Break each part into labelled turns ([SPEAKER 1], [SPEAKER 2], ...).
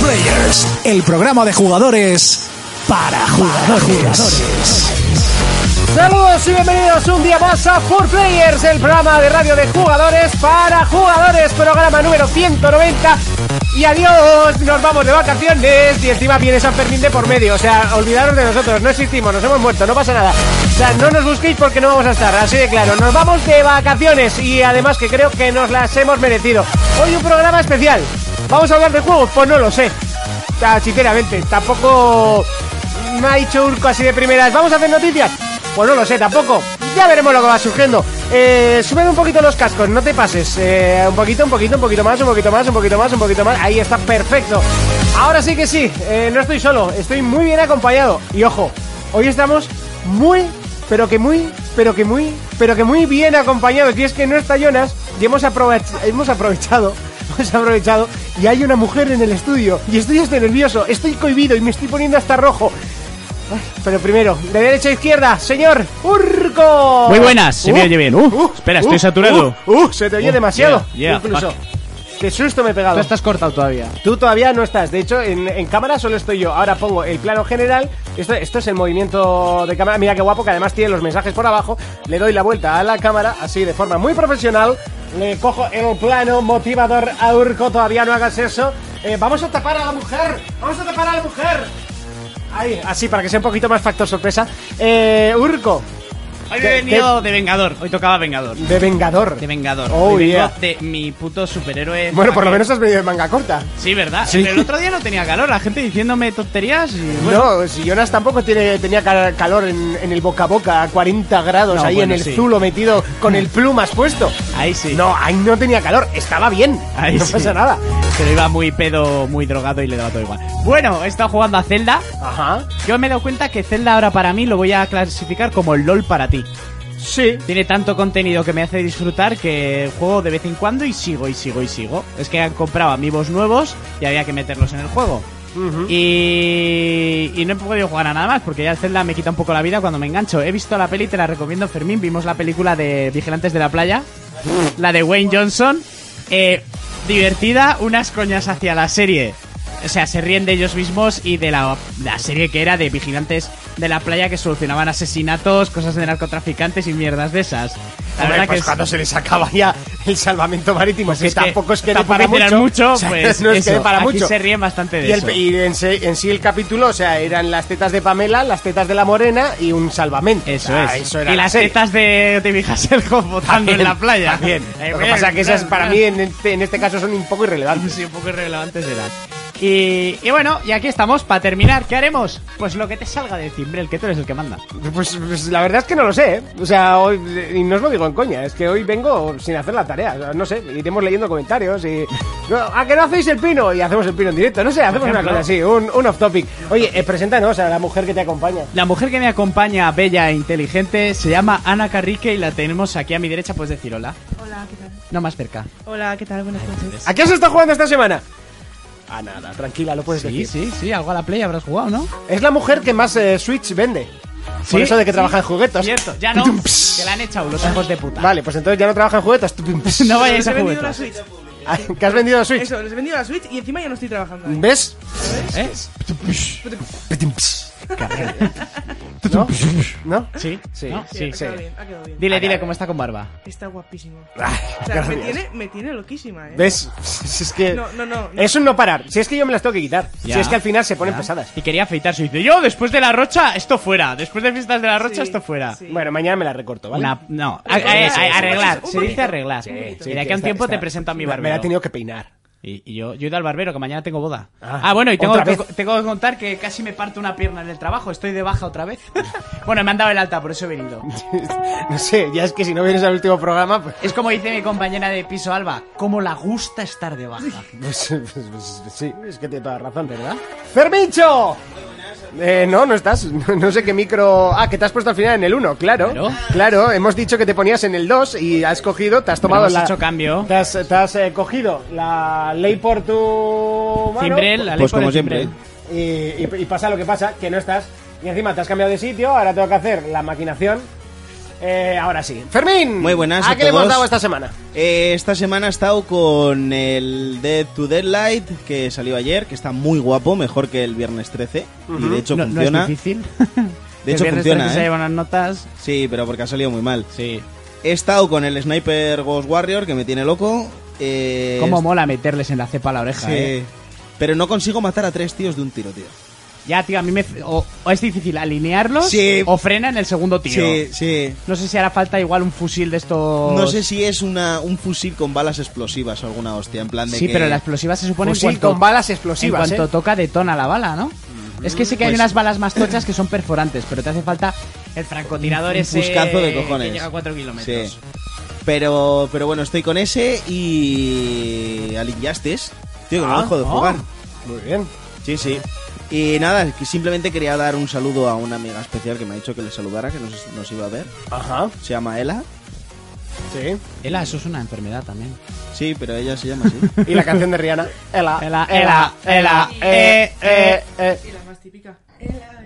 [SPEAKER 1] Podcast, el programa de jugadores para jugadores.
[SPEAKER 2] Saludos y bienvenidos un día más a 4Players, el programa de radio de jugadores para jugadores, programa número 190. Y adiós, nos vamos de vacaciones y encima viene San Fermín de por medio. O sea, olvidaros de nosotros, no existimos, nos hemos muerto, no pasa nada. O sea, no nos busquéis porque no vamos a estar, así de claro. Nos vamos de vacaciones y además que creo que nos las hemos merecido. Hoy un programa especial. ¿Vamos a hablar de juegos? Pues no lo sé. Ah, Sinceramente, tampoco me ha dicho Urco así de primeras. ¿Vamos a hacer noticias? Pues no lo sé tampoco. Ya veremos lo que va surgiendo. Eh, súbeme un poquito los cascos, no te pases. Eh, un poquito, un poquito, un poquito más, un poquito más, un poquito más, un poquito más. Ahí está, perfecto. Ahora sí que sí, eh, no estoy solo, estoy muy bien acompañado. Y ojo, hoy estamos muy, pero que muy, pero que muy, pero que muy bien acompañados. Y es que no está Jonas y hemos, aprove- hemos aprovechado, hemos aprovechado y hay una mujer en el estudio. Y estoy hasta nervioso, estoy cohibido y me estoy poniendo hasta rojo. Ay, Pero primero, de derecha a izquierda, señor Urco.
[SPEAKER 3] Muy buenas, se me
[SPEAKER 2] Uh,
[SPEAKER 3] oye bien. Uh,
[SPEAKER 2] uh,
[SPEAKER 3] espera,
[SPEAKER 2] uh,
[SPEAKER 3] estoy saturado.
[SPEAKER 2] Uh, uh, se te oye
[SPEAKER 4] Oh,
[SPEAKER 3] Uh,
[SPEAKER 2] demasiado.
[SPEAKER 3] yeah, yeah,
[SPEAKER 2] incluso.
[SPEAKER 3] fuck.
[SPEAKER 2] Qué susto me he pegado.
[SPEAKER 4] Tú estás cortado todavía.
[SPEAKER 2] Tú todavía no estás. De hecho, en, en cámara solo estoy yo. Ahora pongo el plano general. Esto, esto es el movimiento de cámara. Mira qué guapo, que además tiene los mensajes por abajo. Le doy la vuelta a la cámara, así de forma muy profesional. Le cojo el plano motivador a Urco. Todavía no hagas eso. Eh, vamos a tapar a la mujer. Vamos a tapar a la mujer. Ahí, así, para que sea un poquito más factor sorpresa. Eh, Urco,
[SPEAKER 3] Hoy
[SPEAKER 2] ¿Qué-
[SPEAKER 3] me he venido de Vengador. Hoy tocaba Vengador.
[SPEAKER 2] de Vengador.
[SPEAKER 3] De Vengador.
[SPEAKER 2] Oh,
[SPEAKER 3] Hoy vengo
[SPEAKER 2] yeah.
[SPEAKER 3] de mi puto superhéroe.
[SPEAKER 2] Bueno, por lo
[SPEAKER 3] Marvel.
[SPEAKER 2] menos has venido de manga corta.
[SPEAKER 3] Sí, ¿verdad?
[SPEAKER 2] Sí.
[SPEAKER 3] Pero el otro día no tenía calor. La gente diciéndome tonterías y bueno.
[SPEAKER 2] No, si Jonas tampoco tiene, tenía cal- calor en, en el boca a boca, a 40 grados,
[SPEAKER 3] No,
[SPEAKER 2] ahí
[SPEAKER 3] bueno,
[SPEAKER 2] en el
[SPEAKER 3] sí.
[SPEAKER 2] zulo metido con el plumas puesto.
[SPEAKER 3] Ahí sí.
[SPEAKER 2] No, ahí no tenía calor, estaba bien.
[SPEAKER 3] Ahí
[SPEAKER 2] no
[SPEAKER 3] sí.
[SPEAKER 2] pasa nada.
[SPEAKER 3] Pero iba muy pedo, muy drogado y le daba todo igual. Bueno, he estado jugando a Zelda.
[SPEAKER 2] Ajá.
[SPEAKER 3] Yo me he dado cuenta que Zelda ahora para mí lo voy a clasificar como el LOL para ti.
[SPEAKER 2] Sí.
[SPEAKER 3] Tiene tanto contenido que me hace disfrutar que juego de vez en cuando y sigo y sigo y sigo. Es que han comprado amigos nuevos y había que meterlos en el juego. y, y no he podido jugar a nada más porque ya el Zelda me quita un poco la vida cuando me engancho. He visto la peli, te la recomiendo Fermín. Vimos la película de Vigilantes de la Playa, la de Wayne Johnson. Eh, divertida, unas coñas hacia la serie. O sea, se ríen de ellos mismos y de la, la serie que era de vigilantes de la playa que solucionaban asesinatos, cosas de narcotraficantes y mierdas de esas. La
[SPEAKER 2] Hombre,
[SPEAKER 3] verdad
[SPEAKER 2] pues
[SPEAKER 3] que
[SPEAKER 2] cuando
[SPEAKER 3] es-
[SPEAKER 2] se les acaba ya el salvamento marítimo,
[SPEAKER 3] pues
[SPEAKER 2] que
[SPEAKER 3] es que
[SPEAKER 2] tampoco es que dé
[SPEAKER 3] tampoco
[SPEAKER 2] para
[SPEAKER 3] hicieran
[SPEAKER 2] mucho.
[SPEAKER 3] mucho,
[SPEAKER 2] O sea,
[SPEAKER 3] pues
[SPEAKER 2] no es
[SPEAKER 3] eso,
[SPEAKER 2] que dé para
[SPEAKER 3] aquí
[SPEAKER 2] mucho.
[SPEAKER 3] se ríen bastante de
[SPEAKER 2] y el-
[SPEAKER 3] eso.
[SPEAKER 2] y en, se- en sí el capítulo, o sea, eran las tetas de Pamela, las tetas de la morena y un salvamento.
[SPEAKER 3] Eso
[SPEAKER 2] O sea,
[SPEAKER 3] es.
[SPEAKER 2] Ah, eso era
[SPEAKER 3] y
[SPEAKER 2] la
[SPEAKER 3] las
[SPEAKER 2] serie.
[SPEAKER 3] tetas de, de Vijaselco botando en la playa.
[SPEAKER 2] Bien.
[SPEAKER 3] Eh,
[SPEAKER 2] Lo que
[SPEAKER 3] bien,
[SPEAKER 2] pasa es que esas
[SPEAKER 3] bien,
[SPEAKER 2] para mí
[SPEAKER 3] bien.
[SPEAKER 2] en este, en este caso son un poco irrelevantes.
[SPEAKER 3] Sí, un poco irrelevantes eran. Y, y bueno, y aquí estamos para terminar. ¿Qué haremos? Pues lo que te salga de cimbre, el que tú eres el que manda.
[SPEAKER 2] Pues, pues la verdad es que no lo sé. ¿eh? O sea, hoy, y no os lo digo en coña, es que hoy vengo sin hacer la tarea. O sea, No sé, iremos leyendo comentarios y. No, ¿A que no hacéis el pino? Y hacemos el pino en directo. No sé, hacemos una
[SPEAKER 3] ejemplo.
[SPEAKER 2] cosa así, un, un off topic. Oye, eh, preséntanos a la mujer que te acompaña.
[SPEAKER 3] La mujer que me acompaña, bella e inteligente, se llama Ana Carrique y la tenemos aquí a mi derecha. Puedes decir hola.
[SPEAKER 5] Hola, ¿qué tal?
[SPEAKER 3] No más cerca.
[SPEAKER 5] Hola, ¿qué tal? Buenas noches.
[SPEAKER 2] ¿A qué has estado jugando esta semana? A nada, tranquila, lo puedes decir.
[SPEAKER 3] sí, sí, algo a la play habrás jugado, ¿no?
[SPEAKER 2] Es la mujer que más eh, Switch vende. Por
[SPEAKER 3] Sí,
[SPEAKER 2] eso de que
[SPEAKER 3] sí.
[SPEAKER 2] trabaja en juguetos.
[SPEAKER 3] Cierto, ya no.
[SPEAKER 2] Tum, pss.
[SPEAKER 3] Que la han echado los hijos de puta.
[SPEAKER 2] Vale, pues entonces ya no trabaja en juguetos.
[SPEAKER 3] No vayáis
[SPEAKER 5] Les he
[SPEAKER 3] a
[SPEAKER 5] vendido la
[SPEAKER 3] juguetos.
[SPEAKER 5] Switch.
[SPEAKER 2] ¿Qué has vendido Switch?
[SPEAKER 5] Eso, les he vendido la Switch y encima ya no estoy trabajando. ahí.
[SPEAKER 2] ¿Ves?
[SPEAKER 3] ¿Eh?
[SPEAKER 2] ¿No? ¿No?
[SPEAKER 3] Sí, sí,
[SPEAKER 2] ¿no?
[SPEAKER 5] Sí,
[SPEAKER 3] sí.
[SPEAKER 5] ha quedado bien, ha quedado bien.
[SPEAKER 3] Dile, dile cómo está con barba.
[SPEAKER 5] Está guapísimo. O sea, me
[SPEAKER 2] Gracias.
[SPEAKER 5] tiene, me tiene loquísima, ¿eh?
[SPEAKER 2] ¿Ves? Si es que.
[SPEAKER 5] No, no, no, no.
[SPEAKER 2] Es un no parar. Si es que yo me las tengo que quitar.
[SPEAKER 3] Ya.
[SPEAKER 2] Si es que al final se ponen
[SPEAKER 3] Ya.
[SPEAKER 2] pesadas.
[SPEAKER 3] Y quería afeitarse. Y dice, yo después de la rocha, esto fuera. Después de fiestas de la rocha,
[SPEAKER 5] Sí,
[SPEAKER 3] esto fuera.
[SPEAKER 5] sí.
[SPEAKER 2] Bueno, mañana me las recorto, ¿vale?
[SPEAKER 3] Una- no,
[SPEAKER 5] Sí,
[SPEAKER 3] a- a-
[SPEAKER 5] sí,
[SPEAKER 3] a-
[SPEAKER 5] sí,
[SPEAKER 3] arreglar.
[SPEAKER 5] sí,
[SPEAKER 3] Se
[SPEAKER 5] sí,
[SPEAKER 3] dice arreglar.
[SPEAKER 5] sí,
[SPEAKER 3] Y
[SPEAKER 2] Sí,
[SPEAKER 3] de aquí
[SPEAKER 2] que
[SPEAKER 3] a un
[SPEAKER 2] está-
[SPEAKER 3] tiempo
[SPEAKER 2] está-
[SPEAKER 3] te presento a
[SPEAKER 2] me-
[SPEAKER 3] mi
[SPEAKER 2] Me la he
[SPEAKER 3] barbero.
[SPEAKER 2] tenido que peinar.
[SPEAKER 3] Y, y yo, yo he ido al barbero, que mañana tengo boda.
[SPEAKER 2] Ah,
[SPEAKER 3] Ah, bueno, y tengo
[SPEAKER 2] ¿otra
[SPEAKER 3] que,
[SPEAKER 2] vez?
[SPEAKER 3] tengo que contar que casi me parto una pierna en el trabajo. Estoy de baja otra vez. bueno, me han dado el alta, por eso he venido.
[SPEAKER 2] no sé, ya es que si no vienes al último programa, pues.
[SPEAKER 3] Es como dice mi compañera de piso, Alba, como la gusta estar de baja.
[SPEAKER 2] pues- pues- pues- sí, es que tiene toda la razón, ¿verdad? ¡Fermincho! Eh, no, no estás. No, no sé qué micro. Ah, que te has puesto al final en el 1, claro.
[SPEAKER 3] Claro.
[SPEAKER 2] Claro, hemos dicho que te ponías en el 2 y has cogido, te has tomado
[SPEAKER 3] hemos
[SPEAKER 2] la.
[SPEAKER 3] hecho cambio.
[SPEAKER 2] Te has, te has, eh, cogido la ley por tu. mano.
[SPEAKER 3] Cimbrel, la ley
[SPEAKER 6] Pues
[SPEAKER 3] por el
[SPEAKER 6] como siempre.
[SPEAKER 3] cimbrel.
[SPEAKER 2] Y, y- y pasa lo que pasa, que no estás. Y encima te has cambiado de sitio, ahora tengo que hacer la maquinación. Eh, ahora sí. Fermín.
[SPEAKER 4] Muy buenas
[SPEAKER 2] ¿A,
[SPEAKER 4] a
[SPEAKER 2] qué le hemos
[SPEAKER 4] todos.
[SPEAKER 2] dado esta semana?
[SPEAKER 3] Pues
[SPEAKER 4] Eh, esta semana he estado con el Dead to Deadlight que salió ayer, que está muy guapo, mejor que el viernes 13. Y de hecho
[SPEAKER 3] no, no
[SPEAKER 4] funciona.
[SPEAKER 3] es difícil.
[SPEAKER 4] de hecho
[SPEAKER 3] el viernes
[SPEAKER 4] funciona,
[SPEAKER 3] 13 se
[SPEAKER 4] ¿eh?
[SPEAKER 3] llevan las notas.
[SPEAKER 4] Sí, pero porque ha salido muy mal.
[SPEAKER 3] Sí.
[SPEAKER 4] He estado con el Sniper Ghost Warrior, que me tiene loco. Eh,
[SPEAKER 3] Cómo
[SPEAKER 4] est-
[SPEAKER 3] mola meterles en la cepa a la oreja,
[SPEAKER 4] Sí.
[SPEAKER 3] eh.
[SPEAKER 4] Pero no consigo matar a tres tíos de un tiro, tío.
[SPEAKER 3] Ya, tío, a mí me... O, o es difícil alinearlos
[SPEAKER 4] Sí.
[SPEAKER 3] o frena en el segundo tiro.
[SPEAKER 4] Sí, sí.
[SPEAKER 3] No sé si hará falta igual un fusil de estos...
[SPEAKER 4] No sé si es una, un fusil con balas explosivas o alguna hostia, en plan de
[SPEAKER 3] Sí,
[SPEAKER 4] que-
[SPEAKER 3] pero la explosiva se supone en
[SPEAKER 2] Fusil
[SPEAKER 3] cuanto-
[SPEAKER 2] con balas
[SPEAKER 3] en
[SPEAKER 2] explosivas,
[SPEAKER 3] cuanto
[SPEAKER 2] ¿eh?
[SPEAKER 3] toca detona la bala, ¿no? Es que sí que hay
[SPEAKER 4] Pues-
[SPEAKER 3] unas balas más tochas que son perforantes, pero te hace falta el francotirador
[SPEAKER 4] Un
[SPEAKER 3] ese
[SPEAKER 4] fuscazo de cojones.
[SPEAKER 3] que llega a 4 kilómetros.
[SPEAKER 4] Sí. Pero, pero bueno, estoy con ese y al Injustice. Tío, que no
[SPEAKER 2] Ah,
[SPEAKER 4] dejo de
[SPEAKER 2] oh.
[SPEAKER 4] jugar.
[SPEAKER 2] Muy bien.
[SPEAKER 4] Sí, sí. Y nada, que simplemente quería dar un saludo a una amiga especial que me ha dicho que le saludara, que nos, nos iba a ver.
[SPEAKER 2] Ajá.
[SPEAKER 4] Se llama Ela.
[SPEAKER 2] Sí.
[SPEAKER 3] Ela, eso es una enfermedad también.
[SPEAKER 4] Sí, pero ella se llama así.
[SPEAKER 2] Y la canción de Rihanna. Ela,
[SPEAKER 3] Ela, ela, ela, eh, eh,
[SPEAKER 2] eh.
[SPEAKER 5] Y la más típica. Ela, ela.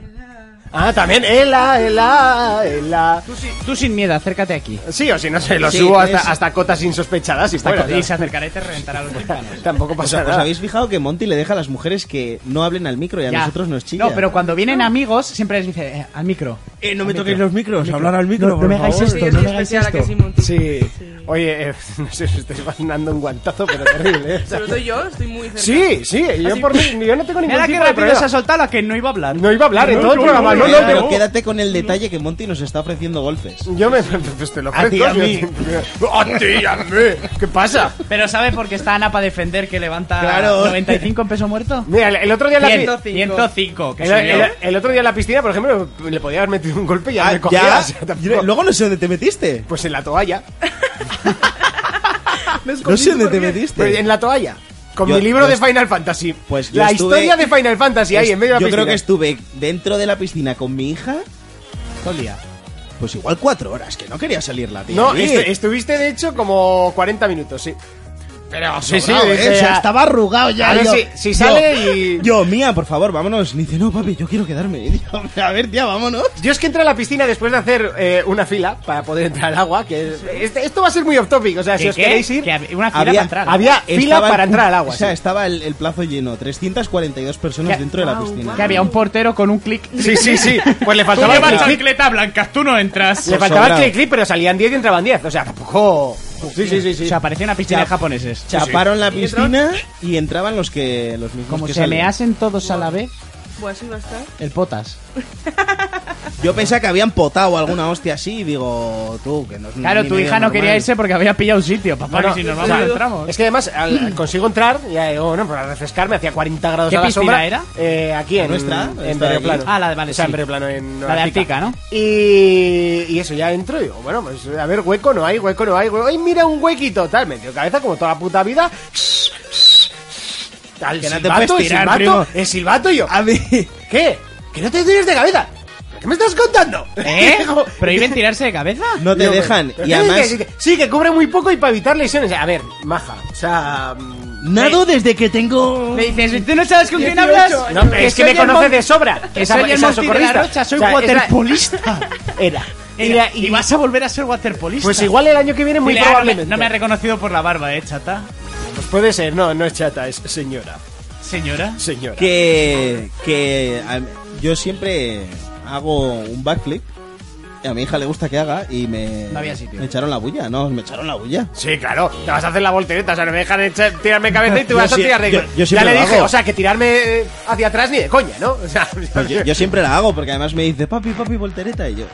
[SPEAKER 2] Ah, también. Ela, ela, ela.
[SPEAKER 5] Tú sí.
[SPEAKER 3] Tú sin miedo, acércate aquí.
[SPEAKER 2] Sí, o si no se lo
[SPEAKER 4] Sí,
[SPEAKER 2] subo
[SPEAKER 4] es-
[SPEAKER 2] hasta, hasta cotas insospechadas y
[SPEAKER 3] Hasta
[SPEAKER 2] fuera,
[SPEAKER 3] que- y se acercará y te reventará los tímpanos.
[SPEAKER 2] ¿sabes? Tampoco
[SPEAKER 4] ¿Os,
[SPEAKER 2] pasa
[SPEAKER 3] pues,
[SPEAKER 4] os
[SPEAKER 2] nada.
[SPEAKER 4] habéis fijado que Monty le deja a las mujeres que no hablen al micro y a
[SPEAKER 3] Ya.
[SPEAKER 4] nosotros nos chilla?
[SPEAKER 3] No, pero cuando vienen amigos siempre les dice eh, al micro.
[SPEAKER 4] Eh, no me
[SPEAKER 3] Al
[SPEAKER 4] toquéis
[SPEAKER 3] micro.
[SPEAKER 4] los micros,
[SPEAKER 3] Micro.
[SPEAKER 4] hablar al micro,
[SPEAKER 3] No, no
[SPEAKER 4] por
[SPEAKER 3] me
[SPEAKER 4] favor.
[SPEAKER 3] hagáis esto,
[SPEAKER 5] Soy
[SPEAKER 3] no me
[SPEAKER 5] yo soy
[SPEAKER 3] hagáis
[SPEAKER 5] especial a que
[SPEAKER 3] esto.
[SPEAKER 5] sí, Monty.
[SPEAKER 2] Sí. Oye, eh, no sé, os estáis mandando un guantazo, pero terrible, ¿eh? O sea,
[SPEAKER 5] Sobre todo yo, estoy muy cerca.
[SPEAKER 2] Sí, sí, yo
[SPEAKER 5] Así-
[SPEAKER 2] por mí, yo no tengo ningún
[SPEAKER 3] Mira que
[SPEAKER 2] tipo de
[SPEAKER 3] rápido
[SPEAKER 2] problema.
[SPEAKER 3] se ha soltado la que no iba a hablar.
[SPEAKER 2] No iba a hablar en todo el programa, no,
[SPEAKER 4] Pero,
[SPEAKER 2] no,
[SPEAKER 4] pero
[SPEAKER 2] no.
[SPEAKER 4] quédate con el detalle que Monty nos está ofreciendo golpes.
[SPEAKER 2] Yo me... Pues te lo
[SPEAKER 4] A ti,
[SPEAKER 2] ofrezco,
[SPEAKER 4] a
[SPEAKER 2] yo-
[SPEAKER 4] mí.
[SPEAKER 2] A ti, a mí. ¿Qué pasa?
[SPEAKER 3] Pero sabe porque está Ana para defender que levanta
[SPEAKER 4] Claro.
[SPEAKER 3] 95 en peso muerto.
[SPEAKER 2] Mira, el, el otro día en la... pi-
[SPEAKER 3] 105. 105 que
[SPEAKER 2] El,
[SPEAKER 3] subió.
[SPEAKER 2] el- el otro día en la piscina, por ejemplo, le podía haber metido un golpe y ya
[SPEAKER 4] Ah,
[SPEAKER 2] me cogía.
[SPEAKER 4] ya.
[SPEAKER 2] o sea, tampoco-
[SPEAKER 4] Yo- Luego no sé dónde te metiste.
[SPEAKER 2] Pues en la toalla.
[SPEAKER 4] No sé dónde te
[SPEAKER 2] Pero
[SPEAKER 4] metiste.
[SPEAKER 2] Pues En la toalla. Con
[SPEAKER 4] Yo-
[SPEAKER 2] mi libro
[SPEAKER 4] yo
[SPEAKER 2] de
[SPEAKER 4] est-
[SPEAKER 2] Final Fantasy.
[SPEAKER 4] Pues yo
[SPEAKER 2] la
[SPEAKER 4] estuve-
[SPEAKER 2] historia de Final Fantasy ahí en medio de la
[SPEAKER 4] Yo creo que
[SPEAKER 2] piscina.
[SPEAKER 4] estuve dentro de la piscina con mi hija,
[SPEAKER 3] Todo el día.
[SPEAKER 4] pues igual cuatro horas, que no quería salir la tía.
[SPEAKER 2] No, este,
[SPEAKER 4] Sí.
[SPEAKER 2] estu- estuviste de hecho como 40 minutos, sí. Pero sí, sí,
[SPEAKER 4] Sobrado, ¿eh?
[SPEAKER 2] dije,
[SPEAKER 4] O sea,
[SPEAKER 2] "Ah,
[SPEAKER 4] estaba arrugado ya.
[SPEAKER 2] A ver
[SPEAKER 4] yo-
[SPEAKER 2] si- si
[SPEAKER 4] yo-
[SPEAKER 2] sale y-
[SPEAKER 4] Yo, mía, por favor, vámonos. Y dice, no, papi, yo quiero quedarme. Y digo, a ver, tía, vámonos.
[SPEAKER 2] Yo es que entré a la piscina después de hacer eh, una fila para poder entrar al agua. Que es- este- esto va a ser muy off topic, o sea, si
[SPEAKER 3] ¿Qué,
[SPEAKER 2] os
[SPEAKER 3] qué?
[SPEAKER 2] queréis ir.
[SPEAKER 3] Que hab- una fila para entrar.
[SPEAKER 2] había fila
[SPEAKER 4] estaba el-
[SPEAKER 2] para entrar al agua,
[SPEAKER 4] O sea,
[SPEAKER 2] sí.
[SPEAKER 4] estaba el, el plazo lleno. 342 personas
[SPEAKER 3] Que-
[SPEAKER 4] dentro de la
[SPEAKER 5] Guau,
[SPEAKER 4] piscina.
[SPEAKER 3] Que había un portero con un clic.
[SPEAKER 2] Sí, sí, sí. Pues le
[SPEAKER 3] Tú
[SPEAKER 2] faltaba el
[SPEAKER 3] llevas
[SPEAKER 2] clic, clic.
[SPEAKER 3] chancleta blanca, tú no entras.
[SPEAKER 2] Le faltaba el
[SPEAKER 4] Sobrado.
[SPEAKER 2] clic, clic, pero salían 10 y entraban 10. O sea, tampoco. Sí, sí, sí. sí.
[SPEAKER 3] O sea, parecía una piscina
[SPEAKER 4] Ya.
[SPEAKER 3] de japoneses.
[SPEAKER 4] Chaparon la piscina y entraban los que los mismos
[SPEAKER 3] Como
[SPEAKER 4] que
[SPEAKER 3] se
[SPEAKER 4] salen.
[SPEAKER 3] me hacen todos a la vez,
[SPEAKER 5] Buah, Pues así va a estar.
[SPEAKER 3] el potas.
[SPEAKER 4] Yo pensaba que habían potado alguna hostia así y digo, tú, que no es
[SPEAKER 3] Claro,
[SPEAKER 4] ni
[SPEAKER 3] tu
[SPEAKER 4] medio
[SPEAKER 3] hija no
[SPEAKER 4] normal.
[SPEAKER 3] quería irse porque había pillado un sitio, papá,
[SPEAKER 2] No, no,
[SPEAKER 3] que si nos
[SPEAKER 2] o
[SPEAKER 3] vamos
[SPEAKER 2] sea,
[SPEAKER 3] no entramos.
[SPEAKER 2] Es que además al- al consigo entrar y ya digo, bueno, para refrescarme hacía 40 grados
[SPEAKER 3] ¿Qué
[SPEAKER 2] a la
[SPEAKER 3] piscina
[SPEAKER 2] sombra.
[SPEAKER 3] era?
[SPEAKER 2] Eh, aquí en
[SPEAKER 4] nuestra,
[SPEAKER 2] en
[SPEAKER 4] esta de aquí.
[SPEAKER 2] Plano.
[SPEAKER 3] Ah, la de- vale,
[SPEAKER 2] O sea, en
[SPEAKER 3] sí.
[SPEAKER 2] Berrioplano, en
[SPEAKER 3] La de Artica, ¿no?
[SPEAKER 2] Y, y eso, ya entro y digo, bueno, pues a ver, hueco no hay, hueco no hay, hueco. ¡Ay, mira un huequito! Tal, me dio cabeza como toda la puta vida. Al
[SPEAKER 4] Que no te
[SPEAKER 2] silbato,
[SPEAKER 4] puedes
[SPEAKER 2] el
[SPEAKER 4] tirar,
[SPEAKER 2] silbato,
[SPEAKER 4] primo.
[SPEAKER 2] el silbato y yo.
[SPEAKER 4] A
[SPEAKER 3] ¿Eh?
[SPEAKER 4] mí.
[SPEAKER 2] ¿Qué? ¿Que no te tires de cabeza? ¿Qué me estás contando?
[SPEAKER 3] ¿Eh?
[SPEAKER 2] Digo,
[SPEAKER 3] ¿Prohíben tirarse de cabeza?
[SPEAKER 4] No te
[SPEAKER 2] Yo,
[SPEAKER 4] dejan.
[SPEAKER 2] pero-
[SPEAKER 4] Y
[SPEAKER 2] pero
[SPEAKER 4] además,
[SPEAKER 2] sí, que- Sí, que cubre muy poco y para evitar lesiones. A ver, maja. O sea. mm,
[SPEAKER 4] nado desde que tengo.
[SPEAKER 3] Le dices, ¿tú no sabes con quién
[SPEAKER 2] 18,
[SPEAKER 3] hablas?
[SPEAKER 2] No, es que me conoce de sobra.
[SPEAKER 3] Que
[SPEAKER 2] Esa-
[SPEAKER 3] soy el
[SPEAKER 2] esa
[SPEAKER 3] Monty de la
[SPEAKER 2] socorrista.
[SPEAKER 3] Rocha, soy
[SPEAKER 2] O sea, esa-
[SPEAKER 3] waterpolista.
[SPEAKER 2] Era.
[SPEAKER 3] Era,
[SPEAKER 2] Era-
[SPEAKER 3] y, vas a volver a ser waterpolista.
[SPEAKER 2] Pues igual el año que viene, muy
[SPEAKER 3] Dile, ah, no me-
[SPEAKER 2] probablemente.
[SPEAKER 3] No me ha reconocido por la barba, ¿eh, chata?
[SPEAKER 2] Pues puede ser, no, no es chata, es señora.
[SPEAKER 3] Señora.
[SPEAKER 2] Señora.
[SPEAKER 4] Que, que a- yo siempre hago un backflip. y A mi hija le gusta que haga y me,
[SPEAKER 3] No había sitio.
[SPEAKER 4] me echaron la bulla, no, me echaron la bulla.
[SPEAKER 2] Sí, claro, te vas a hacer la voltereta, o sea, no me dejan echar- tirarme cabeza y tú
[SPEAKER 4] Yo
[SPEAKER 2] vas a
[SPEAKER 4] sí-
[SPEAKER 2] tirar de
[SPEAKER 4] yo- yo
[SPEAKER 2] Ya
[SPEAKER 4] siempre
[SPEAKER 2] le
[SPEAKER 4] lo
[SPEAKER 2] dije,
[SPEAKER 4] hago.
[SPEAKER 2] o sea, que tirarme eh, hacia atrás ni de coña, ¿no? O sea,
[SPEAKER 4] Pues yo, yo siempre la hago porque además me dice, papi, papi, voltereta. Y yo,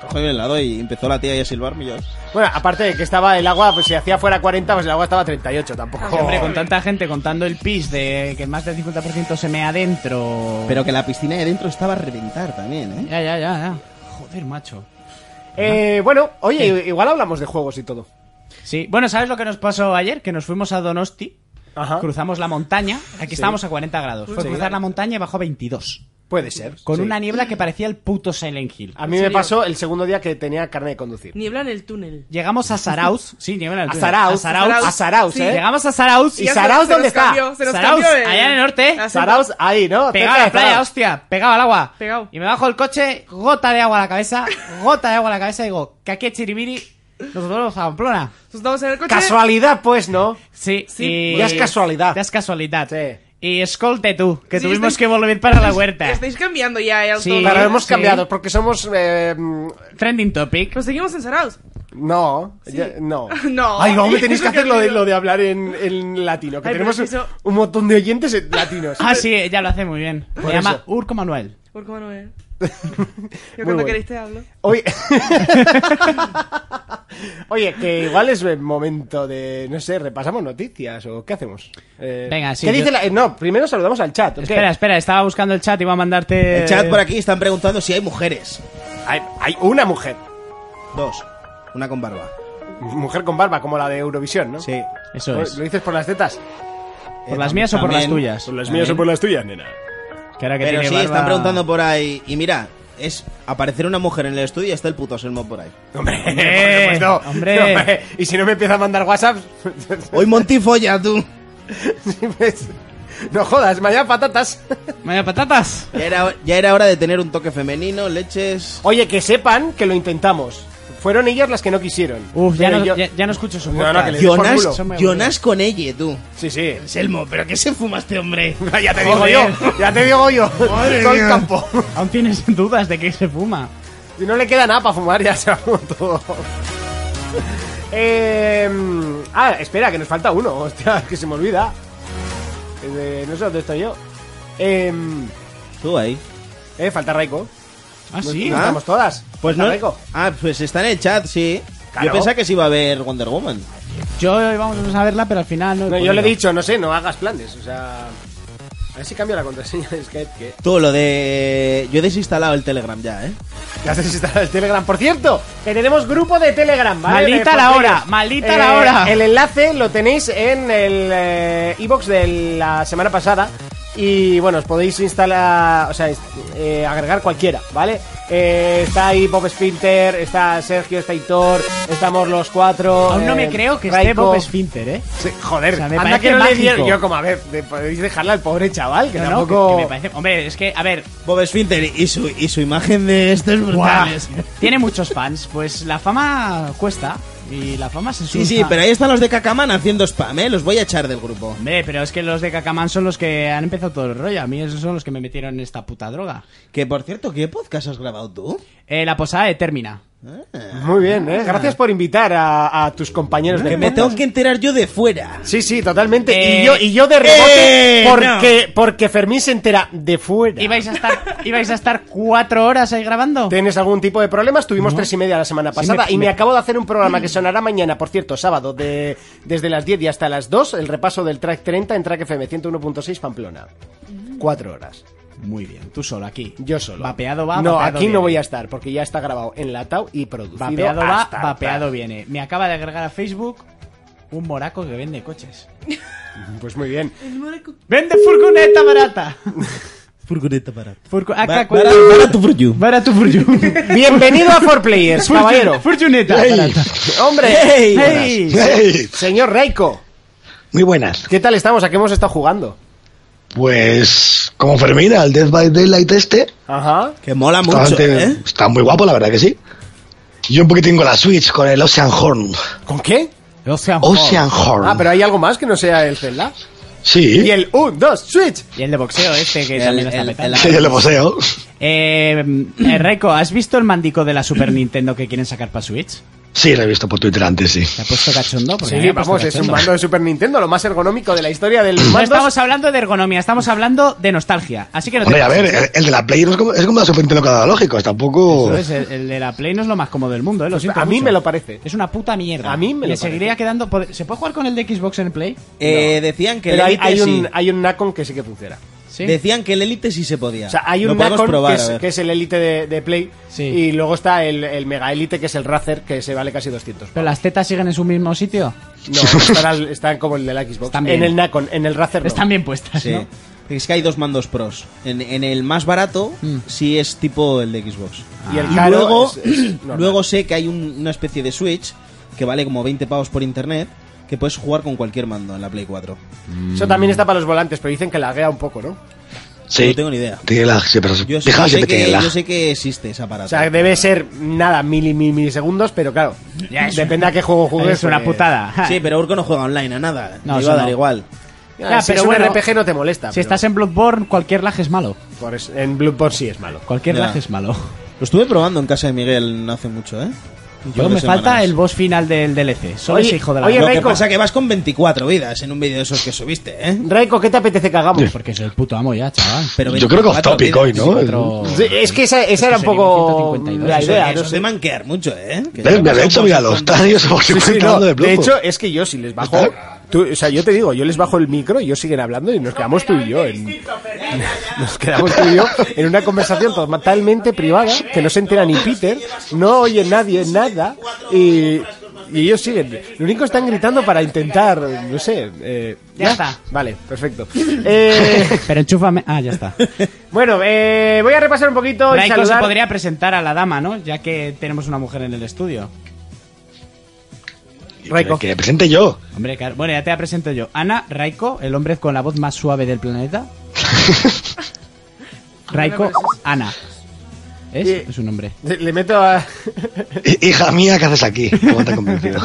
[SPEAKER 4] cojo el helado y empezó la tía ahí a silbarme. Y yo,
[SPEAKER 2] Bueno, aparte de que estaba el agua, pues si hacía fuera 40, pues el agua estaba a 38, tampoco.
[SPEAKER 3] Hombre, con tanta gente contando el pis de que más del 50% se mea adentro.
[SPEAKER 4] pero que la piscina de dentro estaba a reventar también, ¿eh?
[SPEAKER 3] Ya, ya, ya, ya. Joder, macho.
[SPEAKER 2] Eh, bueno, oye, igual hablamos de juegos y todo.
[SPEAKER 3] Sí, bueno, ¿sabes lo que nos pasó ayer? Que nos fuimos a Donosti,
[SPEAKER 2] Ajá.
[SPEAKER 3] cruzamos la montaña, aquí estábamos a 40 grados. Fue
[SPEAKER 2] Sí.
[SPEAKER 3] cruzar la montaña y bajó a 22.
[SPEAKER 2] Puede ser.
[SPEAKER 3] Con
[SPEAKER 2] sí.
[SPEAKER 3] una niebla que parecía el puto Silent Hill.
[SPEAKER 2] A mí me
[SPEAKER 5] serio?
[SPEAKER 2] pasó el segundo día que tenía carne de conducir.
[SPEAKER 5] Niebla en el túnel.
[SPEAKER 3] Llegamos a Saraus. Sí, niebla en el
[SPEAKER 2] A
[SPEAKER 3] túnel.
[SPEAKER 2] Saraus,
[SPEAKER 3] A Saraus.
[SPEAKER 2] a Saraus, ¿eh?
[SPEAKER 3] Llegamos a Saraus.
[SPEAKER 2] ¿Y
[SPEAKER 5] Ya se-
[SPEAKER 2] Saraos
[SPEAKER 5] se
[SPEAKER 2] dónde
[SPEAKER 5] nos
[SPEAKER 2] está?
[SPEAKER 5] cambió, se nos
[SPEAKER 3] Saraus,
[SPEAKER 5] cambió el-
[SPEAKER 3] allá en el norte.
[SPEAKER 5] la selva.
[SPEAKER 2] Saraos ahí, ¿no?
[SPEAKER 3] Pegado a
[SPEAKER 2] Cerca
[SPEAKER 3] la
[SPEAKER 2] de
[SPEAKER 3] playa,
[SPEAKER 2] Zaraos.
[SPEAKER 3] hostia, pegado al agua.
[SPEAKER 5] Pegado.
[SPEAKER 3] Y me bajo el coche, gota de agua a la cabeza, gota de agua a la cabeza y digo, que aquí es Chiribiri, nos volvemos a Pamplona.
[SPEAKER 5] Nos estamos Pues en el coche.
[SPEAKER 2] Casualidad, pues, ¿no?
[SPEAKER 3] Sí,
[SPEAKER 5] Sí,
[SPEAKER 3] y-
[SPEAKER 2] ya es casualidad.
[SPEAKER 3] Ya es casualidad.
[SPEAKER 2] Sí.
[SPEAKER 3] Y escolte tú, que
[SPEAKER 5] Sí,
[SPEAKER 3] tuvimos
[SPEAKER 5] estáis-
[SPEAKER 3] que volver para la huerta.
[SPEAKER 5] Estáis cambiando ya el
[SPEAKER 3] Sí.
[SPEAKER 5] tono.
[SPEAKER 2] Pero hemos
[SPEAKER 3] sí.
[SPEAKER 2] cambiado porque somos... eh, mm,
[SPEAKER 3] Trending topic.
[SPEAKER 5] Pero seguimos en Saraos.
[SPEAKER 2] no, ya- no.
[SPEAKER 5] No.
[SPEAKER 2] Ay, hombre, tenéis que
[SPEAKER 5] Eso que
[SPEAKER 2] hacer lo de,
[SPEAKER 5] digo.
[SPEAKER 2] lo de hablar en, en latino. Que
[SPEAKER 5] Ay, pero
[SPEAKER 2] tenemos
[SPEAKER 5] es que eso-
[SPEAKER 2] un montón de oyentes en latinos.
[SPEAKER 3] Ah, sí, ella lo hace muy bien. Se
[SPEAKER 2] Por
[SPEAKER 3] llama
[SPEAKER 2] eso.
[SPEAKER 3] Urco Manuel.
[SPEAKER 5] Urco Manuel. Yo
[SPEAKER 2] Muy
[SPEAKER 5] cuando
[SPEAKER 2] bueno.
[SPEAKER 5] queréis te hablo.
[SPEAKER 2] Oye... Oye, que igual es el momento de, no sé, repasamos noticias o qué hacemos. Eh,
[SPEAKER 3] Venga, sí,
[SPEAKER 2] ¿Qué
[SPEAKER 3] yo-
[SPEAKER 2] dice la- eh, No, primero saludamos al chat. ¿o qué?
[SPEAKER 3] Espera, espera, estaba buscando el chat y iba a mandarte...
[SPEAKER 4] El chat por aquí están preguntando si hay mujeres.
[SPEAKER 2] Hay, hay una mujer.
[SPEAKER 4] Dos. Una con barba.
[SPEAKER 2] Mujer con barba, como la de Eurovisión, ¿no?
[SPEAKER 4] Sí. Eh,
[SPEAKER 3] Eso es.
[SPEAKER 2] ¿Lo dices por las tetas?
[SPEAKER 3] ¿Por las mías o por las tuyas?
[SPEAKER 2] Por las mías o por las tuyas, nena.
[SPEAKER 3] Que ahora que
[SPEAKER 4] Pero
[SPEAKER 3] tiene
[SPEAKER 4] sí,
[SPEAKER 3] barba-
[SPEAKER 4] están preguntando por ahí. Y mira, es aparecer una mujer en el estudio y está el puto Selmo por ahí.
[SPEAKER 2] Hombre,
[SPEAKER 3] Hombre,
[SPEAKER 2] por supuesto.
[SPEAKER 3] hombre.
[SPEAKER 2] Y si no me empieza a mandar WhatsApp,
[SPEAKER 4] Hoy Montifolla, tú.
[SPEAKER 2] no jodas, mañana patatas.
[SPEAKER 3] Vaya patatas.
[SPEAKER 4] Ya era, ya era hora de tener un toque femenino, leches.
[SPEAKER 2] Oye, que sepan que lo intentamos. Fueron ellas las que no quisieron.
[SPEAKER 3] Uf, ya
[SPEAKER 2] Pero
[SPEAKER 3] no,
[SPEAKER 2] yo-
[SPEAKER 3] ya, ya no escucho su
[SPEAKER 2] No,
[SPEAKER 3] podcast.
[SPEAKER 2] no, que le-
[SPEAKER 4] Jonas,
[SPEAKER 2] por
[SPEAKER 3] culo.
[SPEAKER 4] Jonas con ella, tú.
[SPEAKER 2] Sí, sí.
[SPEAKER 4] Selmo, ¿pero qué se fuma este hombre?
[SPEAKER 2] ya te digo
[SPEAKER 3] Joder.
[SPEAKER 2] yo, ya te digo yo. Todo el
[SPEAKER 4] mía.
[SPEAKER 2] campo.
[SPEAKER 3] Aún tienes dudas de que se fuma.
[SPEAKER 2] Si no le queda nada para fumar, ya se ha todo. Em, ah, espera, que nos falta uno. Hostia, que se me olvida. Eh, no sé dónde estoy yo. Em,
[SPEAKER 4] Tú ahí.
[SPEAKER 2] eh, falta Raiko.
[SPEAKER 3] ¿Ah,
[SPEAKER 2] No-
[SPEAKER 3] sí?
[SPEAKER 2] no estamos todas.
[SPEAKER 4] Pues
[SPEAKER 2] Falta
[SPEAKER 4] no.
[SPEAKER 2] Raiko.
[SPEAKER 4] Ah, pues está en el chat, sí.
[SPEAKER 2] Claro.
[SPEAKER 4] Yo pensaba que sí iba a haber Wonder Woman.
[SPEAKER 3] Yo íbamos a verla, pero al final no. he
[SPEAKER 2] No, yo le he
[SPEAKER 3] podido.
[SPEAKER 2] dicho, no sé, no hagas planes. O sea. A ver si cambio la contraseña de Skype. Que...
[SPEAKER 4] Tú, lo de. Yo he desinstalado el Telegram ya, ¿eh?
[SPEAKER 2] Ya has desinstalado el Telegram. Por cierto, que tenemos grupo de Telegram, ¿vale?
[SPEAKER 3] Maldita
[SPEAKER 2] De
[SPEAKER 3] la
[SPEAKER 2] Fortnite.
[SPEAKER 3] hora, maldita la hora.
[SPEAKER 2] El enlace lo tenéis en el eh, iBox de la semana pasada. Y bueno, os podéis instalar, o sea, inst- eh, agregar cualquiera, ¿vale? Eh, está ahí Bob Spinter, está Sergio, está Hitor, estamos los cuatro.
[SPEAKER 3] Aún no
[SPEAKER 2] eh,
[SPEAKER 3] me creo que esté
[SPEAKER 2] Raiko.
[SPEAKER 3] Bob Sfinter, ¿eh?
[SPEAKER 2] Sí, joder,
[SPEAKER 3] O sea, me
[SPEAKER 2] anda
[SPEAKER 3] parece
[SPEAKER 2] que no le
[SPEAKER 3] mágico.
[SPEAKER 2] dieron- Yo, como, a ver, de- podéis dejarla al pobre chaval, que
[SPEAKER 3] No, no,
[SPEAKER 2] tampoco.
[SPEAKER 3] que- que me parece- Hombre, es que, a ver.
[SPEAKER 4] Bob Sfinter y su, y su imagen de estos brutales.
[SPEAKER 3] Tiene muchos fans. Pues la fama cuesta. Y la fama se sube.
[SPEAKER 4] Sí, sí, pero ahí están los de Cacaman haciendo spam, ¿eh? Los voy a echar del grupo.
[SPEAKER 3] Hombre, pero es que los de Cacamán son los que han empezado todo el rollo. A mí esos son los que me metieron en esta puta droga.
[SPEAKER 4] Que por cierto, ¿qué podcast has grabado tú?
[SPEAKER 3] Eh, la posada de Termina.
[SPEAKER 2] Muy bien, ¿eh? Gracias por invitar a, a tus compañeros de
[SPEAKER 4] Que me tengo que enterar yo de fuera.
[SPEAKER 2] Sí, sí, totalmente.
[SPEAKER 3] Eh,
[SPEAKER 2] y, yo, y yo de rebote,
[SPEAKER 4] eh,
[SPEAKER 2] porque, porque Fermín se entera de fuera.
[SPEAKER 3] ¿Ibais a, estar, ¿Ibais a estar cuatro horas ahí grabando?
[SPEAKER 2] ¿Tienes algún tipo de problemas? Tuvimos tres y media la semana
[SPEAKER 3] Sí, me-
[SPEAKER 2] pasada y me,
[SPEAKER 3] me-
[SPEAKER 2] acabo de hacer un programa que sonará mañana, por cierto, sábado, de, desde las 10 y hasta las 2, el repaso del track 30 en track FM 101.6 Pamplona. Cuatro horas.
[SPEAKER 3] Muy bien, tú solo aquí.
[SPEAKER 2] Yo solo.
[SPEAKER 3] Vapeado va,
[SPEAKER 2] No,
[SPEAKER 3] vapeado
[SPEAKER 2] aquí no
[SPEAKER 3] viene.
[SPEAKER 2] voy a estar porque ya está grabado, enlatado y producido.
[SPEAKER 3] Vapeado va,
[SPEAKER 2] hasta-
[SPEAKER 3] vapeado viene. Me acaba de agregar a Facebook un moraco que vende coches.
[SPEAKER 2] Pues muy bien.
[SPEAKER 5] El moraco.
[SPEAKER 3] ¡Vende furgoneta barata!
[SPEAKER 4] Furgoneta para.
[SPEAKER 3] Furcu-
[SPEAKER 2] ah,
[SPEAKER 4] Para,
[SPEAKER 3] AK-
[SPEAKER 4] tu furgoneta.
[SPEAKER 3] Barato furgoneta.
[SPEAKER 2] Bienvenido a Four Players, caballero.
[SPEAKER 3] Furgoneta barata.
[SPEAKER 2] Hombre,
[SPEAKER 4] Ey.
[SPEAKER 3] Ey.
[SPEAKER 6] ¡Hey!
[SPEAKER 2] señor Reiko,
[SPEAKER 6] Muy buenas.
[SPEAKER 2] ¿qué tal estamos? ¿A qué hemos estado jugando?
[SPEAKER 6] Pues, como Fermina, el Death by Daylight este,
[SPEAKER 2] Ajá.
[SPEAKER 4] Que mola
[SPEAKER 6] está,
[SPEAKER 4] mucho,
[SPEAKER 6] bastante-
[SPEAKER 4] ¿eh?
[SPEAKER 6] está muy guapo, la verdad que sí. Yo un poquitín con la Switch, con el Ocean Horn.
[SPEAKER 2] ¿Con qué?
[SPEAKER 3] Ocean Hall.
[SPEAKER 6] Ocean Horn.
[SPEAKER 2] Ah, pero hay algo más que no sea el Zelda.
[SPEAKER 6] Sí,
[SPEAKER 2] Y el 1, 2, Switch.
[SPEAKER 3] Y el de boxeo este que
[SPEAKER 4] El-
[SPEAKER 3] también lo está
[SPEAKER 4] el-
[SPEAKER 3] petando.
[SPEAKER 6] sí, yo lo poseo.
[SPEAKER 3] Eh, eh, Reiko, ¿has visto el mandico de la Super Nintendo que quieren sacar para Switch?
[SPEAKER 6] Sí, lo he visto por Twitter antes, sí.
[SPEAKER 3] ¿Te ha puesto cachondo? Porque a mí
[SPEAKER 2] Sí,
[SPEAKER 3] me ha puesto
[SPEAKER 2] vamos, es un
[SPEAKER 3] cachondo.
[SPEAKER 2] mando de Super Nintendo, lo más ergonómico de la historia del
[SPEAKER 3] No
[SPEAKER 2] mando.
[SPEAKER 3] estamos hablando de ergonomía, estamos hablando de nostalgia. Así que no
[SPEAKER 6] Hombre,
[SPEAKER 3] te
[SPEAKER 6] a ver, el, el de la Play no es como, es como la Super Nintendo Cadalógico, tampoco...
[SPEAKER 3] Eso es, el, el de la Play no es lo más cómodo del mundo, eh, lo siento
[SPEAKER 2] a mí
[SPEAKER 3] mucho.
[SPEAKER 2] me lo parece.
[SPEAKER 3] Es una puta mierda.
[SPEAKER 2] A mí me lo
[SPEAKER 3] Me seguiría
[SPEAKER 2] parece.
[SPEAKER 3] quedando. pod- ¿Se puede jugar con el de Xbox en el Play?
[SPEAKER 4] Eh, decían que el
[SPEAKER 2] Pero hay,
[SPEAKER 4] Elite
[SPEAKER 2] hay
[SPEAKER 4] sí.
[SPEAKER 2] un, hay un Nacon que sí que funciona.
[SPEAKER 3] Sí.
[SPEAKER 4] Decían que el Elite sí se podía.
[SPEAKER 2] O sea, hay
[SPEAKER 4] Lo
[SPEAKER 2] un
[SPEAKER 4] podemos
[SPEAKER 2] Nacon
[SPEAKER 4] probar,
[SPEAKER 2] que,
[SPEAKER 4] a
[SPEAKER 2] es,
[SPEAKER 4] ver.
[SPEAKER 2] que es el Elite de, de Play.
[SPEAKER 3] Sí.
[SPEAKER 2] Y luego está el, el Mega Elite, que es el Razer, que se vale casi 200.
[SPEAKER 3] Pero las tetas siguen en su mismo sitio.
[SPEAKER 2] No, están, al- están como el de la Xbox.
[SPEAKER 3] Están bien.
[SPEAKER 2] en el Nacon, en el Razer. no.
[SPEAKER 3] Están bien puestas,
[SPEAKER 4] Sí.
[SPEAKER 3] ¿no?
[SPEAKER 4] Es que hay dos mandos pros. En, en el más barato,
[SPEAKER 3] Mm.
[SPEAKER 4] sí es tipo el de Xbox. Ah.
[SPEAKER 2] Y el caro
[SPEAKER 4] luego,
[SPEAKER 2] es- es normal.
[SPEAKER 4] luego sé que hay un- una especie de Switch que vale como 20 pavos por internet que puedes jugar con cualquier mando en la Play 4.
[SPEAKER 2] Eso también está para los volantes, pero dicen que laguea un poco, ¿no?
[SPEAKER 6] Sí.
[SPEAKER 4] No tengo ni idea.
[SPEAKER 6] Tiene lag, sí, pero
[SPEAKER 4] Yo, sé-
[SPEAKER 6] fijado
[SPEAKER 4] yo sé
[SPEAKER 6] siempre
[SPEAKER 4] que,
[SPEAKER 6] tiene lag.
[SPEAKER 4] yo sé que existe ese aparato.
[SPEAKER 2] O sea, debe ser nada, mili, mili, milisegundos, pero claro, depende a qué juego juegues.
[SPEAKER 3] Es una
[SPEAKER 2] pues-
[SPEAKER 3] putada.
[SPEAKER 4] Sí, pero Urco no juega online a nada.
[SPEAKER 3] No,
[SPEAKER 4] No,
[SPEAKER 3] eso
[SPEAKER 4] iba a dar
[SPEAKER 3] no.
[SPEAKER 4] igual.
[SPEAKER 2] Ya,
[SPEAKER 3] Ya,
[SPEAKER 2] si
[SPEAKER 3] pero
[SPEAKER 2] es un
[SPEAKER 3] bueno,
[SPEAKER 2] RPG no te molesta.
[SPEAKER 3] Si
[SPEAKER 2] pero
[SPEAKER 3] estás en Bloodborne, cualquier lag es malo.
[SPEAKER 2] por es- en Bloodborne sí es malo.
[SPEAKER 3] Cualquier
[SPEAKER 4] Ya.
[SPEAKER 3] lag es malo.
[SPEAKER 4] Lo estuve probando en casa de Miguel no hace mucho, ¿eh? Un par
[SPEAKER 3] Yo
[SPEAKER 4] de
[SPEAKER 3] me falta
[SPEAKER 4] semanas.
[SPEAKER 3] el boss final del DLC. Solo
[SPEAKER 2] Oye,
[SPEAKER 3] ese hijo de la
[SPEAKER 2] oye,
[SPEAKER 4] Lo
[SPEAKER 3] gran-
[SPEAKER 4] que
[SPEAKER 2] Raiko.
[SPEAKER 4] pasa que vas con 24 vidas en un vídeo de esos que subiste, ¿eh?
[SPEAKER 2] Raiko, ¿qué te apetece que hagamos?
[SPEAKER 3] Porque es el puto amo ya, chaval.
[SPEAKER 4] Pero
[SPEAKER 6] Yo creo que off
[SPEAKER 4] 24
[SPEAKER 6] topic
[SPEAKER 4] vidas.
[SPEAKER 6] hoy, ¿no?
[SPEAKER 3] Pero-
[SPEAKER 2] Sí, es que esa, esa era un
[SPEAKER 3] Pues
[SPEAKER 2] poco
[SPEAKER 3] 152.
[SPEAKER 2] la
[SPEAKER 4] Eso-
[SPEAKER 2] idea.
[SPEAKER 4] eso
[SPEAKER 2] no
[SPEAKER 4] es
[SPEAKER 2] sé.
[SPEAKER 4] de manquear mucho, ¿eh? Que
[SPEAKER 6] Ves,
[SPEAKER 4] ya
[SPEAKER 6] me de
[SPEAKER 4] pasó
[SPEAKER 6] hecho,
[SPEAKER 4] por
[SPEAKER 6] mira, los tanios por si
[SPEAKER 2] Sí, sí,
[SPEAKER 6] fueran
[SPEAKER 2] no,
[SPEAKER 6] hablando
[SPEAKER 2] de
[SPEAKER 6] de Bloodborne.
[SPEAKER 2] hecho, es que yo si les bajo... tú- o sea, yo te digo, yo les bajo el micro y ellos siguen hablando y nos quedamos tú y yo. En, nos quedamos tú y yo en una conversación totalmente privada que no se entera ni Peter, no oye nadie nada y, y ellos siguen. Lo único que están gritando para intentar, no sé... eh,
[SPEAKER 3] Ya está.
[SPEAKER 2] Vale, perfecto. Eh,
[SPEAKER 3] Pero enchúfame. Ah, ya está.
[SPEAKER 2] bueno, eh, voy a repasar un poquito y
[SPEAKER 3] Raiko se
[SPEAKER 2] saludar-
[SPEAKER 3] podría presentar a la dama, ¿no? Ya que tenemos una mujer en el estudio.
[SPEAKER 6] Y
[SPEAKER 2] Raiko.
[SPEAKER 6] Que me presente yo.
[SPEAKER 3] Hombre, claro. Bueno, ya te la presento yo. Ana Raiko, el hombre con la voz más suave del planeta. Raiko Ana. ¿Es?
[SPEAKER 2] Eh,
[SPEAKER 3] Es un hombre.
[SPEAKER 2] Le meto a...
[SPEAKER 6] Hija mía, ¿qué haces aquí? ¿Cómo te he convencido?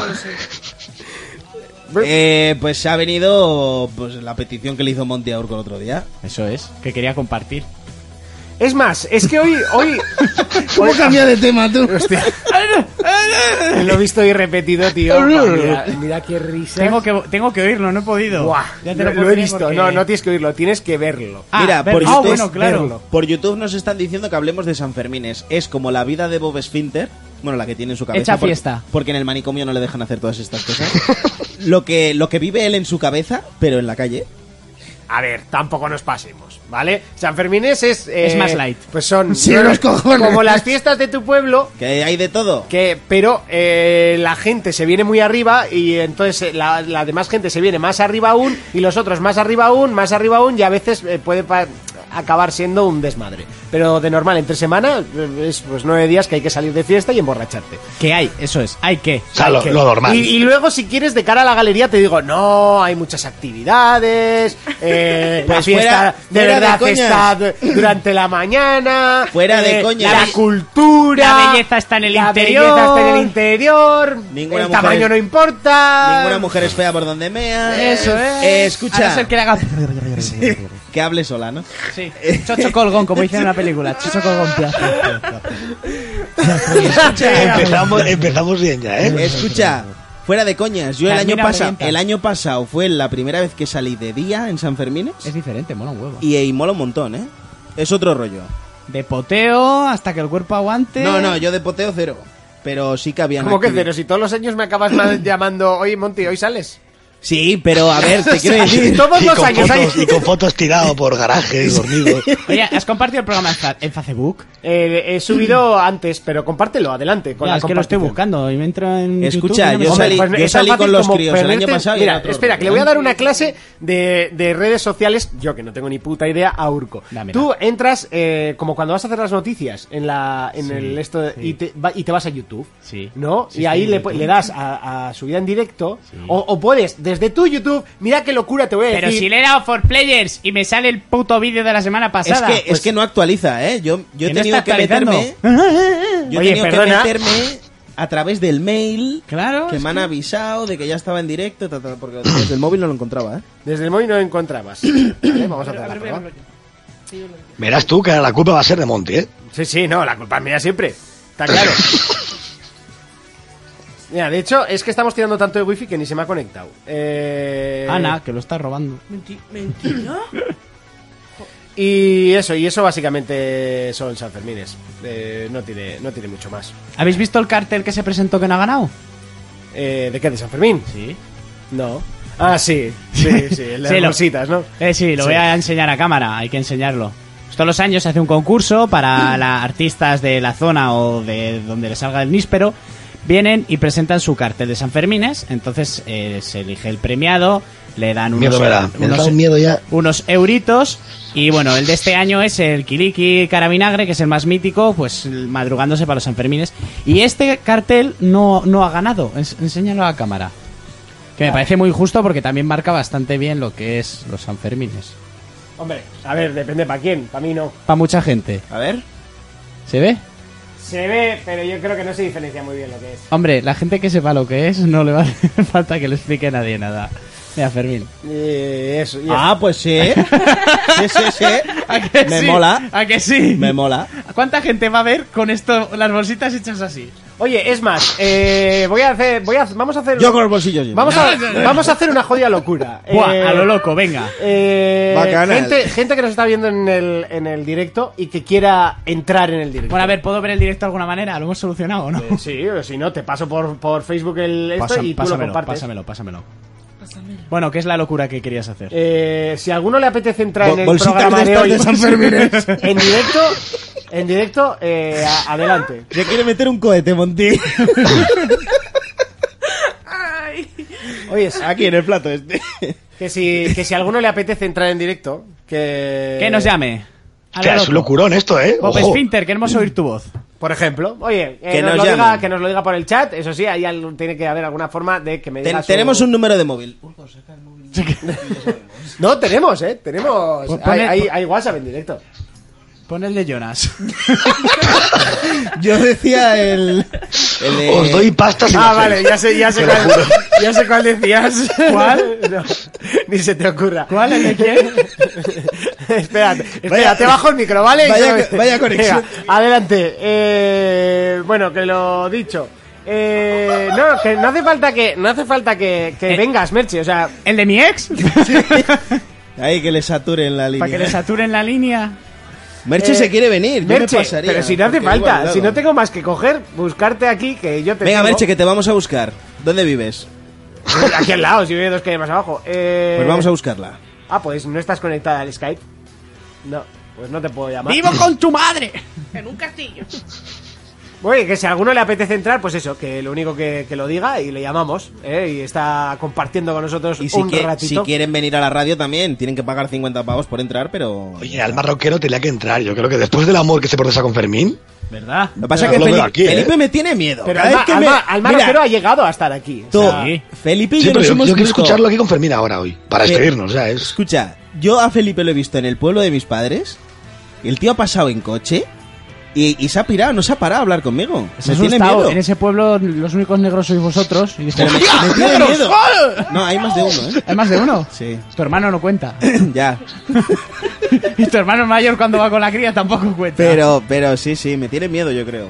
[SPEAKER 4] Eh, pues ha venido pues, la petición que le hizo Monty a Urco el otro día.
[SPEAKER 3] Eso es. Que quería compartir.
[SPEAKER 2] Es más, es que hoy... hoy
[SPEAKER 4] ¿Cómo cambia de tema tú?
[SPEAKER 2] Hostia. Lo he visto y repetido, tío. Mira, mira qué risa.
[SPEAKER 3] Tengo que, tengo que oírlo, no he podido. Ya te
[SPEAKER 2] lo,
[SPEAKER 3] lo,
[SPEAKER 2] he
[SPEAKER 3] pondré
[SPEAKER 2] visto.
[SPEAKER 3] porque-
[SPEAKER 2] No, no tienes que oírlo, tienes que verlo.
[SPEAKER 3] Ah,
[SPEAKER 4] Mira,
[SPEAKER 3] ver-
[SPEAKER 4] por
[SPEAKER 3] ah,
[SPEAKER 4] YouTube,
[SPEAKER 3] bueno, claro.
[SPEAKER 2] verlo.
[SPEAKER 4] por YouTube nos están diciendo que hablemos de San Fermines. Es como la vida de Bob Esfinter. Bueno, la que tiene en su cabeza.
[SPEAKER 3] Hecha
[SPEAKER 4] porque-
[SPEAKER 3] fiesta.
[SPEAKER 4] Porque, en el manicomio no le dejan hacer todas estas cosas. lo, que, lo que vive él en su cabeza, pero en la calle.
[SPEAKER 2] A ver, tampoco nos pasemos, ¿vale? San Fermines es. eh,
[SPEAKER 3] Es más light.
[SPEAKER 2] Pues son.
[SPEAKER 4] Sí, los cojones.
[SPEAKER 2] Como las fiestas de tu pueblo.
[SPEAKER 4] Que hay de todo.
[SPEAKER 2] Que, pero eh, la gente se viene muy arriba y entonces eh, la, la demás gente se viene más arriba aún y los otros más arriba aún, más arriba aún y a veces eh, puede pa- acabar siendo un desmadre. Pero de normal, entre semana eh, es pues nueve días que hay que salir de fiesta y emborracharte.
[SPEAKER 3] Que hay, eso es. Hay que.
[SPEAKER 6] O sea, lo,
[SPEAKER 2] Que-
[SPEAKER 6] lo normal.
[SPEAKER 2] Y, y luego, si quieres, de cara a la galería, te digo, no, hay muchas actividades, eh, la
[SPEAKER 4] Pues
[SPEAKER 2] fiesta
[SPEAKER 4] fuera-
[SPEAKER 2] de
[SPEAKER 4] fuera de
[SPEAKER 2] verdad
[SPEAKER 4] coñas.
[SPEAKER 2] está du- durante la mañana.
[SPEAKER 4] Fuera de
[SPEAKER 2] eh,
[SPEAKER 4] coñas.
[SPEAKER 2] La
[SPEAKER 4] La-
[SPEAKER 2] cultura.
[SPEAKER 3] la belleza está en el
[SPEAKER 2] la
[SPEAKER 3] interior.
[SPEAKER 2] belleza está en el interior.
[SPEAKER 4] Ninguna
[SPEAKER 2] el
[SPEAKER 4] mujer
[SPEAKER 2] tamaño
[SPEAKER 4] es-
[SPEAKER 2] no importa.
[SPEAKER 4] Ninguna mujer es fea por donde mea.
[SPEAKER 3] Eso es.
[SPEAKER 4] Eh,
[SPEAKER 3] A no
[SPEAKER 4] escucha,
[SPEAKER 3] ser
[SPEAKER 4] que...
[SPEAKER 3] que le haga.
[SPEAKER 4] hable sola, ¿no?
[SPEAKER 3] Sí. Chocho Colgón, como dicen en la película. Chocho Colgón. pla, pla, pla.
[SPEAKER 6] empezamos, empezamos bien ya, ¿eh?
[SPEAKER 4] Escucha, fuera de coñas, yo el
[SPEAKER 3] Carmina
[SPEAKER 4] año pasado,
[SPEAKER 3] Barrienta.
[SPEAKER 4] el año pasado fue la primera vez que salí de día en San Fermín
[SPEAKER 3] Es diferente, mola un huevo.
[SPEAKER 4] y, y mola un montón, ¿eh? Es otro rollo.
[SPEAKER 3] De poteo hasta que el cuerpo aguante.
[SPEAKER 4] No, no, yo de poteo cero, pero sí que había.
[SPEAKER 2] Como que cero, si todos los años me acabas ma- llamando, oye Monty, hoy sales.
[SPEAKER 4] Sí, pero a ver, te quiero
[SPEAKER 2] Y
[SPEAKER 4] decir.
[SPEAKER 2] todos
[SPEAKER 6] Y
[SPEAKER 2] los
[SPEAKER 6] con
[SPEAKER 2] años hay-
[SPEAKER 6] fotos- y con fotos tirado por garaje y dormido.
[SPEAKER 3] Oye, ¿has compartido el programa en fa- en Facebook?
[SPEAKER 2] Eh, he subido antes, pero compártelo, adelante. Con
[SPEAKER 3] Ya,
[SPEAKER 2] la
[SPEAKER 3] es que lo estoy
[SPEAKER 2] compartición.
[SPEAKER 3] buscando y me entra en.
[SPEAKER 4] Escucha,
[SPEAKER 3] YouTube y no me
[SPEAKER 4] yo
[SPEAKER 3] sale.
[SPEAKER 4] salí-
[SPEAKER 2] Hombre, pues
[SPEAKER 4] yo
[SPEAKER 2] es tan
[SPEAKER 4] salí
[SPEAKER 2] fácil
[SPEAKER 4] con los
[SPEAKER 2] como
[SPEAKER 4] críos el año
[SPEAKER 2] perderte-
[SPEAKER 4] pasado y
[SPEAKER 2] Mira,
[SPEAKER 4] era otro
[SPEAKER 2] espera, que le
[SPEAKER 4] rollo,
[SPEAKER 2] voy a
[SPEAKER 4] ¿eh?
[SPEAKER 2] dar una clase de, de redes sociales, yo que no tengo ni puta idea, a Urco.
[SPEAKER 3] Dámela.
[SPEAKER 2] Tú entras, eh, como cuando vas a hacer las noticias en la en el esto de- y, te, va- y te vas a YouTube.
[SPEAKER 3] Sí.
[SPEAKER 2] ¿No?
[SPEAKER 3] Sí,
[SPEAKER 2] y
[SPEAKER 3] está
[SPEAKER 2] ahí
[SPEAKER 3] en
[SPEAKER 2] le,
[SPEAKER 3] YouTube.
[SPEAKER 2] le das a, a subida en directo. O, o puedes, desde tu YouTube, mira qué locura te voy a
[SPEAKER 3] Pero
[SPEAKER 2] decir.
[SPEAKER 3] si le he dado for players y me sale el puto vídeo de la semana
[SPEAKER 4] Es
[SPEAKER 3] pasada. pues
[SPEAKER 4] que, es que no actualiza, ¿eh? Yo, yo he
[SPEAKER 3] Que no
[SPEAKER 4] tenido
[SPEAKER 3] está
[SPEAKER 4] que
[SPEAKER 3] actualizando.
[SPEAKER 4] meterme. Yo he
[SPEAKER 2] Oye,
[SPEAKER 4] tenido
[SPEAKER 2] perdona.
[SPEAKER 4] que meterme a través del mail.
[SPEAKER 3] Claro,
[SPEAKER 4] Que
[SPEAKER 3] es
[SPEAKER 4] me han avisado de que ya estaba en directo, ta, ta, porque desde el móvil no lo encontraba, ¿eh?
[SPEAKER 2] Desde el móvil no lo encontrabas. Vale, vamos a hacer la prueba.
[SPEAKER 6] Verás tú que la culpa va a ser de Monty, ¿eh?
[SPEAKER 2] Sí, sí, no, la culpa es mía siempre. Está claro. Mira, de hecho, es que estamos tirando tanto de wifi que ni se me ha conectado. Eh...
[SPEAKER 3] Ana, que lo está robando.
[SPEAKER 5] Menti- ¿Mentira?
[SPEAKER 2] Y eso, y eso básicamente son San Fermines. Eh, no, tiene, no tiene mucho más.
[SPEAKER 3] ¿Habéis visto el cartel que se presentó que no ha ganado?
[SPEAKER 2] Eh, ¿De qué? ¿De San Fermín?
[SPEAKER 3] Sí.
[SPEAKER 2] No. Ah, sí. Sí, sí, el de las
[SPEAKER 3] Sí, lo-
[SPEAKER 2] bolsitas, ¿no?
[SPEAKER 3] Eh, sí, lo
[SPEAKER 2] Sí.
[SPEAKER 3] voy a enseñar a cámara, hay que enseñarlo. Todos los años se hace un concurso para las artistas de la zona o de donde le salga el níspero. vienen y presentan su cartel de San Fermines, entonces eh, se elige el premiado, le dan unos, eh,
[SPEAKER 6] Miedo me da, me da
[SPEAKER 3] unos-
[SPEAKER 6] un miedo ya.
[SPEAKER 3] unos euritos y bueno, el de este año es el Kiliki Caravinagre, que es el más mítico, pues el- madrugándose para los Sanfermines. Y este cartel no, no ha ganado, Ens- enséñalo a cámara. Que me parece muy justo porque también marca bastante bien lo que es los Sanfermines.
[SPEAKER 2] Hombre, a ver, depende para quién, para mí no.
[SPEAKER 3] Para mucha gente.
[SPEAKER 4] A ver.
[SPEAKER 3] ¿Se ve?
[SPEAKER 2] Se ve, pero yo creo que no se diferencia muy bien lo que es.
[SPEAKER 3] Hombre, la gente que sepa lo que es no le va a hacer falta que le explique a nadie nada. Mira, Fermín.
[SPEAKER 2] Eh,
[SPEAKER 4] eso, Ah, pues sí. sí, sí, sí.
[SPEAKER 3] ¿A que
[SPEAKER 4] Me
[SPEAKER 3] sí?
[SPEAKER 4] mola.
[SPEAKER 3] ¿A que sí?
[SPEAKER 4] Me mola.
[SPEAKER 3] ¿Cuánta gente va a ver con esto, las bolsitas hechas así?
[SPEAKER 2] Oye, es más, eh, voy a hacer, voy a, vamos a hacer,
[SPEAKER 4] Yo con los bolsillos llenos.
[SPEAKER 2] vamos a, vamos a hacer una jodida locura.
[SPEAKER 3] Buah,
[SPEAKER 2] Eh,
[SPEAKER 3] a lo loco, venga.
[SPEAKER 2] Eh,
[SPEAKER 4] Bacana.
[SPEAKER 2] gente, gente que nos está viendo en el, en el directo y que quiera entrar en el directo.
[SPEAKER 3] Bueno, a ver, ¿puedo ver el directo de alguna manera? ¿Lo hemos solucionado o no?
[SPEAKER 2] Eh, Sí, o si no, te paso por, por Facebook el esto
[SPEAKER 3] Pasa-
[SPEAKER 2] y tú lo
[SPEAKER 3] pásamelo,
[SPEAKER 2] compartes.
[SPEAKER 3] pásamelo, pásamelo. Bueno, ¿qué es la locura que querías hacer?
[SPEAKER 2] Eh, si a alguno le apetece entrar
[SPEAKER 4] Bo-
[SPEAKER 2] en el
[SPEAKER 4] bolsitas
[SPEAKER 2] programa
[SPEAKER 4] de
[SPEAKER 2] de
[SPEAKER 4] estas
[SPEAKER 2] hoy
[SPEAKER 4] de San ¿eh? Fermines.
[SPEAKER 2] en directo, en directo, eh, a- adelante.
[SPEAKER 4] Ya quiere meter un cohete, Monty.
[SPEAKER 5] Ay.
[SPEAKER 2] Oye,
[SPEAKER 4] Aquí en el plato este.
[SPEAKER 2] que si, que si a alguno le apetece entrar en directo, que...
[SPEAKER 3] que nos llame. A
[SPEAKER 6] Hostia,
[SPEAKER 3] lo
[SPEAKER 6] es un
[SPEAKER 3] loco.
[SPEAKER 6] locurón esto, ¿eh?
[SPEAKER 3] Bob
[SPEAKER 6] Ojo.
[SPEAKER 3] Spinter, queremos oír tu voz.
[SPEAKER 2] Por ejemplo, oye, eh,
[SPEAKER 4] Que
[SPEAKER 2] nos
[SPEAKER 4] nos
[SPEAKER 2] lo
[SPEAKER 4] llamen.
[SPEAKER 2] diga, que nos lo diga por el chat, eso sí, ahí al- tiene que haber alguna forma de que me diga
[SPEAKER 4] Ten-
[SPEAKER 2] su-
[SPEAKER 4] tenemos un número de móvil.
[SPEAKER 2] No, tenemos, eh, tenemos...
[SPEAKER 3] Pues
[SPEAKER 2] hay,
[SPEAKER 3] pone-
[SPEAKER 2] hay- hay WhatsApp en directo.
[SPEAKER 3] Pon el de Jonas.
[SPEAKER 4] Yo decía el. el de-
[SPEAKER 6] Os doy pasta si
[SPEAKER 2] Ah,
[SPEAKER 6] lo
[SPEAKER 2] vale,
[SPEAKER 6] hacéis.
[SPEAKER 2] ya sé, ya sé cuál, ya sé cuál decías. ¿Cuál? ni se te ocurra.
[SPEAKER 3] ¿Cuál? ¿El de quién?
[SPEAKER 2] espérate, espérate,
[SPEAKER 4] Vaya-
[SPEAKER 2] te bajo el micro, ¿vale?
[SPEAKER 4] vaya-
[SPEAKER 2] Venga,
[SPEAKER 4] vaya conexión.
[SPEAKER 2] adelante. Eh, bueno, que lo dicho. Eh, no, que no hace falta que, no hace falta que, que
[SPEAKER 3] Eh.
[SPEAKER 2] vengas, Merchi, o sea...
[SPEAKER 3] ¿El de mi ex?
[SPEAKER 4] Ahí que le saturen la línea.
[SPEAKER 3] Para que le saturen la línea.
[SPEAKER 4] Merche
[SPEAKER 2] eh,
[SPEAKER 4] se quiere venir. yo me
[SPEAKER 2] Merche,
[SPEAKER 4] pasaría,
[SPEAKER 2] pero si no hace
[SPEAKER 4] porque
[SPEAKER 2] falta,
[SPEAKER 4] igual,
[SPEAKER 2] si
[SPEAKER 4] claro.
[SPEAKER 2] no tengo más que coger, buscarte aquí, que yo te
[SPEAKER 4] Venga,
[SPEAKER 2] sigo.
[SPEAKER 4] Merche, que te vamos a buscar. ¿Dónde vives?
[SPEAKER 2] eh, Aquí al lado, si vive dos calles más abajo. Eh,
[SPEAKER 4] Pues vamos a buscarla.
[SPEAKER 2] Ah, pues no estás conectada al Skype. No, pues no te puedo llamar.
[SPEAKER 3] ¡Vivo con tu madre!
[SPEAKER 5] En un castillo.
[SPEAKER 2] Oye, que si a alguno le apetece entrar, pues eso, que lo único que, que lo diga y le llamamos, ¿eh? Y está compartiendo con nosotros
[SPEAKER 4] Y si,
[SPEAKER 2] un
[SPEAKER 4] que- si
[SPEAKER 2] ratito.
[SPEAKER 4] quieren venir a la radio también, tienen que pagar 50 pavos por entrar, pero.
[SPEAKER 6] Oye, al marroquero tenía que entrar. Yo creo que después del amor que se procesa con Fermín,
[SPEAKER 3] ¿Verdad?
[SPEAKER 4] Lo que pasa es que
[SPEAKER 6] Lo veo
[SPEAKER 4] Felipe,
[SPEAKER 6] aquí, ¿eh?
[SPEAKER 4] Felipe me tiene miedo.
[SPEAKER 2] Pero
[SPEAKER 4] Cada
[SPEAKER 2] Alma,
[SPEAKER 4] vez que me-
[SPEAKER 2] Alma- Alma
[SPEAKER 4] Mira,
[SPEAKER 2] Rojero ha llegado hasta aquí. O
[SPEAKER 4] tú,
[SPEAKER 2] sea,
[SPEAKER 3] Sí.
[SPEAKER 4] Felipe y
[SPEAKER 6] Sí,
[SPEAKER 4] yo
[SPEAKER 6] pero
[SPEAKER 4] nos
[SPEAKER 6] yo,
[SPEAKER 4] hemos
[SPEAKER 6] yo quiero
[SPEAKER 4] visto-
[SPEAKER 6] escucharlo aquí con Fermín ahora hoy, para
[SPEAKER 4] Sí.
[SPEAKER 6] despedirnos, ya es.
[SPEAKER 4] Escucha, yo a Felipe lo he visto en el pueblo de mis padres. y El tío ha pasado en coche y, y se ha pirado, no se ha parado a hablar conmigo.
[SPEAKER 3] Se
[SPEAKER 4] Se
[SPEAKER 3] ha
[SPEAKER 4] tiene
[SPEAKER 3] asustado.
[SPEAKER 4] miedo.
[SPEAKER 3] En ese pueblo los únicos negros sois vosotros. Y este dijo,
[SPEAKER 4] Pero me, me tiene miedo. No, hay más de uno, ¿eh?
[SPEAKER 3] ¿Hay más de uno?
[SPEAKER 4] Sí.
[SPEAKER 3] Tu hermano no cuenta.
[SPEAKER 4] ya.
[SPEAKER 3] Y tu hermano mayor cuando va con la cría tampoco cuenta.
[SPEAKER 4] Pero, pero sí, sí, me tiene miedo, yo creo.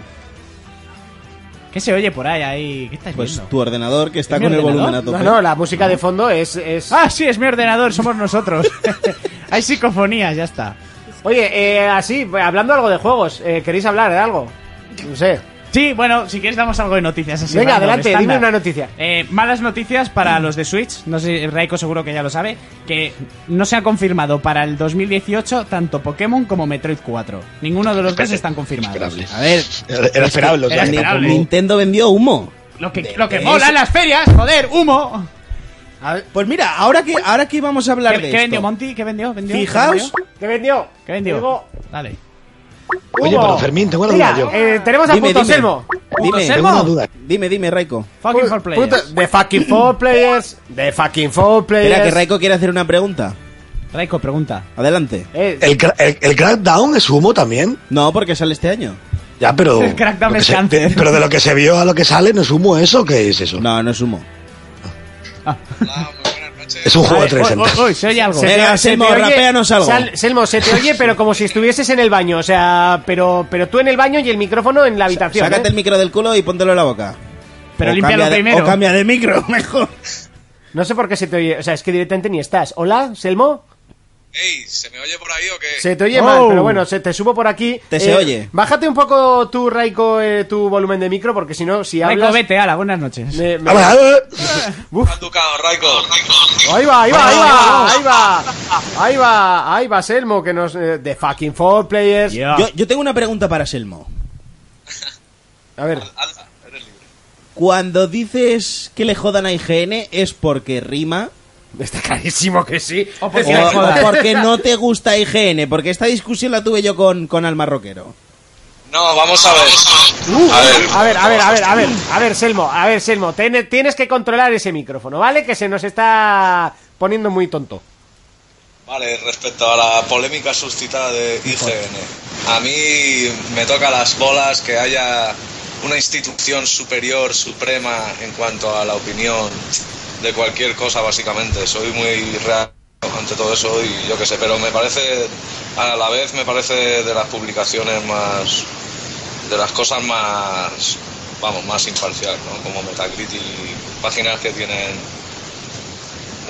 [SPEAKER 3] ¿Qué se oye por ahí? ahí? ¿Qué estáis
[SPEAKER 4] Pues
[SPEAKER 3] viendo?
[SPEAKER 4] tu ordenador que está
[SPEAKER 3] ¿Es
[SPEAKER 4] con
[SPEAKER 3] mi
[SPEAKER 4] el volumen a
[SPEAKER 3] ordenador?
[SPEAKER 4] tope.
[SPEAKER 2] No, no, la música de fondo es... es...
[SPEAKER 3] Ah, sí, es mi ordenador, somos nosotros. Hay psicofonías, ya está.
[SPEAKER 2] Oye, eh, así, hablando algo de juegos, eh, ¿queréis hablar de algo? No sé.
[SPEAKER 3] Sí, bueno, si quieres damos algo de noticias así.
[SPEAKER 2] Venga,
[SPEAKER 3] random,
[SPEAKER 2] adelante,
[SPEAKER 3] estándar.
[SPEAKER 2] dime una noticia.
[SPEAKER 3] Eh, malas noticias para los de Switch, no sé, Raiko seguro que ya lo sabe, que no se ha confirmado para el 2018 tanto Pokémon como Metroid 4. Ninguno de los dos están confirmados.
[SPEAKER 6] Esperable.
[SPEAKER 4] A ver,
[SPEAKER 6] Era, era esperable. o sea,
[SPEAKER 3] Era
[SPEAKER 6] que-
[SPEAKER 3] esperable.
[SPEAKER 4] Nintendo vendió humo.
[SPEAKER 3] Lo que, lo que mola en las ferias, joder, humo.
[SPEAKER 4] Pues mira, ahora que, ahora que vamos a hablar
[SPEAKER 3] ¿Qué,
[SPEAKER 4] de
[SPEAKER 3] qué vendió
[SPEAKER 4] esto.
[SPEAKER 3] Monty? ¿Qué vendió? ¿Vendió?
[SPEAKER 4] Fijaos,
[SPEAKER 2] ¿Qué vendió?
[SPEAKER 3] ¿Qué vendió?
[SPEAKER 2] Digo,
[SPEAKER 3] Dale.
[SPEAKER 6] Oye,
[SPEAKER 2] Hugo.
[SPEAKER 6] pero Fermín, tengo una
[SPEAKER 2] Mira,
[SPEAKER 6] duda yo.
[SPEAKER 2] eh, tenemos a
[SPEAKER 4] Dime,
[SPEAKER 2] Punto
[SPEAKER 4] dime.
[SPEAKER 2] Selmo.
[SPEAKER 4] Dime.
[SPEAKER 6] Tengo una duda.
[SPEAKER 4] dime, dime, Raiko.
[SPEAKER 3] Fucking for players.
[SPEAKER 2] Punto- The fucking four players. The fucking four players.
[SPEAKER 4] Espera, que Raiko quiere hacer una pregunta.
[SPEAKER 3] Raiko, pregunta.
[SPEAKER 4] Adelante.
[SPEAKER 2] Eh,
[SPEAKER 6] ¿El, cra- el, el Crackdown es humo también?
[SPEAKER 4] No, porque sale este año.
[SPEAKER 6] Ya, pero.
[SPEAKER 3] El Crackdown
[SPEAKER 6] lo que
[SPEAKER 3] es
[SPEAKER 6] se-
[SPEAKER 3] cáncer.
[SPEAKER 6] de- pero de lo que se vio a lo que sale, ¿no es humo eso? ¿Qué es eso?
[SPEAKER 4] No, no es humo.
[SPEAKER 6] Es un juego de
[SPEAKER 3] Uy, uy,
[SPEAKER 6] 360.
[SPEAKER 3] uy, se oye algo.
[SPEAKER 2] Se te-
[SPEAKER 4] Venga,
[SPEAKER 2] se te
[SPEAKER 4] Selmo,
[SPEAKER 2] oye-
[SPEAKER 4] rapéanos algo.
[SPEAKER 2] Sal- Selmo, se te oye, pero como si estuvieses en el baño. O sea, pero, pero tú en el baño y el micrófono en la habitación.
[SPEAKER 4] Sácate
[SPEAKER 2] ¿eh?
[SPEAKER 4] el micro del culo y póntelo en la boca.
[SPEAKER 3] Pero
[SPEAKER 4] O
[SPEAKER 3] límpialo
[SPEAKER 4] cambia de-
[SPEAKER 3] primero.
[SPEAKER 4] O cambia de micro, mejor.
[SPEAKER 2] No sé por qué se te oye. O sea, es que directamente ni estás. Hola, Selmo.
[SPEAKER 7] Ey, ¿se me oye por ahí o qué?
[SPEAKER 2] Se te oye
[SPEAKER 3] Oh.
[SPEAKER 2] mal, pero bueno, se te subo por aquí. Eh,
[SPEAKER 4] Te se oye.
[SPEAKER 2] Bájate un poco tu Raiko, eh, tu volumen de micro, porque si no, si
[SPEAKER 3] Raiko,
[SPEAKER 2] hablas.
[SPEAKER 3] vete, ala, buenas noches.
[SPEAKER 2] me- me-
[SPEAKER 6] Ah, va, ah,
[SPEAKER 7] Has ducado, Raiko.
[SPEAKER 2] Ahí va, ahí va, ahí va, ahí va, ahí va, ahí va Selmo que nos eh, The fucking four players.
[SPEAKER 3] Yeah.
[SPEAKER 4] Yo, yo tengo una pregunta para Selmo.
[SPEAKER 2] A ver,
[SPEAKER 7] Hazla, eres libre.
[SPEAKER 4] Cuando dices que le jodan a IGN es porque rima
[SPEAKER 2] Está clarísimo que sí.
[SPEAKER 3] O
[SPEAKER 4] o,
[SPEAKER 3] porque le
[SPEAKER 4] o
[SPEAKER 3] jodan.
[SPEAKER 4] porque no te gusta IGN, porque esta discusión la tuve yo con, con Alma Roquero.
[SPEAKER 7] No, vamos a ver. A ver.
[SPEAKER 2] Uh, A ver, a ver, a ver, a ver, a ver, Selmo, a ver, Selmo, ten- tienes que controlar ese micrófono, ¿vale? Que se nos está poniendo muy tonto.
[SPEAKER 7] Vale, respecto a la polémica suscitada de IGN, a mí me toca las bolas que haya una institución superior, suprema, en cuanto a la opinión de cualquier cosa, básicamente. Soy muy real ante todo eso y yo qué sé, pero me parece, a la vez me parece de las publicaciones más, de las cosas más, vamos, más imparcial, ¿no? Como Metacritic, páginas que tienen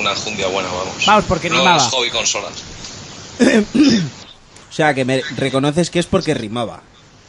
[SPEAKER 7] una jundia buena, vamos.
[SPEAKER 3] Vamos, porque
[SPEAKER 7] no
[SPEAKER 3] rimaba.
[SPEAKER 7] las hobby consolas.
[SPEAKER 4] O sea, que me reconoces que es porque rimaba.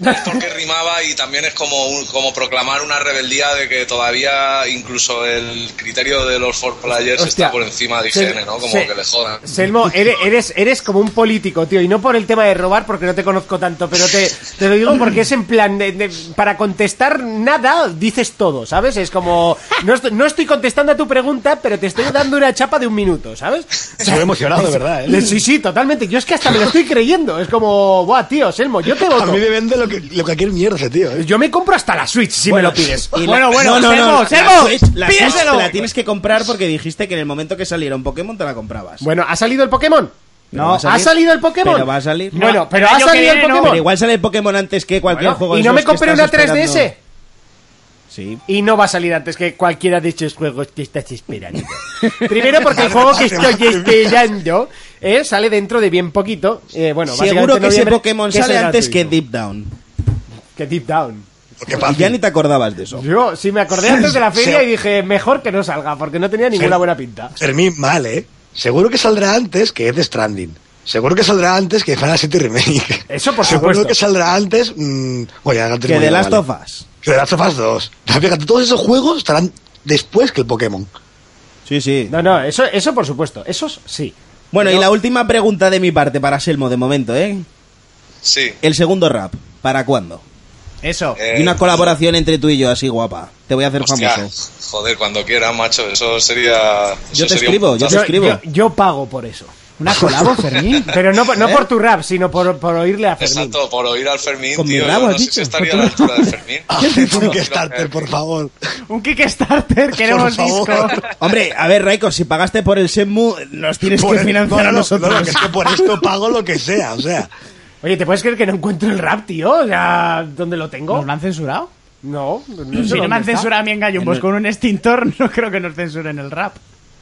[SPEAKER 7] Es porque rimaba y también es como, un- como proclamar una rebeldía de que todavía incluso el criterio de los four players
[SPEAKER 2] Hostia.
[SPEAKER 7] está por encima de
[SPEAKER 2] Se-
[SPEAKER 7] IGN, ¿no? Como
[SPEAKER 2] se-
[SPEAKER 7] que le jodan.
[SPEAKER 2] Selmo, eres, eres, eres como un político, tío, y no por el tema de robar, porque no te conozco tanto, pero te, te lo digo porque es en plan, de- de- para contestar nada, dices todo, ¿sabes? Es como, no estoy, no estoy contestando a tu pregunta, pero te estoy dando una chapa de un minuto, ¿sabes?
[SPEAKER 6] Se ve emocionado, de verdad, ¿eh?
[SPEAKER 2] Sí, sí, totalmente, yo es que hasta me lo estoy creyendo, es como, buah, tío, Selmo, yo te
[SPEAKER 6] A
[SPEAKER 2] voto.
[SPEAKER 6] mí me vende lo que, lo que aquel mierda, tío. ¿eh?
[SPEAKER 2] Yo me compro hasta la Switch, si
[SPEAKER 4] Bueno,
[SPEAKER 2] me lo pides.
[SPEAKER 4] y la-
[SPEAKER 3] Bueno, bueno, Selmo,
[SPEAKER 4] la
[SPEAKER 3] Selmo,
[SPEAKER 4] Switch- la Switch
[SPEAKER 3] pídeselo.
[SPEAKER 4] te la tienes que comprar porque dijiste que en el momento que saliera un Pokémon te la comprabas.
[SPEAKER 2] Bueno, ¿ha salido el Pokémon?
[SPEAKER 4] Pero va a
[SPEAKER 2] ¿Ha
[SPEAKER 4] salir.
[SPEAKER 2] salido el Pokémon?
[SPEAKER 4] Pero va a salir.
[SPEAKER 2] Bueno,
[SPEAKER 3] No,
[SPEAKER 2] pero
[SPEAKER 3] el
[SPEAKER 2] ¿ha
[SPEAKER 3] año que
[SPEAKER 2] salido el
[SPEAKER 3] viene no.
[SPEAKER 2] Pokémon?
[SPEAKER 4] Pero igual sale el Pokémon antes que cualquier
[SPEAKER 2] Bueno,
[SPEAKER 4] juego de
[SPEAKER 2] y no
[SPEAKER 4] esos
[SPEAKER 2] me
[SPEAKER 4] que
[SPEAKER 2] compré una
[SPEAKER 4] estás
[SPEAKER 2] 3DS.
[SPEAKER 4] esperando. Sí.
[SPEAKER 2] Y no va a salir antes que cualquiera de esos juegos que estás esperando. Primero porque el juego que estoy esperando eh, sale dentro de bien poquito. Eh, bueno,
[SPEAKER 4] Seguro que ese
[SPEAKER 2] noviembre,
[SPEAKER 4] Pokémon
[SPEAKER 2] que
[SPEAKER 4] sale
[SPEAKER 2] es
[SPEAKER 4] antes que
[SPEAKER 2] gratuito.
[SPEAKER 4] Deep Down.
[SPEAKER 2] que Deep Down.
[SPEAKER 6] Porque
[SPEAKER 4] Y ya ni te acordabas de eso.
[SPEAKER 2] Yo sí me acordé antes de la
[SPEAKER 6] Sí.
[SPEAKER 2] feria y dije, mejor que no salga, porque no tenía ninguna
[SPEAKER 6] Sí.
[SPEAKER 2] buena pinta.
[SPEAKER 6] Fermín, mal, ¿eh? Seguro que saldrá antes que Death Stranding. Seguro que saldrá antes que Final City Remake.
[SPEAKER 2] Eso, por
[SPEAKER 6] Seguro
[SPEAKER 2] supuesto.
[SPEAKER 6] que saldrá antes... Mmm, bueno, ya antes
[SPEAKER 4] Que
[SPEAKER 6] no
[SPEAKER 4] de
[SPEAKER 6] digo,
[SPEAKER 4] Last
[SPEAKER 6] vale.
[SPEAKER 4] of Us.
[SPEAKER 6] Que de Last of Us 2. Fíjate, todos esos juegos estarán después que el Pokémon.
[SPEAKER 4] Sí, sí.
[SPEAKER 2] No, no, eso, eso por supuesto. Esos sí.
[SPEAKER 4] Bueno, y
[SPEAKER 2] Pero-
[SPEAKER 4] la última pregunta de mi parte para Selmo de momento, ¿eh?
[SPEAKER 7] Sí.
[SPEAKER 4] El segundo rap, ¿para cuándo?
[SPEAKER 3] Eso.
[SPEAKER 7] Eh,
[SPEAKER 4] Y una colaboración entre tú y yo, así guapa. Te voy a hacer
[SPEAKER 7] hostia,
[SPEAKER 4] famoso.
[SPEAKER 7] joder, cuando quiera, macho, eso sería...
[SPEAKER 4] Yo
[SPEAKER 7] eso
[SPEAKER 4] te
[SPEAKER 7] sería
[SPEAKER 4] escribo,
[SPEAKER 7] un
[SPEAKER 4] yo te
[SPEAKER 7] puntazo.
[SPEAKER 4] escribo.
[SPEAKER 2] Yo, yo pago por eso.
[SPEAKER 3] Una colabo, Fermín.
[SPEAKER 2] Pero no, por- no por tu rap, sino por, por oírle a Fermín.
[SPEAKER 7] Exacto, por oír al Fermín,
[SPEAKER 4] Con mi
[SPEAKER 7] tío, yo
[SPEAKER 4] rabo,
[SPEAKER 7] no
[SPEAKER 4] has
[SPEAKER 7] sé
[SPEAKER 4] dicho,
[SPEAKER 7] si estaría a
[SPEAKER 4] con
[SPEAKER 7] la
[SPEAKER 4] tu
[SPEAKER 7] altura de Fermín.
[SPEAKER 4] Ah,
[SPEAKER 7] eh,
[SPEAKER 6] Haz un Kickstarter, por favor.
[SPEAKER 3] Un Kickstarter, queremos
[SPEAKER 6] Por
[SPEAKER 3] disco.
[SPEAKER 6] favor.
[SPEAKER 4] Hombre, a ver, Raiko, si pagaste por el Shenmue, nos tienes
[SPEAKER 6] Por
[SPEAKER 4] que
[SPEAKER 6] el-
[SPEAKER 4] financiar a
[SPEAKER 6] no, no, no,
[SPEAKER 4] nosotros.
[SPEAKER 6] no, que es que por esto pago lo que sea, o sea.
[SPEAKER 2] Oye, ¿te puedes creer que no encuentro el rap, tío? O sea, ¿dónde lo tengo?
[SPEAKER 3] ¿Nos lo han censurado?
[SPEAKER 2] No, no sé.
[SPEAKER 3] Si no me
[SPEAKER 2] dónde
[SPEAKER 3] han
[SPEAKER 2] está.
[SPEAKER 3] censurado a mí en Gallumbos
[SPEAKER 4] En el-
[SPEAKER 3] con un extintor, no creo que nos censuren el rap.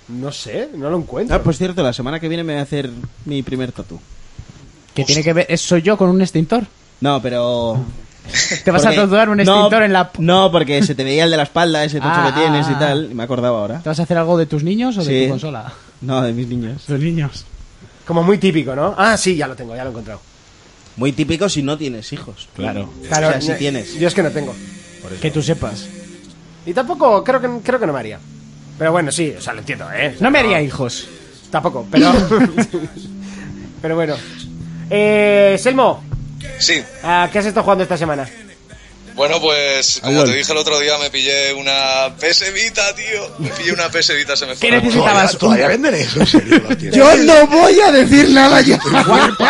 [SPEAKER 2] No sé, no lo encuentro.
[SPEAKER 4] Ah, por cierto, la semana que viene me voy a hacer mi primer tatu.
[SPEAKER 3] ¿Qué tiene que ver? ¿Es- ¿Soy yo con un extintor?
[SPEAKER 4] No, pero...
[SPEAKER 3] ¿Te vas
[SPEAKER 4] porque-
[SPEAKER 3] a tatuar un
[SPEAKER 4] no,
[SPEAKER 3] extintor en la... p-
[SPEAKER 4] No, porque se te veía el de la espalda, ese tocho
[SPEAKER 3] Ah,
[SPEAKER 4] que tienes y
[SPEAKER 3] ah,
[SPEAKER 4] tal. Y me acordaba ahora.
[SPEAKER 3] ¿Te vas a hacer algo de tus niños o de
[SPEAKER 4] Sí.
[SPEAKER 3] tu consola?
[SPEAKER 4] No, de mis niños.
[SPEAKER 3] Tus niños.
[SPEAKER 2] Como muy típico, ¿no? Ah, sí, ya lo tengo, ya lo he encontrado.
[SPEAKER 4] Muy típico si no tienes hijos.
[SPEAKER 7] Pues
[SPEAKER 3] Claro.
[SPEAKER 2] Claro,
[SPEAKER 4] o sea, si
[SPEAKER 2] eh,
[SPEAKER 4] tienes.
[SPEAKER 2] Yo es que no tengo.
[SPEAKER 3] Que tú sepas.
[SPEAKER 2] Y tampoco, creo que, creo que no me haría. Pero bueno, sí, o sea, lo entiendo, ¿eh?
[SPEAKER 3] No me haría hijos.
[SPEAKER 2] Tampoco, pero. pero bueno. Eh, Selmo,
[SPEAKER 7] Sí,
[SPEAKER 2] ¿a Ah, ¿qué has estado jugando esta semana?
[SPEAKER 7] Bueno, pues como
[SPEAKER 4] Alon.
[SPEAKER 7] te dije el otro día, me pillé una PS Vita, tío. Me pillé una PS Vita, se me fue.
[SPEAKER 3] ¿Qué
[SPEAKER 7] la mano.
[SPEAKER 3] necesitabas?
[SPEAKER 6] Todavía, todavía venden eso, en serio, los tíos.
[SPEAKER 4] no voy a decir nada ya.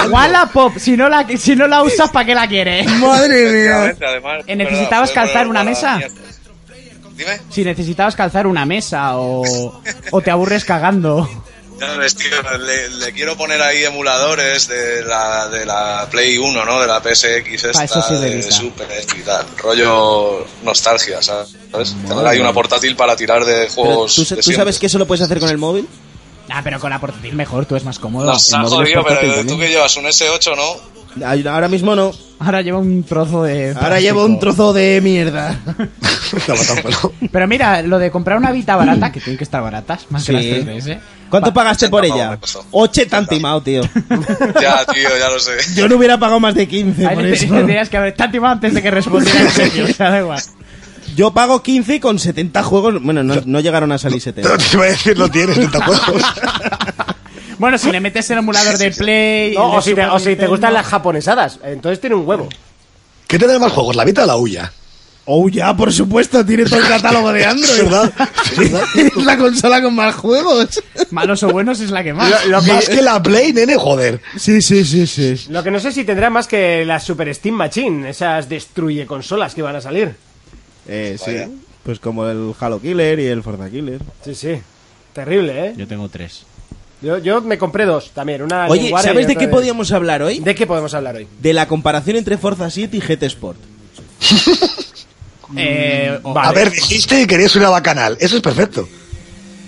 [SPEAKER 3] Wallapop, si no la, si no la usas, ¿para qué la quieres?
[SPEAKER 4] Madre
[SPEAKER 7] Efectivamente, además,
[SPEAKER 3] ¿Eh, necesitabas
[SPEAKER 7] verdad,
[SPEAKER 3] calzar
[SPEAKER 7] fue
[SPEAKER 3] una
[SPEAKER 7] la
[SPEAKER 3] mesa?
[SPEAKER 7] mierda. Dime.
[SPEAKER 3] Si necesitabas calzar una mesa o, o te aburres cagando.
[SPEAKER 7] Ya ves, tío, le, le quiero poner ahí emuladores de la, de la Play 1, ¿no? De la PSX esta,
[SPEAKER 3] Pa, eso sí de
[SPEAKER 7] de
[SPEAKER 3] vista.
[SPEAKER 7] Super y tal. Rollo nostalgia, ¿sabes? Tener ahí una portátil para tirar de
[SPEAKER 4] ¿Tú,
[SPEAKER 7] juegos de
[SPEAKER 4] tú sabes
[SPEAKER 7] siempre.
[SPEAKER 4] que eso lo puedes hacer con el móvil?
[SPEAKER 3] Ah, pero con la portátil mejor, tú es más cómodo.
[SPEAKER 7] Nos ha
[SPEAKER 4] el móvil es
[SPEAKER 7] jodido,
[SPEAKER 4] portátil
[SPEAKER 7] pero tú
[SPEAKER 4] también.
[SPEAKER 7] que llevas un S8, ¿no?
[SPEAKER 4] Ah, Ahora mismo no.
[SPEAKER 3] Ahora llevo un trozo de.
[SPEAKER 4] Ahora llevo un trozo de mierda.
[SPEAKER 6] No, tampoco.
[SPEAKER 3] Pero mira, lo de comprar una Vita barata, que tienen que estar baratas, más
[SPEAKER 4] Sí.
[SPEAKER 3] que las 3DS.
[SPEAKER 4] ¿Cuánto pagaste por ella?
[SPEAKER 7] me costó.
[SPEAKER 4] 80 antimao, tío.
[SPEAKER 7] Ya, tío, ya lo sé.
[SPEAKER 4] Yo no hubiera pagado más de 15
[SPEAKER 3] Ahí
[SPEAKER 4] por
[SPEAKER 3] te-
[SPEAKER 4] eso.
[SPEAKER 3] tendrías que haber tatimado antes de que respondiera en serio, o sea, da igual.
[SPEAKER 4] Yo pago 15 con 70 juegos. Bueno, no, no llegaron a salir 70.
[SPEAKER 6] Pero te iba a decir, lo tienes, te juegos.
[SPEAKER 3] Bueno, si le metes el emulador de Play.
[SPEAKER 2] No,
[SPEAKER 3] el de
[SPEAKER 2] o si te,
[SPEAKER 3] Super
[SPEAKER 2] o si te
[SPEAKER 3] Nintendo-
[SPEAKER 2] gustan las japonesadas, entonces tiene un huevo.
[SPEAKER 6] ¿Qué tendrá más juegos, la Vita o la Uya?
[SPEAKER 4] Oh, ya, por supuesto, tiene todo el catálogo de Android.
[SPEAKER 8] Es verdad, es verdad.
[SPEAKER 4] Es la consola con más juegos.
[SPEAKER 3] Malos o buenos es la que más.
[SPEAKER 6] Lo que... Más que la Play, nene, joder.
[SPEAKER 4] Sí, sí, sí, sí.
[SPEAKER 2] Lo que no sé si tendrá más que la Super Steam Machine, esas destruye consolas que van a salir.
[SPEAKER 4] Eh, sí.
[SPEAKER 7] Vaya.
[SPEAKER 4] Pues como el Halo Killer y el Forza Killer.
[SPEAKER 2] Sí, sí. Terrible, ¿eh?
[SPEAKER 9] Yo tengo tres.
[SPEAKER 2] Yo, yo me compré dos también. Una
[SPEAKER 4] Oye,
[SPEAKER 2] Alienware y
[SPEAKER 4] ¿sabes de
[SPEAKER 2] otra
[SPEAKER 4] qué podíamos hablar hoy?
[SPEAKER 2] ¿De qué podemos hablar hoy?
[SPEAKER 4] De la comparación entre Forza 7 y GT Sport.
[SPEAKER 3] Eh, o-
[SPEAKER 6] A ver, dijiste que querías una bacanal. Eso es perfecto.
[SPEAKER 4] Po-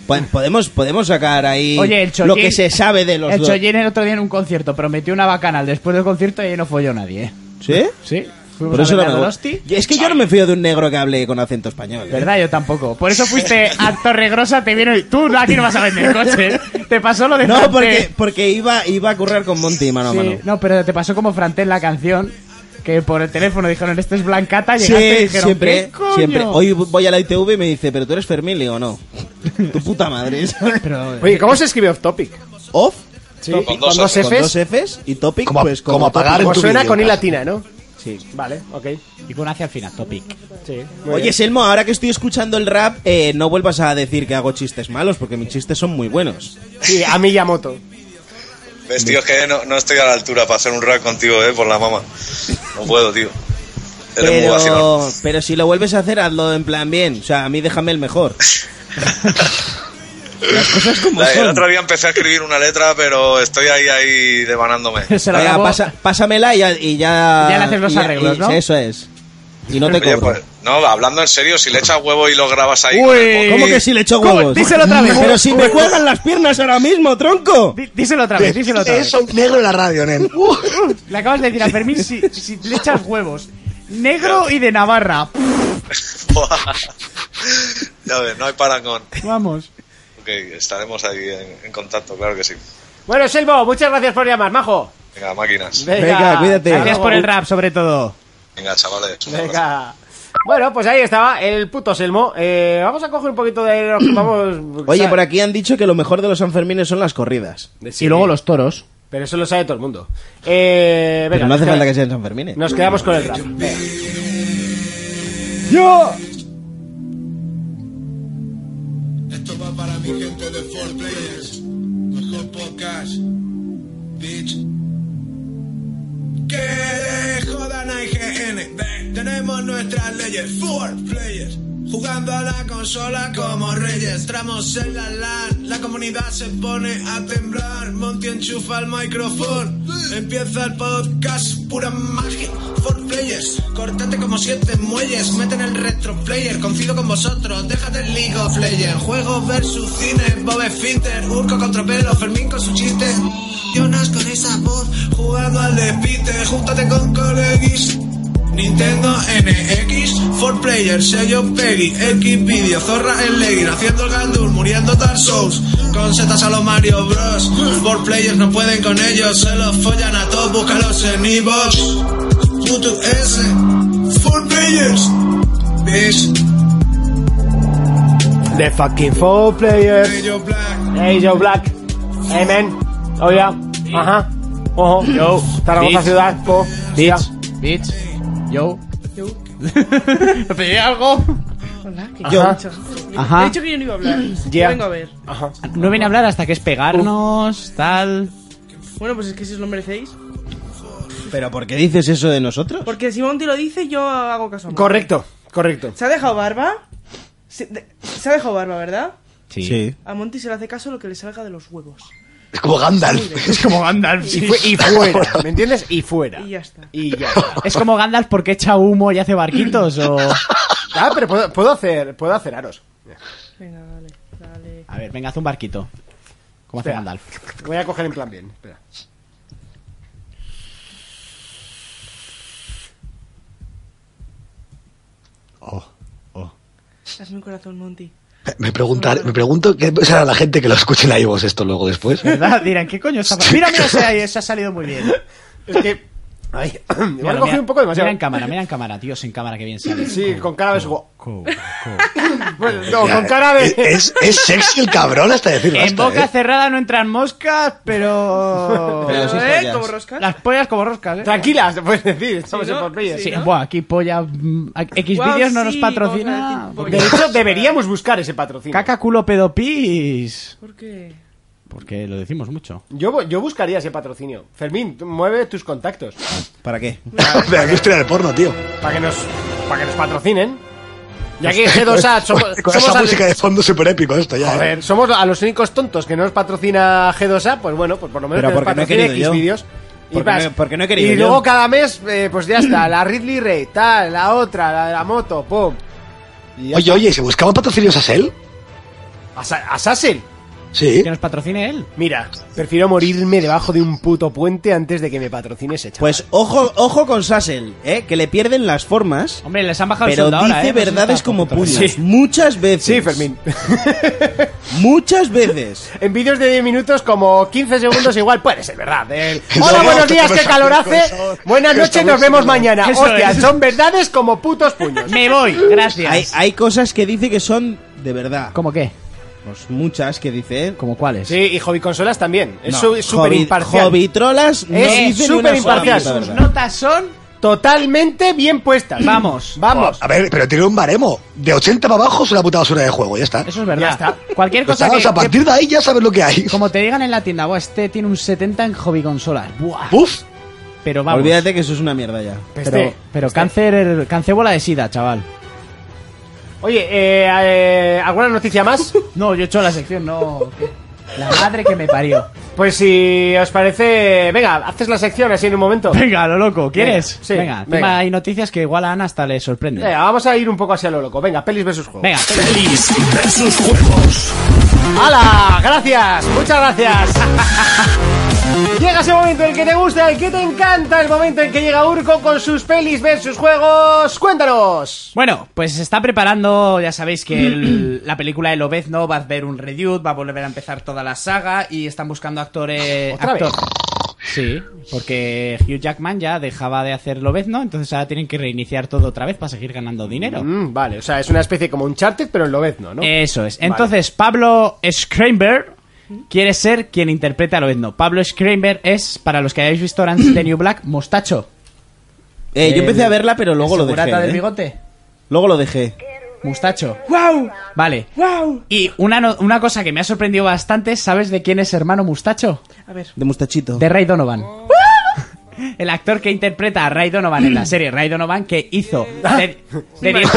[SPEAKER 4] Pues, Podemos, podemos sacar ahí
[SPEAKER 3] Mm. Oye, el Chollín-
[SPEAKER 4] lo que se sabe de los
[SPEAKER 3] el
[SPEAKER 4] dos.
[SPEAKER 3] Chollín el otro día en un concierto prometió una bacanal después del concierto y ahí no folló nadie. ¿eh?
[SPEAKER 4] ¿Sí?
[SPEAKER 3] Sí. Fuimos
[SPEAKER 4] Por
[SPEAKER 3] a
[SPEAKER 4] eso
[SPEAKER 3] ver
[SPEAKER 4] no
[SPEAKER 3] a
[SPEAKER 4] me gusta.
[SPEAKER 3] Donosti.
[SPEAKER 4] Y Es que yo no me fío de un negro que hable con acento español. ¿eh?
[SPEAKER 3] ¿Verdad? Yo tampoco. Por eso fuiste a Torregrosa, te vieron y tú aquí no vas a vender coche. Te pasó lo de
[SPEAKER 4] No,
[SPEAKER 3] Franté.
[SPEAKER 4] porque, porque iba, iba a currar con Monty mano a
[SPEAKER 3] Sí,
[SPEAKER 4] mano.
[SPEAKER 3] no, pero te pasó como Franté en la canción, que por el teléfono dijeron, este es Blancata,
[SPEAKER 4] Sí,
[SPEAKER 3] llegaste y dijeron,
[SPEAKER 4] siempre,
[SPEAKER 3] "¿Qué coño?".
[SPEAKER 4] siempre. Hoy voy a la ITV y me dice, pero tú eres Fermín, le digo, no. Tu puta madre. ¿sabes?
[SPEAKER 2] Oye, ¿cómo se escribe Off Topic?
[SPEAKER 4] Off,
[SPEAKER 2] Sí,
[SPEAKER 7] Con
[SPEAKER 2] con
[SPEAKER 7] dos
[SPEAKER 2] dos
[SPEAKER 7] Fs.
[SPEAKER 4] con dos
[SPEAKER 2] Fs.
[SPEAKER 4] Fs y topic,
[SPEAKER 6] Como-
[SPEAKER 4] pues
[SPEAKER 6] como apagar
[SPEAKER 4] topic.
[SPEAKER 2] Como
[SPEAKER 6] en tu
[SPEAKER 2] suena
[SPEAKER 6] vídeo,
[SPEAKER 2] con I
[SPEAKER 6] claro.
[SPEAKER 2] latina, ¿no?
[SPEAKER 4] Sí.
[SPEAKER 2] Vale, ok.
[SPEAKER 9] Y con hacia al final, topic.
[SPEAKER 2] Sí. muy
[SPEAKER 4] Oye,
[SPEAKER 2] bien.
[SPEAKER 4] Selmo, ahora que estoy escuchando el rap, eh, no vuelvas a decir que hago chistes malos, porque mis chistes son muy buenos.
[SPEAKER 2] Sí, a Miyamoto.
[SPEAKER 7] Ves, tío, es que no, no estoy a la altura para hacer un rap contigo, eh, por la mama. No puedo, tío. Eres muy vacilón.
[SPEAKER 4] Pero, pero si lo vuelves a hacer, hazlo en plan bien. O sea, a mí déjame el mejor. Las cosas como
[SPEAKER 7] La- El
[SPEAKER 4] son.
[SPEAKER 7] otro día empecé a escribir una letra, pero estoy ahí, ahí, devanándome.
[SPEAKER 3] Se lo
[SPEAKER 4] Venga,
[SPEAKER 3] grabó-
[SPEAKER 4] pasa- pásamela y ya... Y ya,
[SPEAKER 3] Ya le haces los
[SPEAKER 4] y-
[SPEAKER 3] arreglos,
[SPEAKER 4] y-
[SPEAKER 3] ¿no?
[SPEAKER 4] Eso es. Y no te
[SPEAKER 7] Oye,
[SPEAKER 4] cobro.
[SPEAKER 7] pues, no, hablando en serio, si le echas huevo y lo grabas ahí.
[SPEAKER 3] Uy.
[SPEAKER 7] con el móvil-
[SPEAKER 4] ¿Cómo que si le echo
[SPEAKER 3] ¿Cómo?
[SPEAKER 4] huevos?
[SPEAKER 3] Díselo otra vez.
[SPEAKER 4] Pero si me juegan las piernas ahora mismo, tronco.
[SPEAKER 3] Dí- Díselo otra vez, díselo otra vez.
[SPEAKER 6] Eso un negro en la radio, nen.
[SPEAKER 4] Uh.
[SPEAKER 3] Le acabas de decir a Fermín si, si le echas huevos. Negro y de Navarra. Pff,
[SPEAKER 7] ya ves, no hay parangón.
[SPEAKER 3] Vamos.
[SPEAKER 7] Ok, estaremos ahí en, en contacto, claro que sí.
[SPEAKER 2] Bueno, Selvo, muchas gracias por llamar, majo.
[SPEAKER 7] Venga, máquinas.
[SPEAKER 4] Venga, cuídate.
[SPEAKER 3] Gracias por el rap, sobre todo.
[SPEAKER 7] Venga, chavales. un abrazo.
[SPEAKER 2] Venga. Bueno, pues ahí estaba el puto Selmo. Eh, vamos a coger un poquito de... Vamos,
[SPEAKER 4] Oye,
[SPEAKER 2] ¿sabes?
[SPEAKER 4] por aquí han dicho que lo mejor de los Sanfermines son las corridas.
[SPEAKER 2] Sí,
[SPEAKER 3] Y luego los toros.
[SPEAKER 2] Pero eso lo sabe todo el mundo. Eh, venga,
[SPEAKER 4] Pero no hace
[SPEAKER 2] nos
[SPEAKER 4] falta que
[SPEAKER 2] queda-
[SPEAKER 4] sean Sanfermines.
[SPEAKER 2] Nos quedamos con el rap. Venga.
[SPEAKER 10] Esto va para mi gente de 4 Players. Mejor podcast. Bitch. Que le jodan a IGN. Ve, Tenemos nuestras leyes. 4 Players. Jugando a la consola como reyes. Tramos en la LAN. La comunidad se pone a temblar. Monty enchufa el micrófono. Empieza el podcast. Pura magia. 4 Players. Cortate como siete muelles. Meten el retro player. Confido con vosotros. Déjate el League of Legends. Juegos versus cine. Bob Finter. Urco contra pelo. Fermín con su chiste. Jonas con esa voz. Jugando al despite. Júntate con colegis. Nintendo NX, 4 Player, sello Peggy, X Video, Zorra en Legging, haciendo el Galdur, muriendo Dark Souls, con setas a los Mario Bros. 4 Players no pueden con ellos, se los follan a todos, búscalos en Evox, YouTube S, 4 Players, bitch,
[SPEAKER 2] The fucking four players.
[SPEAKER 10] Sello Black.
[SPEAKER 2] Hey, Joe Black. Hey, man. Oh, yeah. Ajá. Ojo. Yo. Zaragoza
[SPEAKER 3] Bitch.
[SPEAKER 2] ciudad. Po. Día.
[SPEAKER 3] Bitch. Yo. Yo. ¿Pedí algo?
[SPEAKER 5] Hola, ¿qué
[SPEAKER 2] Yo.
[SPEAKER 5] he dicho?
[SPEAKER 3] Ajá.
[SPEAKER 5] He dicho que yo no iba a hablar.
[SPEAKER 2] Ya.
[SPEAKER 5] Vengo a ver.
[SPEAKER 2] Ajá.
[SPEAKER 3] No viene a hablar hasta que es pegarnos, tal.
[SPEAKER 5] Bueno, pues es que si os lo merecéis.
[SPEAKER 4] Pero ¿por qué dices eso de nosotros?
[SPEAKER 5] Porque si Monty lo dice, yo hago caso. a Monty.
[SPEAKER 2] Correcto. Correcto.
[SPEAKER 5] ¿Se ha dejado barba? Se, de- se ha dejado barba, ¿verdad?
[SPEAKER 9] Sí.
[SPEAKER 5] A Monty se le hace caso lo que le salga de los huevos.
[SPEAKER 6] Es como Gandalf.
[SPEAKER 3] Es como Gandalf.
[SPEAKER 2] Y, fue- y fuera. ¿Me entiendes? Y fuera.
[SPEAKER 5] Y ya está.
[SPEAKER 2] Y ya está.
[SPEAKER 3] Es como Gandalf porque echa humo y hace barquitos o...
[SPEAKER 2] Ah, pero puedo, puedo hacer, puedo hacer aros.
[SPEAKER 5] Venga, dale, dale.
[SPEAKER 3] A ver, venga, haz un barquito. Como hace
[SPEAKER 2] Espera.
[SPEAKER 3] Gandalf.
[SPEAKER 2] Voy a coger en plan bien. Espera.
[SPEAKER 5] Hazme un corazón, Monty.
[SPEAKER 6] Me, preguntar, me pregunto qué será la gente que lo escuche en la iVoox esto luego después.
[SPEAKER 3] ¿Verdad? Dirán, ¿qué coño está pasando? Mira, mira, se ha, se ha salido muy bien.
[SPEAKER 2] Es que Ay, igual
[SPEAKER 3] Míralo,
[SPEAKER 2] cogí
[SPEAKER 3] mira-
[SPEAKER 2] un poco demasiado.
[SPEAKER 3] Mira en cámara, mira en cámara, Dios, en cámara que bien sale.
[SPEAKER 2] Sí, con cara de sugo.
[SPEAKER 3] Co- co-
[SPEAKER 2] Bueno, no,
[SPEAKER 6] Claro,
[SPEAKER 2] con cara de.
[SPEAKER 6] e- Es, es sexy el cabrón hasta decir
[SPEAKER 3] En
[SPEAKER 6] basta,
[SPEAKER 3] boca
[SPEAKER 6] ¿eh?
[SPEAKER 3] cerrada no entran moscas, pero.
[SPEAKER 4] Pero sí
[SPEAKER 5] ¿Eh?
[SPEAKER 4] follas.
[SPEAKER 5] Como rosca.
[SPEAKER 3] Las pollas como roscas, eh.
[SPEAKER 2] Tranquilas, te puedes decir, estamos
[SPEAKER 5] Sí,
[SPEAKER 2] en
[SPEAKER 5] ¿no?
[SPEAKER 2] Popeyes.
[SPEAKER 5] Sí.
[SPEAKER 3] Sí,
[SPEAKER 5] ¿no?
[SPEAKER 3] buah, aquí polla. mm, a- X
[SPEAKER 5] Guau,
[SPEAKER 3] vídeos no
[SPEAKER 5] sí,
[SPEAKER 3] nos patrocina.
[SPEAKER 5] boca de
[SPEAKER 2] De hecho, deberíamos buscar ese patrocinio.
[SPEAKER 3] Caca, culo, pedopis.
[SPEAKER 5] ¿Por qué?
[SPEAKER 3] Porque lo decimos mucho.
[SPEAKER 2] Yo, bu- yo buscaría ese patrocinio. Fermín, tú mueve tus contactos
[SPEAKER 4] ¿Para qué?
[SPEAKER 6] Pero qué historia del porno, tío.
[SPEAKER 2] para que nos, para que nos patrocinen. Ya que G2A
[SPEAKER 6] Con,
[SPEAKER 2] somos,
[SPEAKER 6] Pues, con
[SPEAKER 2] somos
[SPEAKER 6] esa
[SPEAKER 2] al-
[SPEAKER 6] música de fondo súper épico esto ya. ¿eh?
[SPEAKER 2] Joder, somos a los únicos tontos que no nos patrocina G2A, pues bueno, pues por lo menos
[SPEAKER 4] Pero
[SPEAKER 2] que nos
[SPEAKER 4] porque no he
[SPEAKER 2] patrocine
[SPEAKER 4] querido
[SPEAKER 2] X
[SPEAKER 4] yo.
[SPEAKER 2] vídeos. Y
[SPEAKER 4] Porque
[SPEAKER 2] vas-
[SPEAKER 4] no- porque no he querido
[SPEAKER 2] Y
[SPEAKER 4] yo.
[SPEAKER 2] luego cada mes, eh, pues ya está, la Ridley Ray, tal, la otra, la de la moto, pum. Y ya-
[SPEAKER 6] eh. Oye, oye, ¿y ¿se buscaban patrocinios a Sel?
[SPEAKER 2] Asa- Assassin.
[SPEAKER 6] Sí.
[SPEAKER 4] ¿Eh?
[SPEAKER 3] Que nos patrocine él.
[SPEAKER 2] Mira, prefiero morirme debajo de un puto puente antes de que me patrocine ese chaval.
[SPEAKER 4] Pues ojo, ojo con Sassel, ¿eh? que le pierden las formas,
[SPEAKER 3] Hombre, les han bajado
[SPEAKER 4] pero
[SPEAKER 3] el sueldo ahora,
[SPEAKER 4] dice
[SPEAKER 3] eh.
[SPEAKER 4] verdades
[SPEAKER 3] Resulta
[SPEAKER 4] como
[SPEAKER 3] poco
[SPEAKER 4] puños.
[SPEAKER 3] interesante.
[SPEAKER 4] Muchas veces.
[SPEAKER 2] sí, Fermín.
[SPEAKER 4] Muchas veces.
[SPEAKER 2] En vídeos de 10 minutos, como 15 segundos, igual puede ser verdad. El,
[SPEAKER 6] No,
[SPEAKER 2] Hola,
[SPEAKER 6] no,
[SPEAKER 2] buenos
[SPEAKER 6] que
[SPEAKER 2] días, qué
[SPEAKER 6] estamos
[SPEAKER 2] calor
[SPEAKER 6] hablando
[SPEAKER 2] hace.
[SPEAKER 6] de eso,
[SPEAKER 2] Buenas
[SPEAKER 6] que
[SPEAKER 2] noches,
[SPEAKER 6] estamos
[SPEAKER 2] nos vemos
[SPEAKER 6] hablando.
[SPEAKER 2] mañana.
[SPEAKER 3] Eso
[SPEAKER 2] Hostia,
[SPEAKER 3] es.
[SPEAKER 2] son verdades como putos puños.
[SPEAKER 3] Me voy, gracias.
[SPEAKER 4] Hay, hay cosas que dice que son de verdad.
[SPEAKER 3] ¿Cómo qué?
[SPEAKER 4] Pues muchas que dice. eh.
[SPEAKER 3] ¿Como cuáles?
[SPEAKER 2] Sí, y hobby consolas también. Es
[SPEAKER 4] No,
[SPEAKER 2] su- súper
[SPEAKER 4] Hobbit-
[SPEAKER 2] imparcial.
[SPEAKER 4] Hobbitrolas no
[SPEAKER 2] Es
[SPEAKER 4] dice ni
[SPEAKER 2] súper
[SPEAKER 4] una sola
[SPEAKER 2] imparcial.
[SPEAKER 4] puta
[SPEAKER 3] Sus
[SPEAKER 4] verdad.
[SPEAKER 3] notas son.
[SPEAKER 2] Totalmente bien puestas.
[SPEAKER 3] Vamos.
[SPEAKER 2] Vamos.
[SPEAKER 6] A ver, pero tiene un baremo. De 80 para abajo es una puta basura de juego, ya está.
[SPEAKER 3] Eso es verdad.
[SPEAKER 2] Ya está.
[SPEAKER 3] Cualquier
[SPEAKER 6] O
[SPEAKER 3] cosa
[SPEAKER 6] sea,
[SPEAKER 3] que,
[SPEAKER 6] o sea, a
[SPEAKER 3] que-
[SPEAKER 6] partir de ahí ya sabes lo que hay.
[SPEAKER 3] Como te digan en la tienda, "Buah, este tiene un 70 en hobby consolas. Buah.
[SPEAKER 6] Uf,
[SPEAKER 3] Pero vamos.
[SPEAKER 4] Olvídate que eso es una mierda ya.
[SPEAKER 3] Pero,
[SPEAKER 2] Este.
[SPEAKER 3] pero cáncer, cáncer bola de sida, chaval.
[SPEAKER 2] Oye, eh, eh, ¿alguna noticia más?
[SPEAKER 3] No, yo he hecho la sección, no. La madre que me parió.
[SPEAKER 2] Pues si os parece... Venga, haces la sección así en un momento.
[SPEAKER 3] Venga, lo loco, ¿quieres?
[SPEAKER 2] Venga, sí, venga.
[SPEAKER 3] venga, encima hay noticias que igual a Ana hasta le sorprende.
[SPEAKER 2] Venga, vamos a ir un poco hacia lo loco. Venga, pelis versus juegos.
[SPEAKER 3] Venga,
[SPEAKER 1] Pelis versus juegos.
[SPEAKER 2] ¡Hala! ¡Gracias! ¡Muchas gracias! llega ese momento el que te gusta, el que te encanta, el momento en que llega Urco con sus pelis, versus juegos. ¡Cuéntanos!
[SPEAKER 3] Bueno, pues se está preparando, ya sabéis que el- la película El Obezno va a hacer un reduce, va a volver a empezar toda la saga y están buscando actores...
[SPEAKER 2] ¿Otra
[SPEAKER 3] actor-
[SPEAKER 2] vez?
[SPEAKER 3] Sí, porque Hugh Jackman ya dejaba de hacer El Obezno, entonces ahora tienen que reiniciar todo otra vez para seguir ganando dinero.
[SPEAKER 2] Mm, vale, o sea, es una especie como un charted, pero en lobezno, ¿no?
[SPEAKER 3] Eso es. Entonces, Pablo Schreiber quiere ser quien interpreta al Obezno. Pablo Schreiber es, para los que hayáis visto Orange de New Black, mostacho.
[SPEAKER 4] Eh, yo empecé a verla, pero luego lo
[SPEAKER 3] segurata
[SPEAKER 4] dejé.
[SPEAKER 3] del
[SPEAKER 4] ¿eh?
[SPEAKER 3] bigote.
[SPEAKER 4] Luego lo dejé.
[SPEAKER 3] Mustacho.
[SPEAKER 5] ¡Wow!
[SPEAKER 3] Vale.
[SPEAKER 5] ¡Wow!
[SPEAKER 3] Y una, no- una cosa que me ha sorprendido bastante, ¿sabes de quién es hermano Mustacho?
[SPEAKER 5] A ver.
[SPEAKER 4] De mustachito.
[SPEAKER 3] De Ray Donovan. El actor que interpreta a Ray Donovan en la serie Ray Donovan que hizo... de- de diez-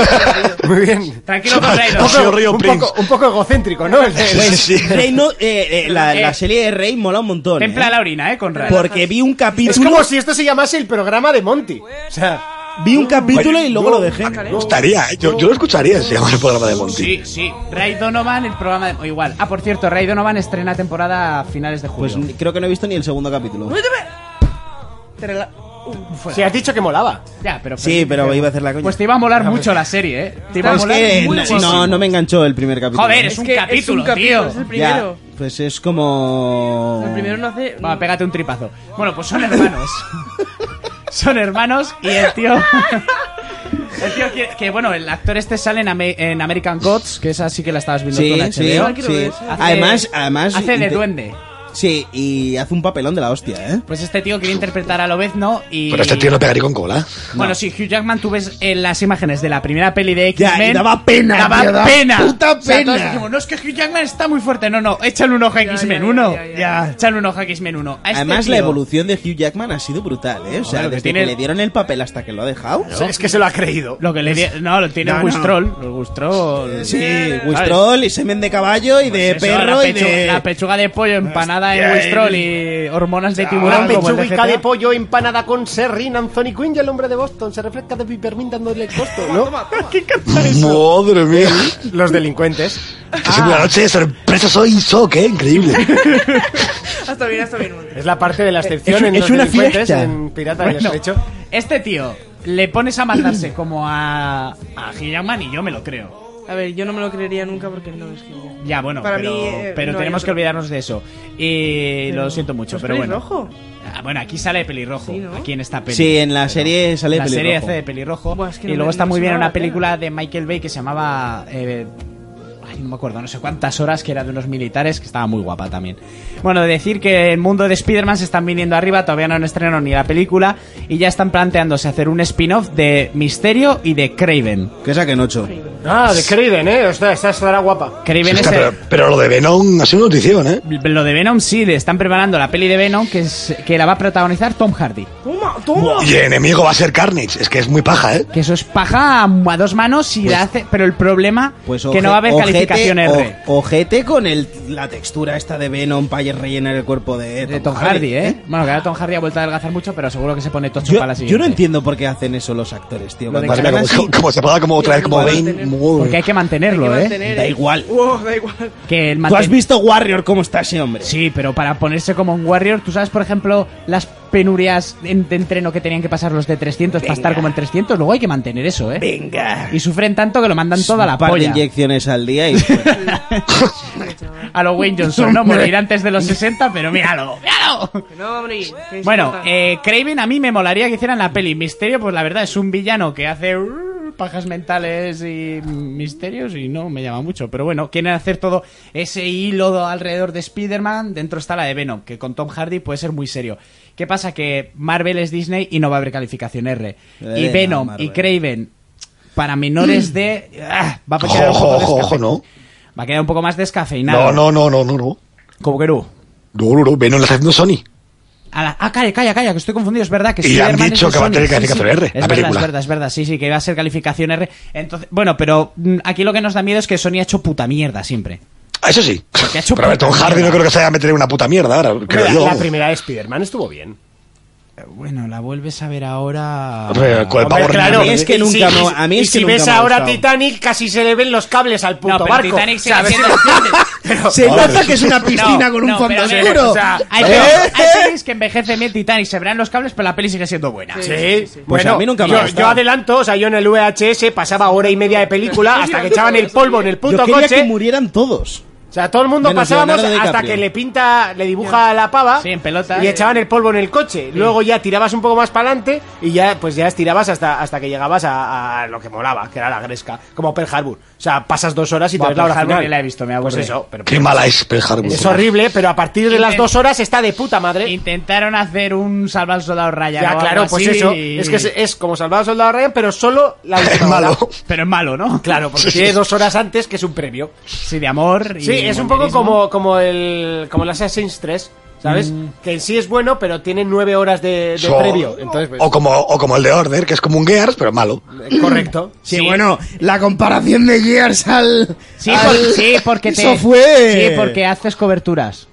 [SPEAKER 2] Muy bien.
[SPEAKER 3] Tranquilo con Ray
[SPEAKER 6] Ha sido
[SPEAKER 3] Donovan.
[SPEAKER 6] Río
[SPEAKER 2] un,
[SPEAKER 6] Prince.
[SPEAKER 2] poco, un poco egocéntrico, ¿no? El- el-
[SPEAKER 4] Pues,
[SPEAKER 6] Sí, sí.
[SPEAKER 4] Rey no- eh, eh, la,
[SPEAKER 3] Eh.
[SPEAKER 4] la serie de Rey mola un montón. ¿eh?
[SPEAKER 3] Templa la orina, ¿eh? Con Ray.
[SPEAKER 4] Porque vi un
[SPEAKER 2] Es
[SPEAKER 4] capítulo,
[SPEAKER 2] como si esto se llamase el programa de Monty. O sea,
[SPEAKER 4] vi un capítulo y luego lo dejé.
[SPEAKER 6] me gustaría. ¿eh? Yo, yo lo escucharía si llamara el programa de Monty.
[SPEAKER 3] Sí, sí. Ray Donovan, el programa de... o igual. Ah, por cierto, Ray Donovan estrena temporada a finales de
[SPEAKER 4] Pues
[SPEAKER 3] julio.
[SPEAKER 4] n- creo que no he visto ni el segundo capítulo.
[SPEAKER 5] Te rela-
[SPEAKER 2] si has dicho que molaba.
[SPEAKER 3] ya, pero...
[SPEAKER 4] Sí, pero iba a hacer la coña.
[SPEAKER 3] Pues te iba a molar mucho la serie, ¿eh? Te iba a
[SPEAKER 4] Pues
[SPEAKER 3] molar
[SPEAKER 4] que
[SPEAKER 3] mucho.
[SPEAKER 4] no- no, no me enganchó el primer capítulo.
[SPEAKER 3] Joder,
[SPEAKER 4] ¿eh?
[SPEAKER 3] es un
[SPEAKER 5] que
[SPEAKER 3] capítulo,
[SPEAKER 5] es un capítulo,
[SPEAKER 3] tío.
[SPEAKER 5] Es el
[SPEAKER 4] Ya,
[SPEAKER 5] primero.
[SPEAKER 4] pues es como...
[SPEAKER 5] El primero no hace.
[SPEAKER 3] Va, pégate un tripazo. Bueno, pues son hermanos. son hermanos y el tío. el tío que, que, bueno, el actor este sale en, Ame- en American Gods, que esa sí que la estabas viendo tú
[SPEAKER 4] Sí,
[SPEAKER 3] en HBO.
[SPEAKER 4] sí, Ah,
[SPEAKER 5] HBO, quiero
[SPEAKER 4] sí.
[SPEAKER 5] ver.
[SPEAKER 3] Hace-
[SPEAKER 4] Además, además...
[SPEAKER 3] Hace de
[SPEAKER 4] inte-
[SPEAKER 3] duende.
[SPEAKER 4] Sí, y hace un papelón de la hostia, ¿eh?
[SPEAKER 3] Pues este tío quiere interpretar a Lobezno y.
[SPEAKER 6] Pero este tío no pegaría con cola.
[SPEAKER 3] Bueno, sí, Hugh Jackman, tú ves en las imágenes de la primera peli de
[SPEAKER 4] Ya,
[SPEAKER 3] X-Men.
[SPEAKER 4] y daba pena,
[SPEAKER 3] Daba
[SPEAKER 4] tío, daba
[SPEAKER 3] pena.
[SPEAKER 4] puta
[SPEAKER 3] O sea, todos
[SPEAKER 4] pena.
[SPEAKER 3] dijimos, no, es que Hugh Jackman está muy fuerte. No, no, échale un ojo a X-Men
[SPEAKER 5] ya,
[SPEAKER 3] 1.
[SPEAKER 5] ya, ya,
[SPEAKER 3] Ya, échale un ojo a X-Men 1. A este
[SPEAKER 4] Además, la
[SPEAKER 3] tío-
[SPEAKER 4] evolución de Hugh Jackman ha sido brutal, ¿eh? O sea,
[SPEAKER 3] Hombre, lo que
[SPEAKER 4] desde
[SPEAKER 3] tiene-
[SPEAKER 4] que le dieron el papel hasta que lo ha dejado...
[SPEAKER 2] O sea, es que se lo ha creído.
[SPEAKER 3] Lo que le di- No, lo tiene
[SPEAKER 4] Pues, No,
[SPEAKER 3] el
[SPEAKER 4] no.
[SPEAKER 3] Wistrol. El Wistrol.
[SPEAKER 4] Sí,
[SPEAKER 3] ¿sabes?
[SPEAKER 4] Wistrol y semen de caballo y de
[SPEAKER 3] Pues Eso,
[SPEAKER 4] perro
[SPEAKER 3] la,
[SPEAKER 4] y
[SPEAKER 3] pechuga,
[SPEAKER 4] de...
[SPEAKER 3] la pechuga de pollo empanada en Wistrol y hormonas de tiburón
[SPEAKER 2] Una
[SPEAKER 3] como el de
[SPEAKER 2] pechuguica
[SPEAKER 3] GTA.
[SPEAKER 2] de pollo empanada con serrín, Anthony Quinn y el hombre de Boston. Se refresca de pipermín dándole el costo, ¿no?
[SPEAKER 6] Madre mía.
[SPEAKER 2] Los delincuentes.
[SPEAKER 6] Que siempre
[SPEAKER 2] Ah.
[SPEAKER 6] una noche de sorpresa soy Sok, ¿eh? Increíble.
[SPEAKER 5] Hasta bien, hasta bien.
[SPEAKER 2] Es la parte de la excepción
[SPEAKER 4] Es un-
[SPEAKER 2] en
[SPEAKER 4] es
[SPEAKER 2] los
[SPEAKER 4] una
[SPEAKER 2] delincuentes,
[SPEAKER 4] fiesta.
[SPEAKER 2] en Pirata
[SPEAKER 3] Bueno,
[SPEAKER 2] del Estrecho.
[SPEAKER 3] este tío le pones a matarse como a a Hugh Jackman y yo me lo creo.
[SPEAKER 5] A ver, yo no me lo creería nunca porque no es que...
[SPEAKER 3] Ya, bueno,
[SPEAKER 5] Para
[SPEAKER 3] pero,
[SPEAKER 5] mí, eh,
[SPEAKER 3] pero
[SPEAKER 5] no hay
[SPEAKER 3] tenemos
[SPEAKER 5] otro.
[SPEAKER 3] que olvidarnos de eso. Y
[SPEAKER 5] Pero-
[SPEAKER 3] lo siento mucho,
[SPEAKER 5] ¿no es
[SPEAKER 3] pero bueno.
[SPEAKER 5] pelirrojo?
[SPEAKER 3] Ah, bueno, aquí sale pelirrojo.
[SPEAKER 5] Sí, ¿no?
[SPEAKER 3] Aquí en esta peli.
[SPEAKER 4] Sí, en la serie sale
[SPEAKER 3] la serie
[SPEAKER 4] pelirrojo.
[SPEAKER 3] hace de pelirrojo.
[SPEAKER 5] Buah, es que
[SPEAKER 3] y
[SPEAKER 5] no
[SPEAKER 3] luego
[SPEAKER 5] me-
[SPEAKER 3] está
[SPEAKER 5] no
[SPEAKER 3] muy
[SPEAKER 5] se
[SPEAKER 3] bien
[SPEAKER 5] me va
[SPEAKER 3] una
[SPEAKER 5] la pena.
[SPEAKER 3] película de Michael Bay que se llamaba. eh, ay, no me acuerdo, no sé cuántas horas, que era de unos militares, que estaba muy guapa también. Bueno, decir que el mundo de Spider-Man se están viniendo arriba, todavía no han estrenado ni la película, y ya están planteándose hacer un spin-off de Misterio y de Craven.
[SPEAKER 4] Que saquen 8.
[SPEAKER 2] Ah, de Creeden, eh. Esta, esta estará guapa.
[SPEAKER 6] Sí,
[SPEAKER 3] Craven es
[SPEAKER 6] está,
[SPEAKER 3] el-
[SPEAKER 6] pero, pero lo de Venom ha sido notición, ¿eh?
[SPEAKER 3] Lo de Venom sí, le están preparando la peli de Venom que, es, que la va a protagonizar Tom Hardy.
[SPEAKER 5] ¡Toma, toma!
[SPEAKER 6] Y el enemigo va a ser Carnage, es que es muy paja, ¿eh?
[SPEAKER 3] Que eso es paja a a dos manos y la hace. Pero el problema
[SPEAKER 4] Pues
[SPEAKER 3] que
[SPEAKER 4] oje-
[SPEAKER 3] no va a haber
[SPEAKER 4] ojete-
[SPEAKER 3] calificación R
[SPEAKER 4] o- ojete con el, la textura esta de Venom para rellenar el cuerpo de,
[SPEAKER 3] de Tom Hardy, ¿eh? Bueno, que ahora Tom Hardy ha vuelto a adelgazar mucho, pero seguro que se pone tocho
[SPEAKER 4] Yo,
[SPEAKER 3] para la
[SPEAKER 4] yo
[SPEAKER 3] siguiente.
[SPEAKER 4] no entiendo por qué hacen eso los actores, tío.
[SPEAKER 3] Lo de
[SPEAKER 4] Cuando
[SPEAKER 6] Madre mía,
[SPEAKER 4] están
[SPEAKER 6] como,
[SPEAKER 4] así,
[SPEAKER 6] como- como se pueda como traer como
[SPEAKER 5] Igual
[SPEAKER 6] Bane.
[SPEAKER 5] tener-
[SPEAKER 6] muy-
[SPEAKER 3] Porque hay que mantenerlo,
[SPEAKER 5] Hay que
[SPEAKER 3] ¿eh?
[SPEAKER 5] mantener
[SPEAKER 4] da
[SPEAKER 5] el-
[SPEAKER 4] igual.
[SPEAKER 5] Wow, da igual.
[SPEAKER 3] Que el
[SPEAKER 4] ¿Tú has
[SPEAKER 3] manten-
[SPEAKER 4] visto Warrior cómo está ese hombre?
[SPEAKER 3] Sí, pero para ponerse como un Warrior, tú sabes, por ejemplo, las penurias en- de entreno que tenían que pasar los de 300 para estar como en 300, luego hay que mantener eso, ¿eh?
[SPEAKER 4] Venga.
[SPEAKER 3] Y sufren tanto que lo mandan toda la
[SPEAKER 4] Un par
[SPEAKER 3] polla.
[SPEAKER 4] de inyecciones al día y
[SPEAKER 3] a lo Wayne Johnson, ¿no? Morir antes de los 60, pero míralo, míralo.
[SPEAKER 5] Que No, hombre. que
[SPEAKER 3] Bueno,
[SPEAKER 5] importa.
[SPEAKER 3] eh, Craven a mí me molaría que hicieran la peli. Misterio, pues la verdad es un villano que hace uh, pajas mentales y misterios y no me llama mucho. Pero bueno, quieren hacer todo ese hilo alrededor de Spider-Man. Dentro está la de Venom, que con Tom Hardy puede ser muy serio. ¿Qué pasa? Que Marvel es Disney y no va a haber calificación R. y
[SPEAKER 4] Eh, no,
[SPEAKER 3] Venom y
[SPEAKER 4] Marvel.
[SPEAKER 3] Craven para menores de... ah, va a
[SPEAKER 6] Ojo,
[SPEAKER 3] quedar un poco
[SPEAKER 6] ojo, ojo,
[SPEAKER 3] descafe-
[SPEAKER 6] ojo, no.
[SPEAKER 3] Va a quedar un poco más descafeinado.
[SPEAKER 6] No, no, no, no, no, no.
[SPEAKER 3] Como que no.
[SPEAKER 6] No, no, no, Venom la está haciendo Sony.
[SPEAKER 3] A la- ah, calla, calla, calla, que estoy confundido, es verdad que
[SPEAKER 6] Y han
[SPEAKER 3] Spider-Man
[SPEAKER 6] dicho
[SPEAKER 3] es de
[SPEAKER 6] que va a
[SPEAKER 3] Sony, sí,
[SPEAKER 6] tener
[SPEAKER 3] sí.
[SPEAKER 6] calificación R,
[SPEAKER 3] Es
[SPEAKER 6] la
[SPEAKER 3] verdad,
[SPEAKER 6] película.
[SPEAKER 3] es verdad, es verdad, sí, sí, que va a ser calificación R. Entonces, bueno, pero mm, aquí lo que nos da miedo es que Sony ha hecho puta mierda siempre.
[SPEAKER 6] Ah, Eso sí.
[SPEAKER 3] Porque ha hecho
[SPEAKER 6] Pero a ver,
[SPEAKER 3] puta
[SPEAKER 6] Tom Hardy
[SPEAKER 3] mierda.
[SPEAKER 6] no creo que se vaya a meter en una puta mierda ahora, creo
[SPEAKER 2] la,
[SPEAKER 6] yo.
[SPEAKER 2] la primera de Spider-Man estuvo bien.
[SPEAKER 3] Eh, Bueno, la vuelves a ver ahora.
[SPEAKER 6] Hombre, con el
[SPEAKER 2] Hombre,
[SPEAKER 6] pavo
[SPEAKER 2] claro,
[SPEAKER 6] redondo.
[SPEAKER 4] es que
[SPEAKER 2] y si-
[SPEAKER 4] nunca me- a mí
[SPEAKER 2] y
[SPEAKER 4] es que
[SPEAKER 2] si
[SPEAKER 4] nunca
[SPEAKER 2] ves
[SPEAKER 4] me ha
[SPEAKER 2] ahora
[SPEAKER 4] gustado.
[SPEAKER 2] Titanic, casi se le ven los cables al puto
[SPEAKER 3] No, pero
[SPEAKER 2] barco.
[SPEAKER 3] Titanic sigue
[SPEAKER 2] ¿sabes?
[SPEAKER 3] siendo Titanic. Pero-
[SPEAKER 4] Se
[SPEAKER 6] Madre.
[SPEAKER 4] nota que es una piscina
[SPEAKER 3] No,
[SPEAKER 4] con un
[SPEAKER 3] no,
[SPEAKER 4] fondo
[SPEAKER 3] pero a ver,
[SPEAKER 4] oscuro.
[SPEAKER 2] o sea,
[SPEAKER 3] Hay,
[SPEAKER 4] ¿Eh?
[SPEAKER 3] pelis- hay pelis que envejecen bien Titanic, se verán los cables, pero la peli sigue siendo buena.
[SPEAKER 2] Sí,
[SPEAKER 4] Pues a mí nunca me ha
[SPEAKER 2] yo,
[SPEAKER 4] gustado.
[SPEAKER 2] yo adelanto, o sea, yo en el VHS pasaba hora y media de película hasta que echaban el polvo en el
[SPEAKER 4] Yo
[SPEAKER 2] puto
[SPEAKER 4] quería que
[SPEAKER 2] coche.
[SPEAKER 4] murieran todos.
[SPEAKER 2] O sea, todo el mundo
[SPEAKER 4] Menos
[SPEAKER 2] pasábamos
[SPEAKER 4] Leonardo
[SPEAKER 2] hasta
[SPEAKER 4] DiCaprio.
[SPEAKER 2] que le pinta, le dibuja la pava
[SPEAKER 3] Sí, en pelota.
[SPEAKER 2] y echaban el polvo en el coche. Luego ya tirabas un poco más para adelante y ya pues ya estirabas hasta, hasta que llegabas a, a lo que molaba, que era la gresca, como Pearl Harbor. O sea, pasas dos horas y te
[SPEAKER 3] Buah,
[SPEAKER 2] ves la
[SPEAKER 3] Pearl
[SPEAKER 2] hora
[SPEAKER 3] Harbor
[SPEAKER 2] final.
[SPEAKER 3] ni la he visto, me aburre.
[SPEAKER 2] Pues eso, pero
[SPEAKER 6] Qué mala es Pearl Harbor.
[SPEAKER 2] es horrible, pero a partir de las
[SPEAKER 3] Intent-
[SPEAKER 2] dos horas está de puta madre.
[SPEAKER 3] Intentaron hacer un Salva al Soldado Ryan. o
[SPEAKER 2] Ya,
[SPEAKER 3] algo
[SPEAKER 2] claro, pues
[SPEAKER 3] así
[SPEAKER 2] eso.
[SPEAKER 3] y-
[SPEAKER 2] Es que es, es como salvar al soldado Ryan, pero solo la
[SPEAKER 6] Es
[SPEAKER 2] última
[SPEAKER 6] malo.
[SPEAKER 2] hora.
[SPEAKER 3] Pero es malo, ¿no?
[SPEAKER 2] Claro, porque
[SPEAKER 6] Sí, sí.
[SPEAKER 2] tiene dos horas antes, que es un premio.
[SPEAKER 3] Sí, de amor.
[SPEAKER 2] Sí,
[SPEAKER 3] y
[SPEAKER 2] es un poco
[SPEAKER 3] manierismo.
[SPEAKER 2] como, como el como el Assassin's 3, ¿sabes?
[SPEAKER 4] Mm.
[SPEAKER 2] Que en sí es bueno, pero tiene nueve horas de, de
[SPEAKER 6] So-
[SPEAKER 2] previo. Entonces, pues,
[SPEAKER 6] o, como, o como el de Order, que es como un Gears, pero malo.
[SPEAKER 2] eh, correcto.
[SPEAKER 4] Sí, bueno, la comparación de Gears al.
[SPEAKER 3] Sí,
[SPEAKER 4] al-
[SPEAKER 3] por- sí, porque te.
[SPEAKER 4] Eso fue.
[SPEAKER 3] Sí, porque haces coberturas.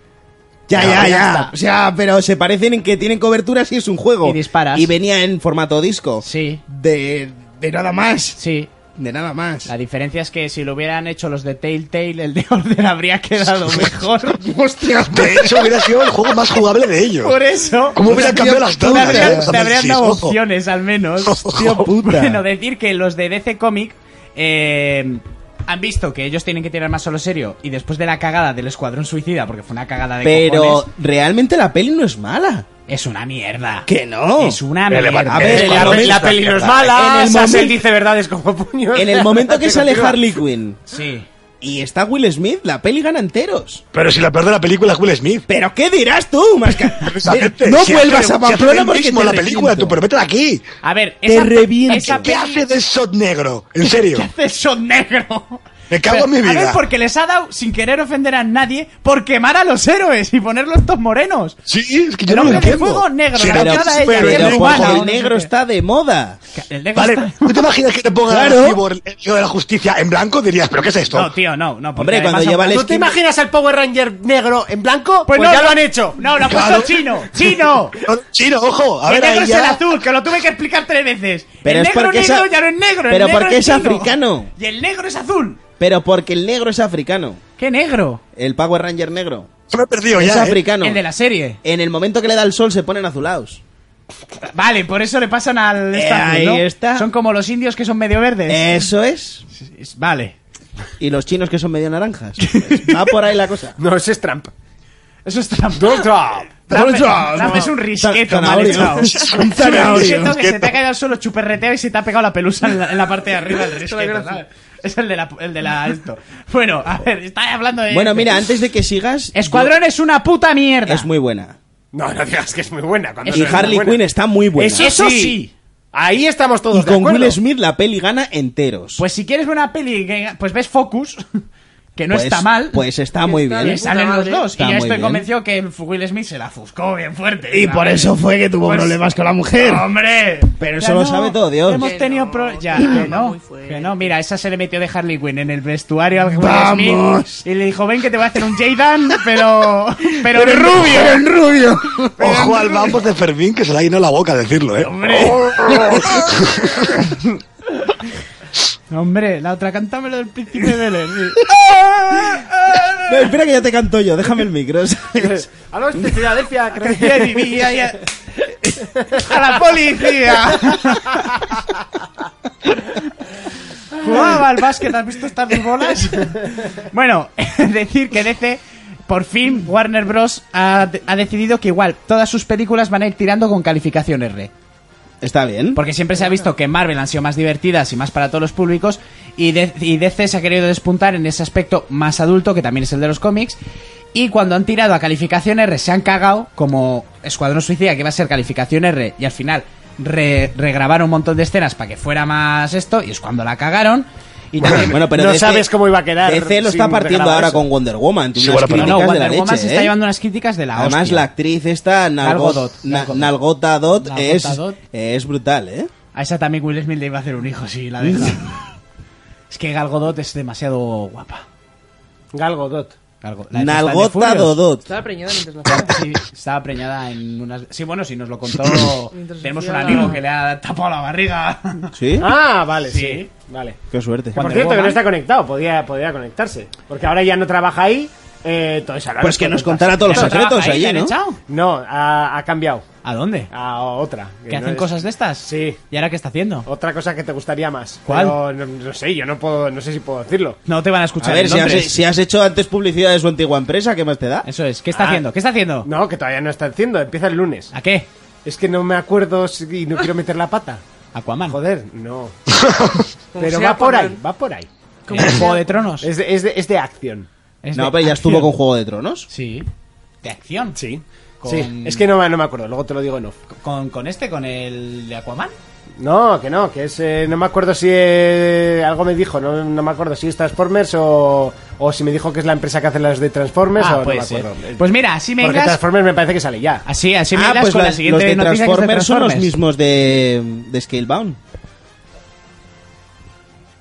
[SPEAKER 4] Ya, ya,
[SPEAKER 3] Ya
[SPEAKER 4] ya.
[SPEAKER 3] está.
[SPEAKER 4] O sea, pero se parecen en que tienen coberturas y es un juego.
[SPEAKER 3] Y disparas.
[SPEAKER 4] Y venía en formato disco.
[SPEAKER 3] Sí.
[SPEAKER 4] De, de nada más.
[SPEAKER 3] Sí.
[SPEAKER 4] De nada más.
[SPEAKER 3] La diferencia es que si lo hubieran hecho los de Telltale, el de Order habría quedado mejor.
[SPEAKER 4] Hostia,
[SPEAKER 6] De hecho, hubiera sido el juego más jugable de ellos.
[SPEAKER 3] Por eso.
[SPEAKER 6] ¿Cómo hubieran cambiado las
[SPEAKER 3] Te
[SPEAKER 6] tablas?
[SPEAKER 3] habrían,
[SPEAKER 6] eh?
[SPEAKER 3] te habrían dado
[SPEAKER 6] Ojo.
[SPEAKER 3] opciones, al menos.
[SPEAKER 4] Hostia puta.
[SPEAKER 3] Bueno, decir que los de DC Comic eh, han visto que ellos tienen que tirar más solo serio. Y después de la cagada del Escuadrón Suicida, porque fue una cagada de
[SPEAKER 4] Pero
[SPEAKER 3] cojones,
[SPEAKER 4] realmente la peli no es mala.
[SPEAKER 3] es una mierda.
[SPEAKER 4] Que no.
[SPEAKER 3] Es una
[SPEAKER 6] Pero le-
[SPEAKER 3] mierda.
[SPEAKER 4] A ver,
[SPEAKER 6] Eh,
[SPEAKER 4] en el
[SPEAKER 6] cuando
[SPEAKER 4] momento-
[SPEAKER 2] La peli no es mala,
[SPEAKER 4] En el
[SPEAKER 2] Sassel
[SPEAKER 4] momento-
[SPEAKER 2] dice verdades como puños.
[SPEAKER 4] En el momento que sale
[SPEAKER 2] Continúa.
[SPEAKER 4] Harley Quinn
[SPEAKER 3] Sí.
[SPEAKER 4] y está Will Smith, la peli gana enteros.
[SPEAKER 6] Pero si la peor de la película es Will Smith.
[SPEAKER 4] ¿Pero qué dirás tú, Masca?
[SPEAKER 6] Exactamente.
[SPEAKER 4] No
[SPEAKER 6] Si
[SPEAKER 4] vuelvas
[SPEAKER 6] hace-
[SPEAKER 4] a
[SPEAKER 6] si hace
[SPEAKER 4] Pamplona
[SPEAKER 6] el
[SPEAKER 4] porque
[SPEAKER 6] mismo
[SPEAKER 4] te
[SPEAKER 6] la película,
[SPEAKER 4] reviento.
[SPEAKER 6] tú, pero métela aquí.
[SPEAKER 3] A ver,
[SPEAKER 4] Te
[SPEAKER 3] esa,
[SPEAKER 4] reviento.
[SPEAKER 3] esa
[SPEAKER 6] ¿Qué
[SPEAKER 3] peli
[SPEAKER 6] hace de shot negro? En serio.
[SPEAKER 3] de son negro.
[SPEAKER 6] Me cago en mi
[SPEAKER 3] A ver,
[SPEAKER 6] vida.
[SPEAKER 3] porque les ha dado, sin querer ofender a nadie, por quemar a los héroes y ponerlos todos morenos.
[SPEAKER 6] Sí, es que yo
[SPEAKER 3] El
[SPEAKER 6] no lo
[SPEAKER 3] hombre de
[SPEAKER 6] entiendo.
[SPEAKER 3] fuego negro,
[SPEAKER 6] Sí,
[SPEAKER 3] la
[SPEAKER 6] pero-
[SPEAKER 4] Pero,
[SPEAKER 3] Cada ella,
[SPEAKER 6] pero-
[SPEAKER 4] pero
[SPEAKER 3] tiene
[SPEAKER 4] porque
[SPEAKER 3] humana, o
[SPEAKER 4] el
[SPEAKER 3] no sé
[SPEAKER 4] negro
[SPEAKER 3] qué.
[SPEAKER 4] está de moda.
[SPEAKER 3] El negro
[SPEAKER 6] Vale,
[SPEAKER 3] está-
[SPEAKER 6] ¿tú te imaginas que te pongan
[SPEAKER 4] Claro.
[SPEAKER 6] al cyborg, el hijo de la justicia en blanco? Dirías, ¿pero qué es esto?
[SPEAKER 3] No, tío, no, no. porque
[SPEAKER 4] Hombre, cuando
[SPEAKER 3] además-
[SPEAKER 4] lleva el
[SPEAKER 2] ¿Tú te
[SPEAKER 4] skin-
[SPEAKER 2] imaginas al Power Ranger negro en blanco? Pues,
[SPEAKER 3] Pues no,
[SPEAKER 2] ya
[SPEAKER 3] no.
[SPEAKER 2] lo han hecho.
[SPEAKER 3] No, lo ha puesto
[SPEAKER 6] Claro.
[SPEAKER 3] chino, chino.
[SPEAKER 6] No, Chino, ojo, a
[SPEAKER 3] el
[SPEAKER 6] ver
[SPEAKER 3] negro
[SPEAKER 6] ahí
[SPEAKER 3] es el
[SPEAKER 6] ya.
[SPEAKER 3] azul, que lo tuve que explicar tres veces.
[SPEAKER 4] Pero
[SPEAKER 3] el
[SPEAKER 4] es
[SPEAKER 3] negro
[SPEAKER 4] porque es
[SPEAKER 3] negro
[SPEAKER 4] a-
[SPEAKER 3] ya no es negro. el
[SPEAKER 4] pero
[SPEAKER 3] negro
[SPEAKER 4] porque
[SPEAKER 3] es,
[SPEAKER 4] es
[SPEAKER 3] chino.
[SPEAKER 4] africano.
[SPEAKER 3] Y el negro es azul.
[SPEAKER 4] Pero porque el negro es africano.
[SPEAKER 3] ¿Qué negro?
[SPEAKER 4] El Power Ranger negro.
[SPEAKER 6] Se me he perdido
[SPEAKER 4] Es
[SPEAKER 6] ya. ¿eh?
[SPEAKER 4] africano.
[SPEAKER 3] El de la serie.
[SPEAKER 4] En el momento que le da el sol se ponen azulados.
[SPEAKER 3] Vale, por eso le pasan al
[SPEAKER 4] Eh,
[SPEAKER 3] esta azul,
[SPEAKER 4] ahí
[SPEAKER 3] ¿no?
[SPEAKER 4] está. Eh.
[SPEAKER 3] Son como los indios que son medio verdes.
[SPEAKER 4] Eso es.
[SPEAKER 3] Vale.
[SPEAKER 4] Y los chinos que son medio naranjas. Pues va por ahí la cosa.
[SPEAKER 2] No, ese es Trump.
[SPEAKER 3] Eso es trampa.
[SPEAKER 2] Donald Trump.
[SPEAKER 3] Trump,
[SPEAKER 4] Trump,
[SPEAKER 3] Trump
[SPEAKER 4] no.
[SPEAKER 3] es un risqueto mal
[SPEAKER 4] Zanahoria.
[SPEAKER 3] echado. Es un
[SPEAKER 4] Zanahoria.
[SPEAKER 3] risqueto que se te ha caído al suelo chuperreteo y se te ha pegado la pelusa en la, en la parte de arriba del risqueto, ¿sabes? Es el de la... El de la esto. Bueno, a ver, está hablando de... este.
[SPEAKER 4] Bueno, mira, antes de que sigas.
[SPEAKER 3] Escuadrón es una puta mierda.
[SPEAKER 4] Es muy buena.
[SPEAKER 2] No, no digas que es muy buena. Cuando Ah, no
[SPEAKER 4] Y
[SPEAKER 2] es muy
[SPEAKER 4] Harley
[SPEAKER 2] buena.
[SPEAKER 4] Quinn está muy buena.
[SPEAKER 2] Eso,
[SPEAKER 3] Eso
[SPEAKER 2] sí.
[SPEAKER 3] sí.
[SPEAKER 2] Ahí estamos todos
[SPEAKER 4] Y
[SPEAKER 2] de
[SPEAKER 4] con
[SPEAKER 2] acuerdo.
[SPEAKER 4] Will Smith la peli gana enteros.
[SPEAKER 3] Pues si quieres ver una peli, que- pues ves Focus, que no
[SPEAKER 4] Pues-
[SPEAKER 3] está mal.
[SPEAKER 4] Pues está muy
[SPEAKER 5] Está
[SPEAKER 4] bien.
[SPEAKER 3] Y salen los dos.
[SPEAKER 4] Está
[SPEAKER 3] y yo
[SPEAKER 4] muy
[SPEAKER 3] estoy
[SPEAKER 4] bien.
[SPEAKER 3] convencido que Will Smith se la fuscó bien fuerte. ¿sabes?
[SPEAKER 4] fue que tuvo
[SPEAKER 3] Pues-
[SPEAKER 4] con la mujer.
[SPEAKER 6] Ah,
[SPEAKER 3] ¡Hombre!
[SPEAKER 4] Pero
[SPEAKER 3] Ya
[SPEAKER 4] eso lo sabe todo Dios.
[SPEAKER 3] Hemos
[SPEAKER 5] Que
[SPEAKER 3] tenido
[SPEAKER 5] no,
[SPEAKER 3] pro- Ya,
[SPEAKER 5] que
[SPEAKER 3] que
[SPEAKER 5] no,
[SPEAKER 3] no.
[SPEAKER 5] muy fuerte.
[SPEAKER 3] Que no, mira, esa se le metió de Harley Quinn en el vestuario al Will
[SPEAKER 4] Vamos.
[SPEAKER 3] Smith y le dijo, ven que te voy a hacer un Jaydan, pero... Pero, rubio.
[SPEAKER 6] Ojo al vamos de Fermín que se le ha llenado la boca a decirlo, ¿eh? Oh.
[SPEAKER 3] Hombre, la otra, cántamelo del príncipe Belén.
[SPEAKER 4] No, espera que ya te canto yo, déjame el micro. ¿sabes?
[SPEAKER 2] A los de este Filadelfia,
[SPEAKER 3] Crecía y vivía y a... a la policía. Jugaba al básquet, ¿has visto estas dos bolas? Bueno, decir que DC, por fin, Warner Bros. Ha, ha decidido que igual todas sus películas van a ir tirando con calificación R.
[SPEAKER 4] Está bien.
[SPEAKER 3] Porque siempre se ha visto que Marvel han sido más divertidas y más para todos los públicos. Y, de- y DC se ha querido despuntar en ese aspecto más adulto, que también es el de los cómics. Y cuando han tirado a calificación R, se han cagado, como Escuadrón Suicida, que iba a ser calificación R, y al final re- regrabaron un montón de escenas para que fuera más esto, y es cuando la cagaron. Y también.
[SPEAKER 4] Bueno, pero
[SPEAKER 2] No
[SPEAKER 4] DC
[SPEAKER 2] sabes cómo iba a quedar
[SPEAKER 4] DC lo está
[SPEAKER 2] sin
[SPEAKER 4] partiendo
[SPEAKER 2] regalar
[SPEAKER 4] ahora
[SPEAKER 2] eso.
[SPEAKER 4] con Wonder Woman. Tiene
[SPEAKER 6] Sí,
[SPEAKER 4] unas
[SPEAKER 6] bueno, pero
[SPEAKER 4] críticas
[SPEAKER 3] no,
[SPEAKER 4] de la
[SPEAKER 3] Wonder
[SPEAKER 4] leche,
[SPEAKER 3] Woman se está
[SPEAKER 4] ¿eh?
[SPEAKER 3] llevando unas críticas de la
[SPEAKER 4] Además,
[SPEAKER 3] hostia.
[SPEAKER 4] la actriz esta,
[SPEAKER 3] Gal
[SPEAKER 4] Nalgot,
[SPEAKER 3] Gadot,
[SPEAKER 4] Na-
[SPEAKER 3] Gal Gadot.
[SPEAKER 4] Nalgota Dot,
[SPEAKER 3] Gal
[SPEAKER 4] es,
[SPEAKER 3] Gadot Dot.
[SPEAKER 4] es brutal, ¿eh?
[SPEAKER 3] A esa también Will Smith le iba a hacer un hijo, sí, la deja. es que Gal Gadot es demasiado guapa.
[SPEAKER 2] Galgo Dot.
[SPEAKER 3] Gal Gadot- la de Fast and the
[SPEAKER 4] Nalgota
[SPEAKER 3] Furious.
[SPEAKER 4] Dodot.
[SPEAKER 5] Estaba preñada mientras la
[SPEAKER 3] Sí, estaba preñada en unas... Sí, bueno, si nos lo contó...
[SPEAKER 5] Mientras
[SPEAKER 3] tenemos un
[SPEAKER 5] hacía la-
[SPEAKER 3] amigo que le ha tapado la barriga.
[SPEAKER 4] ¿Sí?
[SPEAKER 2] Ah, vale, sí.
[SPEAKER 3] Sí.
[SPEAKER 2] Vale.
[SPEAKER 4] Qué suerte.
[SPEAKER 2] Por
[SPEAKER 3] Wonder
[SPEAKER 2] cierto, que
[SPEAKER 3] Woman.
[SPEAKER 2] no está conectado. Podría, podría conectarse. Porque ahora ya no trabaja ahí. Eh, todo eso, ahora
[SPEAKER 4] Pues
[SPEAKER 2] nos
[SPEAKER 4] que nos
[SPEAKER 2] conecta.
[SPEAKER 4] contara todos
[SPEAKER 3] ¿Ya
[SPEAKER 4] los
[SPEAKER 3] no
[SPEAKER 4] secretos
[SPEAKER 3] trabaja ahí? ¿Le
[SPEAKER 4] allí,
[SPEAKER 3] han
[SPEAKER 4] ¿no?
[SPEAKER 3] echado?
[SPEAKER 2] No, ha, ha cambiado.
[SPEAKER 3] ¿A dónde?
[SPEAKER 2] A otra.
[SPEAKER 3] ¿Que
[SPEAKER 2] no
[SPEAKER 3] hacen
[SPEAKER 2] es-
[SPEAKER 3] cosas de estas?
[SPEAKER 2] Sí.
[SPEAKER 3] ¿Y ahora qué está haciendo?
[SPEAKER 2] Otra cosa que te gustaría más.
[SPEAKER 3] ¿Cuál?
[SPEAKER 2] Pero no, no sé, yo no puedo, no sé si puedo decirlo.
[SPEAKER 3] No te van a escuchar
[SPEAKER 4] A ver,
[SPEAKER 3] en
[SPEAKER 4] si has,
[SPEAKER 3] Londres.
[SPEAKER 4] si has hecho antes publicidad de su antigua empresa, ¿qué más te da?
[SPEAKER 3] Eso es. ¿Qué está
[SPEAKER 2] Ah.
[SPEAKER 3] haciendo? ¿Qué está haciendo?
[SPEAKER 2] No, que todavía no está haciendo, empieza el lunes.
[SPEAKER 3] ¿A qué?
[SPEAKER 2] Es que no me acuerdo si- y no quiero meter la pata.
[SPEAKER 3] Aquaman.
[SPEAKER 2] Joder, no.
[SPEAKER 5] Como
[SPEAKER 2] Pero
[SPEAKER 5] sea,
[SPEAKER 2] va por ahí,
[SPEAKER 5] Aquaman.
[SPEAKER 2] va por ahí.
[SPEAKER 3] Como el Juego de Tronos.
[SPEAKER 2] Es de, es de, es de acción.
[SPEAKER 3] Es
[SPEAKER 4] No,
[SPEAKER 3] de
[SPEAKER 4] pero ya
[SPEAKER 3] acción.
[SPEAKER 4] estuvo con Juego de Tronos.
[SPEAKER 3] Sí. De acción.
[SPEAKER 2] Sí.
[SPEAKER 3] Con-
[SPEAKER 2] Sí, es que no, me- no me acuerdo, luego te lo digo en off.
[SPEAKER 3] Con, con este, con el de Aquaman.
[SPEAKER 2] No, que no, que es. eh, no me acuerdo si. eh, algo me dijo, no, no me acuerdo si es Transformers o, o si me dijo que es la empresa que hace las de Transformers
[SPEAKER 3] Ah,
[SPEAKER 2] o
[SPEAKER 3] puede
[SPEAKER 2] no me
[SPEAKER 3] ser.
[SPEAKER 2] acuerdo. Eh,
[SPEAKER 3] Pues mira, así me
[SPEAKER 2] Porque
[SPEAKER 3] hilas...
[SPEAKER 2] Transformers me parece que sale ya.
[SPEAKER 3] Así, así me
[SPEAKER 4] ah,
[SPEAKER 3] hilas
[SPEAKER 4] pues
[SPEAKER 3] con la
[SPEAKER 4] las- los
[SPEAKER 3] siguiente
[SPEAKER 4] de
[SPEAKER 3] noticia que es de
[SPEAKER 4] Transformers son los
[SPEAKER 3] Transformers.
[SPEAKER 4] mismos de, de Scalebound.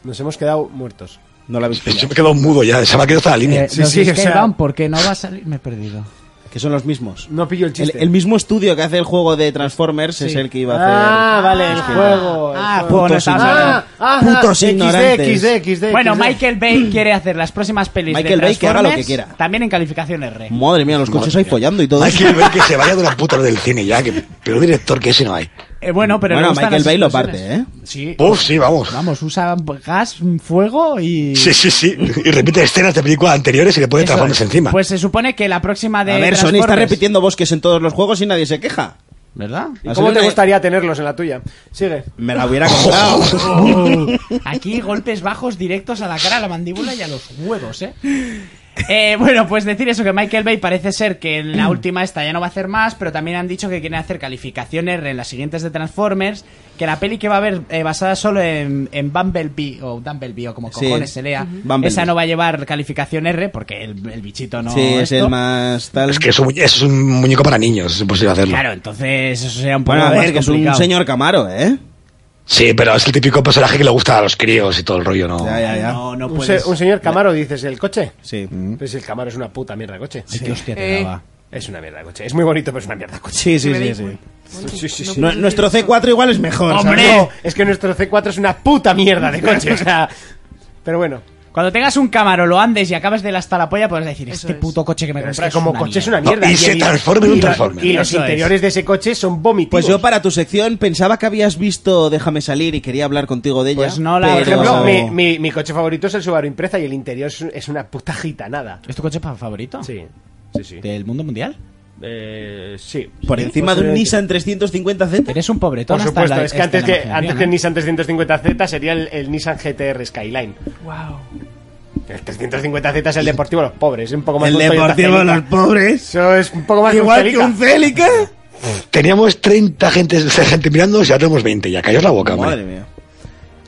[SPEAKER 2] Nos hemos quedado muertos.
[SPEAKER 4] No la habéis
[SPEAKER 6] Yo
[SPEAKER 4] pillado.
[SPEAKER 6] me quedo mudo ya, se me ha quedado hasta la línea.
[SPEAKER 3] Eh,
[SPEAKER 2] Sí,
[SPEAKER 3] los
[SPEAKER 2] sí,
[SPEAKER 3] de
[SPEAKER 2] o sea-
[SPEAKER 3] Scalebound, ¿por qué no va a salir? Me he perdido.
[SPEAKER 4] Que son los mismos.
[SPEAKER 2] No pillo el
[SPEAKER 4] El,
[SPEAKER 2] chiste.
[SPEAKER 4] el mismo estudio que hace el juego de Transformers es
[SPEAKER 3] Sí.
[SPEAKER 4] el que iba a hacer.
[SPEAKER 2] Ah, vale, el juego. el
[SPEAKER 3] Ah,
[SPEAKER 2] juego.
[SPEAKER 3] pues no
[SPEAKER 4] Putos
[SPEAKER 3] estaba
[SPEAKER 2] Ah,
[SPEAKER 3] hablando.
[SPEAKER 2] ah,
[SPEAKER 4] Putos
[SPEAKER 2] XD,
[SPEAKER 4] ignorantes.
[SPEAKER 2] XD, XD,
[SPEAKER 3] Bueno,
[SPEAKER 2] XD.
[SPEAKER 3] Michael Bay quiere hacer las próximas pelis
[SPEAKER 4] Michael
[SPEAKER 3] de
[SPEAKER 4] Bay, que haga lo
[SPEAKER 3] Transformers,
[SPEAKER 4] que quiera.
[SPEAKER 3] También en calificación R.
[SPEAKER 4] Madre mía, los coches ahí follando y todo.
[SPEAKER 6] Hay que ver que se vaya de la puta hora del cine ya, que peor director que ese no hay.
[SPEAKER 3] Eh, bueno, pero
[SPEAKER 4] Bueno,
[SPEAKER 3] le gustan
[SPEAKER 4] Michael
[SPEAKER 3] las
[SPEAKER 4] Bay lo
[SPEAKER 3] explosiones.
[SPEAKER 4] parte, ¿eh?
[SPEAKER 3] Sí.
[SPEAKER 6] Uf, sí, vamos.
[SPEAKER 3] Vamos, usa gas, fuego y...
[SPEAKER 6] Sí, sí, sí. Y repite escenas de películas anteriores y le pone
[SPEAKER 3] Eso
[SPEAKER 6] Transformers
[SPEAKER 3] es.
[SPEAKER 6] encima.
[SPEAKER 3] Pues se supone que la próxima de
[SPEAKER 4] A ver, Sony está
[SPEAKER 3] Transformers-
[SPEAKER 4] repitiendo bosques en todos los juegos y nadie se queja.
[SPEAKER 3] ¿Verdad?
[SPEAKER 2] ¿Y ¿Cómo te gustaría tenerlos en la tuya? Sigue.
[SPEAKER 4] Me la hubiera comprado.
[SPEAKER 3] Aquí golpes bajos directos a la cara, a la mandíbula y a los huevos, ¿eh? Eh, bueno, pues decir eso, que Michael Bay parece ser que en la última esta ya no va a hacer más, pero también han dicho que quieren hacer calificaciones en las siguientes de Transformers, que la peli que va a haber eh, basada solo en, en Bumblebee, o Dumblebee, o como
[SPEAKER 4] Sí.
[SPEAKER 3] cojones se lea,
[SPEAKER 4] Bumblebee.
[SPEAKER 3] esa no va a llevar calificación R, porque el, el bichito no...
[SPEAKER 4] sí, es
[SPEAKER 3] esto.
[SPEAKER 4] el más tal.
[SPEAKER 6] Es que eso, eso es un muñeco para niños, es imposible hacerlo.
[SPEAKER 3] Claro, entonces eso sería un poco
[SPEAKER 4] Bueno, a
[SPEAKER 3] más
[SPEAKER 4] ver, que es un
[SPEAKER 3] complicado.
[SPEAKER 4] señor camaro, ¿eh?
[SPEAKER 6] Sí, pero es el típico personaje que le gusta a los críos y todo el rollo, ¿no?
[SPEAKER 4] Ya, ya, ya.
[SPEAKER 3] No, no
[SPEAKER 2] Un, se-
[SPEAKER 3] puedes...
[SPEAKER 2] un señor Camaro, dices, ¿el coche?
[SPEAKER 4] Sí.
[SPEAKER 2] Pues el Camaro es una puta mierda de coche.
[SPEAKER 3] Ay, qué hostia
[SPEAKER 5] Eh.
[SPEAKER 3] te daba.
[SPEAKER 2] Es una mierda de coche. Es muy bonito, pero es una mierda de coche.
[SPEAKER 4] Sí, sí, sí,
[SPEAKER 5] di
[SPEAKER 4] sí.
[SPEAKER 2] Sí, sí, sí.
[SPEAKER 4] Nu- Nuestro C4 igual es mejor.
[SPEAKER 3] ¡Hombre!
[SPEAKER 4] ¿sabes?
[SPEAKER 2] No, es que nuestro C4 es una puta mierda de coche, o sea... Pero bueno.
[SPEAKER 3] Cuando tengas un Camaro, lo andes y acabes de la hasta la polla, podrás decir, este
[SPEAKER 5] es.
[SPEAKER 3] puto coche que me
[SPEAKER 2] Pero es
[SPEAKER 3] compré
[SPEAKER 2] que como
[SPEAKER 3] una
[SPEAKER 2] coche es
[SPEAKER 3] mierda".
[SPEAKER 2] una mierda.
[SPEAKER 6] No, y se
[SPEAKER 2] el-
[SPEAKER 6] transforma en un
[SPEAKER 2] y lo-
[SPEAKER 6] Transformer.
[SPEAKER 2] Y los
[SPEAKER 3] Eso es.
[SPEAKER 2] interiores de ese coche son vomitivos.
[SPEAKER 4] Pues yo para tu sección pensaba que habías visto Déjame salir y quería hablar contigo de ella.
[SPEAKER 3] Pues no la-
[SPEAKER 4] pero-
[SPEAKER 2] Por ejemplo,
[SPEAKER 3] Pero-
[SPEAKER 2] mi, mi- mi coche favorito es el Subaru Impreza y el interior es, es una puta gitanada.
[SPEAKER 3] ¿Es tu coche pa- favorito?
[SPEAKER 2] Sí, sí, sí.
[SPEAKER 3] ¿Del mundo mundial?
[SPEAKER 2] Eh, sí. pues,
[SPEAKER 4] Por encima de un
[SPEAKER 2] Posiblemente.
[SPEAKER 4] Nissan 350Z.
[SPEAKER 3] Eres un pobretón.
[SPEAKER 2] Por
[SPEAKER 3] hasta
[SPEAKER 2] supuesto,
[SPEAKER 3] la-
[SPEAKER 2] es que
[SPEAKER 3] hasta
[SPEAKER 2] antes
[SPEAKER 3] la
[SPEAKER 2] que,
[SPEAKER 3] imaginación,
[SPEAKER 2] antes que el
[SPEAKER 3] ¿eh?
[SPEAKER 2] Nissan 350Z sería el, el Nissan GTR Skyline.
[SPEAKER 5] Wow.
[SPEAKER 2] El 350Z es el deportivo de los pobres, es un poco más
[SPEAKER 4] El
[SPEAKER 2] un Toyota
[SPEAKER 4] deportivo de
[SPEAKER 2] Celica.
[SPEAKER 4] los pobres.
[SPEAKER 2] Eso es un poco más
[SPEAKER 4] Igual que
[SPEAKER 2] Celica.
[SPEAKER 4] un Celica.
[SPEAKER 6] Teníamos 30 gente, gente mirando y ahora tenemos 20. Ya callos la boca, hombre.
[SPEAKER 4] Madre mía.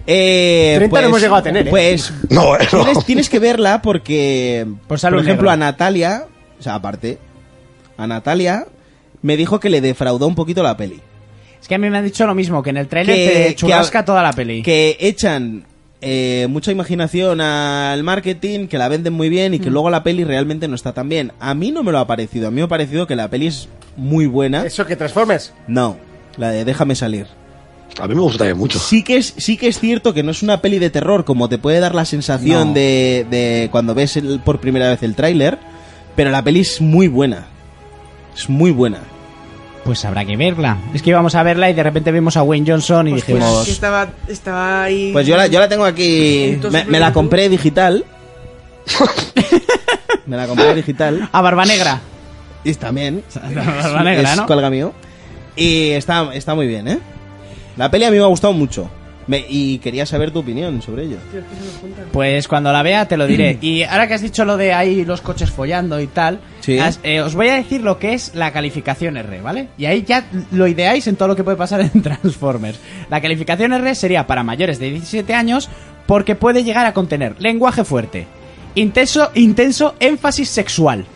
[SPEAKER 4] Eh,
[SPEAKER 2] 30
[SPEAKER 4] pues-
[SPEAKER 2] no hemos llegado a tener, ¿eh?
[SPEAKER 4] Pues
[SPEAKER 6] No, eh, no.
[SPEAKER 4] tienes, tienes que verla porque,
[SPEAKER 3] Por
[SPEAKER 4] por,
[SPEAKER 3] salud
[SPEAKER 4] ejemplo,
[SPEAKER 3] negro.
[SPEAKER 4] a Natalia, o sea, aparte, a Natalia me dijo que le defraudó un poquito la peli.
[SPEAKER 3] Es que a mí me han dicho lo mismo, que en el trailer
[SPEAKER 4] Que-
[SPEAKER 3] te churrasca
[SPEAKER 4] que-
[SPEAKER 3] toda la peli.
[SPEAKER 4] Que echan eh, mucha imaginación al marketing, que la venden muy bien y que luego la peli realmente no está tan bien. A mí no me lo ha parecido, a mí me ha parecido que la peli es muy buena.
[SPEAKER 2] Eso que transformes.
[SPEAKER 4] No, la de Déjame salir.
[SPEAKER 6] A mí me gusta también mucho.
[SPEAKER 4] Sí que, es, sí que es cierto que no es una peli de terror, como te puede dar la sensación
[SPEAKER 3] No.
[SPEAKER 4] de, de cuando ves el- por primera vez el tráiler, pero la peli es muy buena. Es muy buena.
[SPEAKER 3] Pues habrá que verla. Es que íbamos a verla y de repente vimos a Wayne Johnson y
[SPEAKER 5] Pues, pues,
[SPEAKER 3] dijimos...
[SPEAKER 5] sí estaba, estaba ahí.
[SPEAKER 4] Pues yo la, yo la tengo aquí. Me, me la compré digital. me la compré digital.
[SPEAKER 3] A Barba Negra.
[SPEAKER 4] Y también.
[SPEAKER 3] Barba Negra,
[SPEAKER 4] es
[SPEAKER 3] ¿no?
[SPEAKER 4] colega mío. Y está, está muy bien, ¿eh? La peli a mí me ha gustado mucho. Me- y quería saber tu opinión sobre ello.
[SPEAKER 3] Pues cuando la vea te lo diré. Y ahora que has dicho lo de ahí los coches follando y tal,
[SPEAKER 4] Sí.
[SPEAKER 3] has- eh, os voy a decir lo que es la calificación R, ¿vale? Y ahí ya lo ideáis en todo lo que puede pasar en Transformers. La calificación R sería para mayores de 17 años porque puede llegar a contener lenguaje fuerte, intenso, intenso énfasis sexual,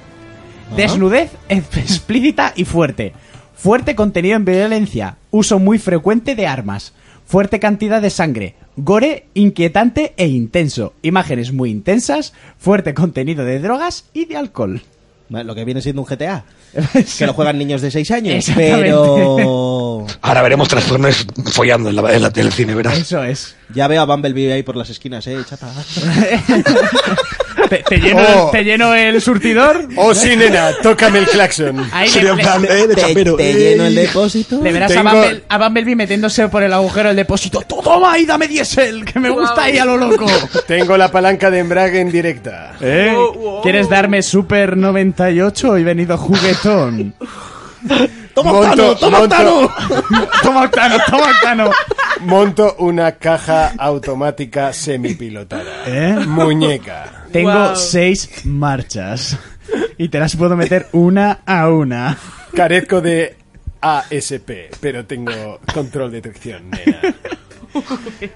[SPEAKER 3] desnudez explícita y fuerte, fuerte contenido en violencia, uso muy frecuente de armas, fuerte cantidad de sangre, gore inquietante e intenso, imágenes muy intensas, fuerte contenido de drogas y de alcohol.
[SPEAKER 4] Vale, Lo que viene siendo un GTA. que lo juegan niños de 6 años.
[SPEAKER 3] Exactamente.
[SPEAKER 4] Pero.
[SPEAKER 6] Ahora veremos Transformers follando en la, en la tele cine, verás.
[SPEAKER 3] Eso es.
[SPEAKER 4] Ya veo a Bumblebee ahí por las esquinas, eh, chata.
[SPEAKER 3] Te, te lleno,
[SPEAKER 2] Oh.
[SPEAKER 3] te lleno el surtidor.
[SPEAKER 2] Oh, sí, nena, tócame el claxon.
[SPEAKER 3] Ahí
[SPEAKER 6] Sería
[SPEAKER 3] le,
[SPEAKER 6] un
[SPEAKER 3] le-
[SPEAKER 6] plan eh, de
[SPEAKER 4] Te,
[SPEAKER 6] chapero.
[SPEAKER 4] te
[SPEAKER 6] ey.
[SPEAKER 4] lleno el depósito.
[SPEAKER 3] le verás a,
[SPEAKER 2] Tengo-
[SPEAKER 3] Bumble- a Bumblebee metiéndose por el agujero del depósito. "Tú Toma y dame diésel, que me gusta ahí a lo loco.
[SPEAKER 2] Tengo la palanca de embrague en directa.
[SPEAKER 3] ¿Eh? ¿Quieres darme Super 98 y venido juguetón?
[SPEAKER 4] ¡Toma
[SPEAKER 2] Monto-
[SPEAKER 4] Octano! ¡Toma
[SPEAKER 2] monto-
[SPEAKER 4] Octano!
[SPEAKER 3] toma octano, toma octano.
[SPEAKER 2] Monto una caja automática semipilotada.
[SPEAKER 3] ¿Eh?
[SPEAKER 2] Muñeca.
[SPEAKER 3] Tengo
[SPEAKER 5] Guau.
[SPEAKER 3] seis marchas y te las puedo meter una a una.
[SPEAKER 2] Carezco de ASP, pero tengo control de tracción, nena.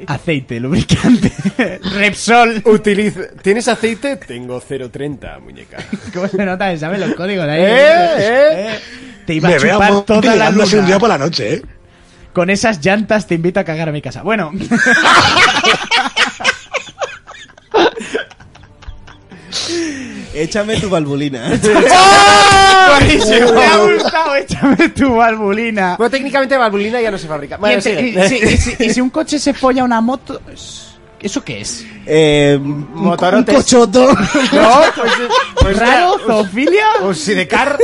[SPEAKER 3] Aceite, lubricante, Repsol.
[SPEAKER 2] Utiliza... ¿Tienes aceite? Tengo 0.30, muñeca.
[SPEAKER 3] ¿Cómo se nota? ¿Sabes los códigos de ahí?
[SPEAKER 2] ¿Eh? ¿Eh?
[SPEAKER 3] Te iba a
[SPEAKER 6] Me veo
[SPEAKER 3] chupar
[SPEAKER 6] a
[SPEAKER 3] toda la
[SPEAKER 6] llegando así un día
[SPEAKER 3] luna.
[SPEAKER 6] por la noche, ¿eh?
[SPEAKER 3] Con esas llantas te invito a cagar a mi casa. Bueno,
[SPEAKER 4] Échame tu valvulina.
[SPEAKER 2] Ah.
[SPEAKER 3] me ha gustado. Échame tu valvulina.
[SPEAKER 2] Bueno, técnicamente valvulina ya no se fabrica.
[SPEAKER 3] Y,
[SPEAKER 2] Bueno,
[SPEAKER 3] ente-
[SPEAKER 2] sigue.
[SPEAKER 3] y- si- y si- y si un coche se folla una moto... es- ¿Eso qué es?
[SPEAKER 4] eh, un-
[SPEAKER 2] Motorotes.
[SPEAKER 4] Un cochoto.
[SPEAKER 2] No, pues, pues
[SPEAKER 3] ¿Raro?
[SPEAKER 2] mira,
[SPEAKER 3] ¿Zoofilia?
[SPEAKER 2] Un sidecar.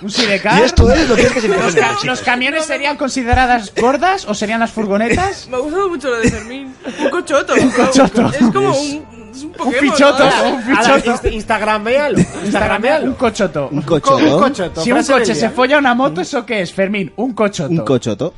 [SPEAKER 3] ¿Un sidecar?
[SPEAKER 6] Y esto es lo que es que se
[SPEAKER 3] ¿Los, ca- los camiones serían consideradas gordas o serían las furgonetas?
[SPEAKER 5] Me ha gustado mucho lo de Fermín. Un cochoto. un
[SPEAKER 3] cochoto.
[SPEAKER 5] Es como un. Es un Pokémon.
[SPEAKER 3] pichoto.
[SPEAKER 5] ¿no?
[SPEAKER 3] Un pichoto.
[SPEAKER 2] Instagraméalo.
[SPEAKER 3] Un
[SPEAKER 2] Instagraméalo.
[SPEAKER 3] cochoto.
[SPEAKER 4] Un
[SPEAKER 2] Co- Un
[SPEAKER 4] cochoto.
[SPEAKER 2] cochoto.
[SPEAKER 3] Si un
[SPEAKER 2] frase del
[SPEAKER 3] coche se
[SPEAKER 2] día.
[SPEAKER 3] folla una moto, ¿eso qué es, Fermín? Un cochoto.
[SPEAKER 4] Un cochoto.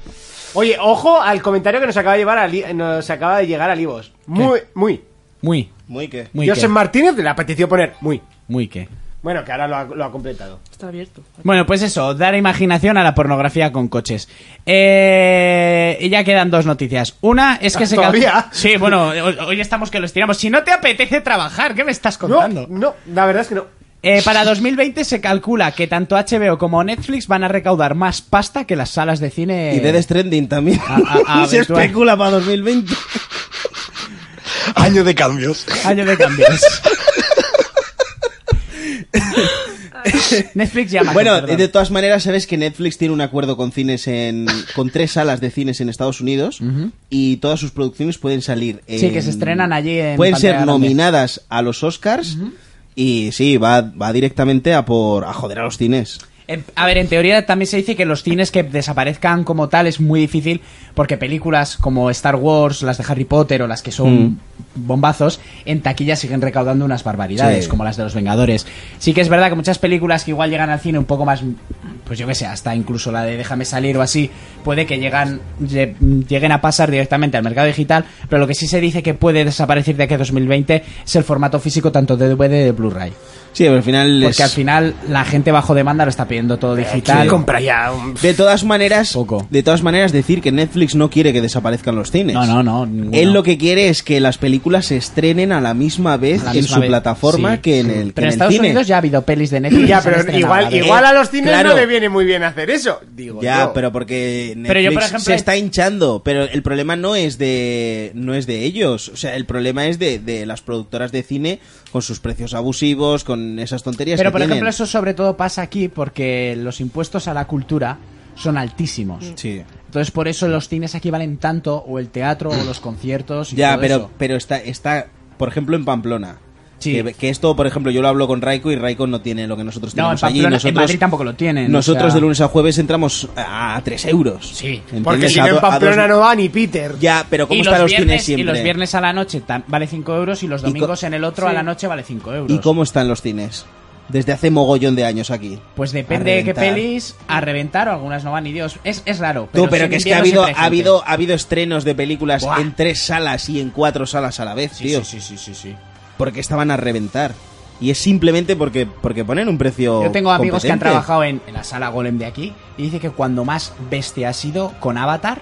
[SPEAKER 2] Oye, ojo al comentario que nos acaba de, llevar a Li- nos acaba de llegar a Libos. Muy, muy.
[SPEAKER 3] Muy,
[SPEAKER 4] Muy que.
[SPEAKER 3] muy
[SPEAKER 2] Josep
[SPEAKER 3] que.
[SPEAKER 2] Martínez le apeteció poner muy.
[SPEAKER 3] Muy que.
[SPEAKER 2] Bueno, que ahora lo ha, lo ha completado.
[SPEAKER 5] Está abierto.
[SPEAKER 3] Bueno, pues eso, dar imaginación a la pornografía con coches. Eh, y ya quedan dos noticias. Una es que se cal-
[SPEAKER 2] ¿Todavía?
[SPEAKER 3] Sí, bueno, hoy hoy estamos que lo estiramos. Si no te apetece trabajar, ¿qué me estás
[SPEAKER 2] No,
[SPEAKER 3] contando?
[SPEAKER 2] no, la verdad es que no.
[SPEAKER 3] Eh, para 2020 se calcula que tanto HBO como Netflix van a recaudar más pasta que las salas de cine.
[SPEAKER 4] Y Dead Stranding también.
[SPEAKER 3] Eh. a- a-
[SPEAKER 4] Se
[SPEAKER 3] habitual.
[SPEAKER 4] especula para 2020.
[SPEAKER 6] Año de cambios.
[SPEAKER 3] Año de cambios. Netflix llama.
[SPEAKER 4] Bueno,
[SPEAKER 3] perdón.
[SPEAKER 4] de todas maneras, sabes que Netflix tiene un acuerdo con cines en. con tres salas de cines en Estados Unidos y todas sus producciones pueden salir.
[SPEAKER 3] Sí,
[SPEAKER 4] en-
[SPEAKER 3] que se estrenan allí en
[SPEAKER 4] Pueden
[SPEAKER 3] pantalla
[SPEAKER 4] ser
[SPEAKER 3] grande.
[SPEAKER 4] nominadas a los Oscars y sí, va, va directamente a por. a joder a los cines.
[SPEAKER 3] Eh, A ver, en teoría también se dice que los cines que desaparezcan como tal es muy difícil porque películas como Star Wars, las de Harry Potter o las que son bombazos, en taquilla siguen recaudando unas barbaridades
[SPEAKER 4] Sí.
[SPEAKER 3] como las de los Vengadores. Sí que es verdad que muchas películas que igual llegan al cine un poco más, pues yo que sé, hasta incluso la de Déjame salir o así, puede que llegan, lle- lleguen a pasar directamente al mercado digital, pero lo que sí se dice que puede desaparecer de aquí a 2020 es el formato físico tanto de DVD de Blu-ray.
[SPEAKER 4] Sí, pero al final. es-
[SPEAKER 3] Porque al final la gente bajo demanda lo está pidiendo todo digital.
[SPEAKER 2] Compra ya un...
[SPEAKER 4] De todas maneras,
[SPEAKER 3] Poco.
[SPEAKER 4] de todas maneras decir que Netflix no quiere que desaparezcan los cines.
[SPEAKER 3] No, no, no. ninguno.
[SPEAKER 4] Él lo que quiere es que las películas se estrenen a la misma vez
[SPEAKER 3] La
[SPEAKER 4] en
[SPEAKER 3] misma
[SPEAKER 4] su
[SPEAKER 3] vez.
[SPEAKER 4] plataforma
[SPEAKER 3] Sí,
[SPEAKER 4] que en
[SPEAKER 3] sí.
[SPEAKER 4] el, que
[SPEAKER 3] Pero en
[SPEAKER 4] en el
[SPEAKER 3] Estados
[SPEAKER 4] cine.
[SPEAKER 3] Unidos ya ha habido pelis de
[SPEAKER 2] Ya,
[SPEAKER 3] Netflix. que se han
[SPEAKER 2] pero
[SPEAKER 3] estrenado a la
[SPEAKER 2] igual,
[SPEAKER 3] vez.
[SPEAKER 2] igual a los cines
[SPEAKER 4] Claro.
[SPEAKER 2] no le viene muy bien hacer eso. Digo,
[SPEAKER 4] Ya,
[SPEAKER 2] yo.
[SPEAKER 4] pero porque Netflix
[SPEAKER 3] Pero yo, por ejemplo,
[SPEAKER 4] se está hinchando, pero el problema no es de no es de ellos, o sea, el problema es de, de las productoras de cine con sus precios abusivos, con esas tonterías
[SPEAKER 3] Pero
[SPEAKER 4] que
[SPEAKER 3] por
[SPEAKER 4] tienen.
[SPEAKER 3] ejemplo, eso sobre todo pasa aquí porque los impuestos a la cultura son altísimos.
[SPEAKER 4] Sí.
[SPEAKER 3] Entonces, por eso los cines aquí valen tanto, o el teatro, o los conciertos. y
[SPEAKER 4] Ya,
[SPEAKER 3] todo
[SPEAKER 4] pero
[SPEAKER 3] eso.
[SPEAKER 4] pero está está por ejemplo en Pamplona.
[SPEAKER 3] Sí.
[SPEAKER 4] Que, que esto, por ejemplo, yo lo hablo con Raiko y Raiko no tiene lo que nosotros
[SPEAKER 3] No, en
[SPEAKER 4] tenemos allí.
[SPEAKER 3] Pamplona, en
[SPEAKER 4] Nosotros,
[SPEAKER 3] Madrid tampoco lo tienen,
[SPEAKER 4] Nosotros
[SPEAKER 3] o sea.
[SPEAKER 4] de lunes a jueves entramos a 3 euros.
[SPEAKER 3] Sí,
[SPEAKER 2] Porque
[SPEAKER 4] ¿Entiendes?
[SPEAKER 2] si
[SPEAKER 4] A
[SPEAKER 2] no en
[SPEAKER 4] do- a
[SPEAKER 2] Pamplona
[SPEAKER 4] dos-
[SPEAKER 2] no va ni Peter.
[SPEAKER 4] Ya, pero ¿cómo
[SPEAKER 3] Y
[SPEAKER 4] están
[SPEAKER 3] los,
[SPEAKER 4] los
[SPEAKER 3] viernes,
[SPEAKER 4] cines siempre?
[SPEAKER 3] y los viernes a la noche tam- vale 5 euros y los
[SPEAKER 4] co-
[SPEAKER 3] domingos en el otro a la noche vale 5 euros.
[SPEAKER 4] ¿Y cómo están los cines? Desde hace mogollón de años aquí.
[SPEAKER 3] Pues
[SPEAKER 4] A
[SPEAKER 3] depende de qué
[SPEAKER 4] reventar.
[SPEAKER 3] pelis, a reventar o algunas no van ni Dios. Es, es raro.
[SPEAKER 4] Tú, pero,
[SPEAKER 3] sí,
[SPEAKER 4] que es que ha
[SPEAKER 3] invierno siempre
[SPEAKER 4] habido, ha
[SPEAKER 3] hay gente.
[SPEAKER 4] habido, ha habido estrenos de películas
[SPEAKER 3] Buah.
[SPEAKER 4] en tres salas y en cuatro salas a la vez,
[SPEAKER 3] Sí,
[SPEAKER 4] tío.
[SPEAKER 3] sí, sí, sí, sí, sí.
[SPEAKER 4] Porque estaban a reventar. Y es simplemente porque, porque ponen un precio.
[SPEAKER 3] Yo tengo amigos que han
[SPEAKER 4] competente.
[SPEAKER 3] trabajado en, en la sala Golem de aquí y dice que cuando más bestia ha sido con Avatar,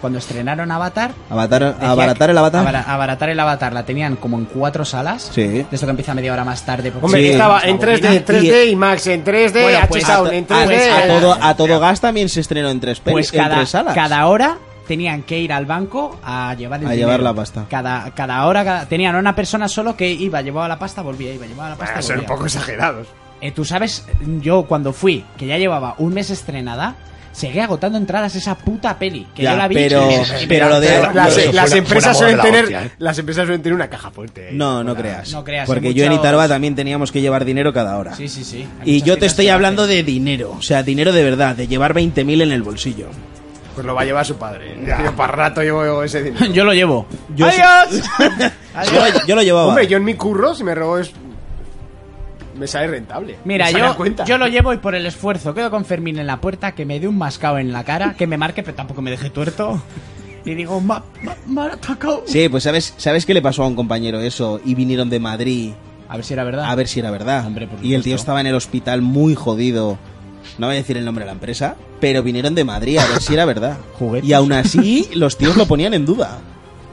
[SPEAKER 3] cuando estrenaron Avatar,
[SPEAKER 4] Avatar,
[SPEAKER 3] decía
[SPEAKER 4] abaratar
[SPEAKER 3] que-
[SPEAKER 4] el avatar.
[SPEAKER 3] abara- abaratar el Avatar, la tenían como en cuatro salas.
[SPEAKER 4] Sí.
[SPEAKER 3] De esto que empieza media hora más tarde. porque
[SPEAKER 2] Hombre,
[SPEAKER 4] Sí.
[SPEAKER 2] que estaba en
[SPEAKER 3] Aburrida.
[SPEAKER 2] 3D, en 3D y Max en 3D,
[SPEAKER 3] Bueno,
[SPEAKER 2] H
[SPEAKER 3] pues,
[SPEAKER 2] Sound
[SPEAKER 4] A-
[SPEAKER 2] en 3D.
[SPEAKER 4] pues a,
[SPEAKER 2] eh,
[SPEAKER 4] todo, a todo gas también se estrenó en tres, pelis,
[SPEAKER 3] Pues
[SPEAKER 4] en
[SPEAKER 3] cada,
[SPEAKER 4] tres salas.
[SPEAKER 3] cada hora tenían que ir al banco a llevar el
[SPEAKER 4] A llevar
[SPEAKER 3] dinero.
[SPEAKER 4] la pasta.
[SPEAKER 3] Cada, cada hora cada- tenían a una persona solo que iba, llevaba la pasta, volvía, iba, llevaba la pasta,
[SPEAKER 2] Bueno, son un
[SPEAKER 3] volvía.
[SPEAKER 2] poco exagerados.
[SPEAKER 3] Eh, Tú sabes, yo cuando fui, que ya llevaba un mes estrenada, seguía agotando entradas esa puta peli. Que
[SPEAKER 4] Ya,
[SPEAKER 3] yo la vi.
[SPEAKER 4] pero-
[SPEAKER 3] y me- y me
[SPEAKER 4] pero lo de-
[SPEAKER 3] levanté.
[SPEAKER 4] Pero
[SPEAKER 2] las,
[SPEAKER 4] eso fue
[SPEAKER 2] las
[SPEAKER 6] una-
[SPEAKER 2] empresas
[SPEAKER 6] fue una
[SPEAKER 2] suelen
[SPEAKER 6] moda de la
[SPEAKER 2] tener
[SPEAKER 6] hostia, ¿eh?
[SPEAKER 2] las empresas suelen tener una caja fuerte. eh.
[SPEAKER 4] No, no creas.
[SPEAKER 3] no creas,
[SPEAKER 4] Porque
[SPEAKER 3] hay
[SPEAKER 4] yo en
[SPEAKER 3] muchos-
[SPEAKER 4] Itarba también teníamos que llevar dinero cada hora.
[SPEAKER 3] Sí, sí, sí. Hay
[SPEAKER 4] Y
[SPEAKER 3] muchas
[SPEAKER 4] yo te
[SPEAKER 3] chicas
[SPEAKER 4] estoy
[SPEAKER 3] que lo
[SPEAKER 4] hablando
[SPEAKER 3] hacen.
[SPEAKER 4] de dinero, o sea, dinero de verdad, de llevar 20.000 en el bolsillo.
[SPEAKER 2] Pues lo va a llevar su padre. Yo para rato llevo ese dinero.
[SPEAKER 3] Yo lo llevo.
[SPEAKER 4] Yo
[SPEAKER 2] ¡Adiós!
[SPEAKER 4] Yo, yo lo
[SPEAKER 6] Ah,
[SPEAKER 4] llevaba.
[SPEAKER 2] Hombre, yo en mi curro, si me robo es. Me sale rentable.
[SPEAKER 3] Mira,
[SPEAKER 2] Me sale a
[SPEAKER 3] yo,
[SPEAKER 2] cuenta.
[SPEAKER 3] yo lo llevo y por el esfuerzo quedo con Fermín en la puerta, que me dé un mascao en la cara, que me marque, pero tampoco me deje tuerto. Y digo, ma, ma, ma, atacao".
[SPEAKER 4] Sí, pues sabes, sabes qué le pasó a un compañero eso y vinieron de Madrid
[SPEAKER 3] A ver si era verdad.
[SPEAKER 4] a ver si era verdad.
[SPEAKER 3] Hombre, por
[SPEAKER 4] y el
[SPEAKER 3] supuesto.
[SPEAKER 4] tío estaba en el hospital muy jodido. No voy a decir el nombre de la empresa, pero vinieron de Madrid a ver si era verdad.
[SPEAKER 3] Juguetes.
[SPEAKER 4] Y aún así los tíos lo ponían en duda.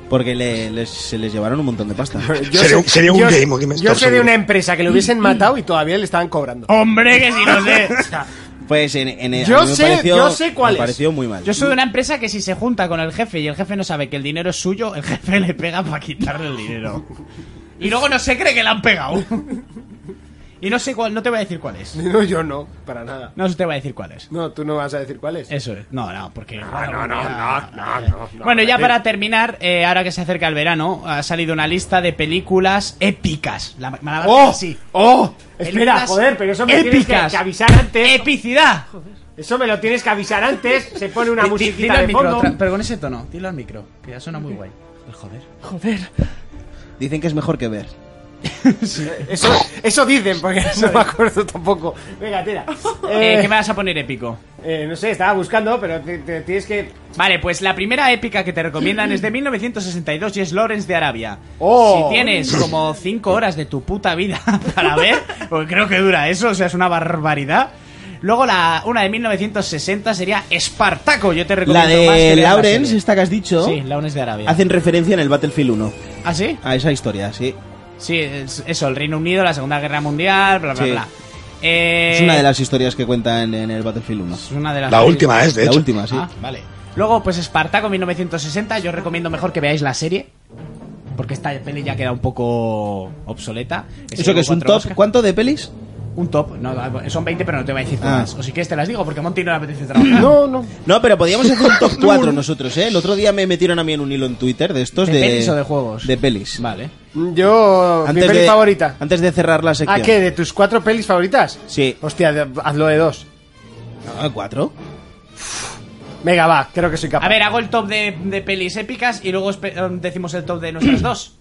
[SPEAKER 4] Porque le- les- se les llevaron un montón de pasta.
[SPEAKER 6] Sería-
[SPEAKER 2] sé-
[SPEAKER 6] sería un
[SPEAKER 2] yo-
[SPEAKER 6] game, aquí me
[SPEAKER 2] Yo
[SPEAKER 6] está
[SPEAKER 2] sé de
[SPEAKER 6] seguro. Oh.
[SPEAKER 2] una empresa que le hubiesen matado y todavía le estaban cobrando.
[SPEAKER 3] Hombre, que si no sé.
[SPEAKER 4] Pues en, en- a
[SPEAKER 2] Yo
[SPEAKER 4] mí me
[SPEAKER 2] sé-
[SPEAKER 4] pareció-
[SPEAKER 2] yo sé cuál es.
[SPEAKER 4] me pareció muy mal.
[SPEAKER 3] Yo soy de una empresa que si se junta con el jefe y el jefe no sabe que el dinero es suyo, el jefe le pega para quitarle el dinero. Y luego no se cree que le han pegado. Y no sé cuál, no te voy a decir cuál es.
[SPEAKER 2] No, yo no, para nada.
[SPEAKER 3] No te voy a decir cuál es.
[SPEAKER 2] No, tú no vas a decir cuál es.
[SPEAKER 3] Eso es. No, no, porque.
[SPEAKER 2] no, no, no, no, no, no.
[SPEAKER 3] Bueno, ya para terminar, eh, ahora que se acerca el verano, ha salido una lista de películas épicas. La, me la vas a
[SPEAKER 2] ¡Oh!
[SPEAKER 3] decir así.
[SPEAKER 2] ¡Oh! Espera,
[SPEAKER 3] Películas
[SPEAKER 2] joder, pero eso me tienes que,
[SPEAKER 3] épicas.
[SPEAKER 2] que avisar antes.
[SPEAKER 3] ¡Epicidad!
[SPEAKER 2] Eso me lo tienes que avisar antes. Se pone una
[SPEAKER 3] Di- di- dilo
[SPEAKER 2] musiquita
[SPEAKER 3] al
[SPEAKER 2] de
[SPEAKER 3] micro,
[SPEAKER 2] fondo.
[SPEAKER 3] tra- pero con ese tono, dilo al micro, que ya suena muy guay. Joder.
[SPEAKER 4] Dicen que es mejor que ver.
[SPEAKER 2] Eso, eso dicen, porque no me acuerdo tampoco. Venga, tira.
[SPEAKER 3] Eh,
[SPEAKER 2] Eh,
[SPEAKER 3] ¿Qué me vas a poner épico?
[SPEAKER 2] eh, no sé, estaba buscando, pero te- te tienes que.
[SPEAKER 3] Vale, pues la primera épica que te recomiendan es de 1962 y es Lawrence de Arabia.
[SPEAKER 2] ¡Oh!
[SPEAKER 3] Si tienes como 5 horas de tu puta vida para ver, porque creo que dura eso, o sea, es una barbaridad. Luego la una de 1960 sería Espartaco, yo te recomiendo
[SPEAKER 4] La
[SPEAKER 3] más que
[SPEAKER 4] de
[SPEAKER 3] veas la
[SPEAKER 4] Lawrence,
[SPEAKER 3] serie.
[SPEAKER 4] esta que has dicho,
[SPEAKER 3] Sí, Lawrence de Arabia.
[SPEAKER 4] hacen referencia en el Battlefield 1.
[SPEAKER 3] ¿Ah, sí?
[SPEAKER 4] A esa historia, sí.
[SPEAKER 3] Sí, es- eso, el Reino Unido, la Segunda Guerra Mundial, bla, bla,
[SPEAKER 4] Sí.
[SPEAKER 3] bla. Eh,
[SPEAKER 4] Es una de las historias que cuentan en el Battlefield 1.
[SPEAKER 3] es una de las
[SPEAKER 6] La última es, de
[SPEAKER 4] La
[SPEAKER 6] hecho.
[SPEAKER 4] última, sí.
[SPEAKER 3] Ah, vale. Luego, pues Espartaco 1960. Yo os recomiendo mejor que veáis la serie. Porque esta peli ya queda un poco obsoleta.
[SPEAKER 4] Eso que es un
[SPEAKER 3] cuatro
[SPEAKER 4] top.
[SPEAKER 3] Oscar.
[SPEAKER 4] ¿Cuánto de pelis?
[SPEAKER 3] un top. No, son 20, pero no te voy a decir
[SPEAKER 4] Ah.
[SPEAKER 3] más. O si quieres te las digo, porque a Monty no le apetece
[SPEAKER 6] Ah.
[SPEAKER 3] trabajar.
[SPEAKER 2] No, no.
[SPEAKER 4] No, pero podíamos hacer un top 4 nosotros, ¿eh? El otro día me metieron a mí en un hilo en Twitter de estos
[SPEAKER 3] ¿De
[SPEAKER 4] de...
[SPEAKER 3] pelis o de juegos?
[SPEAKER 4] De pelis.
[SPEAKER 3] Vale.
[SPEAKER 2] Yo, mi peli
[SPEAKER 4] de,
[SPEAKER 2] favorita.
[SPEAKER 4] Antes de cerrar la sección.
[SPEAKER 2] ¿A qué? ¿De tus cuatro pelis favoritas?
[SPEAKER 4] Sí.
[SPEAKER 2] Hostia, de- hazlo de dos.
[SPEAKER 4] No, ¿Cuatro?
[SPEAKER 2] Venga, va, creo que soy capaz.
[SPEAKER 3] A ver, hago el top de, de pelis épicas y luego espe- eh, decimos el top de nuestras dos.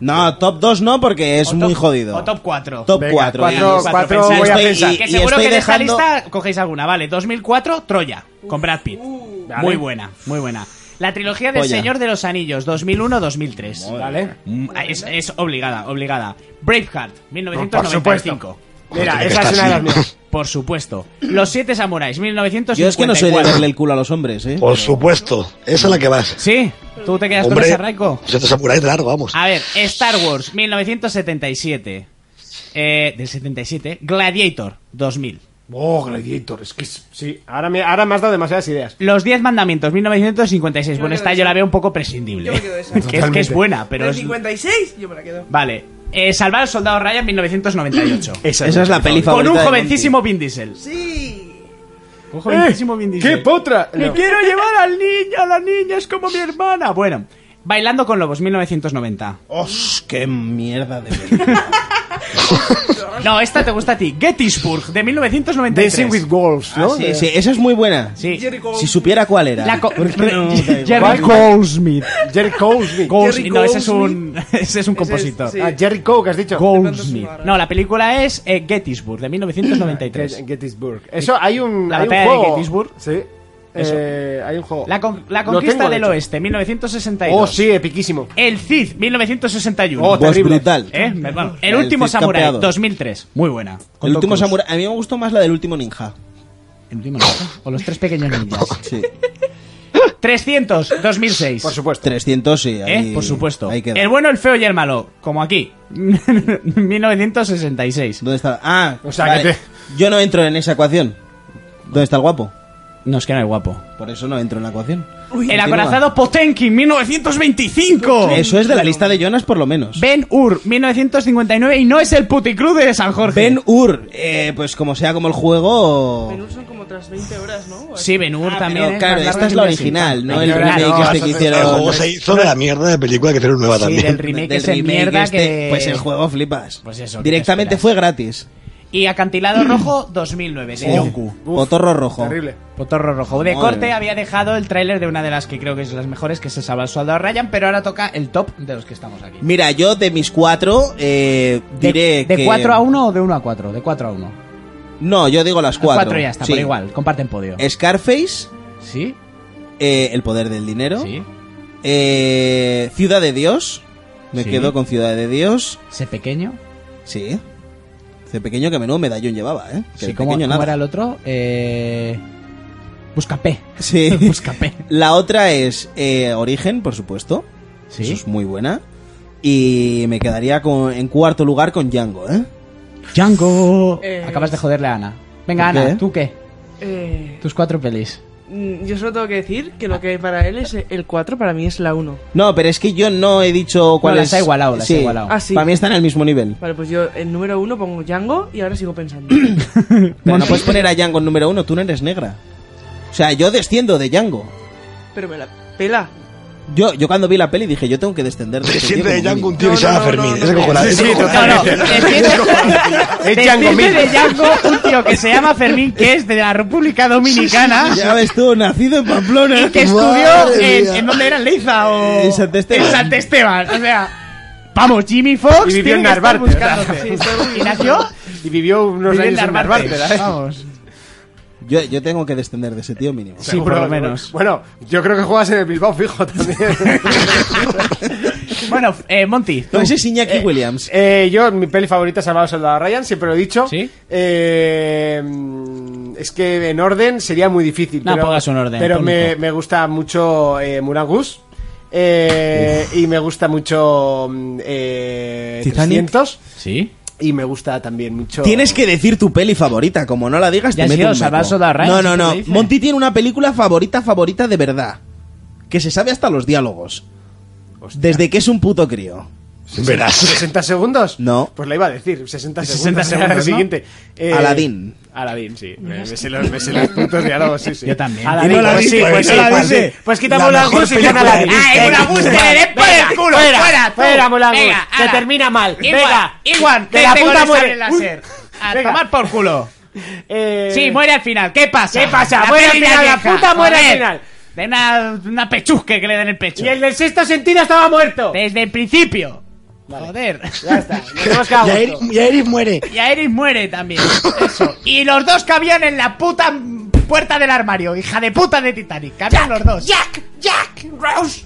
[SPEAKER 4] No, top 2 no, porque es
[SPEAKER 3] O
[SPEAKER 4] muy
[SPEAKER 3] top-
[SPEAKER 4] jodido.
[SPEAKER 3] O top 4.
[SPEAKER 4] Top
[SPEAKER 2] Venga,
[SPEAKER 4] 4.
[SPEAKER 2] cuatro- cuatro voy a pensar.
[SPEAKER 3] que seguro que
[SPEAKER 4] estoy
[SPEAKER 3] de esta
[SPEAKER 4] dejando-
[SPEAKER 3] lista cogéis alguna, vale. 2004, Troya, con Brad Pitt.
[SPEAKER 2] Uh,
[SPEAKER 3] Muy buena, muy buena. La trilogía del
[SPEAKER 4] Polla.
[SPEAKER 3] Señor de los Anillos, 2001-2003.
[SPEAKER 2] Vale.
[SPEAKER 3] Mm, Es, es obligada, obligada. Braveheart, 1995. Por
[SPEAKER 2] supuesto.
[SPEAKER 3] supuesto.
[SPEAKER 2] Mira,
[SPEAKER 6] Joder,
[SPEAKER 2] esa es
[SPEAKER 6] estás
[SPEAKER 2] una de las
[SPEAKER 6] bien.
[SPEAKER 2] mías.
[SPEAKER 3] Los Siete Samuráis, 1954.
[SPEAKER 4] Yo es que no soy de verle el culo a los hombres, ¿eh?
[SPEAKER 6] Por supuesto, esa es la que vas.
[SPEAKER 3] Sí, tú te quedas
[SPEAKER 6] Hombre,
[SPEAKER 3] con esa, Raiko.
[SPEAKER 6] se te samuráis de largo, vamos.
[SPEAKER 3] A ver, Star Wars, 1977. Eh, del 77. Gladiator, 2000.
[SPEAKER 2] Oh, Gladiator, es que es- sí. Ahora me, ahora me has dado demasiadas ideas.
[SPEAKER 3] Los 10 mandamientos, 1956.
[SPEAKER 5] Yo
[SPEAKER 3] Bueno,
[SPEAKER 5] me
[SPEAKER 3] esta
[SPEAKER 5] quedo
[SPEAKER 3] yo
[SPEAKER 5] esa.
[SPEAKER 3] la veo un poco prescindible.
[SPEAKER 5] Yo me quedo esa.
[SPEAKER 3] Que es- que es,
[SPEAKER 2] Totalmente.
[SPEAKER 3] buena, pero
[SPEAKER 5] Pero
[SPEAKER 3] es...
[SPEAKER 5] 56, yo me la quedo.
[SPEAKER 3] Vale. Eh, Salvar al soldado Ryan, 1998.
[SPEAKER 4] Esa es la peli
[SPEAKER 3] Con
[SPEAKER 4] favorita.
[SPEAKER 3] un
[SPEAKER 4] de Monty.
[SPEAKER 3] jovencísimo Vin Diesel.
[SPEAKER 5] Sí.
[SPEAKER 3] Un jovencísimo
[SPEAKER 4] Eh,
[SPEAKER 3] Vin
[SPEAKER 2] Eh, ¡Qué
[SPEAKER 3] Diesel.
[SPEAKER 2] potra!
[SPEAKER 3] ¡Me
[SPEAKER 2] No.
[SPEAKER 3] quiero llevar al niño! ¡La niña es como mi hermana! Bueno, Bailando con Lobos, 1990.
[SPEAKER 4] Os, ¡Qué mierda de peli.
[SPEAKER 3] No, esta te gusta a ti. Gettysburg, de 1993.
[SPEAKER 2] Dancing with Wolves,
[SPEAKER 3] Ah,
[SPEAKER 2] ¿no?
[SPEAKER 4] Sí, sí, esa es muy buena.
[SPEAKER 3] Sí.
[SPEAKER 5] Jerry Cole.
[SPEAKER 4] Si supiera cuál era.
[SPEAKER 3] La co-
[SPEAKER 4] ¿Por qué no?
[SPEAKER 3] Jerry-
[SPEAKER 2] Jerry Goldsmith. Jerry Goldsmith.
[SPEAKER 3] Goldsmith. No, ese es un,
[SPEAKER 5] Goldsmith.
[SPEAKER 3] ese es un compositor.
[SPEAKER 5] sí.
[SPEAKER 2] Ah, Jerry Cole, que has dicho.
[SPEAKER 3] Goldsmith. No, la película es eh, Gettysburg, de 1993.
[SPEAKER 2] Get- Gettysburg. Eso hay un,
[SPEAKER 3] La
[SPEAKER 2] hay un
[SPEAKER 3] batalla de
[SPEAKER 2] juego.
[SPEAKER 3] Gettysburg.
[SPEAKER 2] Sí.
[SPEAKER 3] Eso.
[SPEAKER 2] Eh, hay un juego.
[SPEAKER 3] La, con- la
[SPEAKER 2] Lo
[SPEAKER 3] conquista
[SPEAKER 2] tengo, de
[SPEAKER 3] del
[SPEAKER 2] hecho.
[SPEAKER 3] oeste, 1962.
[SPEAKER 2] Oh, sí, epiquísimo.
[SPEAKER 3] El Cid, 1961.
[SPEAKER 2] Oh,
[SPEAKER 4] Vos
[SPEAKER 2] terrible.
[SPEAKER 4] brutal.
[SPEAKER 3] ¿Eh? Me- bueno, el,
[SPEAKER 4] El
[SPEAKER 3] último
[SPEAKER 4] Cid
[SPEAKER 3] Samurai,
[SPEAKER 4] campeado.
[SPEAKER 3] 2003. Muy buena. Con
[SPEAKER 4] El
[SPEAKER 3] Tom
[SPEAKER 4] último
[SPEAKER 3] Cruise.
[SPEAKER 4] samurai. A mí me gustó más la del último ninja.
[SPEAKER 3] El último ninja. O los tres pequeños ninjas.
[SPEAKER 4] Sí.
[SPEAKER 3] 300, 2006.
[SPEAKER 2] Por supuesto.
[SPEAKER 4] 300, sí.
[SPEAKER 3] ¿Eh?
[SPEAKER 4] ahí-
[SPEAKER 3] Por supuesto.
[SPEAKER 4] Ahí queda.
[SPEAKER 3] El bueno, el feo y el malo. Como aquí. 1966.
[SPEAKER 4] ¿Dónde está? Ah,
[SPEAKER 2] O sea,
[SPEAKER 4] vale.
[SPEAKER 2] que te-
[SPEAKER 4] yo no entro en esa ecuación. ¿Dónde está el guapo?
[SPEAKER 3] No, es que no hay guapo.
[SPEAKER 4] Por eso no entro en la ecuación.
[SPEAKER 3] el
[SPEAKER 4] Continúa.
[SPEAKER 3] acorazado Potenkin, 1925.
[SPEAKER 4] Eso es de la lista de Jonas, por lo menos.
[SPEAKER 3] Ben Ur, 1959. Y no es el puticlub de San Jorge.
[SPEAKER 4] Ben Ur, eh, pues como sea como el juego.
[SPEAKER 5] Menú son como otras 20 horas, ¿no?
[SPEAKER 3] Sí, Ben Hur también.
[SPEAKER 4] Ah, Pero
[SPEAKER 3] ¿eh?
[SPEAKER 4] claro,
[SPEAKER 3] Más
[SPEAKER 4] esta
[SPEAKER 3] largo
[SPEAKER 4] es
[SPEAKER 3] que
[SPEAKER 4] la
[SPEAKER 3] Blessing.
[SPEAKER 4] original, no
[SPEAKER 3] La
[SPEAKER 4] el
[SPEAKER 3] original,
[SPEAKER 4] remake
[SPEAKER 3] no,
[SPEAKER 4] este
[SPEAKER 3] esa
[SPEAKER 4] que
[SPEAKER 3] es-
[SPEAKER 6] el
[SPEAKER 4] hicieron.
[SPEAKER 6] juego se hizo de la mierda de película que hicieron nueva
[SPEAKER 3] Sí,
[SPEAKER 6] también.
[SPEAKER 3] del remake
[SPEAKER 4] del
[SPEAKER 3] ese
[SPEAKER 4] remake
[SPEAKER 3] mierda
[SPEAKER 4] este,
[SPEAKER 3] que...
[SPEAKER 4] Pues el juego flipas.
[SPEAKER 3] Pues eso, ¿qué te
[SPEAKER 4] Directamente
[SPEAKER 3] esperas?
[SPEAKER 4] fue gratis.
[SPEAKER 3] Y Acantilado
[SPEAKER 4] Mm.
[SPEAKER 3] Rojo 2009, de Yonku.
[SPEAKER 4] Uf, Potorro rojo.
[SPEAKER 2] Terrible.
[SPEAKER 3] Potorro Rojo. De
[SPEAKER 4] Madre
[SPEAKER 3] corte
[SPEAKER 4] mía.
[SPEAKER 3] había dejado el tráiler de una de las que creo que es las mejores, que es el Salva al Soldado Ryan, pero ahora toca el top de los que estamos aquí.
[SPEAKER 4] Mira, yo de mis cuatro eh, diré
[SPEAKER 3] ¿De
[SPEAKER 4] que...
[SPEAKER 3] 4 a 1 o de 1 a 4? De 4 a 1.
[SPEAKER 4] No, yo digo las cuatro.
[SPEAKER 3] 4 ya está,
[SPEAKER 4] Sí.
[SPEAKER 3] por igual. Comparten podio.
[SPEAKER 4] Scarface,
[SPEAKER 3] ¿Sí?
[SPEAKER 4] eh, El Poder del Dinero.
[SPEAKER 3] Sí.
[SPEAKER 4] Eh, Ciudad de Dios. Me
[SPEAKER 3] Sí.
[SPEAKER 4] quedo con Ciudad de Dios.
[SPEAKER 3] ¿Ese pequeño?
[SPEAKER 4] Sí. Ese pequeño que menudo medallón llevaba, ¿eh? Que
[SPEAKER 3] Sí,
[SPEAKER 4] de
[SPEAKER 3] ¿cómo,
[SPEAKER 4] pequeño
[SPEAKER 3] cómo
[SPEAKER 4] nada.
[SPEAKER 3] era el otro? Eh... Buscapé.
[SPEAKER 4] Sí.
[SPEAKER 3] Buscapé.
[SPEAKER 4] La otra es eh, Origen, por supuesto. Eso
[SPEAKER 3] Sí.
[SPEAKER 4] es muy buena. Y me quedaría con- en cuarto lugar con Django, ¿eh?
[SPEAKER 3] Django.
[SPEAKER 5] Eh,
[SPEAKER 3] Acabas de joderle a Ana. Venga,
[SPEAKER 4] ¿Por
[SPEAKER 3] Ana,
[SPEAKER 4] qué?
[SPEAKER 3] ¿tú qué?
[SPEAKER 5] Eh,
[SPEAKER 3] Tus cuatro pelis.
[SPEAKER 5] mm, yo solo tengo que decir que lo que para él es el 4, para mí es la 1.
[SPEAKER 4] No, pero es que yo no he dicho cuál
[SPEAKER 3] las
[SPEAKER 4] es.
[SPEAKER 3] ha igualado, las
[SPEAKER 4] Sí.
[SPEAKER 3] ha igualado.
[SPEAKER 5] Ah, sí.
[SPEAKER 4] Para mí están al mismo nivel.
[SPEAKER 5] Vale, pues yo el número 1 pongo Django y ahora sigo pensando.
[SPEAKER 4] Pero no puedes poner a Django en número uno, tú no eres negra. O sea, yo desciendo de Django.
[SPEAKER 5] Pero me la pela.
[SPEAKER 4] Yo, yo cuando vi la peli dije, yo tengo que descender de
[SPEAKER 6] Se
[SPEAKER 4] este
[SPEAKER 6] siente
[SPEAKER 4] tío
[SPEAKER 6] de
[SPEAKER 4] como
[SPEAKER 6] Django un
[SPEAKER 4] mínimo.
[SPEAKER 6] tío que
[SPEAKER 5] No,
[SPEAKER 6] se
[SPEAKER 5] no,
[SPEAKER 6] llama Fermín.
[SPEAKER 5] no, no,
[SPEAKER 6] Ese
[SPEAKER 5] no.
[SPEAKER 6] cojonal.
[SPEAKER 5] Sí,
[SPEAKER 6] ese
[SPEAKER 5] sí,
[SPEAKER 6] cojonal.
[SPEAKER 3] No, no, defiende
[SPEAKER 2] Es Django Mil.
[SPEAKER 3] de Django un tío que se llama Fermín, que es de la República Dominicana,
[SPEAKER 4] Ya ves tú, nacido en Pamplona.
[SPEAKER 3] y que estudió
[SPEAKER 6] Madre
[SPEAKER 3] en,
[SPEAKER 6] mía.
[SPEAKER 3] en dónde era, en Leiza o...
[SPEAKER 4] En Santa Esteban.
[SPEAKER 3] en Santa Esteban, o sea... Vamos, Jimmy Fox
[SPEAKER 2] Y vivió
[SPEAKER 3] tiene
[SPEAKER 2] en
[SPEAKER 3] que estar
[SPEAKER 2] Narvarte,
[SPEAKER 3] buscándote.
[SPEAKER 5] Sí, está muy
[SPEAKER 3] Y nació
[SPEAKER 2] Y vivió unos
[SPEAKER 3] vivió
[SPEAKER 2] años
[SPEAKER 3] en
[SPEAKER 2] en
[SPEAKER 3] Narvarte.
[SPEAKER 2] Narvarte, ¿verdad?
[SPEAKER 3] Vamos.
[SPEAKER 4] Yo, yo tengo que descender de ese tío mínimo.
[SPEAKER 3] Sí, por lo menos.
[SPEAKER 2] Bueno, yo creo que juegas en el Bilbao fijo también.
[SPEAKER 3] Bueno, eh, Monty, tú.
[SPEAKER 4] No, ese es Iñaki Williams.
[SPEAKER 2] Eh, yo, mi peli favorita es Salvado Soldado Ryan, siempre lo he dicho.
[SPEAKER 3] ¿Sí?
[SPEAKER 2] Eh, mm, es que en orden sería muy difícil.
[SPEAKER 3] No,
[SPEAKER 2] pero,
[SPEAKER 3] pongas un orden,
[SPEAKER 2] Pero me,
[SPEAKER 3] tónico.
[SPEAKER 2] me gusta mucho eh, Murangus. y me gusta mucho mm, eh,
[SPEAKER 4] Titanic.
[SPEAKER 2] 300
[SPEAKER 3] ¿Sí?
[SPEAKER 2] y me gusta también mucho
[SPEAKER 4] Tienes que decir tu peli favorita, como no la digas
[SPEAKER 3] Ya
[SPEAKER 4] te
[SPEAKER 3] ha
[SPEAKER 4] meto
[SPEAKER 3] sido
[SPEAKER 4] un meco.
[SPEAKER 3] Salvar Soldado Ryan,
[SPEAKER 4] No,
[SPEAKER 3] ¿sí
[SPEAKER 4] no,
[SPEAKER 3] que
[SPEAKER 4] no.
[SPEAKER 3] lo dice?
[SPEAKER 4] Monty tiene una película favorita, favorita de verdad. Que se sabe hasta los diálogos. Desde que es un puto crío.
[SPEAKER 6] Verás.
[SPEAKER 2] 60 segundos.
[SPEAKER 4] No.
[SPEAKER 2] Pues la iba a decir, 60
[SPEAKER 3] 60
[SPEAKER 2] segundos. era la
[SPEAKER 3] segundos, ¿no?
[SPEAKER 2] siguiente. Eh,
[SPEAKER 4] Aladín.
[SPEAKER 2] Aladín, sí. Me, me sé los, me sé los puntos diálogos, sí, sí.
[SPEAKER 3] Yo también.
[SPEAKER 2] Aladín,
[SPEAKER 1] Y no la
[SPEAKER 2] pues sí,
[SPEAKER 1] dice,
[SPEAKER 2] pues
[SPEAKER 1] no
[SPEAKER 2] sí,
[SPEAKER 1] la
[SPEAKER 2] pues
[SPEAKER 1] dice.
[SPEAKER 2] sí. Pues quitamos
[SPEAKER 1] La
[SPEAKER 2] la
[SPEAKER 1] mejor
[SPEAKER 2] Gus y gana
[SPEAKER 1] película
[SPEAKER 2] Aladín.
[SPEAKER 1] de
[SPEAKER 3] ¡Ay,
[SPEAKER 2] Venga,
[SPEAKER 3] una gusta! ¡Le por el culo!
[SPEAKER 2] fuera,
[SPEAKER 3] ¡Fuera! tú.
[SPEAKER 2] fuera, Molan Gus,
[SPEAKER 3] Venga,
[SPEAKER 2] que
[SPEAKER 3] ala.
[SPEAKER 2] termina mal.
[SPEAKER 3] Igual,
[SPEAKER 2] Venga,
[SPEAKER 3] igual,
[SPEAKER 2] de la
[SPEAKER 3] te
[SPEAKER 2] puta
[SPEAKER 3] tengo
[SPEAKER 2] muere.
[SPEAKER 3] el láser. A
[SPEAKER 2] Venga.
[SPEAKER 3] tomar por culo.
[SPEAKER 2] Eh,
[SPEAKER 3] Sí, muere al final. ¿Qué pasa?
[SPEAKER 2] ¿Qué pasa?
[SPEAKER 3] La
[SPEAKER 2] Muere al
[SPEAKER 3] peli de
[SPEAKER 2] final, la
[SPEAKER 3] vieja,
[SPEAKER 2] puta muere al
[SPEAKER 3] joder.
[SPEAKER 2] final.
[SPEAKER 3] De una, una pechusque que le da en el pecho.
[SPEAKER 2] Y el del sexto sentido estaba muerto.
[SPEAKER 3] Desde el principio. Joder.
[SPEAKER 2] Ya está, nos hemos quedado a
[SPEAKER 6] Yair,
[SPEAKER 2] gusto.
[SPEAKER 6] Yair muere.
[SPEAKER 3] Y Aeris muere también. Eso. Y los dos cabían en la puta m- puerta del armario. Hija de puta de Titanic. Cabían los dos.
[SPEAKER 5] Jack, Jack, Rouse,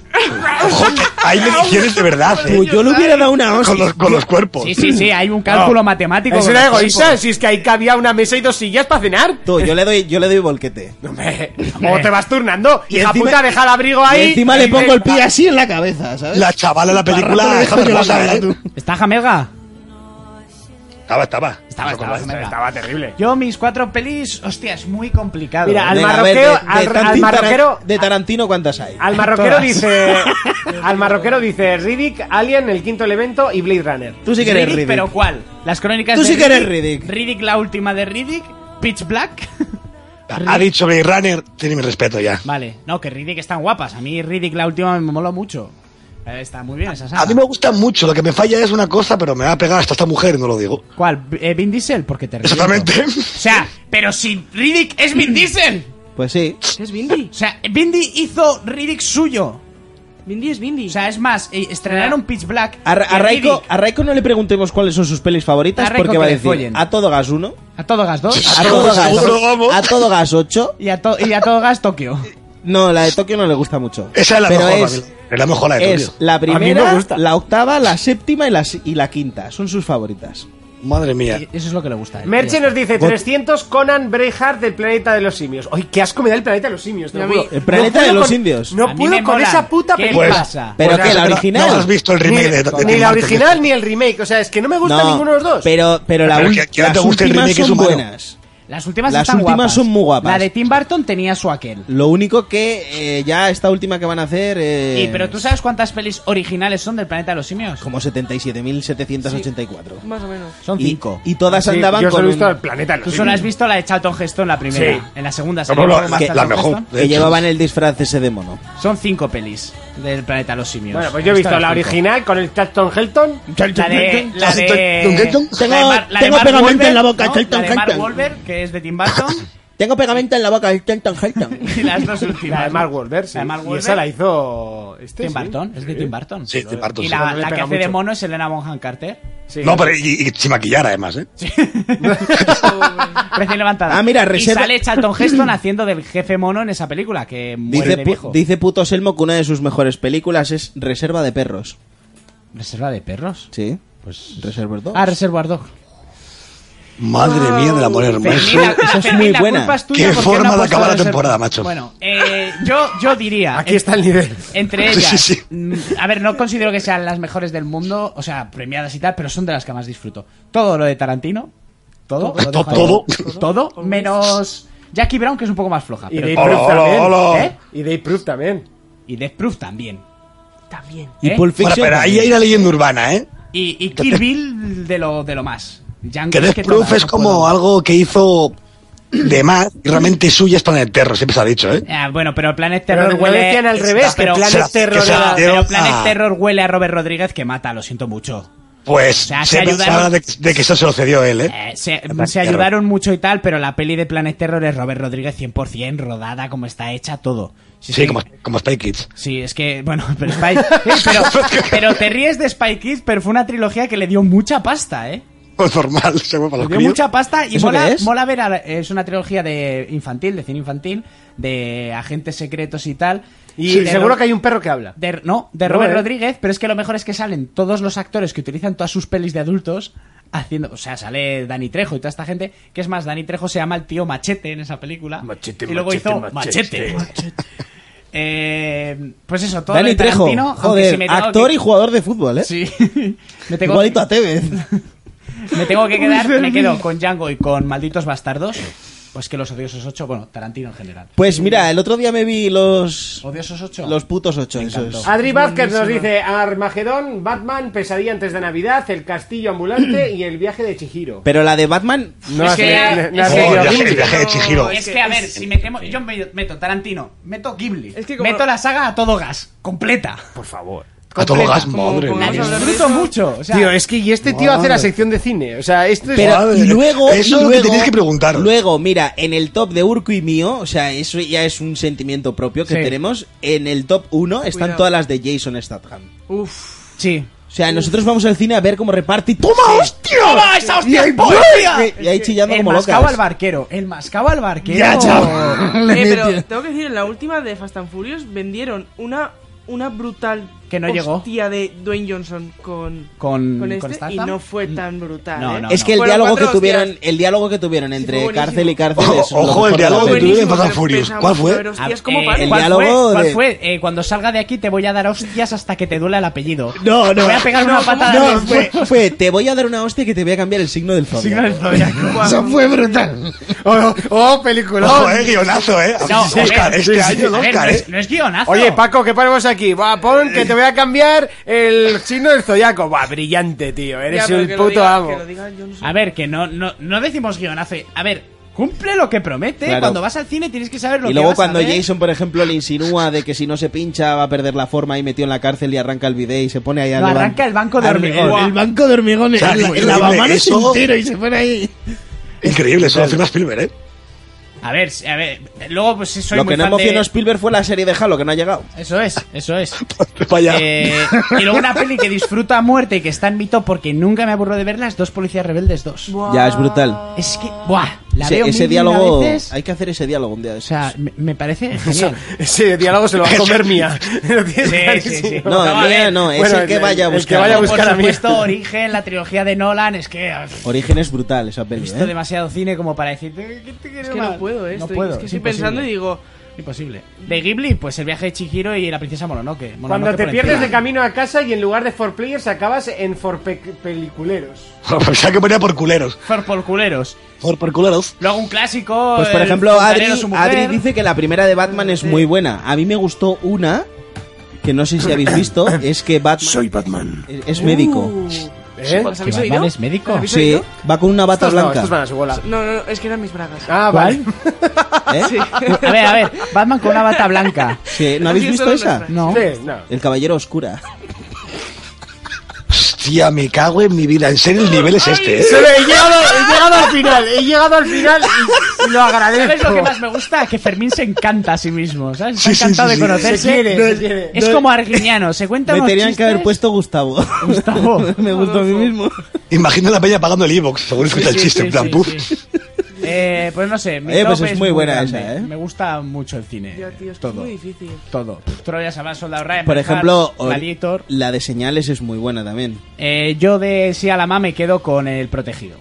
[SPEAKER 6] Joder, hay lecciones de verdad, eh.
[SPEAKER 4] Pues yo le hubiera dado una
[SPEAKER 6] Con
[SPEAKER 4] hostia.
[SPEAKER 6] los, con los cuerpos.
[SPEAKER 3] Sí, sí, sí. Hay un cálculo
[SPEAKER 2] No.
[SPEAKER 3] matemático.
[SPEAKER 2] Eso
[SPEAKER 3] con
[SPEAKER 2] era
[SPEAKER 3] los
[SPEAKER 2] egoísta,
[SPEAKER 3] tipos.
[SPEAKER 2] si es que ahí cabía una mesa y dos sillas para cenar.
[SPEAKER 4] Tú, Yo le doy, yo le doy volquete.
[SPEAKER 2] Hombre, O te vas turnando.
[SPEAKER 4] Y
[SPEAKER 2] Hija
[SPEAKER 4] encima-
[SPEAKER 2] puta, deja el abrigo
[SPEAKER 4] Y
[SPEAKER 2] ahí.
[SPEAKER 4] encima le
[SPEAKER 2] dices,
[SPEAKER 4] pongo el pie así en la cabeza, ¿sabes?
[SPEAKER 6] La chavala de la película
[SPEAKER 4] Parrafa,
[SPEAKER 6] estaba
[SPEAKER 4] déjame la
[SPEAKER 6] hermosa,
[SPEAKER 4] cara,
[SPEAKER 6] ¿eh?
[SPEAKER 4] tú.
[SPEAKER 3] ¿Está Jamega?
[SPEAKER 6] Estaba, estaba.
[SPEAKER 3] Estaba, estaba, Jamega.
[SPEAKER 2] Estaba terrible.
[SPEAKER 3] Pues Yo, mis cuatro pelis, hostia, es muy complicado.
[SPEAKER 2] Mira,
[SPEAKER 3] ¿eh?
[SPEAKER 2] al
[SPEAKER 4] Venga, a
[SPEAKER 2] marroquero-
[SPEAKER 4] ver, de- de
[SPEAKER 2] al- al
[SPEAKER 4] Tarantino-
[SPEAKER 2] marroquero-
[SPEAKER 4] de Tarantino, ¿cuántas hay?
[SPEAKER 2] Al marroquero
[SPEAKER 3] Todas.
[SPEAKER 2] dice. Al marroquero dice Riddick, Alien, el quinto elemento y Blade Runner.
[SPEAKER 4] Tú sí que eres
[SPEAKER 3] Riddick,
[SPEAKER 4] Riddick.
[SPEAKER 3] pero ¿cuál? Las crónicas
[SPEAKER 4] Tú
[SPEAKER 3] de
[SPEAKER 4] sí que eres Riddick.
[SPEAKER 3] Riddick, la última de Riddick. Pitch Black.
[SPEAKER 6] Ha dicho Blade Runner, tiene mi respeto ya.
[SPEAKER 3] vale, no, que Riddick están guapas. A mí Riddick, la última, me moló mucho. Eh, Está muy bien esa saga.
[SPEAKER 6] A mí me gusta mucho, lo que me falla es una cosa, pero me va a pegar hasta esta mujer, no lo digo.
[SPEAKER 3] ¿Cuál? Eh, ¿Vin Diesel? Porque te reviento.
[SPEAKER 6] Exactamente.
[SPEAKER 3] O sea, pero si Riddick es Vin Diesel.
[SPEAKER 4] Pues sí.
[SPEAKER 5] ¿Es Bindi?
[SPEAKER 3] O sea, Bindi hizo Riddick suyo.
[SPEAKER 5] Bindi es Bindi.
[SPEAKER 3] O sea, es más, eh, estrenaron Pitch Black.
[SPEAKER 4] A, Ra- a
[SPEAKER 3] y
[SPEAKER 4] Raiko,
[SPEAKER 3] Riddick.
[SPEAKER 4] a Raiko no le preguntemos cuáles son sus pelis
[SPEAKER 3] A
[SPEAKER 4] favoritas
[SPEAKER 3] Raiko
[SPEAKER 4] porque
[SPEAKER 3] que
[SPEAKER 4] va a
[SPEAKER 3] le
[SPEAKER 4] decir
[SPEAKER 3] follen.
[SPEAKER 4] a todo gas 1,
[SPEAKER 3] A todo gas 2
[SPEAKER 4] a
[SPEAKER 6] Seguro,
[SPEAKER 4] todo gas,
[SPEAKER 6] seguro, vamos.
[SPEAKER 4] a todo gas 8.
[SPEAKER 3] y a, to- y a todo gas Tokio.
[SPEAKER 4] No, la de Tokio no le gusta mucho.
[SPEAKER 6] Esa es la
[SPEAKER 4] Pero
[SPEAKER 6] mejor,
[SPEAKER 4] es,
[SPEAKER 6] Pablo. es la mejor la de
[SPEAKER 4] es
[SPEAKER 6] Tokio.
[SPEAKER 4] la
[SPEAKER 2] me
[SPEAKER 4] primera,
[SPEAKER 2] gusta.
[SPEAKER 4] la octava, la séptima y la, si- y la quinta. Son sus favoritas.
[SPEAKER 6] Madre mía.
[SPEAKER 3] Y Eso es lo que le gusta. a él.
[SPEAKER 2] Merche nos dice 300 Conan Braveheart del planeta de los simios. ¡Ay, qué asco me da el planeta de los simios! te lo
[SPEAKER 5] Ya vi.
[SPEAKER 2] juro.
[SPEAKER 4] El planeta
[SPEAKER 2] puedo
[SPEAKER 4] de los
[SPEAKER 2] con-
[SPEAKER 4] indios.
[SPEAKER 3] A
[SPEAKER 2] No
[SPEAKER 3] mí
[SPEAKER 2] puedo
[SPEAKER 3] me
[SPEAKER 2] con
[SPEAKER 3] mola.
[SPEAKER 2] esa puta
[SPEAKER 3] ¿Qué
[SPEAKER 2] película.
[SPEAKER 3] pasa?
[SPEAKER 4] Pero
[SPEAKER 6] Pues
[SPEAKER 4] que la
[SPEAKER 6] no-
[SPEAKER 4] original.
[SPEAKER 6] No has visto el
[SPEAKER 2] Ni,
[SPEAKER 6] remake de, de
[SPEAKER 2] ni
[SPEAKER 6] Tim
[SPEAKER 2] la
[SPEAKER 6] Burton.
[SPEAKER 2] original ni el remake. O sea, es que no me gusta
[SPEAKER 4] No,
[SPEAKER 2] ninguno de los dos.
[SPEAKER 4] Pero, pero la
[SPEAKER 6] Pero
[SPEAKER 4] ul-
[SPEAKER 6] que- que no
[SPEAKER 4] las
[SPEAKER 6] te guste el
[SPEAKER 4] últimas
[SPEAKER 6] remake es
[SPEAKER 4] son
[SPEAKER 6] humano.
[SPEAKER 4] buenas.
[SPEAKER 3] Las últimas
[SPEAKER 4] Las
[SPEAKER 3] están
[SPEAKER 4] últimas
[SPEAKER 3] guapas.
[SPEAKER 4] son muy guapas.
[SPEAKER 3] La de Tim Burton tenía su aquel.
[SPEAKER 4] Lo único que eh, ya esta última que van a hacer. eh,
[SPEAKER 3] Y, pero tú sabes cuántas pelis originales son del planeta de los simios.
[SPEAKER 4] Como 77.784.
[SPEAKER 5] Más o menos.
[SPEAKER 3] Son
[SPEAKER 4] Y-
[SPEAKER 3] cinco.
[SPEAKER 4] Y, todas
[SPEAKER 2] Sí,
[SPEAKER 4] andaban
[SPEAKER 2] yo solo
[SPEAKER 4] con.
[SPEAKER 2] he visto el
[SPEAKER 4] un-
[SPEAKER 2] planeta de los
[SPEAKER 3] Tú solo
[SPEAKER 2] simios.
[SPEAKER 3] has visto la de Charlton Heston, la primera.
[SPEAKER 2] Sí.
[SPEAKER 3] En la segunda
[SPEAKER 6] No,
[SPEAKER 3] salió
[SPEAKER 6] no,
[SPEAKER 3] un poco más
[SPEAKER 6] que-
[SPEAKER 3] Charlton
[SPEAKER 6] la mejor.
[SPEAKER 3] Heston.
[SPEAKER 4] Que llevaban el disfraz ese de mono.
[SPEAKER 3] Son cinco pelis del planeta Los Simios.
[SPEAKER 2] Bueno, pues yo he visto la original con el Charlton Helton.
[SPEAKER 3] La de. La de.
[SPEAKER 6] Charlton Heston.
[SPEAKER 3] la de Mar- la de
[SPEAKER 4] Tengo
[SPEAKER 3] Mark
[SPEAKER 4] pegamento en
[SPEAKER 3] Wahlberg,
[SPEAKER 4] la boca,
[SPEAKER 3] ¿no?
[SPEAKER 4] Charlton
[SPEAKER 3] La de Mark
[SPEAKER 4] Heston.
[SPEAKER 3] Wolver, que es de Tim Burton.
[SPEAKER 4] Tengo pegamento en la boca del Tenton Helton.
[SPEAKER 3] y las dos últimas.
[SPEAKER 2] La de
[SPEAKER 3] ¿no?
[SPEAKER 2] Mark Wahlberg, sí.
[SPEAKER 3] La de Mark
[SPEAKER 2] Y esa la
[SPEAKER 3] Wahlberg.
[SPEAKER 2] hizo... Este,
[SPEAKER 3] Tim
[SPEAKER 2] sí.
[SPEAKER 3] Burton, es de Tim Burton.
[SPEAKER 6] Sí, Tim Burton,
[SPEAKER 3] Y
[SPEAKER 6] sí.
[SPEAKER 3] la,
[SPEAKER 2] No le
[SPEAKER 3] la que
[SPEAKER 2] pega
[SPEAKER 3] hace de
[SPEAKER 2] mucho.
[SPEAKER 3] mono es Elena Bonham Carter.
[SPEAKER 2] Sí.
[SPEAKER 6] No, pero y, y sin maquillar además, ¿eh?
[SPEAKER 3] Recién levantada.
[SPEAKER 4] Ah, mira,
[SPEAKER 3] Y
[SPEAKER 4] reserva-
[SPEAKER 3] sale Charlton Heston haciendo del jefe mono en esa película, que muere
[SPEAKER 4] Dice,
[SPEAKER 3] de
[SPEAKER 4] pu-
[SPEAKER 3] viejo.
[SPEAKER 4] dice puto Selmo que una de sus mejores películas es Reserva de Perros.
[SPEAKER 3] ¿Reserva de perros?
[SPEAKER 4] Sí. Pues Reserva Dogs.
[SPEAKER 3] Ah, Reservoir Dog.
[SPEAKER 6] Madre mía del
[SPEAKER 3] Pues
[SPEAKER 6] amor hermoso.
[SPEAKER 3] Fermín, la-
[SPEAKER 4] Esa es
[SPEAKER 3] Fermín,
[SPEAKER 4] muy
[SPEAKER 3] la
[SPEAKER 4] buena.
[SPEAKER 3] culpa es tuya
[SPEAKER 6] Qué
[SPEAKER 3] porque
[SPEAKER 6] forma
[SPEAKER 3] no ha
[SPEAKER 6] de
[SPEAKER 3] puesto
[SPEAKER 6] acabar la
[SPEAKER 3] reserva.
[SPEAKER 6] temporada, macho.
[SPEAKER 3] Bueno, eh, yo, yo diría...
[SPEAKER 2] Aquí está el nivel.
[SPEAKER 3] Entre
[SPEAKER 6] Sí,
[SPEAKER 3] ellas,
[SPEAKER 6] sí, sí.
[SPEAKER 3] mm, a ver, no considero que sean las mejores del mundo, o sea, premiadas y tal, pero son de las que más disfruto. Todo lo de Tarantino, todo, lo dejo ahí.
[SPEAKER 6] Todo.
[SPEAKER 3] todo, menos Jackie Brown, que es un poco más floja.
[SPEAKER 2] Y
[SPEAKER 3] pero-
[SPEAKER 2] Day
[SPEAKER 6] Hola,
[SPEAKER 2] Proof
[SPEAKER 6] hola,
[SPEAKER 2] también.
[SPEAKER 6] hola.
[SPEAKER 2] ¿eh? Y Day Proof también.
[SPEAKER 3] y Death Proof también.
[SPEAKER 5] También.
[SPEAKER 4] y
[SPEAKER 3] ¿eh?
[SPEAKER 4] Pulp
[SPEAKER 6] Bueno,
[SPEAKER 4] Fiction
[SPEAKER 6] pero ahí
[SPEAKER 4] también.
[SPEAKER 6] hay la leyenda urbana, ¿eh?
[SPEAKER 3] Y, y Kill Bill de lo, de lo más. Django
[SPEAKER 6] Que
[SPEAKER 3] es
[SPEAKER 6] Death Proof
[SPEAKER 3] todas,
[SPEAKER 6] es
[SPEAKER 3] no
[SPEAKER 6] como
[SPEAKER 3] puedo.
[SPEAKER 6] algo que hizo de más y realmente suya es Planet Terror, siempre se ha dicho, ¿eh?
[SPEAKER 3] Ah, bueno, pero Planet
[SPEAKER 2] Pero
[SPEAKER 3] Terror
[SPEAKER 2] lo
[SPEAKER 3] huele.
[SPEAKER 2] decían al revés, que
[SPEAKER 3] pero,
[SPEAKER 2] Planet
[SPEAKER 6] se la- que
[SPEAKER 2] Terror
[SPEAKER 6] se la
[SPEAKER 2] era-
[SPEAKER 6] dieron
[SPEAKER 3] pero Planet
[SPEAKER 6] a-
[SPEAKER 3] Terror huele a Robert Rodríguez que mata, lo siento mucho.
[SPEAKER 6] Pues
[SPEAKER 3] sea, se
[SPEAKER 6] se, se
[SPEAKER 3] ayudaron-
[SPEAKER 6] habla de, de que eso se lo cedió él, ¿eh?
[SPEAKER 3] Eh, se,
[SPEAKER 6] Planet
[SPEAKER 3] se
[SPEAKER 6] Terror.
[SPEAKER 3] ayudaron mucho y tal, pero la peli de Planet Terror es Robert Rodríguez 100%, rodada, como está hecha, todo. Sí,
[SPEAKER 6] Sí,
[SPEAKER 3] sí.
[SPEAKER 6] como, como Spy Kids.
[SPEAKER 3] Sí, es que, bueno, pero Spy, sí, pero, pero te ríes de Spy Kids, pero fue una trilogía que le dio mucha pasta, ¿eh?
[SPEAKER 6] Pues normal, se fue para los
[SPEAKER 3] Le dio
[SPEAKER 6] críos.
[SPEAKER 3] mucha pasta y
[SPEAKER 4] ¿Eso
[SPEAKER 3] mola,
[SPEAKER 4] qué es?
[SPEAKER 3] mola ver, a- es una trilogía de infantil, de cine infantil, de agentes secretos y tal.
[SPEAKER 2] Y
[SPEAKER 3] de
[SPEAKER 2] seguro
[SPEAKER 3] Ro-
[SPEAKER 2] que hay un perro que habla.
[SPEAKER 3] de- no, de
[SPEAKER 2] No,
[SPEAKER 3] Robert
[SPEAKER 2] ¿eh?
[SPEAKER 3] Rodríguez, pero es que lo mejor es que salen todos los actores que utilizan todas sus pelis de adultos haciendo, o sea, sale Dani Trejo y toda esta gente, que es más, Dani Trejo se llama el tío Machete en esa película.
[SPEAKER 2] Machete,
[SPEAKER 3] y luego
[SPEAKER 2] machete,
[SPEAKER 3] hizo
[SPEAKER 2] machete.
[SPEAKER 3] Machete. Eh, pues eso, todo lo
[SPEAKER 4] Dani
[SPEAKER 3] de
[SPEAKER 4] Trejo,
[SPEAKER 3] Tarantino, aunque
[SPEAKER 4] joder,
[SPEAKER 3] si me tengo
[SPEAKER 4] actor
[SPEAKER 3] que-
[SPEAKER 4] y jugador de fútbol, ¿eh?
[SPEAKER 3] Sí. me tengo
[SPEAKER 4] Igualito a Tevez.
[SPEAKER 3] me tengo que quedar, me quedo con Django y con Malditos Bastardos. Pues que los odiosos 8, bueno, Tarantino en general.
[SPEAKER 4] Pues mira, el otro día me vi los.
[SPEAKER 3] ¿Odiosos 8?
[SPEAKER 4] Los putos ocho,
[SPEAKER 3] Me
[SPEAKER 4] esos.
[SPEAKER 3] encantó.
[SPEAKER 2] Adri Vázquez nos dice Armagedón, Batman, Pesadilla antes de Navidad, El Castillo Ambulante y El Viaje de Chihiro.
[SPEAKER 4] Pero la de Batman no
[SPEAKER 3] Es
[SPEAKER 4] la
[SPEAKER 3] que-
[SPEAKER 4] sé.
[SPEAKER 3] Eh,
[SPEAKER 2] No, no has
[SPEAKER 3] es que-
[SPEAKER 2] leído
[SPEAKER 6] Oh, viaje,
[SPEAKER 2] Gimli.
[SPEAKER 6] viaje de Chihiro.
[SPEAKER 3] Es que, a ver, si metemos. Yo me- meto Tarantino, meto Ghibli,
[SPEAKER 5] Es que como-
[SPEAKER 3] meto la saga a todo gas, completa.
[SPEAKER 2] Por favor.
[SPEAKER 6] A todo
[SPEAKER 3] Completa.
[SPEAKER 6] gas, madre
[SPEAKER 5] como-
[SPEAKER 6] mía.
[SPEAKER 5] como-
[SPEAKER 3] Disfruto mucho. O sea,
[SPEAKER 2] Tío, es que y este tío hace la sección de cine. O sea, esto es.
[SPEAKER 4] Pero
[SPEAKER 6] Madre
[SPEAKER 4] y
[SPEAKER 6] mía.
[SPEAKER 4] luego,
[SPEAKER 6] Eso es
[SPEAKER 4] y
[SPEAKER 6] lo que
[SPEAKER 4] luego-
[SPEAKER 6] tenéis que preguntaros.
[SPEAKER 4] Luego, mira, en el top de Urco y mío, o sea, eso ya es un sentimiento propio que
[SPEAKER 3] Sí.
[SPEAKER 4] tenemos. En el top 1 están
[SPEAKER 5] Cuidado.
[SPEAKER 4] todas las de Jason Statham.
[SPEAKER 3] Sí.
[SPEAKER 4] O sea, nosotros vamos al cine a ver cómo reparte. ¡Toma hostia!
[SPEAKER 3] ¡Toma esa hostia es poesía!
[SPEAKER 4] Y ahí chillando
[SPEAKER 3] El
[SPEAKER 4] como
[SPEAKER 3] mascabo al
[SPEAKER 4] locas.
[SPEAKER 3] barquero, el mascabo al barquero.
[SPEAKER 4] Ya, ya.
[SPEAKER 5] Eh,
[SPEAKER 4] Le
[SPEAKER 5] pero
[SPEAKER 4] metió.
[SPEAKER 5] tengo que decir, en la última de Fast and Furious vendieron una, una brutal
[SPEAKER 3] Que no llegó.
[SPEAKER 5] hostia de Dwayne Johnson con,
[SPEAKER 3] Con,
[SPEAKER 5] con
[SPEAKER 3] con
[SPEAKER 5] este y
[SPEAKER 3] Statham.
[SPEAKER 5] no fue tan brutal.
[SPEAKER 3] No,
[SPEAKER 5] ¿eh?
[SPEAKER 3] no,
[SPEAKER 4] Es que el
[SPEAKER 5] Fueron
[SPEAKER 4] diálogo que
[SPEAKER 5] cuatro
[SPEAKER 4] tuvieron,
[SPEAKER 5] hostias.
[SPEAKER 4] el diálogo que tuvieron entre
[SPEAKER 5] buenísimo.
[SPEAKER 4] cárcel y cárcel
[SPEAKER 6] Ojo,
[SPEAKER 4] es lo
[SPEAKER 6] ojo,
[SPEAKER 4] mejor
[SPEAKER 6] el
[SPEAKER 4] de la
[SPEAKER 6] diálogo que
[SPEAKER 4] peli.
[SPEAKER 6] tuvieron.
[SPEAKER 5] Buenísimo,
[SPEAKER 6] en Fast and
[SPEAKER 5] pero
[SPEAKER 6] Furious.
[SPEAKER 5] pensamos,
[SPEAKER 6] ¿Cuál fue?
[SPEAKER 5] pero hostias,
[SPEAKER 3] Ah,
[SPEAKER 5] ¿cómo
[SPEAKER 3] eh,
[SPEAKER 5] parten?
[SPEAKER 4] el
[SPEAKER 3] ¿cuál
[SPEAKER 4] diálogo
[SPEAKER 3] fue? ¿Cuál
[SPEAKER 4] de-
[SPEAKER 3] fue? Eh, cuando salga de aquí te voy a dar hostias hasta que te duela el apellido.
[SPEAKER 4] No,
[SPEAKER 3] Te
[SPEAKER 4] no.
[SPEAKER 3] voy a pegar una patada.
[SPEAKER 4] No,
[SPEAKER 3] en el-
[SPEAKER 4] fue, fue, te voy a dar una hostia que te voy a cambiar el signo del zodiaco.
[SPEAKER 6] Eso fue brutal.
[SPEAKER 2] Oh, oh, película.
[SPEAKER 6] Ojo, eh, guionazo, eh.
[SPEAKER 3] No, a
[SPEAKER 6] Oscar,
[SPEAKER 3] ver,
[SPEAKER 6] este año el
[SPEAKER 3] a ver, no,
[SPEAKER 6] Oscar, eh.
[SPEAKER 3] es, no es guionazo.
[SPEAKER 2] Oye, Paco, ¿qué ponemos aquí? Va, pon que te voy a cambiar el signo del zodiaco. Va, brillante, tío.
[SPEAKER 5] Ya,
[SPEAKER 2] Eres
[SPEAKER 5] pero
[SPEAKER 2] un
[SPEAKER 5] que lo
[SPEAKER 2] puto
[SPEAKER 5] diga-
[SPEAKER 2] amo.
[SPEAKER 5] que lo diga Johnson.
[SPEAKER 3] A ver, que no, no, no decimos guionazo. A ver, cumple lo que promete.
[SPEAKER 4] Claro.
[SPEAKER 3] Cuando vas al cine tienes que saber lo
[SPEAKER 4] Y
[SPEAKER 3] que
[SPEAKER 4] luego
[SPEAKER 3] vas a
[SPEAKER 4] cuando
[SPEAKER 3] ver.
[SPEAKER 4] Jason, por ejemplo, le insinúa de que si no se pincha va a perder la forma y metió en la cárcel y arranca el bidet y se pone ahí a
[SPEAKER 3] No,
[SPEAKER 4] levan-
[SPEAKER 3] arranca el banco de
[SPEAKER 4] al-
[SPEAKER 3] hormigón.
[SPEAKER 4] el- el banco de hormigón,
[SPEAKER 6] O sea,
[SPEAKER 4] el- el
[SPEAKER 6] increíble
[SPEAKER 4] lavamanos
[SPEAKER 6] eso.
[SPEAKER 4] entero y se pone ahí.
[SPEAKER 6] Increíble, eso lo firma Spielberg, eh.
[SPEAKER 3] A ver, a ver. Luego, pues sí, soy
[SPEAKER 4] Lo
[SPEAKER 3] muy
[SPEAKER 4] que no
[SPEAKER 3] fan de-
[SPEAKER 4] emocionó a Spielberg fue la serie de Halo que no ha llegado.
[SPEAKER 3] Eso es, eso es.
[SPEAKER 6] Vaya.
[SPEAKER 3] Eh, y luego una peli que disfruto a muerte y que está en mi top porque nunca me aburro de verla es Dos Policías Rebeldes 2.
[SPEAKER 5] Buah.
[SPEAKER 4] Ya es brutal.
[SPEAKER 3] Es que, buah, la
[SPEAKER 4] Ese,
[SPEAKER 3] veo
[SPEAKER 4] ese
[SPEAKER 3] mil y una
[SPEAKER 4] diálogo
[SPEAKER 3] veces.
[SPEAKER 4] hay que hacer ese diálogo un día. de
[SPEAKER 3] O
[SPEAKER 4] esos.
[SPEAKER 3] sea, me, me parece genial.
[SPEAKER 2] Ese diálogo se lo va a comer mía. Lo tienes clarísimo.
[SPEAKER 4] no,
[SPEAKER 3] No, eh, a
[SPEAKER 4] mira,
[SPEAKER 3] ver.
[SPEAKER 4] no, es
[SPEAKER 2] Bueno,
[SPEAKER 4] el que
[SPEAKER 2] el-
[SPEAKER 4] vaya a
[SPEAKER 2] el que
[SPEAKER 4] buscar.
[SPEAKER 2] vaya a
[SPEAKER 3] Por
[SPEAKER 2] buscar. a mí.
[SPEAKER 3] supuesto, Origen, la trilogía de Nolan, es que ah, uf,
[SPEAKER 4] Origen es brutal esa
[SPEAKER 3] he
[SPEAKER 4] peli,
[SPEAKER 3] visto
[SPEAKER 4] ¿eh?
[SPEAKER 3] demasiado cine como para decir "Eh, ¿qué te quiero
[SPEAKER 5] Es que
[SPEAKER 3] más?".
[SPEAKER 5] no puedo, eh.
[SPEAKER 3] No
[SPEAKER 5] estoy-
[SPEAKER 3] puedo,
[SPEAKER 5] Es que estoy
[SPEAKER 3] imposible.
[SPEAKER 5] pensando y digo.
[SPEAKER 3] Imposible. De Ghibli, pues el viaje de Chihiro y la princesa Mononoke. Mononoke
[SPEAKER 2] Cuando te
[SPEAKER 3] por
[SPEAKER 2] pierdes
[SPEAKER 3] encima.
[SPEAKER 2] de camino a casa y en lugar de for players acabas en for pe- peliculeros.
[SPEAKER 6] Pensaba que ponía por culeros.
[SPEAKER 3] Por, por culeros.
[SPEAKER 6] Por, por culeros.
[SPEAKER 3] Luego un clásico.
[SPEAKER 4] Pues por
[SPEAKER 3] el
[SPEAKER 4] ejemplo, Adri,
[SPEAKER 3] fontanero, su mujer.
[SPEAKER 4] Adri dice que la primera de Batman es muy buena. A mí me gustó una que no sé si habéis visto, es que Batman
[SPEAKER 6] Batman.
[SPEAKER 4] es- es médico.
[SPEAKER 3] Uh.
[SPEAKER 5] "Uh".
[SPEAKER 2] ¿Eh?
[SPEAKER 5] ¿Os habéis
[SPEAKER 3] ¿Que
[SPEAKER 5] oído?
[SPEAKER 3] Batman es médico?
[SPEAKER 5] ¿Os habéis
[SPEAKER 4] Sí,
[SPEAKER 5] oído?
[SPEAKER 4] va con una bata
[SPEAKER 2] Estos no, estos van
[SPEAKER 4] blanca.
[SPEAKER 2] a su bola.
[SPEAKER 5] No, no, no, es que eran mis bragas.
[SPEAKER 2] Ah, vale.
[SPEAKER 3] ¿Cuál?
[SPEAKER 4] ¿eh?
[SPEAKER 3] A ver, a ver. Batman con una bata blanca.
[SPEAKER 4] Sí, ¿No habéis
[SPEAKER 5] Así es
[SPEAKER 4] visto
[SPEAKER 5] solo
[SPEAKER 4] esa?
[SPEAKER 5] nuestra.
[SPEAKER 3] No.
[SPEAKER 2] Sí, no.
[SPEAKER 4] El Caballero Oscura.
[SPEAKER 6] Hostia, me cago en mi vida. En serio, el nivel es este, eh.
[SPEAKER 2] Se ve, he, llegado, he llegado al final, he llegado al final y, y lo
[SPEAKER 3] ¿Sabes lo que
[SPEAKER 2] agradezco.
[SPEAKER 3] más me gusta? Que Fermín se encanta a sí mismo, ¿sabes? Está
[SPEAKER 6] Sí, sí,
[SPEAKER 3] encantado
[SPEAKER 6] sí,
[SPEAKER 3] de
[SPEAKER 6] sí.
[SPEAKER 3] conocerse.
[SPEAKER 2] Se quiere, se quiere.
[SPEAKER 3] Es como Arguiñano, se cuenta
[SPEAKER 4] Me
[SPEAKER 3] unos
[SPEAKER 4] tenían que haber
[SPEAKER 3] chistes.
[SPEAKER 4] puesto Gustavo.
[SPEAKER 3] Gustavo.
[SPEAKER 4] me gustó a mí mismo.
[SPEAKER 6] Imagino a la peña pagando el Evox, según escucha el chiste,
[SPEAKER 3] Sí,
[SPEAKER 6] en plan,
[SPEAKER 3] sí,
[SPEAKER 6] puf.
[SPEAKER 3] sí. Eh, pues no sé, mi
[SPEAKER 4] Eh, pues
[SPEAKER 3] top
[SPEAKER 4] es muy buena
[SPEAKER 3] grande.
[SPEAKER 4] esa, ¿eh?
[SPEAKER 3] Me gusta mucho el cine.
[SPEAKER 5] Ya, tío, es que es
[SPEAKER 3] todo.
[SPEAKER 5] muy difícil.
[SPEAKER 3] Todo. Troya Sabal, Soldado Ryan.
[SPEAKER 4] Por
[SPEAKER 3] Braveheart,
[SPEAKER 4] ejemplo, or-
[SPEAKER 3] Gladiator.
[SPEAKER 4] la de señales es muy buena también.
[SPEAKER 3] Eh, yo de Sí a la Ma me quedo con el protegido.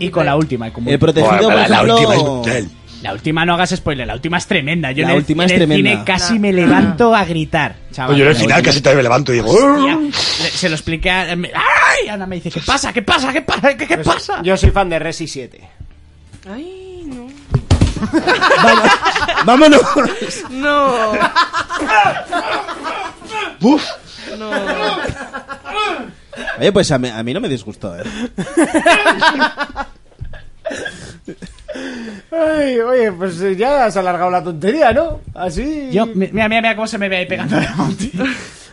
[SPEAKER 3] Y con la última. y con Multiple.
[SPEAKER 4] El protegido, por
[SPEAKER 6] Buah, la, la
[SPEAKER 4] ejemplo,
[SPEAKER 6] última es brutal.
[SPEAKER 3] La última no hagas spoiler, la última es tremenda. Yo
[SPEAKER 4] La
[SPEAKER 3] en el,
[SPEAKER 4] última
[SPEAKER 3] en
[SPEAKER 4] es
[SPEAKER 3] el
[SPEAKER 4] tremenda.
[SPEAKER 3] cine casi me levanto a gritar. chaval.
[SPEAKER 6] Oye, yo en el
[SPEAKER 4] la
[SPEAKER 6] final
[SPEAKER 4] última.
[SPEAKER 6] casi todavía me levanto y digo,
[SPEAKER 3] Ya,
[SPEAKER 6] "Urr".
[SPEAKER 3] le- se lo expliqué a... me- ¡Ay! Ana me dice, ¿qué pasa? ¿Qué pasa? ¿Qué pasa? ¿Qué, qué pasa?
[SPEAKER 2] Yo soy fan de Resi 7.
[SPEAKER 5] Ay, no.
[SPEAKER 4] ¡Vámonos!
[SPEAKER 5] No.
[SPEAKER 6] ¡Buf!
[SPEAKER 5] No.
[SPEAKER 4] Oye, pues a mí, a mí no me disgustó, ¿eh?
[SPEAKER 2] Ay, oye, pues eh, ya has alargado la tontería, ¿no? Así.
[SPEAKER 3] Yo, mi- mira, mira, mira cómo se me ve ahí pegando la montilla.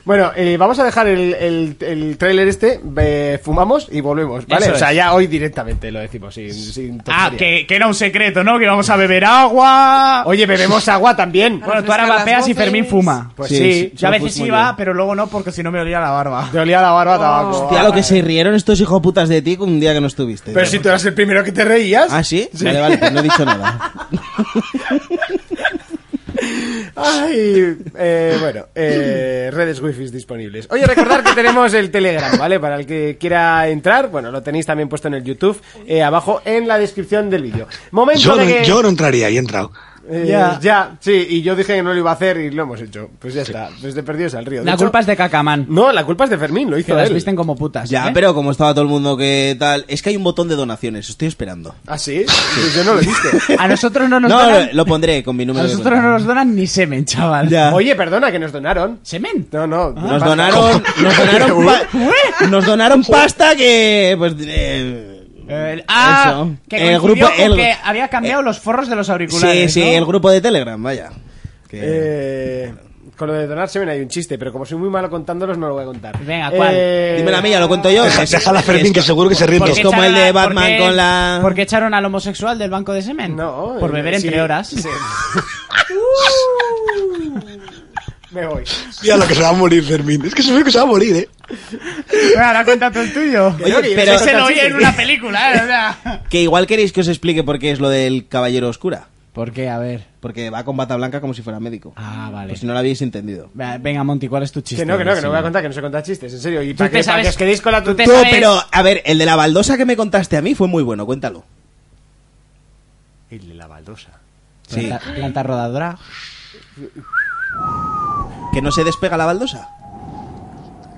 [SPEAKER 2] Bueno, eh, vamos a dejar el, el, el tráiler este, eh, fumamos y volvemos, ¿vale?
[SPEAKER 3] Eso
[SPEAKER 2] o sea,
[SPEAKER 3] es.
[SPEAKER 2] ya hoy directamente lo decimos, sin, sin
[SPEAKER 3] Ah,
[SPEAKER 2] tontería.
[SPEAKER 3] que, que era un secreto, ¿no? Que íbamos a beber agua.
[SPEAKER 2] Oye, bebemos agua también.
[SPEAKER 3] bueno, tú ahora
[SPEAKER 5] refrescar las
[SPEAKER 3] vapeas y
[SPEAKER 5] voces.
[SPEAKER 3] Fermín fuma.
[SPEAKER 2] Pues
[SPEAKER 4] Sí,
[SPEAKER 2] sí,
[SPEAKER 4] sí.
[SPEAKER 3] Yo a veces
[SPEAKER 4] Fue muy
[SPEAKER 3] iba,
[SPEAKER 4] bien.
[SPEAKER 3] pero luego no, porque si no me olía la barba.
[SPEAKER 2] te olía la barba a tabaco.
[SPEAKER 4] Hostia, lo que se rieron estos hijos putas de ti con un día que no estuviste.
[SPEAKER 2] Pero si tú eras el primero que te reías.
[SPEAKER 4] ¿Ah, sí? Vale, vale, pues no he dicho nada.
[SPEAKER 2] Ay, eh, bueno, eh, redes wifi disponibles. Oye, recordar que tenemos el Telegram, ¿vale? Para el que quiera entrar, bueno, lo tenéis también puesto en el YouTube, eh, abajo en la descripción del vídeo. Momento
[SPEAKER 6] Yo
[SPEAKER 2] de
[SPEAKER 6] no,
[SPEAKER 2] que...
[SPEAKER 6] yo no entraría y he entrado.
[SPEAKER 2] Eh,
[SPEAKER 1] Ya.
[SPEAKER 2] ya, sí, y yo dije que no lo iba a hacer y lo hemos hecho. Pues ya está, pues de perdidos al río. De
[SPEAKER 3] La
[SPEAKER 2] hecho-
[SPEAKER 3] culpa es de Cacamán.
[SPEAKER 2] No, la culpa es de Fermín, lo
[SPEAKER 3] Que
[SPEAKER 2] hizo
[SPEAKER 3] las
[SPEAKER 2] él.
[SPEAKER 3] visten como putas.
[SPEAKER 4] Ya,
[SPEAKER 3] ¿eh?
[SPEAKER 4] pero como estaba todo el mundo que tal... Es que hay un botón de donaciones, estoy esperando.
[SPEAKER 2] ¿Ah, sí? Pues yo no lo he visto.
[SPEAKER 3] A nosotros no nos
[SPEAKER 4] No,
[SPEAKER 3] donan.
[SPEAKER 4] lo, lo pondré con mi
[SPEAKER 3] A
[SPEAKER 4] número de
[SPEAKER 3] nosotros no nos donan ni semen, chaval.
[SPEAKER 4] Ya.
[SPEAKER 2] Oye, perdona, que nos donaron.
[SPEAKER 3] ¿Semen?
[SPEAKER 2] No, no.
[SPEAKER 4] Nos
[SPEAKER 2] Ah, pasta.
[SPEAKER 4] donaron, nos donaron, pa- nos donaron pasta que pues eh,
[SPEAKER 3] El- ah,
[SPEAKER 4] Eso.
[SPEAKER 3] que
[SPEAKER 4] El
[SPEAKER 3] el
[SPEAKER 4] grupo-
[SPEAKER 3] grupo
[SPEAKER 4] el-
[SPEAKER 3] que había cambiado los forros de los
[SPEAKER 4] sí,
[SPEAKER 3] auriculares.
[SPEAKER 4] sí,
[SPEAKER 3] ¿no?
[SPEAKER 4] el grupo de Telegram, vaya. Que-
[SPEAKER 2] Eh, con lo de donar semen hay un chiste, pero como soy muy malo contándolos, no lo voy a contar. Eh,
[SPEAKER 3] Venga, ¿cuál?
[SPEAKER 4] Dímelo a mí, ya lo cuento yo.
[SPEAKER 6] eh, Deja-
[SPEAKER 4] Es-
[SPEAKER 6] Déjala a Fermín, que seguro que se ríe.
[SPEAKER 4] ¿Por Es
[SPEAKER 3] qué
[SPEAKER 6] todo.
[SPEAKER 4] como el
[SPEAKER 3] echaron
[SPEAKER 4] de
[SPEAKER 3] a- por
[SPEAKER 4] Batman
[SPEAKER 3] qué-
[SPEAKER 4] con la-
[SPEAKER 3] ¿Por qué echaron al homosexual del banco de semen?
[SPEAKER 2] No,
[SPEAKER 3] Por
[SPEAKER 2] eh,
[SPEAKER 3] beber
[SPEAKER 2] sí,
[SPEAKER 3] entre horas.
[SPEAKER 2] sí. Me voy.
[SPEAKER 6] Mira lo que se va a morir, Fermín. Es que seguro que se va a morir, ¿eh?
[SPEAKER 3] Ahora cuéntate el tuyo.
[SPEAKER 4] Oye,
[SPEAKER 2] Creo que yo
[SPEAKER 4] pero-
[SPEAKER 2] no sé
[SPEAKER 3] se lo
[SPEAKER 2] contar
[SPEAKER 3] oye en
[SPEAKER 2] chistes.
[SPEAKER 3] una película, ¿eh? O sea.
[SPEAKER 4] Que igual queréis que os explique por qué es lo del caballero oscura.
[SPEAKER 3] ¿Por qué? A ver.
[SPEAKER 4] Porque va con bata blanca como si fuera médico.
[SPEAKER 3] Ah, vale.
[SPEAKER 4] Pues si no lo habéis entendido.
[SPEAKER 3] Va, Venga, Monty, ¿cuál es tu chiste?
[SPEAKER 2] Que no, que no, que no
[SPEAKER 3] Sí.
[SPEAKER 2] voy a contar, que no sé contar chistes, en serio. Y
[SPEAKER 3] ¿Tú
[SPEAKER 2] para
[SPEAKER 3] te
[SPEAKER 2] que, para
[SPEAKER 3] sabes-
[SPEAKER 2] que os quedéis con la
[SPEAKER 3] tú te
[SPEAKER 2] tontería.
[SPEAKER 4] Tú,
[SPEAKER 3] sabes-
[SPEAKER 4] pero, a ver, el de la baldosa que me contaste a mí fue muy bueno, cuéntalo.
[SPEAKER 2] El de la baldosa.
[SPEAKER 4] Sí.
[SPEAKER 3] Planta, planta rodadora.
[SPEAKER 4] Que no se despega la baldosa.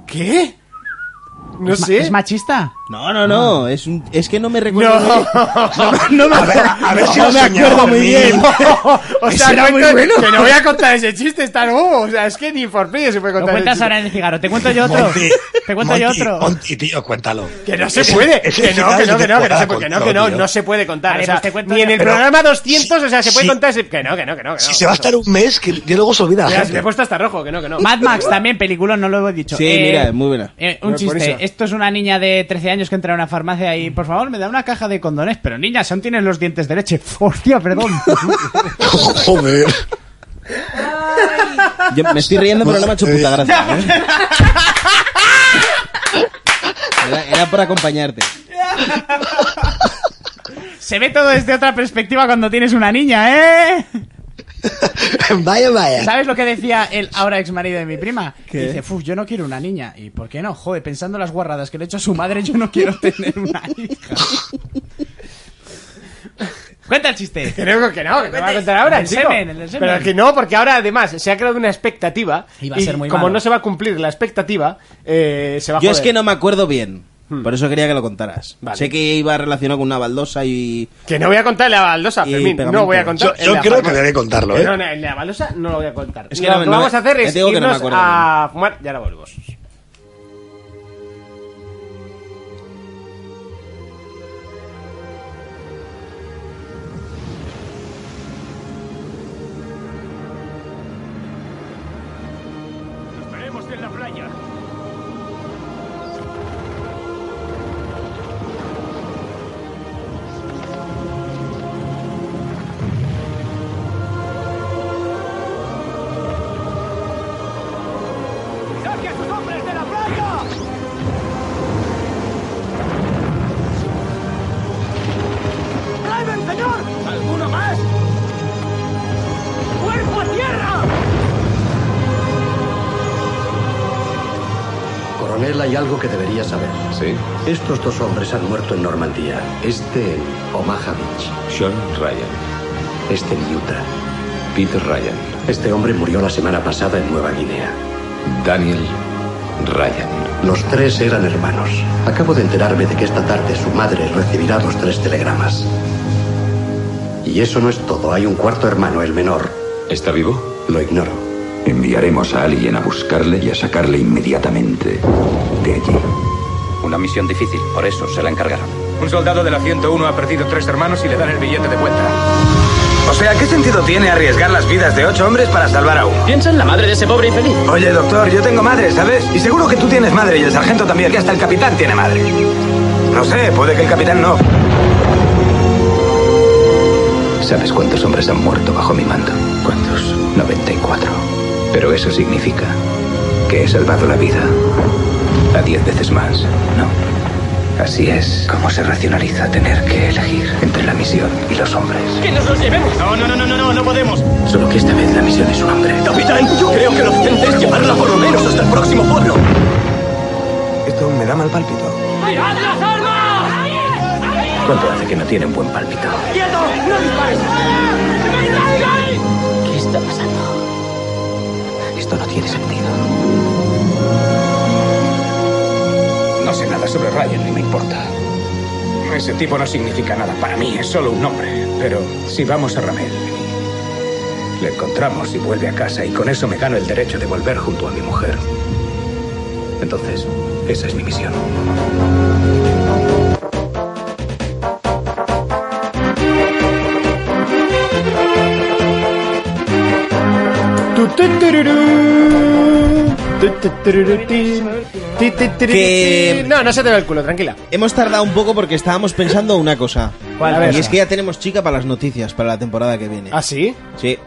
[SPEAKER 2] ¿Qué? No
[SPEAKER 3] ¿Es ma-
[SPEAKER 2] sé.
[SPEAKER 3] ¿Es machista?
[SPEAKER 4] No, no, no, es, un, es que no me recuerdo.
[SPEAKER 2] No.
[SPEAKER 4] muy bien. No, no me,
[SPEAKER 6] A ver, a ver si
[SPEAKER 4] no
[SPEAKER 6] lo
[SPEAKER 4] me
[SPEAKER 6] soñaba,
[SPEAKER 4] acuerdo muy
[SPEAKER 6] Fermín.
[SPEAKER 4] bien.
[SPEAKER 2] o
[SPEAKER 4] Ese
[SPEAKER 2] sea,
[SPEAKER 4] era
[SPEAKER 2] no
[SPEAKER 4] muy
[SPEAKER 2] hay
[SPEAKER 4] bueno.
[SPEAKER 2] que no voy a contar ese chiste, está nuevo. O sea, es que ni por play se puede
[SPEAKER 3] Lo
[SPEAKER 2] contar ese
[SPEAKER 3] cuentas
[SPEAKER 2] chiste.
[SPEAKER 3] ahora en el cigarro. ¿Te cuento yo otro?
[SPEAKER 6] Monty,
[SPEAKER 3] ¿Te cuento yo
[SPEAKER 6] Monty,
[SPEAKER 3] otro?
[SPEAKER 6] Monty, tío, cuéntalo.
[SPEAKER 2] Que no se
[SPEAKER 6] Ese-
[SPEAKER 2] puede,
[SPEAKER 6] ese
[SPEAKER 2] que no,
[SPEAKER 6] final
[SPEAKER 2] que no,
[SPEAKER 6] de
[SPEAKER 2] que no, que no
[SPEAKER 6] temporada
[SPEAKER 2] se puede, que no, que no,
[SPEAKER 6] contó, tío.
[SPEAKER 2] no se puede contar.
[SPEAKER 3] Vale,
[SPEAKER 2] o sea,
[SPEAKER 3] pues te cuento
[SPEAKER 2] ni en
[SPEAKER 3] yo.
[SPEAKER 2] el
[SPEAKER 6] Pero-
[SPEAKER 2] programa 200, o sea, se puede
[SPEAKER 6] Sí.
[SPEAKER 2] contar ese... Que no, que no, que no, que no.
[SPEAKER 6] Si se va a estar un mes, que yo luego se olvida. la
[SPEAKER 2] Mira,
[SPEAKER 6] gente.
[SPEAKER 2] se me he puesto hasta rojo, que no, que no.
[SPEAKER 3] Mad Max también, película, no lo he dicho.
[SPEAKER 4] Sí, mira, es muy buena.
[SPEAKER 3] eh, un
[SPEAKER 2] Muy
[SPEAKER 3] chiste.
[SPEAKER 2] buenísima.
[SPEAKER 3] Esto es una niña de 13 años que entra a una farmacia y, por favor, me da una caja de condones. Pero, niña, aún tienes los dientes de leche. Hostia, perdón.
[SPEAKER 6] Joder.
[SPEAKER 4] Yo me estoy riendo, pero no me ha hecho puta gracia. ¿eh? Era, era por acompañarte.
[SPEAKER 3] Se ve todo desde otra perspectiva cuando tienes una niña, ¿eh?
[SPEAKER 6] Vaya, vaya.
[SPEAKER 3] ¿Sabes lo que decía el ahora ex marido de mi prima?
[SPEAKER 4] ¿Qué?
[SPEAKER 3] Dice, "Fuf, yo no quiero una niña. ¿Y por qué no? Joder, pensando las guarradas que le he hecho a su madre, yo no quiero tener una hija. Cuenta el chiste.
[SPEAKER 2] Que no, que no, que te voy a contar ahora,
[SPEAKER 3] El
[SPEAKER 2] chico.
[SPEAKER 3] semen, el semen.
[SPEAKER 2] Pero que no, porque ahora además se ha creado una expectativa.
[SPEAKER 3] Y va a ser muy
[SPEAKER 2] como
[SPEAKER 3] malo.
[SPEAKER 2] no se va a cumplir la expectativa, eh, se va a
[SPEAKER 4] Yo es
[SPEAKER 2] joder.
[SPEAKER 4] que no me acuerdo bien. Por eso quería que lo contaras.
[SPEAKER 2] Vale.
[SPEAKER 4] Sé que iba relacionado con una baldosa y.
[SPEAKER 2] Que no voy a contar la baldosa,
[SPEAKER 4] Y
[SPEAKER 2] Fermín.
[SPEAKER 4] pegamento.
[SPEAKER 2] No voy a contar.
[SPEAKER 6] Yo- yo
[SPEAKER 2] el de
[SPEAKER 6] creo
[SPEAKER 2] la
[SPEAKER 6] que
[SPEAKER 2] farmacia.
[SPEAKER 6] debería contarlo, ¿eh?
[SPEAKER 2] No, no, el de la baldosa no lo voy a contar.
[SPEAKER 4] Es que
[SPEAKER 2] lo
[SPEAKER 4] no me-
[SPEAKER 2] que
[SPEAKER 4] no me-
[SPEAKER 2] vamos a hacer
[SPEAKER 4] ya
[SPEAKER 2] es
[SPEAKER 4] te digo que no me
[SPEAKER 2] irnos
[SPEAKER 4] acuerdo
[SPEAKER 2] a fumar. Ya ahora volvemos.
[SPEAKER 8] Coronel, hay algo que debería saber.
[SPEAKER 9] Sí,
[SPEAKER 8] Estos dos hombres han muerto en Normandía. Este en Omaha Beach,
[SPEAKER 9] Sean Ryan,
[SPEAKER 8] este en Utah.
[SPEAKER 9] Peter Ryan,
[SPEAKER 8] Este hombre murió la semana pasada en Nueva Guinea.
[SPEAKER 9] Daniel Ryan.
[SPEAKER 8] Los tres eran hermanos. Acabo de enterarme de que esta tarde su madre recibirá los tres telegramas. Y eso no es todo. Hay un cuarto hermano, el menor.
[SPEAKER 9] ¿Está vivo?
[SPEAKER 8] Lo ignoro.
[SPEAKER 9] Enviaremos a alguien a buscarle y a sacarle inmediatamente de allí.
[SPEAKER 11] Una misión difícil, por eso se la encargaron. Un soldado de la 101 ha perdido tres hermanos y le dan el billete de vuelta. O sea, ¿qué sentido tiene arriesgar las vidas de ocho hombres para salvar a uno?
[SPEAKER 8] Piensa en la madre de ese pobre infeliz.
[SPEAKER 11] Oye, doctor, yo tengo madre, ¿sabes? Y seguro que tú tienes madre y el sargento también, que hasta el capitán tiene madre. No sé, puede que el capitán no.
[SPEAKER 9] ¿Sabes cuántos hombres han muerto bajo mi mando? ¿Cuántos? 94. Pero eso significa que he salvado la vida a diez veces más, ¿no? Así es como se racionaliza tener que elegir entre la misión y los hombres.
[SPEAKER 11] ¡Que nos los llevemos! No, no, no, no, no, no podemos.
[SPEAKER 8] Solo que esta vez la misión es un hombre.
[SPEAKER 11] Capitán, yo creo que lo urgente es llevarla por lo menos hasta el próximo pueblo. Esto me da mal pálpito.
[SPEAKER 10] ¡Mirad las armas!
[SPEAKER 9] ¿Cuánto hace que no tiene un buen pálpito?
[SPEAKER 10] ¡Quieto! ¡No dispares!
[SPEAKER 9] ¿Qué está pasando? Esto no tiene sentido. No sé nada sobre Ryan, ni me importa. Ese tipo no significa nada para mí, es solo un nombre. Pero si vamos a Ramel, le encontramos y vuelve a casa y con eso me gano el derecho de volver junto a mi mujer. Entonces, esa es mi misión.
[SPEAKER 2] Que- No, no se te ve el culo, tranquila.
[SPEAKER 4] Hemos tardado un poco porque estábamos pensando una cosa.
[SPEAKER 2] ¿Cuál
[SPEAKER 4] y
[SPEAKER 2] cosa?
[SPEAKER 4] es que ya tenemos chica para las noticias para la temporada que viene.
[SPEAKER 2] ¿Ah, sí?
[SPEAKER 4] Sí.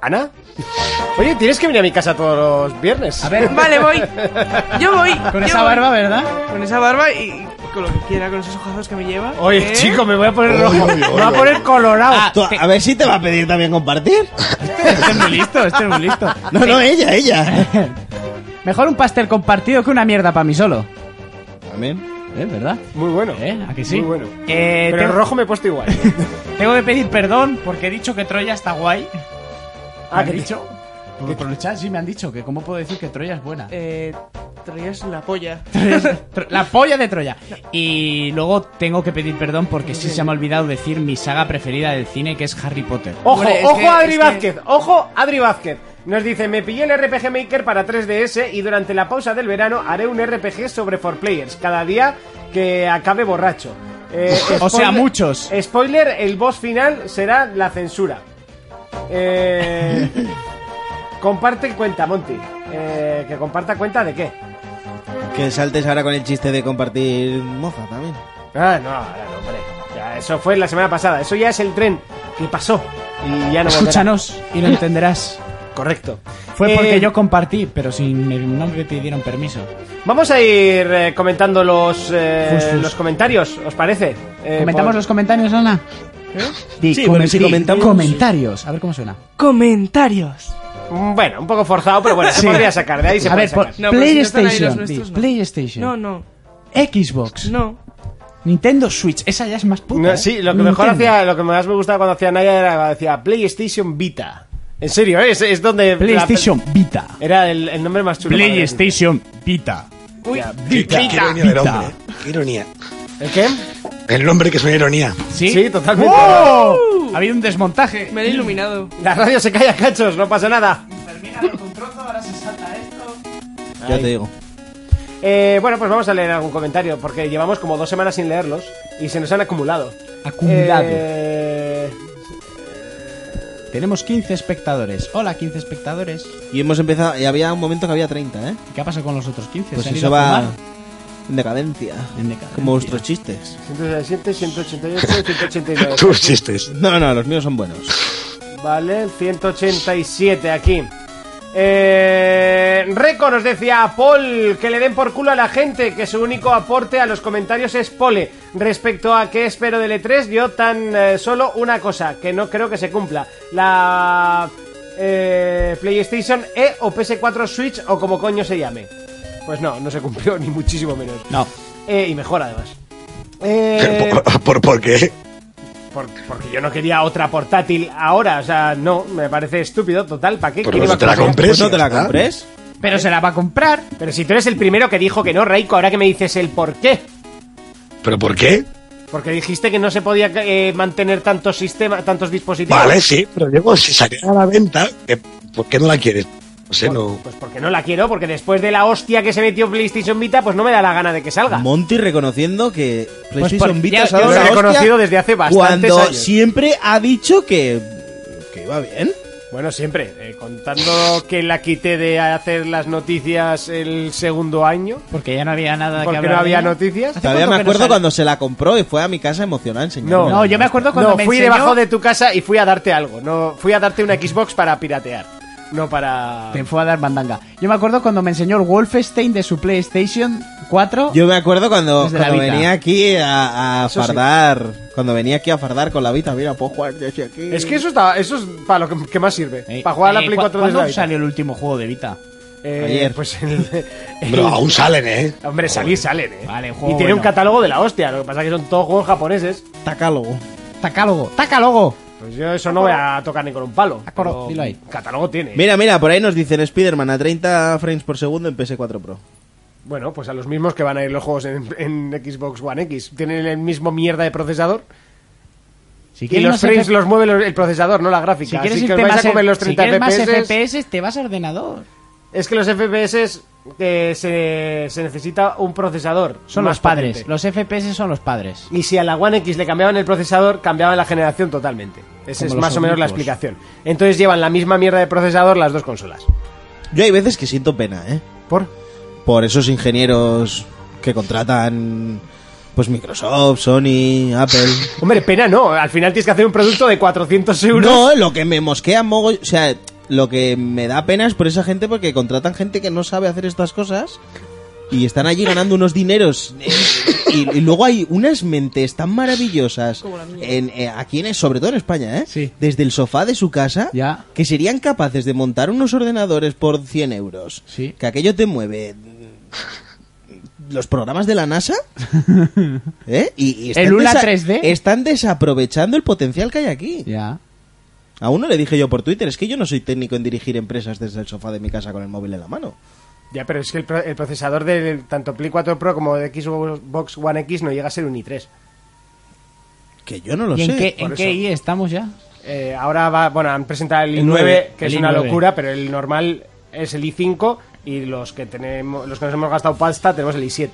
[SPEAKER 2] ¿Ana? Oye, tienes que venir a mi casa todos los viernes. A ver,
[SPEAKER 5] Vale, voy. Yo voy.
[SPEAKER 3] Con
[SPEAKER 5] yo
[SPEAKER 3] esa
[SPEAKER 5] voy.
[SPEAKER 3] barba, ¿verdad?
[SPEAKER 5] Con esa barba y y con lo que quiera, con esos ojazos que me lleva.
[SPEAKER 2] Oye,
[SPEAKER 5] ¿Eh?
[SPEAKER 2] chico, me voy a
[SPEAKER 6] Oh,
[SPEAKER 2] poner rojo.
[SPEAKER 4] oy,
[SPEAKER 2] me
[SPEAKER 4] oy,
[SPEAKER 2] voy a
[SPEAKER 4] oy.
[SPEAKER 2] poner colorado.
[SPEAKER 4] Tú, a ver si te va a pedir también compartir.
[SPEAKER 3] Ah, Este es muy listo, este es muy listo.
[SPEAKER 4] No, no, ella, ella.
[SPEAKER 3] Mejor un pastel compartido que una mierda para mí solo.
[SPEAKER 4] También.
[SPEAKER 3] ¿Eh? ¿Verdad?
[SPEAKER 2] Muy bueno.
[SPEAKER 3] ¿Eh? ¿A que sí?
[SPEAKER 2] Muy bueno.
[SPEAKER 3] Eh,
[SPEAKER 2] Pero el
[SPEAKER 3] tengo,
[SPEAKER 2] rojo me he puesto igual.
[SPEAKER 3] tengo que pedir perdón porque he dicho que Troya está guay.
[SPEAKER 2] Ah,
[SPEAKER 3] ¿Me han
[SPEAKER 2] que te-
[SPEAKER 3] dicho? Por, por el chat sí me han dicho que cómo puedo decir que Troya es buena.
[SPEAKER 5] Eh, traías la polla.
[SPEAKER 3] Tro- La polla de Troya. Y luego tengo que pedir perdón porque sí se me ha olvidado decir mi saga preferida del cine que es Harry Potter.
[SPEAKER 2] Ojo,
[SPEAKER 5] Hombre, es
[SPEAKER 2] ojo
[SPEAKER 5] que-
[SPEAKER 2] a Adri
[SPEAKER 5] es que-
[SPEAKER 2] Vázquez, ojo Adri Vázquez. Nos dice, me pillé el RPG Maker para 3DS y durante la pausa del verano haré un RPG sobre 4Players, cada día que acabe borracho. Eh,
[SPEAKER 3] O sea,
[SPEAKER 2] spoiler-
[SPEAKER 3] muchos.
[SPEAKER 2] Spoiler, el boss final será la censura. Eh, comparte cuenta, Monty. Eh, que comparta cuenta de qué.
[SPEAKER 4] Que saltes ahora con el chiste de compartir moza también.
[SPEAKER 2] Ah, no, ahora no, hombre. Ya, eso fue la semana pasada. Eso ya es el tren que pasó. Y ya no volverá.
[SPEAKER 3] Escúchanos y lo entenderás.
[SPEAKER 2] Correcto.
[SPEAKER 3] Fue
[SPEAKER 2] Eh,
[SPEAKER 3] porque yo compartí, pero sin me- no me pidieron permiso.
[SPEAKER 2] Vamos a ir eh, comentando los, eh,
[SPEAKER 3] Fus, fus.
[SPEAKER 2] los comentarios, ¿os parece? Eh,
[SPEAKER 3] ¿Comentamos
[SPEAKER 2] por-
[SPEAKER 3] los comentarios, Ana? Di,
[SPEAKER 4] Sí, bueno, si
[SPEAKER 3] di,
[SPEAKER 4] comentamos-
[SPEAKER 3] Comentarios. A ver cómo suena.
[SPEAKER 5] Comentarios.
[SPEAKER 2] Mm, Bueno, un poco forzado, pero bueno, se
[SPEAKER 3] Sí.
[SPEAKER 2] podría sacar, de ahí se
[SPEAKER 3] A
[SPEAKER 2] puede
[SPEAKER 3] ver, por-
[SPEAKER 2] sacar.
[SPEAKER 5] No, pero si no están ahí los
[SPEAKER 3] PlayStation. di,
[SPEAKER 5] nuestros, no.
[SPEAKER 3] PlayStation.
[SPEAKER 5] No, no,
[SPEAKER 3] Xbox.
[SPEAKER 5] no.
[SPEAKER 3] Nintendo Switch. Esa ya es más puta.
[SPEAKER 2] No,
[SPEAKER 3] ¿eh?
[SPEAKER 2] sí, lo que mejor
[SPEAKER 3] Nintendo.
[SPEAKER 2] hacía, lo que más me gustaba cuando hacía Naya era decía PlayStation Vita. En serio, ¿eh? es, es donde...
[SPEAKER 3] PlayStation Vita.
[SPEAKER 2] la- era el, el nombre más chulo.
[SPEAKER 3] Vita.
[SPEAKER 2] Uy,
[SPEAKER 6] Qué, qué- qué ironía del hombre. ¿eh? Qué ironía.
[SPEAKER 2] ¿El qué?
[SPEAKER 6] El nombre que es una ironía.
[SPEAKER 3] ¿Sí? ¡Oh!
[SPEAKER 2] Sí, totalmente.
[SPEAKER 3] Ha habido un desmontaje.
[SPEAKER 5] Me he iluminado.
[SPEAKER 2] La radio se cae a cachos, no pasa nada.
[SPEAKER 5] Uh.
[SPEAKER 4] Ya te digo.
[SPEAKER 2] Eh, bueno, pues vamos a leer algún comentario, porque llevamos como dos semanas sin leerlos y se nos han acumulado.
[SPEAKER 3] Acumulado.
[SPEAKER 2] Eh,
[SPEAKER 3] Tenemos 15 espectadores. Hola, 15 espectadores.
[SPEAKER 4] Y hemos empezado. Y había un momento que había 30, ¿eh?
[SPEAKER 3] ¿Y qué ha pasado con los otros 15?
[SPEAKER 4] Pues
[SPEAKER 3] ¿Se han
[SPEAKER 4] eso
[SPEAKER 3] ido a
[SPEAKER 4] va.
[SPEAKER 3] fumar?
[SPEAKER 4] En decadencia.
[SPEAKER 3] En decadencia.
[SPEAKER 4] Como vuestros chistes.
[SPEAKER 2] 167, 188, 189.
[SPEAKER 6] Tus chistes.
[SPEAKER 4] No, no, los míos son buenos.
[SPEAKER 2] Vale, el 187 aquí. Eh, Reco nos decía a Paul que le den por culo a la gente, que su único aporte a los comentarios es pole. Respecto a qué espero del E3, yo tan eh, solo una cosa, que no creo que se cumpla. La eh, PlayStation E o PS4 Switch o como coño se llame. Pues no, no se cumplió, ni muchísimo menos.
[SPEAKER 3] No.
[SPEAKER 2] Eh, y mejor además. Eh,
[SPEAKER 6] ¿Por, por, por qué?
[SPEAKER 2] por- porque yo no quería otra portátil ahora, o sea, no, me parece estúpido, total, ¿para qué?
[SPEAKER 6] Por
[SPEAKER 2] ¿Quién
[SPEAKER 6] eso
[SPEAKER 2] iba a
[SPEAKER 6] te la
[SPEAKER 2] comprar?
[SPEAKER 6] compré.
[SPEAKER 4] Pues no te la
[SPEAKER 6] ¿verdad?
[SPEAKER 4] compres.
[SPEAKER 3] Pero se la va a comprar.
[SPEAKER 2] Pero si tú eres el primero que dijo que no, Raiko, ahora que me dices el por qué.
[SPEAKER 6] ¿Pero por qué?
[SPEAKER 2] Porque dijiste que no se podía eh, mantener tantos sistemas, tantos dispositivos. Pues,
[SPEAKER 6] Vale, sí, pero luego si saliera a la venta, eh, ¿por qué no la quieres? No sé,
[SPEAKER 2] Pues,
[SPEAKER 6] no.
[SPEAKER 2] pues porque no la quiero, porque después de la hostia que se metió PlayStation Vita, pues no me da la gana de que salga.
[SPEAKER 4] Monty reconociendo que
[SPEAKER 3] Pues
[SPEAKER 4] PlayStation
[SPEAKER 2] por-
[SPEAKER 4] Vita
[SPEAKER 2] ya-
[SPEAKER 4] se ha dado
[SPEAKER 2] yo lo
[SPEAKER 4] la
[SPEAKER 2] he
[SPEAKER 4] hostia
[SPEAKER 2] reconocido desde hace bastantes
[SPEAKER 4] Cuando
[SPEAKER 2] años.
[SPEAKER 4] siempre ha dicho que. que iba bien.
[SPEAKER 2] Bueno, siempre, eh, contando que la quité de hacer las noticias el segundo año,
[SPEAKER 3] Porque ya no había nada que
[SPEAKER 2] porque
[SPEAKER 3] hablar.
[SPEAKER 2] no
[SPEAKER 3] de
[SPEAKER 2] había
[SPEAKER 3] ella.
[SPEAKER 2] noticias.
[SPEAKER 4] Todavía me
[SPEAKER 3] cuánto que no
[SPEAKER 4] acuerdo
[SPEAKER 3] sale?
[SPEAKER 4] cuando se la compró y fue a mi casa emocionada enseñándome
[SPEAKER 2] No,
[SPEAKER 4] la
[SPEAKER 3] No, yo me acuerdo cuando
[SPEAKER 2] No,
[SPEAKER 3] me
[SPEAKER 2] fui
[SPEAKER 3] enseñó-
[SPEAKER 2] debajo de tu casa y fui a darte algo. No, fui a darte una Xbox para piratear, no para.
[SPEAKER 3] Te fue a dar bandanga. Yo me acuerdo cuando me enseñó el Wolfenstein de su PlayStation 4.
[SPEAKER 4] Yo me acuerdo cuando,
[SPEAKER 3] Desde la
[SPEAKER 4] cuando
[SPEAKER 3] Vita.
[SPEAKER 4] venía aquí a, a
[SPEAKER 2] Eso sí.
[SPEAKER 4] fardar. Cuando venía aquí a fardar con la Vita, mira, pues, puedo jugar desde aquí.
[SPEAKER 2] Es que eso está, eso es para lo que, que más sirve.
[SPEAKER 3] Eh,
[SPEAKER 2] para jugar a la
[SPEAKER 3] eh,
[SPEAKER 2] Play
[SPEAKER 3] ¿cu-
[SPEAKER 2] 4 desde
[SPEAKER 3] ¿Cuándo
[SPEAKER 2] la Vita.
[SPEAKER 3] salió el último juego de Vita?
[SPEAKER 2] Eh,
[SPEAKER 4] Ayer.
[SPEAKER 2] Pues el,
[SPEAKER 6] Hombre, aún salen, ¿eh?
[SPEAKER 2] Hombre, salir salen, ¿eh?
[SPEAKER 3] Vale,
[SPEAKER 2] y
[SPEAKER 3] juego
[SPEAKER 2] tiene un
[SPEAKER 3] bueno.
[SPEAKER 2] catálogo de la hostia. Lo que pasa es que son todos juegos japoneses.
[SPEAKER 4] Tacálogo.
[SPEAKER 2] Tacálogo. Tacálogo. Pues yo eso no voy a tocar ni con un palo. pero
[SPEAKER 4] dilo ahí.
[SPEAKER 2] Catálogo tiene.
[SPEAKER 4] Mira, mira, por ahí nos dicen Spider-Man a 30 frames por segundo en PS4 Pro.
[SPEAKER 2] Bueno, pues a los mismos que van a ir los juegos en, en Xbox One X. Tienen el mismo mierda de procesador. y
[SPEAKER 3] quieres
[SPEAKER 2] los
[SPEAKER 3] más
[SPEAKER 2] frames
[SPEAKER 3] F-
[SPEAKER 2] los mueve lo- el procesador, no la gráfica.
[SPEAKER 3] Si quieres
[SPEAKER 2] Así que
[SPEAKER 3] irte
[SPEAKER 2] os vais
[SPEAKER 3] más
[SPEAKER 2] a comer
[SPEAKER 3] en-
[SPEAKER 2] los
[SPEAKER 3] si
[SPEAKER 2] 30
[SPEAKER 3] quieres más
[SPEAKER 2] FPS.
[SPEAKER 3] FPS, te vas a ordenador.
[SPEAKER 2] Es que los FPS eh, se, se necesita un procesador.
[SPEAKER 3] Son
[SPEAKER 2] más
[SPEAKER 3] los padres.
[SPEAKER 2] potente.
[SPEAKER 3] Los FPS son los padres.
[SPEAKER 2] Y si a la One X le cambiaban el procesador, cambiaban la generación totalmente. Esa
[SPEAKER 3] Como
[SPEAKER 2] es
[SPEAKER 3] los
[SPEAKER 2] más o menos la
[SPEAKER 3] oblicuos.
[SPEAKER 2] explicación. Entonces llevan la misma mierda de procesador las dos consolas.
[SPEAKER 4] Yo hay veces que siento pena, ¿eh?
[SPEAKER 2] ¿Por?
[SPEAKER 4] Por esos ingenieros que contratan pues Microsoft, Sony, Apple.
[SPEAKER 2] Hombre, pena no. Al final tienes que hacer un producto de 400 euros.
[SPEAKER 3] eh.
[SPEAKER 4] No, lo que me mosquea mogo, o sea, lo que me da pena es por esa gente porque contratan gente que no sabe hacer estas cosas y están allí ganando unos dineros eh, y, y luego hay unas mentes tan maravillosas en, eh, aquí en sobre todo en España, ¿eh? Desde el sofá de su casa
[SPEAKER 3] Ya.
[SPEAKER 4] que serían capaces de montar unos ordenadores por 100 euros, que aquello te mueve mm, los programas de la NASA, ¿eh? Y, y están
[SPEAKER 3] El ULA
[SPEAKER 4] desa-
[SPEAKER 3] 3D.
[SPEAKER 4] están desaprovechando el potencial que hay aquí. A uno le dije yo por Twitter, es que yo no soy técnico en dirigir empresas desde el sofá de mi casa con el móvil en la mano.
[SPEAKER 2] Ya, pero es que el, pro- el procesador del tanto Play 4 Pro como de Xbox One X no llega a ser un i3.
[SPEAKER 4] Que yo no lo
[SPEAKER 3] ¿Y
[SPEAKER 4] sé.
[SPEAKER 3] en qué,
[SPEAKER 2] por
[SPEAKER 3] en qué
[SPEAKER 2] eso.
[SPEAKER 3] I estamos ya?
[SPEAKER 2] Eh, ahora va, bueno, han presentado el
[SPEAKER 3] El
[SPEAKER 2] i9,
[SPEAKER 3] 9,
[SPEAKER 2] que
[SPEAKER 3] el
[SPEAKER 2] es una
[SPEAKER 3] i9.
[SPEAKER 2] locura, pero el normal es el i5 y los que tenemos, los que nos hemos gastado pasta tenemos el i7.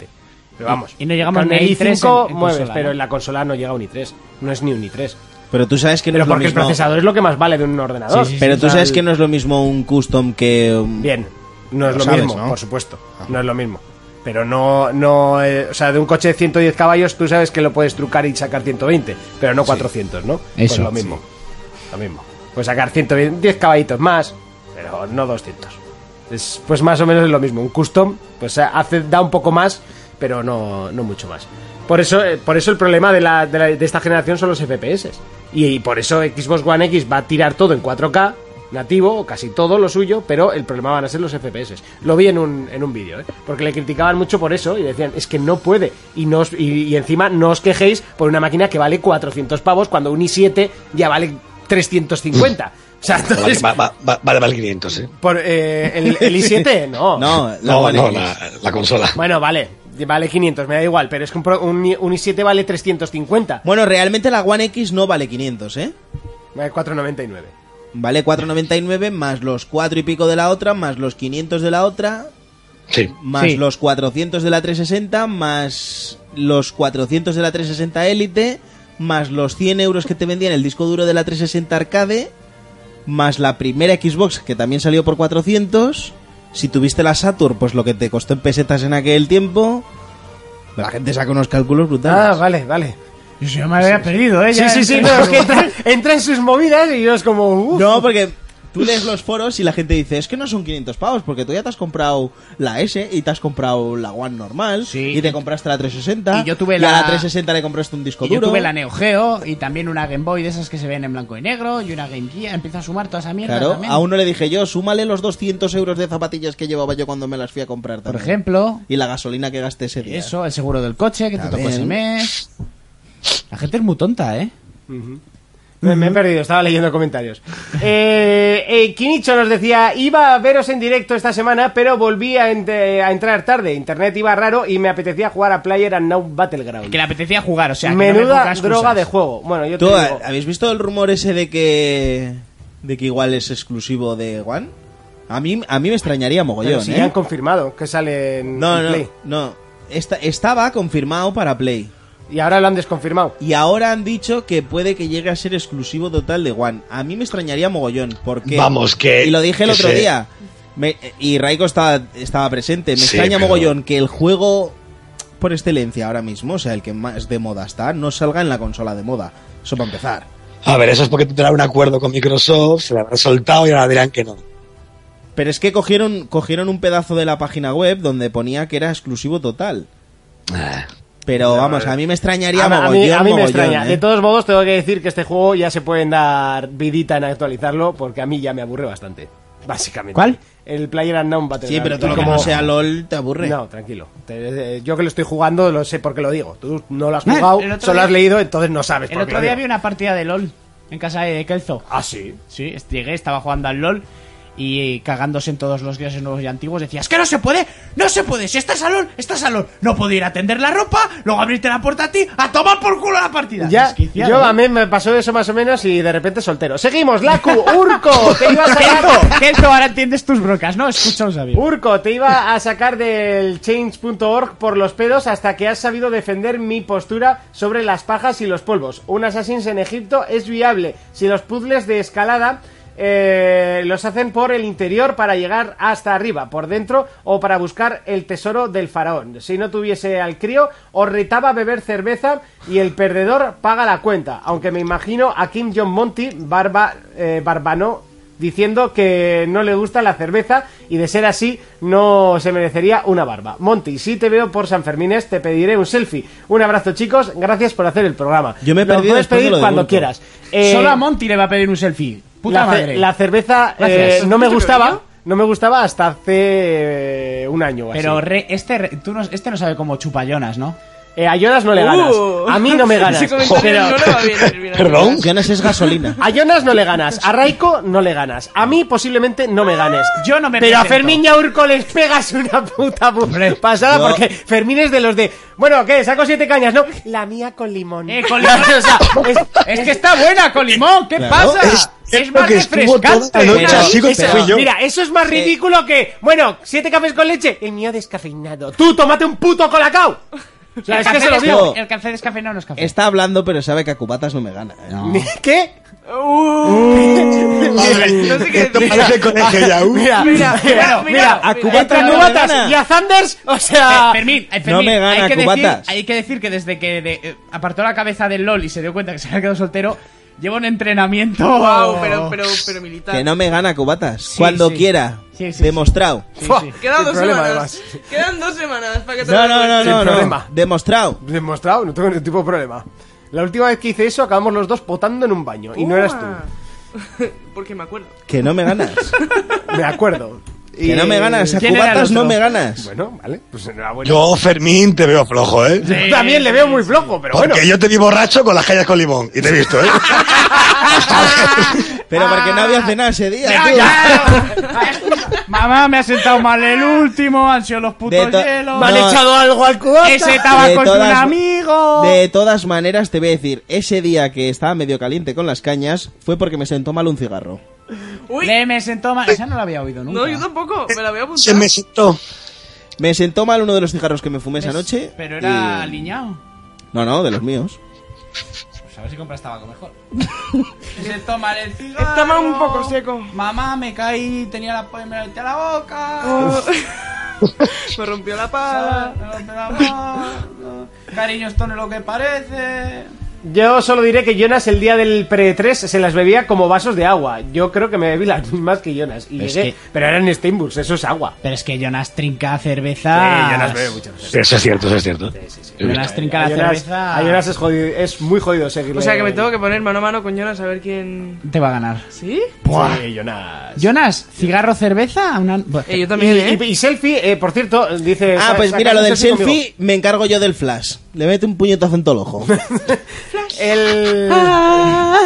[SPEAKER 2] Pero vamos.
[SPEAKER 3] Y- y no llegamos
[SPEAKER 2] con
[SPEAKER 3] ni a
[SPEAKER 2] el
[SPEAKER 3] i3
[SPEAKER 2] i5
[SPEAKER 3] en- en
[SPEAKER 2] mueves,
[SPEAKER 3] consola,
[SPEAKER 2] pero
[SPEAKER 3] ¿no?
[SPEAKER 2] en la consola no llega un i3, no es ni un i3.
[SPEAKER 4] Pero tú sabes que no
[SPEAKER 2] Pero
[SPEAKER 4] es lo
[SPEAKER 2] porque el
[SPEAKER 4] mismo.
[SPEAKER 2] procesador es lo que más vale de un ordenador.
[SPEAKER 4] Sí, sí, sí, Pero
[SPEAKER 2] O
[SPEAKER 4] tú
[SPEAKER 2] sea,
[SPEAKER 4] sabes
[SPEAKER 2] el-
[SPEAKER 4] que no es lo mismo un custom que un-
[SPEAKER 2] Bien, no es
[SPEAKER 4] Lo
[SPEAKER 2] lo,
[SPEAKER 4] sabes,
[SPEAKER 2] mismo,
[SPEAKER 4] ¿no? Ah.
[SPEAKER 2] por supuesto. No es lo mismo. Pero no, no eh, o sea, de un coche de 110 caballos tú sabes que lo puedes trucar y sacar 120, pero no 400, ¿no? Pues
[SPEAKER 3] Eso.
[SPEAKER 2] lo mismo, lo mismo. Puedes Pues sacar 110 caballitos más, pero no 200. Es, pues más o menos es lo mismo. Un custom, pues hace, da un poco más, pero no, no mucho más. Por eso, eh, por eso el problema de, la, de, la- de esta generación son los FPS. Y, y por eso Xbox One X va a tirar todo en 4K, nativo, o casi todo lo suyo, pero el problema van a ser los FPS. Lo vi en un, en un vídeo, ¿eh? porque le criticaban mucho por eso y decían, es que no puede. Y, no os- y, y encima no os quejéis por una máquina que vale 400 pavos cuando un i7 ya vale 350. O sea, entonces,
[SPEAKER 6] Vale, va- va- vale, vale 500, ¿eh?
[SPEAKER 2] por, eh, el, el i7 no.
[SPEAKER 4] No, la
[SPEAKER 6] No,
[SPEAKER 4] One
[SPEAKER 6] no,
[SPEAKER 4] X.
[SPEAKER 6] la, la consola.
[SPEAKER 2] Bueno, vale. Vale 500, me da igual, pero es que un, pro- un i- un i7 vale 350.
[SPEAKER 4] Bueno, realmente la One X no vale 500, ¿eh?
[SPEAKER 2] Vale 499.
[SPEAKER 4] Vale 4.99 más los 4 y pico de la otra, más los 500 de la otra,
[SPEAKER 6] Sí.
[SPEAKER 4] más
[SPEAKER 3] Sí.
[SPEAKER 4] los 400 de la 360, más los 400 de la 360 Elite, más los 100 euros que te vendían el disco duro de la 360 Arcade, más la primera Xbox que también salió por 400. Si tuviste la Saturn, pues lo que te costó en pesetas en aquel tiempo. La gente saca unos cálculos
[SPEAKER 2] Ah,
[SPEAKER 4] brutales.
[SPEAKER 2] vale, vale.
[SPEAKER 3] Yo me había perdido, ¿eh?
[SPEAKER 2] Sí, sí, sí, no, es que entra, entra en sus movidas y yo es como... uf.
[SPEAKER 4] No, porque tú lees los foros y la gente dice, es que no son 500 pavos, porque tú ya te has comprado la S y te has comprado la One normal
[SPEAKER 3] Sí.
[SPEAKER 4] y te compraste la 360.
[SPEAKER 3] Y yo tuve
[SPEAKER 4] y a
[SPEAKER 3] la-
[SPEAKER 4] la 360 le compraste un disco
[SPEAKER 3] Y yo
[SPEAKER 4] duro.
[SPEAKER 3] tuve la Neo Geo y también una Game Boy de esas que se ven en blanco y negro y una Game Gear. Empieza a sumar toda esa mierda
[SPEAKER 4] Claro,
[SPEAKER 3] también.
[SPEAKER 4] a uno le dije yo, súmale los 200 euros de zapatillas que llevaba yo cuando me las fui a comprar.
[SPEAKER 3] Por
[SPEAKER 4] también.
[SPEAKER 3] ejemplo,
[SPEAKER 4] Y la gasolina que gasté ese día.
[SPEAKER 3] eso, el seguro del coche que te tocó
[SPEAKER 4] También.
[SPEAKER 3] ese mes. La gente es muy tonta, ¿eh?
[SPEAKER 2] Me, me he perdido, estaba leyendo comentarios. Eh, eh, Kinicho nos decía, iba a veros en directo esta semana, pero volví a, ent- a entrar tarde. Internet iba raro y me apetecía jugar a Player and Now Battleground.
[SPEAKER 3] Que le apetecía jugar, o sea, que no me
[SPEAKER 2] Menuda
[SPEAKER 3] ponga excusas. eh,
[SPEAKER 2] droga de juego. Bueno, yo te
[SPEAKER 4] ¿Tú,
[SPEAKER 2] digo...
[SPEAKER 4] ¿Habéis visto el rumor ese de que de que igual es exclusivo de One? A mí, a mí me extrañaría
[SPEAKER 2] pero
[SPEAKER 4] mogollón,
[SPEAKER 2] si
[SPEAKER 4] ¿eh?
[SPEAKER 2] ya han confirmado que sale en,
[SPEAKER 4] No,
[SPEAKER 2] en
[SPEAKER 4] no,
[SPEAKER 2] Play.
[SPEAKER 4] no. Esta- estaba confirmado para Play.
[SPEAKER 2] Y ahora lo han desconfirmado.
[SPEAKER 4] Y ahora han dicho que puede que llegue a ser exclusivo total de One. A mí me extrañaría mogollón, porque...
[SPEAKER 6] Vamos, que-
[SPEAKER 4] Y lo dije el
[SPEAKER 6] que
[SPEAKER 4] otro
[SPEAKER 6] se-
[SPEAKER 4] día. Me- y Raiko estaba, estaba presente. Me
[SPEAKER 6] Sí,
[SPEAKER 4] extraña
[SPEAKER 6] pero-
[SPEAKER 4] mogollón que el juego por excelencia ahora mismo, o sea, el que más de moda está, no salga en la consola de moda. Eso para empezar.
[SPEAKER 6] A ver, eso es porque tendrán un acuerdo con Microsoft, se la habrán soltado y ahora dirán que no.
[SPEAKER 4] Pero es que cogieron, cogieron un pedazo de la página web donde ponía que era exclusivo total.
[SPEAKER 6] Eh.
[SPEAKER 4] Pero vamos, a mí me
[SPEAKER 2] A,
[SPEAKER 4] extrañaría
[SPEAKER 2] a
[SPEAKER 4] mogollón,
[SPEAKER 2] mí, a mí me
[SPEAKER 4] mogollón,
[SPEAKER 2] extraña.
[SPEAKER 4] ¿eh?
[SPEAKER 2] De todos modos, tengo que decir que este juego ya se pueden dar vidita en actualizarlo porque a mí ya me aburre bastante. Básicamente.
[SPEAKER 3] ¿Cuál?
[SPEAKER 2] El Player Unknown Battleground.
[SPEAKER 4] Sí, pero todo
[SPEAKER 2] Y
[SPEAKER 4] lo que no sea LOL te aburre.
[SPEAKER 2] No, tranquilo. Te- eh, yo que lo estoy jugando lo sé por qué lo digo. Tú no lo has
[SPEAKER 3] Ah,
[SPEAKER 2] jugado,
[SPEAKER 3] el otro
[SPEAKER 2] solo
[SPEAKER 3] día-
[SPEAKER 2] has leído, entonces no sabes
[SPEAKER 3] El
[SPEAKER 2] por qué
[SPEAKER 3] otro
[SPEAKER 2] lo
[SPEAKER 3] día vi
[SPEAKER 2] digo.
[SPEAKER 3] una partida de LOL en casa de Kelzo.
[SPEAKER 2] Ah, sí.
[SPEAKER 3] Sí, est- llegué, estaba jugando al LOL y cagándose en todos los dioses nuevos y antiguos. Decía, es que no se puede, no se puede. Si estás al LOL, estás al LOL. No puedo ir a tender la ropa, luego abrirte la puerta a ti, a tomar por culo la partida.
[SPEAKER 2] Ya,
[SPEAKER 3] Desquiciado,
[SPEAKER 2] yo
[SPEAKER 3] ¿eh?
[SPEAKER 2] a mí me pasó eso más o menos y de repente soltero. Seguimos, Laku, Urco, te iba a sacar...
[SPEAKER 3] Kelzo, Kelzo, ahora entiendes tus brocas, ¿no? Escucha, Xavi.
[SPEAKER 2] Urco, te iba a sacar del change.org por los pedos hasta que has sabido defender mi postura sobre las pajas y los polvos. Un Assassin's en Egipto es viable si los puzzles de escalada eh, los hacen por el interior para llegar hasta arriba, por dentro o para buscar el tesoro del faraón. Si no tuviese al crío, os retaba a beber cerveza y el perdedor paga la cuenta. Aunque me imagino a Kim Jong Monty, barba, eh, barbano diciendo que no le gusta la cerveza y de ser así no se merecería una barba. Monty, si te veo por San Fermines te pediré un selfie. Un abrazo chicos, gracias por hacer el programa.
[SPEAKER 4] Yo me he
[SPEAKER 2] Lo
[SPEAKER 4] perdido
[SPEAKER 2] puedes
[SPEAKER 4] después de
[SPEAKER 2] pedir
[SPEAKER 4] lo de
[SPEAKER 2] cuando
[SPEAKER 4] Urco.
[SPEAKER 2] quieras.
[SPEAKER 3] Eh,
[SPEAKER 2] Eh,
[SPEAKER 3] Solo a Monty le va a pedir un selfie. Puta
[SPEAKER 2] la, ce-
[SPEAKER 3] madre.
[SPEAKER 2] la cerveza
[SPEAKER 3] Gracias.
[SPEAKER 2] eh, no me
[SPEAKER 3] ¿Escucho
[SPEAKER 2] gustaba,
[SPEAKER 3] yo?
[SPEAKER 2] no me gustaba hasta hace eh, un año o así.
[SPEAKER 3] Pero re- este, re- tú no, este no sabe cómo chupayonas, ¿no?
[SPEAKER 2] Eh, a Jonas
[SPEAKER 3] Uh.
[SPEAKER 2] no le ganas. A mí no me ganas.
[SPEAKER 5] Ese comentario
[SPEAKER 2] Pero-
[SPEAKER 5] no le va bien. Elvira.
[SPEAKER 4] Perdón. Ganas es gasolina.
[SPEAKER 2] A Jonas no le ganas, a Raiko no le ganas, a mí posiblemente no me ganes.
[SPEAKER 3] Yo no me
[SPEAKER 2] Pero a
[SPEAKER 3] presento.
[SPEAKER 2] Fermín y a Urco les pegas una puta bu- pasada
[SPEAKER 4] yo-
[SPEAKER 2] porque Fermín es de los de. Bueno, ¿qué? Saco siete cañas, ¿no? La mía con limón.
[SPEAKER 3] Eh, con limón.
[SPEAKER 2] O sea, es-
[SPEAKER 3] Es que está buena con limón, ¿qué
[SPEAKER 4] Claro.
[SPEAKER 3] pasa?
[SPEAKER 6] Es-
[SPEAKER 3] Es, más
[SPEAKER 6] que estuvo
[SPEAKER 3] refrescante.
[SPEAKER 6] toda la noche
[SPEAKER 2] Pero
[SPEAKER 6] así con-
[SPEAKER 2] eso-
[SPEAKER 6] fui yo.
[SPEAKER 2] Mira, eso es más ridículo que. Bueno, siete cafés con leche. El mío descafeinado. Tú, tómate un puto colacao. O sea,
[SPEAKER 3] El
[SPEAKER 2] es que
[SPEAKER 3] café
[SPEAKER 2] se lo
[SPEAKER 3] desca-
[SPEAKER 2] digo.
[SPEAKER 3] El café descafeinado no es café.
[SPEAKER 4] Está hablando, pero sabe que a cubatas no me gana. ¿eh?
[SPEAKER 2] ¿Qué?
[SPEAKER 3] Uh.
[SPEAKER 5] No sé qué
[SPEAKER 6] Esto
[SPEAKER 5] decir.
[SPEAKER 6] parece colegio Yahoo.
[SPEAKER 2] Mira,
[SPEAKER 5] Mira,
[SPEAKER 2] mira,
[SPEAKER 5] mira,
[SPEAKER 2] mira,
[SPEAKER 5] a
[SPEAKER 4] Cubatas
[SPEAKER 2] entre
[SPEAKER 4] no me
[SPEAKER 2] cubatas
[SPEAKER 4] gana.
[SPEAKER 2] y a Thunders, o sea,
[SPEAKER 3] Eh, Fermín, eh, Fermín,
[SPEAKER 4] no me gana,
[SPEAKER 3] hay, que decir,
[SPEAKER 4] cubatas.
[SPEAKER 3] hay que decir que desde que de- eh, apartó la cabeza del LOL y se dio cuenta que se había quedado soltero, lleva un entrenamiento.
[SPEAKER 5] Guau, pero, pero, pero militar.
[SPEAKER 4] Que no me gana a cubatas.
[SPEAKER 3] Sí,
[SPEAKER 4] Cuando
[SPEAKER 3] sí.
[SPEAKER 4] quiera.
[SPEAKER 3] Sí, sí,
[SPEAKER 4] Demostrado.
[SPEAKER 2] Fua,
[SPEAKER 5] Quedan
[SPEAKER 2] sin
[SPEAKER 5] dos
[SPEAKER 2] problema,
[SPEAKER 5] semanas. Quedan dos semanas para que te
[SPEAKER 4] No,
[SPEAKER 5] lo
[SPEAKER 4] no, no,
[SPEAKER 5] recuerdes.
[SPEAKER 4] no, no.
[SPEAKER 2] problema.
[SPEAKER 4] Demostrado.
[SPEAKER 2] Demostrado, no tengo ningún tipo de problema. La última vez que hice eso, acabamos los dos potando en un baño. Y no eras tú.
[SPEAKER 5] Porque me acuerdo.
[SPEAKER 4] Que no me ganas.
[SPEAKER 2] Me acuerdo.
[SPEAKER 4] que no me ganas. A
[SPEAKER 3] ¿quién era el
[SPEAKER 4] cubatas no
[SPEAKER 3] otro?
[SPEAKER 4] me ganas.
[SPEAKER 2] Bueno, vale. Pues enhorabuena.
[SPEAKER 6] Yo, Fermín, te veo flojo, ¿eh?
[SPEAKER 2] Yo también le veo muy flojo, pero
[SPEAKER 6] Porque
[SPEAKER 2] bueno.
[SPEAKER 6] yo te vi borracho con las calles con limón. Y te he visto, ¿eh?
[SPEAKER 4] Pero porque no había cenado ese día.
[SPEAKER 3] Ya,
[SPEAKER 4] tú.
[SPEAKER 3] ya. Mamá, me ha sentado mal el último, han sido los putos
[SPEAKER 4] De to-
[SPEAKER 3] hielos.
[SPEAKER 4] Me han No.
[SPEAKER 2] echado algo al cubata.
[SPEAKER 3] Ese tabaco
[SPEAKER 4] De
[SPEAKER 3] es de un
[SPEAKER 4] todas-
[SPEAKER 3] amigo.
[SPEAKER 4] De todas maneras, te voy a decir, ese día que estaba medio caliente con las cañas fue porque me sentó mal un cigarro.
[SPEAKER 5] Uy,
[SPEAKER 3] Le me sentó mal. Esa no la había oído nunca.
[SPEAKER 5] no, yo tampoco. Me la voy a
[SPEAKER 6] Se
[SPEAKER 5] apuntar.
[SPEAKER 6] me sentó.
[SPEAKER 4] Me sentó mal uno de los cigarros que me fumé esa noche.
[SPEAKER 3] Pero era
[SPEAKER 4] y-
[SPEAKER 3] aliñado.
[SPEAKER 4] No, no, de los míos.
[SPEAKER 3] Pues a ver si compras tabaco mejor. Se toma el cigarro.
[SPEAKER 5] Estaba un poco seco.
[SPEAKER 3] Mamá, me caí, tenía la me la metí a la boca.
[SPEAKER 5] Oh. me rompió la pala.
[SPEAKER 3] me la mano. Cariño, esto no es lo que parece.
[SPEAKER 2] Yo solo diré que Jonas el día del pre-3 se las bebía como vasos de agua. Yo creo que me bebí las mismas que Jonas. Y
[SPEAKER 3] Es
[SPEAKER 2] llegué-
[SPEAKER 3] que-
[SPEAKER 2] Pero eran Steinburgs, eso es agua. Eh,
[SPEAKER 3] Pero es que Jonas trinca
[SPEAKER 5] Ah.
[SPEAKER 3] cerveza.
[SPEAKER 2] muchas veces.
[SPEAKER 6] Eso es cierto, eso es cierto.
[SPEAKER 3] Jonas trinca
[SPEAKER 2] A
[SPEAKER 3] la
[SPEAKER 2] Jonas,
[SPEAKER 3] cerveza.
[SPEAKER 2] a Jonas es, jodido- es muy jodido seguirle.
[SPEAKER 5] O sea que me tengo que poner mano a mano con Jonas a ver quién.
[SPEAKER 3] Te va a ganar.
[SPEAKER 5] ¿Sí?
[SPEAKER 2] Sí, Jonas.
[SPEAKER 3] Jonas, cigarro, cerveza. Una...
[SPEAKER 5] Eh, yo
[SPEAKER 2] Y,
[SPEAKER 5] también, ¿eh?
[SPEAKER 2] y- y selfie, eh, por cierto, dice.
[SPEAKER 4] Ah,
[SPEAKER 2] sa-
[SPEAKER 4] pues
[SPEAKER 2] saca
[SPEAKER 4] mira, lo
[SPEAKER 2] un
[SPEAKER 4] del selfie
[SPEAKER 2] conmigo.
[SPEAKER 4] me encargo yo del flash. Le meto un puñetazo en todo el ojo.
[SPEAKER 2] El...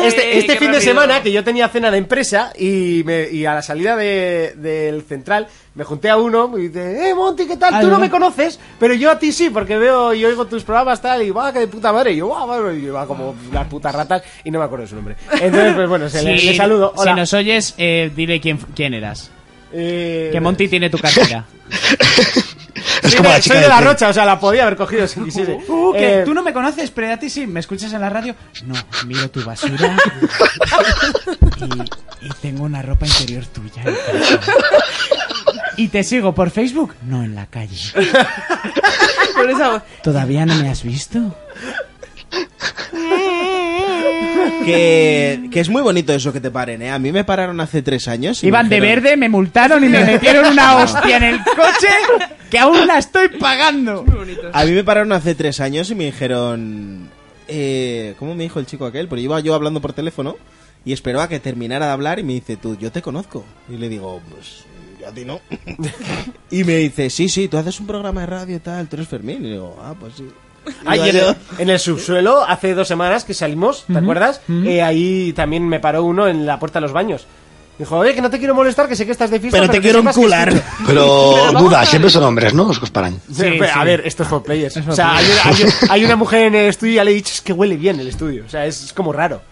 [SPEAKER 2] Este,
[SPEAKER 5] Eh,
[SPEAKER 2] este
[SPEAKER 5] qué
[SPEAKER 2] fin de
[SPEAKER 5] rápido.
[SPEAKER 2] semana que yo tenía cena de empresa y, me- y a la salida de- del central me junté a uno y dice, eh, Monty, ¿qué tal?
[SPEAKER 3] Ah,
[SPEAKER 2] Tú no
[SPEAKER 3] ¿verdad?
[SPEAKER 2] me conoces, pero yo a ti sí, porque veo y oigo tus programas tal y va, que de puta madre. Y yo, va, va, y va como las putas ratas y no me acuerdo su nombre. Entonces, pues bueno, se le, le saludo. Hola.
[SPEAKER 3] Si nos oyes, eh, dile quién, quién eras.
[SPEAKER 2] Eh,
[SPEAKER 3] Que Monty tiene tu cartera.
[SPEAKER 6] Es
[SPEAKER 2] soy
[SPEAKER 6] como
[SPEAKER 2] de-
[SPEAKER 6] la chica
[SPEAKER 2] soy de la
[SPEAKER 6] tren.
[SPEAKER 2] Rocha, o sea, la podía haber cogido si quisiese.
[SPEAKER 3] Uh, que
[SPEAKER 2] Eh,
[SPEAKER 3] tú no me conoces, pero a ti sí. ¿Me escuchas en la radio? No, miro tu basura. y, y tengo una ropa interior tuya. en casa. ¿Y te sigo por Facebook? No, en la calle.
[SPEAKER 5] Con esa voz.
[SPEAKER 3] ¿Todavía no me has visto?
[SPEAKER 4] que, que es muy bonito eso que te paren, ¿eh? A mí me pararon hace tres años. y
[SPEAKER 3] Iban
[SPEAKER 4] me
[SPEAKER 3] de
[SPEAKER 4] dijeron-
[SPEAKER 3] verde, me multaron y me metieron una hostia en el coche que aún la estoy pagando.
[SPEAKER 5] Muy bonito.
[SPEAKER 4] A mí me pararon hace tres años y me dijeron... eh, ¿Cómo me dijo el chico aquel? Porque iba yo hablando por teléfono. y esperó a que terminara de hablar y me dice, tú, yo te conozco. Y le digo, pues yo a ti no. y me dice, sí, sí, tú haces un programa de radio y tal, tú eres Fermín. Y digo, ah, pues sí.
[SPEAKER 2] Ay,
[SPEAKER 4] Digo,
[SPEAKER 2] en,
[SPEAKER 4] "Adiós".
[SPEAKER 2] el, en el subsuelo, hace dos semanas que salimos, ¿te acuerdas? Eh, ahí también me paró uno en la puerta de los baños. Dijo, oye, que no te quiero molestar, que sé que estás de fiesta.
[SPEAKER 6] Pero te
[SPEAKER 2] que
[SPEAKER 6] quiero
[SPEAKER 2] sepas que
[SPEAKER 6] encular".
[SPEAKER 2] estoy-".
[SPEAKER 6] Pero
[SPEAKER 2] vamos
[SPEAKER 6] duda,
[SPEAKER 2] a-
[SPEAKER 6] siempre son hombres, ¿no? Los que os paran.
[SPEAKER 2] Sí, pero, a ver, estos for players. O sea, hay una,
[SPEAKER 6] players.
[SPEAKER 2] hay una- hay una mujer en el estudio y ya le he dicho, es que huele bien el estudio. O sea, es, es como raro.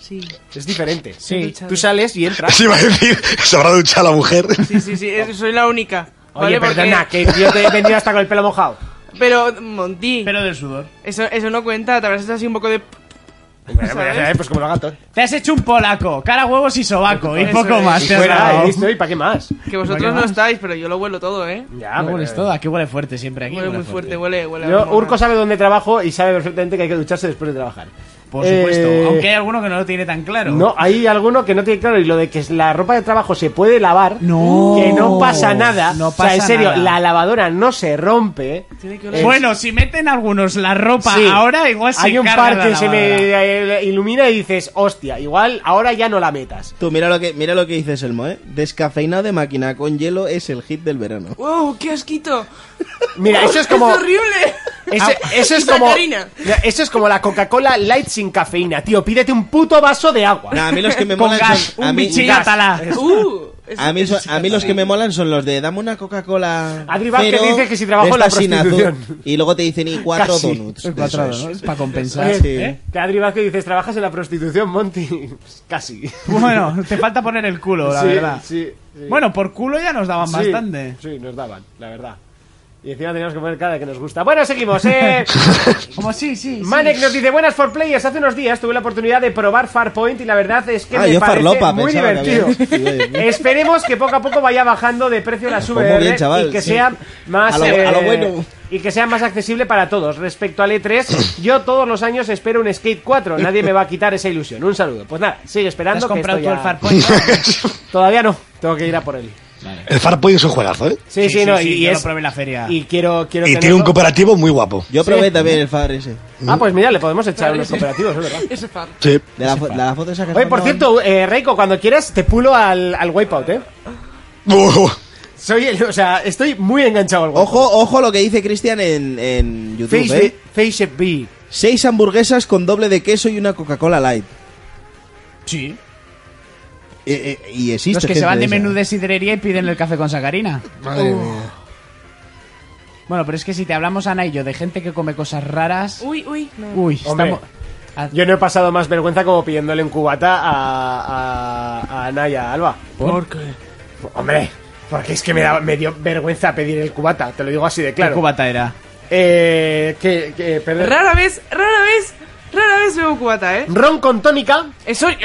[SPEAKER 5] Sí.
[SPEAKER 2] Es diferente.
[SPEAKER 5] Sí.
[SPEAKER 2] Tú sales y entras.
[SPEAKER 6] Se iba a decir, se habrá duchado la mujer.
[SPEAKER 5] Sí, sí, sí, eh, soy la única.
[SPEAKER 2] Oye,
[SPEAKER 5] ¿vale? Porque-
[SPEAKER 2] perdona, que yo te he venido hasta con el pelo mojado.
[SPEAKER 5] Pero, Monty.
[SPEAKER 3] Pero del sudor.
[SPEAKER 5] Eso, eso no cuenta, te habrás hecho así un poco de.
[SPEAKER 2] Eh, pues como los gatos.
[SPEAKER 3] Te has hecho un polaco, cara, huevos y sobaco, y poco más. Ah,
[SPEAKER 2] Y
[SPEAKER 3] te has
[SPEAKER 2] fuera,
[SPEAKER 3] dado.
[SPEAKER 2] y listo, ¿y para qué más?
[SPEAKER 5] Que vosotros no estáis, pero yo lo huelo todo, ¿eh?
[SPEAKER 2] Ya,
[SPEAKER 3] No
[SPEAKER 2] pero-
[SPEAKER 3] hueles todo, aquí huele fuerte siempre. Aquí
[SPEAKER 5] Huele muy fuerte, huele, huele. a
[SPEAKER 2] Yo,
[SPEAKER 5] hormona.
[SPEAKER 2] Urco sabe dónde trabajo y sabe perfectamente que hay que ducharse después de trabajar.
[SPEAKER 3] Por supuesto,
[SPEAKER 2] Eh,
[SPEAKER 3] aunque hay alguno que no lo tiene tan claro.
[SPEAKER 2] No, hay alguno que no tiene claro y lo de que la ropa de trabajo se puede lavar,
[SPEAKER 3] No.
[SPEAKER 2] que no pasa nada.
[SPEAKER 3] No
[SPEAKER 2] o sea, en
[SPEAKER 3] pasa
[SPEAKER 2] serio,
[SPEAKER 3] nada.
[SPEAKER 2] la lavadora no se rompe. Eh,
[SPEAKER 3] Bueno, si meten algunos la ropa
[SPEAKER 2] sí.
[SPEAKER 3] ahora, igual se
[SPEAKER 2] Hay un
[SPEAKER 3] carga
[SPEAKER 2] par
[SPEAKER 3] la
[SPEAKER 2] que se
[SPEAKER 3] lavadora.
[SPEAKER 2] me eh, ilumina y dices, hostia, igual ahora ya no la metas.
[SPEAKER 4] Tú, mira lo que, mira lo que dice Selmo, ¿eh? Descafeinado de máquina con hielo es el hit del verano.
[SPEAKER 5] ¡Wow! ¡Qué asquito!
[SPEAKER 2] Mira, eso es como.
[SPEAKER 5] horrible!
[SPEAKER 3] Ah,
[SPEAKER 5] Ah,
[SPEAKER 2] Ese- eso, es como,
[SPEAKER 5] Sacarina.
[SPEAKER 2] eso es como la Coca-Cola Light sin cafeína, tío. Pídete un puto vaso de agua.
[SPEAKER 4] Nah, a mí los que me
[SPEAKER 2] Con
[SPEAKER 4] molan
[SPEAKER 2] gas,
[SPEAKER 4] son-
[SPEAKER 2] un
[SPEAKER 4] a mí-
[SPEAKER 2] bichín
[SPEAKER 4] gas.
[SPEAKER 2] catalá.
[SPEAKER 5] ¡Uh! es-
[SPEAKER 4] A mí,
[SPEAKER 5] eso
[SPEAKER 4] so-
[SPEAKER 5] sí
[SPEAKER 4] a mí
[SPEAKER 5] que
[SPEAKER 4] los
[SPEAKER 5] sí.
[SPEAKER 4] que me molan son los de dame una Coca-Cola.
[SPEAKER 2] Adri Vázquez
[SPEAKER 4] cero,
[SPEAKER 2] dice que si trabajo
[SPEAKER 4] de
[SPEAKER 2] en la
[SPEAKER 4] estas sin azúcar.
[SPEAKER 2] prostitución.
[SPEAKER 4] Y luego te dicen y cuatro
[SPEAKER 2] Casi.
[SPEAKER 3] Es
[SPEAKER 4] donuts. de
[SPEAKER 3] cuatro
[SPEAKER 4] esos.
[SPEAKER 3] donuts, para compensar.
[SPEAKER 2] Oye,
[SPEAKER 3] ¿eh?
[SPEAKER 2] que Adri Vázquez dices, ¿trabajas en la prostitución, Monty? Pues casi.
[SPEAKER 3] Bueno, te falta poner el culo, la
[SPEAKER 2] Sí,
[SPEAKER 3] verdad.
[SPEAKER 2] sí, sí.
[SPEAKER 3] Bueno, por culo ya nos daban
[SPEAKER 2] Sí,
[SPEAKER 3] bastante.
[SPEAKER 2] Sí, nos daban, la verdad. Y encima teníamos que poner cara que nos gusta. Bueno, seguimos, eh.
[SPEAKER 3] Como sí, sí. sí.
[SPEAKER 2] Manek nos dice, buenas for players. Hace unos días tuve la oportunidad de probar Farpoint y la verdad es que
[SPEAKER 4] Ah,
[SPEAKER 2] me
[SPEAKER 4] yo
[SPEAKER 2] parece
[SPEAKER 4] farlopa,
[SPEAKER 2] muy
[SPEAKER 4] pensaba que
[SPEAKER 2] divertido.
[SPEAKER 4] había- Iba a decir.
[SPEAKER 2] Esperemos que poco a poco vaya bajando de precio la
[SPEAKER 4] Pues muy
[SPEAKER 2] VR
[SPEAKER 4] bien, chaval,
[SPEAKER 2] y que
[SPEAKER 4] sí.
[SPEAKER 2] sea más eh,
[SPEAKER 4] A lo- a lo bueno.
[SPEAKER 2] y que sea más accesible para todos. Respecto al E3, yo todos los años espero un Skate 4. Nadie me va a quitar esa ilusión. Un saludo. Pues nada, sigue
[SPEAKER 3] ¿Te has
[SPEAKER 2] esperando. que
[SPEAKER 3] comprado
[SPEAKER 2] esto
[SPEAKER 3] tú el
[SPEAKER 2] ya-
[SPEAKER 3] Farpoint?
[SPEAKER 2] Todavía no. Tengo que ir a por él.
[SPEAKER 6] El Farpoint es un juegazo, ¿eh?
[SPEAKER 2] Sí, sí, no. y
[SPEAKER 3] yo
[SPEAKER 2] es-
[SPEAKER 3] lo probé en la feria.
[SPEAKER 2] y quiero, quiero
[SPEAKER 6] Y tiene
[SPEAKER 2] tenerlo.
[SPEAKER 6] un cooperativo muy guapo.
[SPEAKER 4] Yo probé también el Fabre ese.
[SPEAKER 2] Ah, pues mira, le podemos echar unos cooperativos, es verdad.
[SPEAKER 5] Ese fan.
[SPEAKER 6] Sí.
[SPEAKER 4] De la, fo- la foto esa que
[SPEAKER 2] Oye, por
[SPEAKER 4] mandaban.
[SPEAKER 2] cierto, eh, Reiko, cuando quieras te pulo al, al Wipeout, ¿eh?
[SPEAKER 6] Uh,
[SPEAKER 2] Soy el, o sea, estoy muy enganchado al Wipeout.
[SPEAKER 4] Ojo, ojo lo que dice Cristian en, en YouTube,
[SPEAKER 2] Face,
[SPEAKER 4] ¿eh?
[SPEAKER 2] Face B.
[SPEAKER 4] Seis hamburguesas con doble de queso y una Coca-Cola Light.
[SPEAKER 3] Sí.
[SPEAKER 4] Eh, eh, y existe
[SPEAKER 3] Los que
[SPEAKER 4] gente
[SPEAKER 3] se van de
[SPEAKER 4] esa.
[SPEAKER 3] menú de sidrería y piden el café con sacarina.
[SPEAKER 6] Uh.
[SPEAKER 3] Bueno, pero es que si te hablamos, Ana y yo, de gente que come cosas raras...
[SPEAKER 5] Uy, uy. no.
[SPEAKER 3] Uy,
[SPEAKER 2] Hombre.
[SPEAKER 3] estamos... Ah,
[SPEAKER 2] Yo no he pasado más vergüenza como pidiéndole un cubata a, a, a Ana y a Alba.
[SPEAKER 3] ¿Por
[SPEAKER 2] Hombre, porque es que me, da- me dio vergüenza pedir el cubata, te lo digo así de
[SPEAKER 3] ¿Qué
[SPEAKER 2] claro.
[SPEAKER 3] cubata era?
[SPEAKER 2] Eh, que, que, perdón.
[SPEAKER 5] Rara vez, rara vez, rara vez veo cubata, ¿eh?
[SPEAKER 2] Ron con tónica.
[SPEAKER 5] Eso. eh,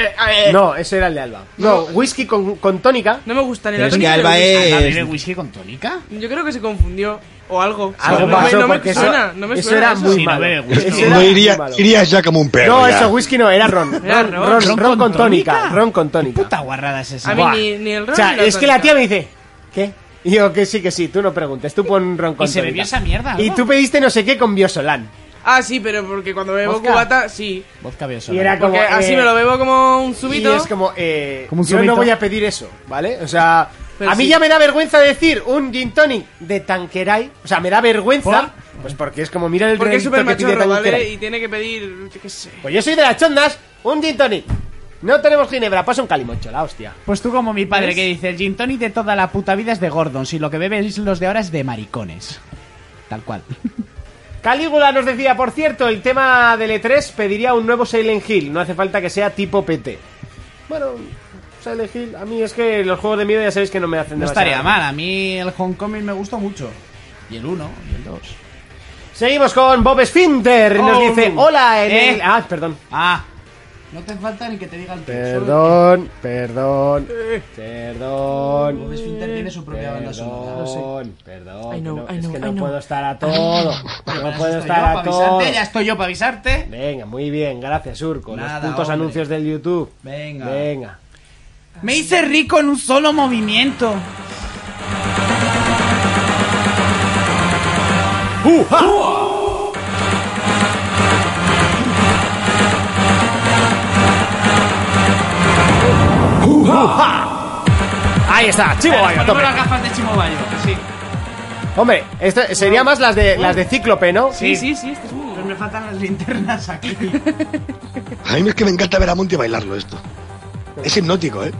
[SPEAKER 5] eh,
[SPEAKER 2] No, ese era el de Alba. No, whisky con, con tónica.
[SPEAKER 5] No me gusta ni la
[SPEAKER 4] Pero es que
[SPEAKER 5] tónica ni
[SPEAKER 4] Alba
[SPEAKER 5] el whisky.
[SPEAKER 4] es-
[SPEAKER 3] ¿Ana bebe whisky con tónica?
[SPEAKER 5] Yo creo que se confundió. O algo.
[SPEAKER 2] Algo
[SPEAKER 5] no,
[SPEAKER 2] pasó
[SPEAKER 5] me, no me
[SPEAKER 2] porque eso-
[SPEAKER 5] suena, no me
[SPEAKER 2] eso
[SPEAKER 5] suena
[SPEAKER 2] era muy
[SPEAKER 3] Sí, no
[SPEAKER 2] malo.
[SPEAKER 3] bebe whisky.
[SPEAKER 2] Eso era
[SPEAKER 6] no
[SPEAKER 2] muy
[SPEAKER 6] iría,
[SPEAKER 2] malo.
[SPEAKER 6] irías ya como un perro.
[SPEAKER 2] No,
[SPEAKER 6] ya.
[SPEAKER 2] eso whisky no, era ron.
[SPEAKER 5] Era
[SPEAKER 2] Ron,
[SPEAKER 5] ron.
[SPEAKER 2] ron, ron con tónica. Ron con tónica.
[SPEAKER 3] ¿Qué puta guarrada es esa?
[SPEAKER 5] A mí
[SPEAKER 2] Buah.
[SPEAKER 5] ni, ni el ron
[SPEAKER 2] O sea,
[SPEAKER 5] ni la
[SPEAKER 2] es que la
[SPEAKER 5] tónica.
[SPEAKER 2] tía me dice, ¿qué? Y yo, que sí, que sí, tú no preguntes, tú pon ron con
[SPEAKER 3] ¿Y se
[SPEAKER 2] tónica.
[SPEAKER 3] bebió esa mierda,
[SPEAKER 2] Y
[SPEAKER 3] algo?
[SPEAKER 2] tú pediste no sé qué con biosolán.
[SPEAKER 5] Ah, sí, pero porque cuando bebo
[SPEAKER 3] ¿Vodka?
[SPEAKER 5] cubata, sí.
[SPEAKER 3] Vodka
[SPEAKER 2] Y era como...
[SPEAKER 5] Porque así
[SPEAKER 2] eh,
[SPEAKER 5] me lo bebo como un subito.
[SPEAKER 2] Y es como, eh,
[SPEAKER 3] Como un
[SPEAKER 2] yo
[SPEAKER 3] zumito.
[SPEAKER 2] no voy a pedir eso, ¿vale? O sea,
[SPEAKER 5] Pero
[SPEAKER 2] a mí
[SPEAKER 5] sí.
[SPEAKER 2] ya me da vergüenza decir un gin tonic de Tanqueray. O sea, me da vergüenza. Pues porque es como, mira el
[SPEAKER 5] porque es
[SPEAKER 2] relojito
[SPEAKER 5] súper
[SPEAKER 2] que tiene
[SPEAKER 5] machorro, ¿vale?
[SPEAKER 2] Tanqueray.
[SPEAKER 5] Y tiene que pedir, yo qué sé.
[SPEAKER 2] Pues yo soy de las chondas, un gin tonic. No tenemos ginebra, pasa un calimocho, la hostia.
[SPEAKER 3] Pues tú como mi padre que dice, el gin tonic de toda la puta vida es de Gordon, si lo que bebéis los de ahora es de maricones. Tal cual.
[SPEAKER 2] Calígula nos decía, por cierto, el tema del E3 pediría un nuevo Silent Hill, no hace falta que sea tipo PT. Bueno, Silent Hill, a mí es que los juegos de miedo ya sabéis que no me hacen
[SPEAKER 3] No
[SPEAKER 2] demasiado.
[SPEAKER 3] estaría mal, a mí el Homecoming me gustó mucho. Y el 1, y el 2.
[SPEAKER 2] Seguimos con Bob Sfinter, nos
[SPEAKER 3] Oh.
[SPEAKER 2] dice, hola, en
[SPEAKER 3] Eh.
[SPEAKER 2] el... Ah, perdón.
[SPEAKER 3] Ah, no te falta ni que te diga el
[SPEAKER 2] Perdón, perdón, perdón.
[SPEAKER 3] Bob Esfinter tiene su propia banda sonora, lo sé.
[SPEAKER 2] Perdón, perdón.
[SPEAKER 5] I know,
[SPEAKER 2] no,
[SPEAKER 5] I
[SPEAKER 2] es
[SPEAKER 5] know,
[SPEAKER 2] que
[SPEAKER 5] I
[SPEAKER 2] no
[SPEAKER 5] know.
[SPEAKER 2] puedo estar a todo. No puedo estar
[SPEAKER 3] para
[SPEAKER 2] a todo.
[SPEAKER 3] avisarte, ya estoy yo para avisarte.
[SPEAKER 2] Venga, muy bien, gracias, Urco. Los
[SPEAKER 3] Nada,
[SPEAKER 2] putos
[SPEAKER 3] hombre.
[SPEAKER 2] anuncios del YouTube.
[SPEAKER 3] Venga.
[SPEAKER 2] Venga.
[SPEAKER 3] Me hice rico en un solo movimiento.
[SPEAKER 2] Ahí está, Chimo
[SPEAKER 3] Espera,
[SPEAKER 2] Bayo,
[SPEAKER 3] ponemos
[SPEAKER 2] tope.
[SPEAKER 3] las gafas de Chimo Bayo, que sí.
[SPEAKER 2] Hombre, esta- sería más las de las de Cíclope, ¿no?
[SPEAKER 3] Sí, sí, sí, este es muy Pero me faltan las linternas aquí.
[SPEAKER 6] A mí es que me encanta ver a Monty bailarlo esto. Es hipnótico, ¿eh?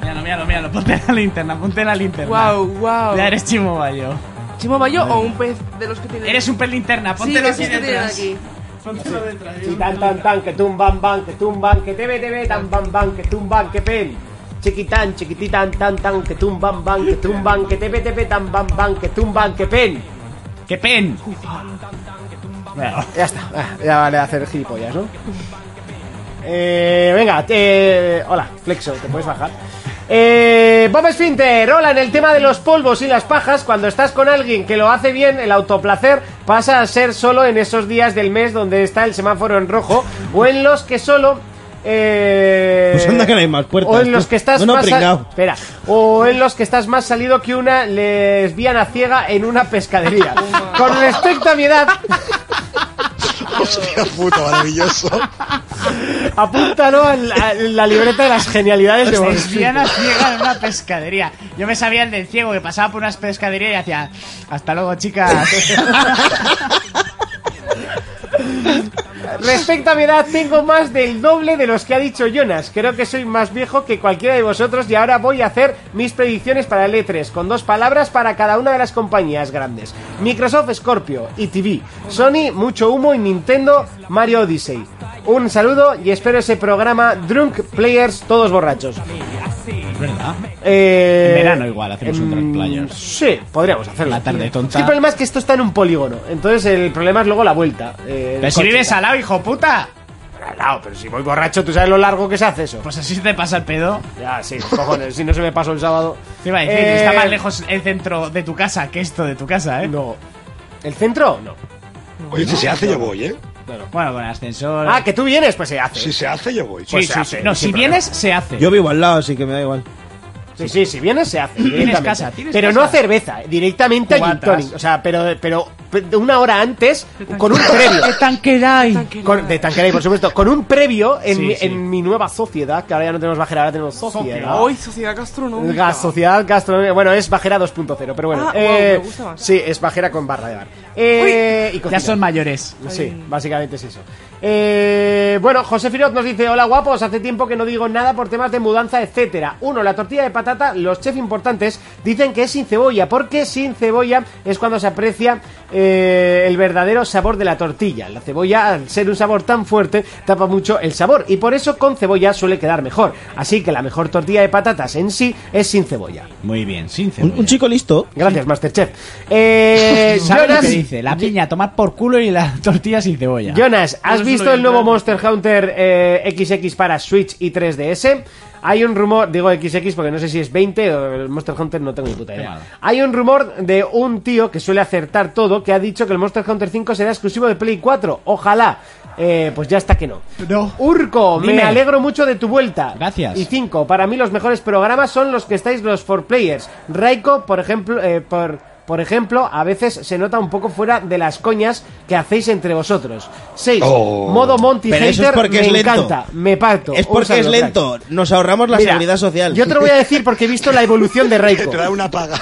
[SPEAKER 3] Míralo, míralo, míralo. Ponte la linterna, ponte la linterna.
[SPEAKER 5] Wow, wow.
[SPEAKER 3] Ya eres Chimo Bayo.
[SPEAKER 5] ¿Chimo Bayo o un pez de los que tienen?
[SPEAKER 3] Eres un pez linterna,
[SPEAKER 5] sí,
[SPEAKER 3] póntelo
[SPEAKER 5] de
[SPEAKER 3] aquí
[SPEAKER 5] esos que tienen
[SPEAKER 3] detrás.
[SPEAKER 5] aquí.
[SPEAKER 3] Póntelo detrás.
[SPEAKER 2] Y tan tan tan que tumban ban que tumban que tebe tebe tan ban ban que tumban que pen. Chiquitán, chiquititán, tan tan que tumban ban que tumban que tebe tebe tan ban ban que tumban que pen.
[SPEAKER 3] Que pen.
[SPEAKER 2] Ya está, ah, ya vale hacer gilipollas, ¿no? Eh, venga, eh, hola, Flexo, te puedes bajar. Eh, Bob Esfinter, hola, en el tema de los polvos y las pajas, cuando estás con alguien que lo hace bien, el autoplacer pasa a ser solo en esos días del mes donde está el semáforo en rojo o en los que solo... eh,
[SPEAKER 4] Pues anda que no hay más puertas,
[SPEAKER 2] O en
[SPEAKER 4] tú.
[SPEAKER 2] los que estás
[SPEAKER 4] No, no,
[SPEAKER 2] más... sa-
[SPEAKER 4] pringao.
[SPEAKER 2] Espera. O en los que estás más salido que una lesbiana ciega en una pescadería. Con respecto a mi edad,
[SPEAKER 6] Hostia puta, maravilloso.
[SPEAKER 2] Apúntalo a la, a la libreta de las genialidades de Bob Esfinter.
[SPEAKER 3] Lesbiana ciega en una pescadería. Yo me sabía el del ciego que pasaba por unas pescaderías y hacía hasta luego, chicas.
[SPEAKER 2] Respecto a mi edad, tengo más del doble de los que ha dicho Jonas. Creo que soy más viejo que cualquiera de vosotros y ahora voy a hacer mis predicciones para el E3, con dos palabras para cada una de las compañías grandes. Microsoft Scorpio y TV. Sony, mucho humo y Nintendo, Mario Odyssey. Un saludo y espero ese programa Drunk Players Todos Borrachos.
[SPEAKER 3] ¿Verdad?
[SPEAKER 2] Eh,
[SPEAKER 3] En verano igual hacemos un Drunk
[SPEAKER 2] mm,
[SPEAKER 3] Players.
[SPEAKER 2] Sí, podríamos hacerlo.
[SPEAKER 3] La tarde tonta.
[SPEAKER 2] Es que el problema es que esto está en un polígono. Entonces el problema es luego la vuelta. eh,
[SPEAKER 3] Pero si
[SPEAKER 2] coche.
[SPEAKER 3] vives al lado, hijo puta.
[SPEAKER 2] Al lado, pero si voy borracho, ¿tú sabes lo largo que se hace eso?
[SPEAKER 3] Pues así te pasa el pedo.
[SPEAKER 2] Ya, sí, cojones, si no se me pasó el sábado.
[SPEAKER 3] Te iba a decir,
[SPEAKER 2] Eh,
[SPEAKER 3] está más lejos el centro de tu casa que esto de tu casa, ¿eh?
[SPEAKER 2] No. ¿El centro? No.
[SPEAKER 6] Oye, si se hace, yo voy, ¿eh?
[SPEAKER 3] Bueno, con ascensor.
[SPEAKER 2] Ah, que tú vienes, pues se hace.
[SPEAKER 6] Si
[SPEAKER 2] Sí,
[SPEAKER 6] se hace, yo voy.
[SPEAKER 3] Sí,
[SPEAKER 2] pues se
[SPEAKER 3] sí,
[SPEAKER 2] hace,
[SPEAKER 3] sí. No,
[SPEAKER 2] sin
[SPEAKER 3] si vienes, se hace.
[SPEAKER 4] Yo vivo al lado, así que me da igual.
[SPEAKER 2] sí, si vienes se hace. directamente.
[SPEAKER 3] casa, tienes
[SPEAKER 2] pero
[SPEAKER 3] casa.
[SPEAKER 2] no a cerveza, eh, directamente a gin
[SPEAKER 3] Cubatas.
[SPEAKER 2] tonic. O sea, pero, pero pero una hora antes, con un previo.
[SPEAKER 3] tanqueráis!
[SPEAKER 2] Con- de Tanqueray, por supuesto. Con un previo en,
[SPEAKER 3] Sí,
[SPEAKER 2] mi,
[SPEAKER 3] sí.
[SPEAKER 2] en mi nueva sociedad, que ahora ya no tenemos bajera, ahora tenemos sociedad.
[SPEAKER 5] Hoy, sociedad gastronómica.
[SPEAKER 2] Gas- sociedad gastronómica. Bueno, es bajera 2.0, pero bueno.
[SPEAKER 5] Ah, guau,
[SPEAKER 2] eh,
[SPEAKER 5] me gusta más.
[SPEAKER 2] Sí, es bajera con barra de bar. Eh, y cocina.
[SPEAKER 3] Ya son mayores.
[SPEAKER 2] Sí, básicamente es eso. Eh, bueno, José Firot nos dice: Hola guapos, hace tiempo que no digo nada por temas de mudanza, etcétera. Uno, la tortilla de patata, los chefs importantes dicen que es sin cebolla, porque sin cebolla es cuando se aprecia eh, el verdadero sabor de la tortilla. La cebolla, al ser un sabor tan fuerte, tapa mucho el sabor, y por eso con cebolla suele quedar mejor. Así que la mejor tortilla de patatas en sí es sin cebolla.
[SPEAKER 3] Muy bien, sincero.
[SPEAKER 4] Un, un chico listo.
[SPEAKER 2] Gracias, Masterchef. Eh,
[SPEAKER 3] ¿Sabes lo
[SPEAKER 2] Jonas-
[SPEAKER 3] que dice? La piña a tomar por culo y la tortilla sin cebolla.
[SPEAKER 2] Jonas, ¿has
[SPEAKER 5] Eso es
[SPEAKER 2] visto
[SPEAKER 5] lo
[SPEAKER 2] el nuevo
[SPEAKER 5] importante.
[SPEAKER 2] Monster Hunter eh, XX para Switch y 3DS? Hay un rumor, digo XX porque no sé si es 20 o el Monster Hunter, no tengo ni puta
[SPEAKER 3] malo.
[SPEAKER 2] idea. Hay un rumor de un tío que suele acertar todo que ha dicho que el Monster Hunter 5 será exclusivo de Play 4. Ojalá. Eh, pues ya está que no.
[SPEAKER 3] No.
[SPEAKER 2] Urco, me
[SPEAKER 3] Dime.
[SPEAKER 2] alegro mucho de tu vuelta.
[SPEAKER 3] Gracias.
[SPEAKER 2] Y 5. Para mí los mejores programas son los que estáis los for players. Raiko, por ejemplo, eh, por, por ejemplo, a veces se nota un poco fuera de las coñas que hacéis entre vosotros. 6.
[SPEAKER 6] Oh.
[SPEAKER 2] Modo Monty
[SPEAKER 4] Pero eso es
[SPEAKER 2] Hater,
[SPEAKER 4] porque
[SPEAKER 2] me
[SPEAKER 4] es lento.
[SPEAKER 2] encanta, me parto.
[SPEAKER 4] Es
[SPEAKER 2] Un
[SPEAKER 4] porque es
[SPEAKER 2] saludo,
[SPEAKER 4] lento. Nos ahorramos la
[SPEAKER 2] crack. Mira,
[SPEAKER 4] seguridad social.
[SPEAKER 2] Yo te lo voy a decir porque he visto la evolución de
[SPEAKER 6] Te
[SPEAKER 2] Raiko.
[SPEAKER 6] trae una paga.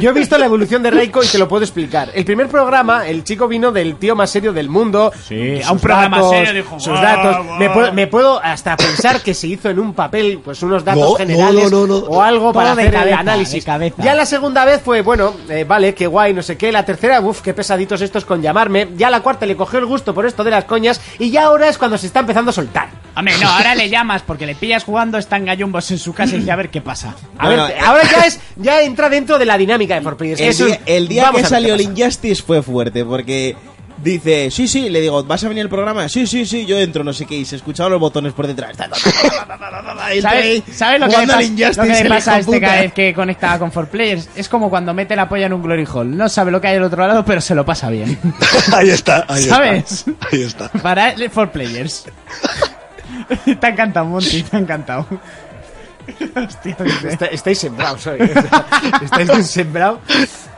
[SPEAKER 2] Yo he visto la evolución de Reiko y te lo puedo explicar. El primer programa, el chico vino del tío más serio del mundo.
[SPEAKER 3] Sí,
[SPEAKER 2] Sus
[SPEAKER 3] a un programa
[SPEAKER 2] datos,
[SPEAKER 3] serio, dijo,
[SPEAKER 2] Sus
[SPEAKER 3] "Guau,
[SPEAKER 2] datos.
[SPEAKER 3] guau".
[SPEAKER 2] Me, puedo, me puedo hasta pensar que se hizo en un papel, pues unos datos
[SPEAKER 6] No,
[SPEAKER 2] generales
[SPEAKER 6] no, no, no, no.
[SPEAKER 2] o algo
[SPEAKER 3] Todo
[SPEAKER 2] para
[SPEAKER 3] de
[SPEAKER 2] hacer el
[SPEAKER 3] cabeza,
[SPEAKER 2] análisis.
[SPEAKER 3] de cabeza.
[SPEAKER 2] Ya la segunda vez fue, bueno, eh, vale, qué guay, no sé qué. La tercera, uff, qué pesaditos estos con llamarme. Ya la cuarta le cogió el gusto por esto de las coñas y ya ahora es cuando se está empezando a soltar.
[SPEAKER 3] Hombre, no, ahora le llamas porque le pillas jugando, están gallumbos en su casa y dice a ver qué pasa.
[SPEAKER 2] A
[SPEAKER 4] Bueno,
[SPEAKER 2] ver,
[SPEAKER 4] eh,
[SPEAKER 2] ahora ya es, ya entra dentro de la dinámica de For Players.
[SPEAKER 4] El
[SPEAKER 2] Eso
[SPEAKER 4] día,
[SPEAKER 2] es-
[SPEAKER 4] el día
[SPEAKER 2] vamos
[SPEAKER 4] que
[SPEAKER 2] a ver qué
[SPEAKER 4] salió el
[SPEAKER 2] pasa.
[SPEAKER 4] Injustice fue fuerte porque dice, sí, sí, le digo, ¿vas a venir al programa? Sí, sí, sí, yo entro, no sé qué, y se escuchaban los botones por detrás.
[SPEAKER 3] ¿Sabes,
[SPEAKER 4] ¿Sabes
[SPEAKER 3] ¿sabes lo, que le pas- lo que le pasa a este cada vez que conectaba con 4Players? Es como cuando mete la polla en un Glory Hall. No sabe lo que hay del otro lado, pero se lo pasa bien.
[SPEAKER 6] ahí está, ahí está.
[SPEAKER 3] ¿Sabes?
[SPEAKER 6] Ahí está.
[SPEAKER 3] Para el 4Players. te ha encantado, Monty, te ha encantado. Hostia, dice.
[SPEAKER 2] Está- estáis sembrados hoy. o sea, estáis sembrados.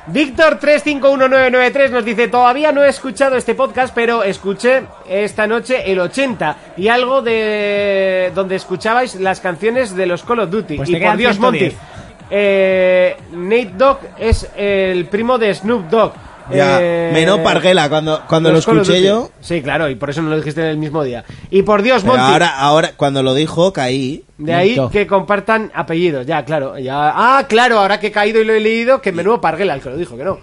[SPEAKER 2] Víctor 351993 nos dice, todavía no he escuchado este podcast, pero escuché esta noche el 80 y algo de donde escuchabais las canciones de los Call of Duty.
[SPEAKER 3] Pues
[SPEAKER 2] y
[SPEAKER 3] te quedan
[SPEAKER 2] por Dios,
[SPEAKER 3] 110.
[SPEAKER 2] Monty, eh, Nate Dogg es el primo de Snoop Dogg.
[SPEAKER 4] Ya,
[SPEAKER 2] Eh,
[SPEAKER 4] me no parguela cuando, cuando lo
[SPEAKER 2] los Call of
[SPEAKER 4] escuché
[SPEAKER 2] Duty.
[SPEAKER 4] yo.
[SPEAKER 2] Sí, claro, y por eso no lo dijiste en el mismo día. Y por Dios,
[SPEAKER 4] Pero
[SPEAKER 2] Monty,
[SPEAKER 4] ahora, ahora, cuando lo dijo, caí.
[SPEAKER 2] de ahí que compartan apellidos. Ya, claro. Ya, ah, claro, ahora que he caído y lo he leído, que menudo parguela el que lo dijo, que no.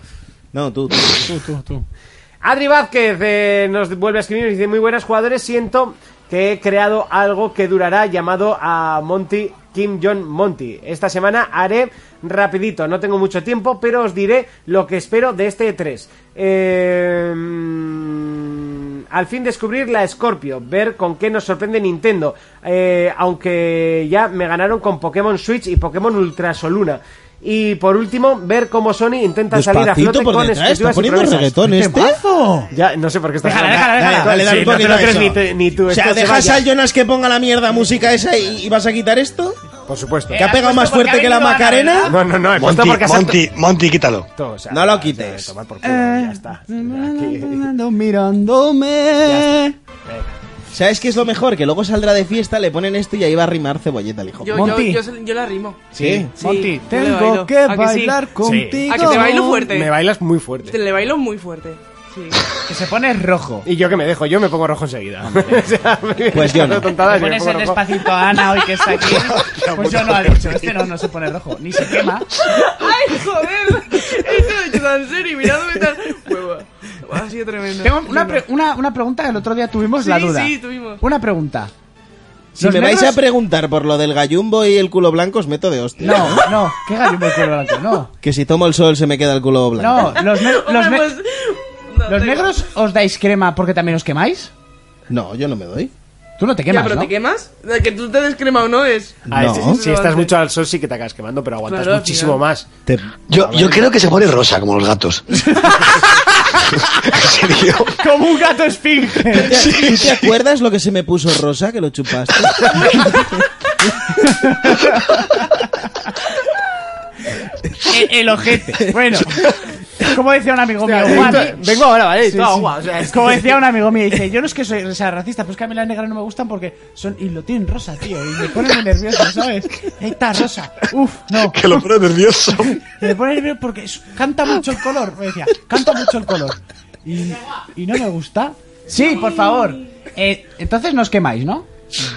[SPEAKER 4] No, tú. tú.
[SPEAKER 3] Tú, tú, tú.
[SPEAKER 2] Adri Vázquez eh, nos vuelve a escribir y dice, muy buenas jugadores, siento que he creado algo que durará llamado a Monty, Kim Jong Monty. Esta semana haré rapidito, no tengo mucho tiempo, pero os diré lo que espero de este E3. Eh, mm, al fin descubrir la Scorpio, ver con qué nos sorprende Nintendo, eh, aunque ya me ganaron con Pokémon Switch y Pokémon Ultrasoluna. Y por último, ver cómo Sony intenta salir a
[SPEAKER 4] Despacito
[SPEAKER 2] flote
[SPEAKER 4] por
[SPEAKER 2] con
[SPEAKER 4] detrás, está
[SPEAKER 2] exclusivas y
[SPEAKER 4] poniendo
[SPEAKER 2] promesas.
[SPEAKER 4] reggaetón este.
[SPEAKER 2] Ya, no sé por qué está
[SPEAKER 4] Déjala,
[SPEAKER 2] sonando.
[SPEAKER 4] déjala, déjala. Dale, dale un
[SPEAKER 2] Sí, no te lo
[SPEAKER 4] poquito a
[SPEAKER 2] crees
[SPEAKER 4] eso.
[SPEAKER 2] ni tú- ni tú.
[SPEAKER 4] O sea,
[SPEAKER 2] esto se
[SPEAKER 4] ¿dejas
[SPEAKER 2] vaya.
[SPEAKER 4] al Jonas que ponga la mierda música esa y, y vas a quitar esto?
[SPEAKER 2] Por supuesto. Eh,
[SPEAKER 4] ¿Que ha pegado más fuerte que la Macarena?
[SPEAKER 2] No, no, no, he puesto
[SPEAKER 6] Monty,
[SPEAKER 2] porque has-
[SPEAKER 6] Monty, Monty, quítalo.
[SPEAKER 2] Todo, o sea,
[SPEAKER 4] No lo quites.
[SPEAKER 3] Eh, mirándome.
[SPEAKER 4] ¿Sabes qué es lo mejor? Que luego saldrá de fiesta, le ponen esto y ahí va a rimar cebolleta al hijo.
[SPEAKER 5] Yo, yo,
[SPEAKER 4] Monty.
[SPEAKER 5] yo, se- yo la rimo.
[SPEAKER 3] eh,
[SPEAKER 4] Sí.
[SPEAKER 3] Monty,
[SPEAKER 5] yo le
[SPEAKER 3] tengo
[SPEAKER 5] bailo.
[SPEAKER 3] que
[SPEAKER 5] ¿A sí?
[SPEAKER 3] bailar
[SPEAKER 5] Sí.
[SPEAKER 3] contigo.
[SPEAKER 5] ¿A que te bailo fuerte?
[SPEAKER 2] Me bailas muy fuerte.
[SPEAKER 5] Te le bailo muy fuerte. Sí.
[SPEAKER 3] Que se pone rojo.
[SPEAKER 2] Y yo que me dejo, yo me pongo rojo enseguida. O sea, me-
[SPEAKER 4] Pues yo no.
[SPEAKER 2] haciendo tontadas,
[SPEAKER 3] Te
[SPEAKER 2] yo me
[SPEAKER 3] pones
[SPEAKER 2] pongo
[SPEAKER 3] el
[SPEAKER 2] rojo.
[SPEAKER 3] despacito a Ana hoy que está aquí. Pues yo no ha dicho, este no, no se pone rojo, ni se quema.
[SPEAKER 5] ¡Ay, joder! Eso lo he hecho tan serio y mirándome tan... Hueva. Ha sido tremendo.
[SPEAKER 3] Tengo una, pre- una, una pregunta que el otro día tuvimos
[SPEAKER 5] Sí,
[SPEAKER 3] la duda.
[SPEAKER 5] sí, tuvimos.
[SPEAKER 3] Una pregunta.
[SPEAKER 4] Si
[SPEAKER 3] ¿Los
[SPEAKER 4] me vais
[SPEAKER 3] negros?
[SPEAKER 4] a preguntar por lo del gallumbo y el culo blanco, os meto de hostia.
[SPEAKER 3] No, no, qué gallo me cuelgo blanco, no.
[SPEAKER 4] Que si tomo el sol se me queda el culo blanco.
[SPEAKER 3] No, los, ne- los,
[SPEAKER 5] Hombre,
[SPEAKER 3] ne-
[SPEAKER 5] pues, no,
[SPEAKER 3] los
[SPEAKER 5] te-
[SPEAKER 3] negros os dais crema porque también os quemáis.
[SPEAKER 4] No. yo no me doy.
[SPEAKER 3] Tú no te
[SPEAKER 5] Ya,
[SPEAKER 3] quemas,
[SPEAKER 5] pero
[SPEAKER 3] ¿no?
[SPEAKER 5] te quemas. De que tú te des crema o no es...
[SPEAKER 2] Ah,
[SPEAKER 4] No.
[SPEAKER 2] si- si,
[SPEAKER 5] Lo
[SPEAKER 2] estás
[SPEAKER 5] hace.
[SPEAKER 2] mucho al sol sí que te acabas quemando, pero aguantas
[SPEAKER 5] Claro, al
[SPEAKER 2] muchísimo
[SPEAKER 5] final.
[SPEAKER 2] más.
[SPEAKER 4] Te-
[SPEAKER 6] Yo, yo creo que se pone rosa, como los gatos. ¿En serio?
[SPEAKER 2] Como un gato esfinge.
[SPEAKER 4] ¿Tú te acuerdas lo que se me puso rosa que lo chupaste?
[SPEAKER 3] E-, El, el ojete. Bueno, como decía un amigo mío, Juan,
[SPEAKER 2] Vengo ahora, ¿vale?
[SPEAKER 3] Sí,
[SPEAKER 2] Todo
[SPEAKER 3] sí.
[SPEAKER 2] agua, o sea, es-
[SPEAKER 3] Como decía un amigo mío, dice, yo no es que soy o sea, racista, pero es que a mí las negras no me gustan porque son y lo tienen rosa, tío, y me ponen muy nervioso, ¿sabes? Ahí está rosa. Uf, no.
[SPEAKER 6] Que lo pone nervioso.
[SPEAKER 3] Me pone nervioso porque es- canta mucho el color, me decía, canta mucho el color. Y, y no me gusta. Sí, por favor. Eh, entonces nos quemáis, ¿no?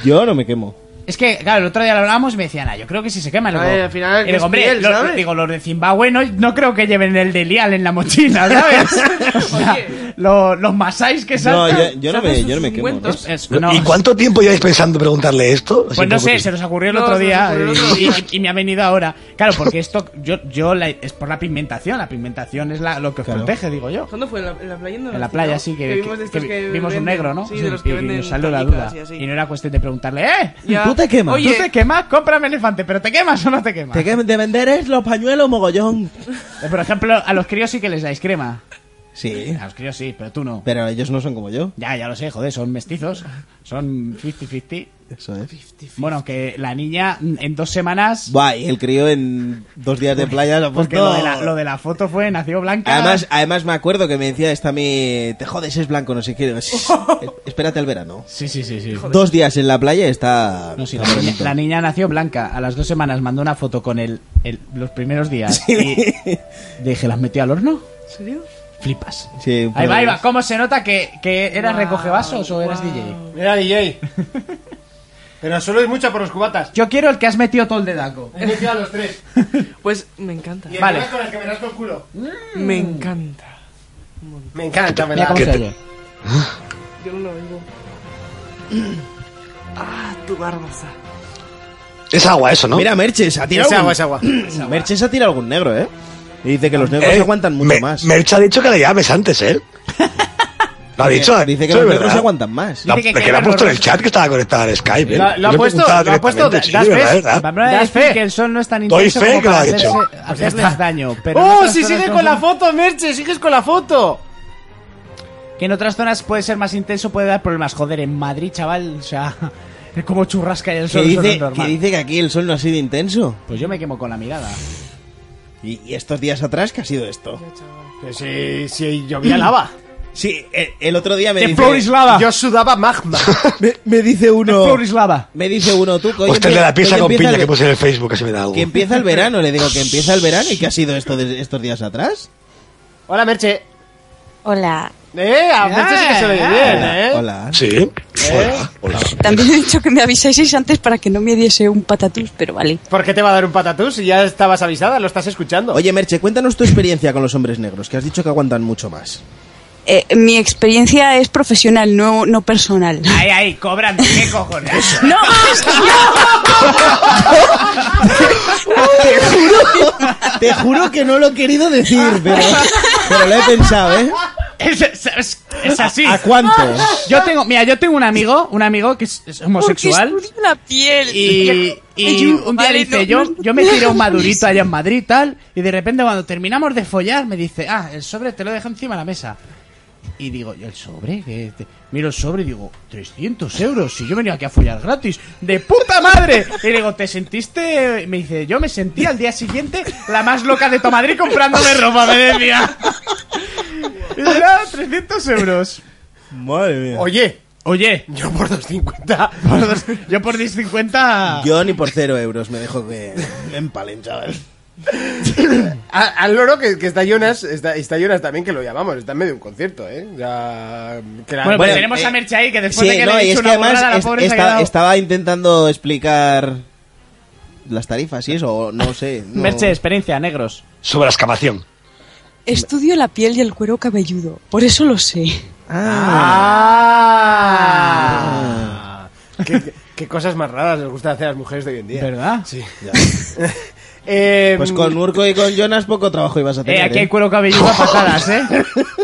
[SPEAKER 4] Yo no me quemo.
[SPEAKER 3] Es que, claro, el otro día lo hablábamos y me decían, ah, yo creo que sí se quema. Y luego,
[SPEAKER 5] Ay, al final
[SPEAKER 3] y
[SPEAKER 5] que
[SPEAKER 3] digo,
[SPEAKER 5] es
[SPEAKER 3] hombre,
[SPEAKER 5] piel,
[SPEAKER 3] los-
[SPEAKER 5] ¿sabes?
[SPEAKER 3] digo, los de Zimbabue no, no creo que lleven el de Lial en la mochila, ¿sabes? O sea, lo- los masáis que
[SPEAKER 4] No,
[SPEAKER 3] saltan.
[SPEAKER 4] yo, yo no, me, yo no me quemo. ¿no?
[SPEAKER 5] Ungüentos.
[SPEAKER 3] Es- no,
[SPEAKER 6] ¿Y cuánto tiempo lleváis pensando preguntarle esto? Así
[SPEAKER 3] Pues no
[SPEAKER 6] un poco
[SPEAKER 3] sé,
[SPEAKER 6] que-
[SPEAKER 3] se nos ocurrió el
[SPEAKER 5] No,
[SPEAKER 3] otro
[SPEAKER 5] se nos
[SPEAKER 3] día
[SPEAKER 5] ocurrió el otro
[SPEAKER 3] y,
[SPEAKER 5] día.
[SPEAKER 3] y- y me ha venido ahora. Claro, porque esto yo, yo la- es por la pigmentación, la pigmentación es la, lo que os
[SPEAKER 4] Claro.
[SPEAKER 3] protege, digo yo.
[SPEAKER 5] ¿Cuándo fue? ¿En la, en la playa? ¿No
[SPEAKER 3] En la playa sí que,
[SPEAKER 5] vimos, de
[SPEAKER 3] que-
[SPEAKER 5] estos
[SPEAKER 3] que
[SPEAKER 5] que
[SPEAKER 3] vimos un
[SPEAKER 5] venden-
[SPEAKER 3] negro, ¿no?
[SPEAKER 5] Sí, de los
[SPEAKER 3] y,
[SPEAKER 5] que
[SPEAKER 3] y
[SPEAKER 5] venden
[SPEAKER 3] nos salió la
[SPEAKER 5] canicas
[SPEAKER 3] duda.
[SPEAKER 5] y así.
[SPEAKER 3] Y no era cuestión de preguntarle, ¿eh?
[SPEAKER 5] Ya.
[SPEAKER 4] Tú te quemas.
[SPEAKER 5] Oye,
[SPEAKER 3] ¿Tú te quemas? Cómprame elefante, pero ¿te quemas o no te quemas?
[SPEAKER 4] Te quemas de vender es los pañuelos mogollón.
[SPEAKER 3] Eh, Por ejemplo, a los críos sí que les dais crema.
[SPEAKER 4] Sí.
[SPEAKER 3] A los críos sí, pero tú no.
[SPEAKER 4] Pero ellos no son como yo.
[SPEAKER 3] Ya, ya lo sé, joder, son mestizos. Son 50-50.
[SPEAKER 4] Eso es.
[SPEAKER 3] Bueno, que la niña mm, en dos semanas.
[SPEAKER 4] Buah, y el crío en dos días de playa lo ha
[SPEAKER 3] Porque
[SPEAKER 4] puesto-
[SPEAKER 3] lo, de la, lo de la foto fue nació blanca.
[SPEAKER 4] Además, además me acuerdo que me decía esta mi... Te jodes, es blanco, no sé qué. Digo, "Shh, Espérate al verano.
[SPEAKER 3] Sí, sí, sí, sí.
[SPEAKER 4] Dos días en la playa está...
[SPEAKER 3] No, sí, la,
[SPEAKER 4] está
[SPEAKER 3] niña,
[SPEAKER 4] bonito.
[SPEAKER 3] la niña nació blanca. A las dos semanas mandó una foto con el, el- los primeros días. Y dije, ¿las metí al horno?
[SPEAKER 5] ¿En serio?
[SPEAKER 3] Flipas.
[SPEAKER 4] Sí,
[SPEAKER 3] Ahí
[SPEAKER 4] pero-
[SPEAKER 3] va, ahí va. ¿Cómo se nota que, que eras recoge vasos o eras DJ?
[SPEAKER 2] Mira, DJ. Pero solo es mucha por los cubatas.
[SPEAKER 3] Yo quiero el que has metido todo el dedaco.
[SPEAKER 2] He metido a los tres.
[SPEAKER 5] Pues me encanta.
[SPEAKER 2] Y
[SPEAKER 3] Vale.
[SPEAKER 2] además con el que me das con culo.
[SPEAKER 5] Me encanta.
[SPEAKER 2] Me encanta, me
[SPEAKER 3] Mira
[SPEAKER 2] la...
[SPEAKER 3] cómo se oye.
[SPEAKER 5] Yo no lo oigo. Ah, tu barbaza.
[SPEAKER 6] Es agua eso, ¿no?
[SPEAKER 4] Mira, Merches, ha tirado
[SPEAKER 2] Es agua,
[SPEAKER 4] algún-
[SPEAKER 2] es agua.
[SPEAKER 4] Merches ha tirado algún negro, ¿eh? Y dice que los negros
[SPEAKER 6] Eh,
[SPEAKER 4] aguantan mucho
[SPEAKER 6] Me-
[SPEAKER 4] más.
[SPEAKER 6] Merch ha dicho que la llames antes, ¿eh? Lo ha dicho, ¿eh?
[SPEAKER 4] Dice que
[SPEAKER 6] Eso es
[SPEAKER 4] los negros
[SPEAKER 6] verdad.
[SPEAKER 4] aguantan más.
[SPEAKER 6] La-
[SPEAKER 3] Dice que
[SPEAKER 6] que le ha
[SPEAKER 3] caigan
[SPEAKER 6] puesto en
[SPEAKER 3] los-
[SPEAKER 6] el chat que estaba conectada al Skype. ¿eh?
[SPEAKER 2] Lo- lo
[SPEAKER 6] Yo
[SPEAKER 2] ha
[SPEAKER 6] le he
[SPEAKER 2] puesto-
[SPEAKER 6] preguntado
[SPEAKER 2] lo ha puesto,
[SPEAKER 6] directamente,
[SPEAKER 2] ¿das
[SPEAKER 6] sí,
[SPEAKER 2] ves?
[SPEAKER 6] verdad, verdad.
[SPEAKER 3] Pamplona
[SPEAKER 2] Das
[SPEAKER 3] dice
[SPEAKER 2] fe.
[SPEAKER 3] que el sol no es tan
[SPEAKER 6] Doy
[SPEAKER 3] intenso
[SPEAKER 6] fe
[SPEAKER 3] como
[SPEAKER 6] que lo
[SPEAKER 3] para
[SPEAKER 6] ha
[SPEAKER 3] hacerse-
[SPEAKER 6] hecho.
[SPEAKER 3] hacerles daño. Pero en
[SPEAKER 2] ¡Oh,
[SPEAKER 3] otras
[SPEAKER 2] si
[SPEAKER 3] zonas
[SPEAKER 2] sigue
[SPEAKER 3] no
[SPEAKER 2] con
[SPEAKER 3] son-
[SPEAKER 2] la foto, Merche! ¡Sigues con la foto!
[SPEAKER 3] Que en otras zonas puede ser más intenso, puede dar problemas. Joder, en Madrid, chaval, o sea, es como churrasca y el
[SPEAKER 4] Que
[SPEAKER 3] sol. eso no es
[SPEAKER 4] dice,
[SPEAKER 3] normal.
[SPEAKER 4] que dice que aquí el sol no ha sido intenso.
[SPEAKER 3] Pues yo me quemo con la mirada.
[SPEAKER 4] ¿Y, y estos días atrás qué ha sido esto?
[SPEAKER 2] Sí, sí, llovía lava.
[SPEAKER 4] Sí, el, el otro día me
[SPEAKER 2] De
[SPEAKER 4] dice...
[SPEAKER 2] Floris Lava.
[SPEAKER 4] Yo
[SPEAKER 2] sudaba magma.
[SPEAKER 4] me, me dice uno...
[SPEAKER 2] Floris Lava.
[SPEAKER 4] Me dice uno, tú... que hoy
[SPEAKER 6] Usted de
[SPEAKER 4] empie-
[SPEAKER 6] la pizza
[SPEAKER 4] hoy
[SPEAKER 6] con
[SPEAKER 4] empieza
[SPEAKER 6] piña
[SPEAKER 4] el-
[SPEAKER 6] que puse en el Facebook, casi me da algo.
[SPEAKER 4] Que empieza el verano, le digo que empieza el verano y qué ha sido esto de estos días atrás.
[SPEAKER 2] Hola, Merche.
[SPEAKER 12] Hola.
[SPEAKER 2] Eh, a Merche sí que se le
[SPEAKER 3] Ah,
[SPEAKER 2] ve bien, ¿eh?
[SPEAKER 4] Hola.
[SPEAKER 6] Sí.
[SPEAKER 12] También he dicho que me avisaseis antes para que no me diese un patatús, pero vale.
[SPEAKER 2] ¿Por qué te va a dar un patatús si ya estabas avisada? ¿Lo estás escuchando?
[SPEAKER 4] Oye, Merche, cuéntanos tu experiencia con los hombres negros, que has dicho que aguantan mucho más.
[SPEAKER 12] Eh, mi experiencia es profesional, no, no personal.
[SPEAKER 3] Ahí, ahí, cobran, ¿qué cojones?
[SPEAKER 12] ¡No!
[SPEAKER 4] Te juro, te juro que no lo he querido decir, pero, pero lo he pensado, ¿eh?
[SPEAKER 3] Es, es- es- es así.
[SPEAKER 4] ¿A cuánto?
[SPEAKER 3] Yo tengo, mira, yo tengo un amigo, un amigo que es, es homosexual.
[SPEAKER 12] la piel.
[SPEAKER 3] Y, y un día
[SPEAKER 12] Vale,
[SPEAKER 3] dice,
[SPEAKER 12] no,
[SPEAKER 3] yo,
[SPEAKER 12] no,
[SPEAKER 3] yo me
[SPEAKER 12] no,
[SPEAKER 3] tiré un
[SPEAKER 12] no,
[SPEAKER 3] madurito allá en Madrid y tal, y de repente cuando terminamos de follar me dice, ah, el sobre te lo dejo encima de la mesa. Y digo, ¿y el sobre? ¿Qué te-?". Miro el sobre y digo, 300 euros, si yo venía aquí a follar gratis, de puta madre. Y le digo, ¿te sentiste? Me dice, yo me sentí al día siguiente la más loca de tu Madrid comprándome ropa, me decía. Y era 300 euros.
[SPEAKER 4] Madre mía.
[SPEAKER 2] Oye,
[SPEAKER 3] oye,
[SPEAKER 2] yo por 250.
[SPEAKER 3] Por dos- Yo por 10.50...
[SPEAKER 4] Yo ni por cero euros me dejo que me empalen, chaval.
[SPEAKER 2] A- Al loro que, que está Jonas, está, está Jonas también que lo llamamos, está en medio de un concierto, ¿eh? O sea, que la-
[SPEAKER 3] Bueno, pues tenemos a Merche ahí, que después de que
[SPEAKER 4] eh, no,
[SPEAKER 3] le
[SPEAKER 4] y
[SPEAKER 3] he
[SPEAKER 4] es
[SPEAKER 3] dicho
[SPEAKER 4] que
[SPEAKER 3] una burrada,
[SPEAKER 4] además
[SPEAKER 3] la
[SPEAKER 4] es-
[SPEAKER 3] pobre se ha
[SPEAKER 4] esta-
[SPEAKER 3] quedado...
[SPEAKER 4] estaba intentando explicar las tarifas y eso, o no sé. no-
[SPEAKER 3] Merche, experiencia, negros.
[SPEAKER 6] Sobre la excavación.
[SPEAKER 12] Estudio la piel y el cuero cabelludo, por eso lo sé.
[SPEAKER 2] ¡Ah! ¿Qué, qué- qué cosas más raras les gusta hacer a las mujeres de hoy en día.
[SPEAKER 3] ¿Verdad?
[SPEAKER 2] Sí. Eh,
[SPEAKER 4] Pues con Urco y con Jonas poco trabajo ibas a tener.
[SPEAKER 3] Eh, aquí hay
[SPEAKER 4] ¿eh?
[SPEAKER 3] cuero cabelludo a patadas, ¿eh?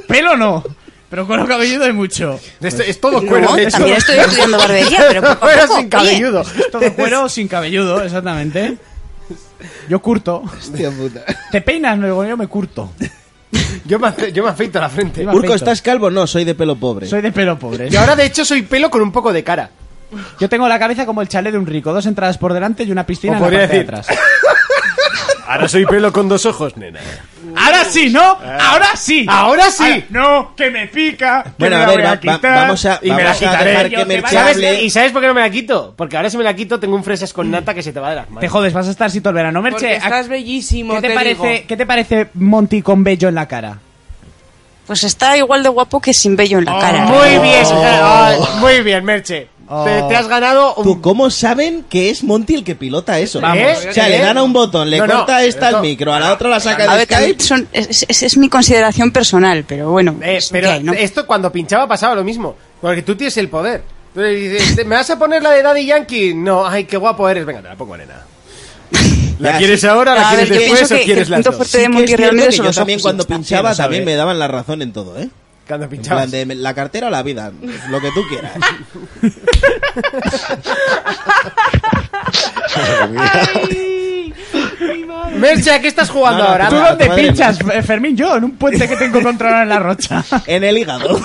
[SPEAKER 3] Pelo no, pero cuero cabelludo hay mucho.
[SPEAKER 2] esto- es todo cuero, de hecho.
[SPEAKER 12] pues- también estoy estudiando barbería, pero poco a
[SPEAKER 2] Cuero
[SPEAKER 12] poco,
[SPEAKER 2] sin
[SPEAKER 12] oye.
[SPEAKER 2] cabelludo.
[SPEAKER 3] Todo cuero sin cabelludo, exactamente. Yo curto.
[SPEAKER 4] Hostia puta.
[SPEAKER 3] Te peinas, no digo, yo me curto.
[SPEAKER 2] Yo me, afe- yo me afeito la frente.
[SPEAKER 3] Yo me
[SPEAKER 4] Urco,
[SPEAKER 3] afeito.
[SPEAKER 4] ¿estás calvo? No, soy de pelo pobre.
[SPEAKER 3] Soy de pelo pobre.
[SPEAKER 2] Y ahora de hecho soy pelo con un poco de cara.
[SPEAKER 3] Yo tengo la cabeza como el chalet de un rico, dos entradas por delante y una piscina
[SPEAKER 2] O
[SPEAKER 3] en la
[SPEAKER 2] podría
[SPEAKER 3] parte de
[SPEAKER 2] decir-
[SPEAKER 3] atrás.
[SPEAKER 2] Ahora soy pelo con dos ojos, nena.
[SPEAKER 3] Ahora sí, ¿no?
[SPEAKER 4] Ah.
[SPEAKER 3] Ahora sí.
[SPEAKER 2] Ahora sí.
[SPEAKER 3] no, que me pica. que
[SPEAKER 4] Bueno,
[SPEAKER 3] me la
[SPEAKER 4] a ver,
[SPEAKER 3] voy
[SPEAKER 4] va- va-
[SPEAKER 3] quitar.
[SPEAKER 4] vamos a,
[SPEAKER 2] Y me la
[SPEAKER 4] vamos a
[SPEAKER 2] quitaré.
[SPEAKER 4] dejar
[SPEAKER 3] Yo
[SPEAKER 4] que
[SPEAKER 3] te
[SPEAKER 4] Merche
[SPEAKER 3] vas a-
[SPEAKER 2] ¿Sabes?
[SPEAKER 4] hable.
[SPEAKER 2] ¿Y sabes por qué no me la quito? Porque ahora si me la quito tengo un fresas con nata que se te va de las manos.
[SPEAKER 3] Te jodes, vas a estar así todo el verano. Merche,
[SPEAKER 5] Porque
[SPEAKER 3] ¿a-
[SPEAKER 5] estás bellísimo,
[SPEAKER 3] ¿qué te,
[SPEAKER 5] te
[SPEAKER 3] parece,
[SPEAKER 5] digo.
[SPEAKER 3] ¿qué te parece Monty con bello en la cara?
[SPEAKER 12] Pues está igual de guapo que sin vello en la cara. ¿eh?
[SPEAKER 2] Muy bien, ah, muy bien, Merche. Te, te has ganado un Eh,
[SPEAKER 4] ¿Tú cómo saben que es Monty el que pilota eso? ¿Eh?
[SPEAKER 2] Vamos.
[SPEAKER 12] ¿Eh?
[SPEAKER 4] O sea, le dan a un botón, le
[SPEAKER 2] No, no,
[SPEAKER 4] corta esta
[SPEAKER 2] esto-
[SPEAKER 4] el micro, a la otra la saca
[SPEAKER 12] A
[SPEAKER 4] de
[SPEAKER 12] ver,
[SPEAKER 4] Skype.
[SPEAKER 12] también son- es, es- es mi consideración personal, pero bueno.
[SPEAKER 2] Eh,
[SPEAKER 12] es lo
[SPEAKER 2] pero
[SPEAKER 12] que hay, ¿no?
[SPEAKER 2] esto cuando pinchaba pasaba lo mismo. Porque tú tienes el poder. Tú le dices, "¿Te- ¿me vas a poner la de Daddy Yankee? No, ay, qué guapo eres. Venga, te la pongo, nena. ¿La
[SPEAKER 4] Ya,
[SPEAKER 2] quieres
[SPEAKER 4] sí.
[SPEAKER 2] ahora, la
[SPEAKER 12] A
[SPEAKER 2] quieres
[SPEAKER 12] ver, yo
[SPEAKER 2] después
[SPEAKER 12] pienso
[SPEAKER 2] o
[SPEAKER 12] que-
[SPEAKER 2] quieres
[SPEAKER 12] que
[SPEAKER 2] las
[SPEAKER 12] punto
[SPEAKER 2] dos?
[SPEAKER 12] fuerte- de
[SPEAKER 4] Sí que
[SPEAKER 12] Monty
[SPEAKER 4] es cierto
[SPEAKER 12] realmente
[SPEAKER 4] que
[SPEAKER 12] son
[SPEAKER 4] yo
[SPEAKER 12] los
[SPEAKER 4] también
[SPEAKER 12] ojos, Ah,
[SPEAKER 4] cuando
[SPEAKER 12] está,
[SPEAKER 4] pinchaba
[SPEAKER 2] sí, lo
[SPEAKER 4] también
[SPEAKER 2] sabe.
[SPEAKER 4] me daban la razón en todo, ¿eh?
[SPEAKER 2] Cuando
[SPEAKER 4] En
[SPEAKER 2] pinchabas.
[SPEAKER 4] plan de me- la cartera o la vida, lo que tú quieras.
[SPEAKER 2] Merche, ¿a qué estás jugando
[SPEAKER 4] No, no,
[SPEAKER 2] ahora?
[SPEAKER 3] ¿Tú
[SPEAKER 4] la-
[SPEAKER 3] dónde
[SPEAKER 4] madre
[SPEAKER 3] pinchas, F- Fermín? Yo, en un puente que tengo controlado en la rocha.
[SPEAKER 4] En el hígado.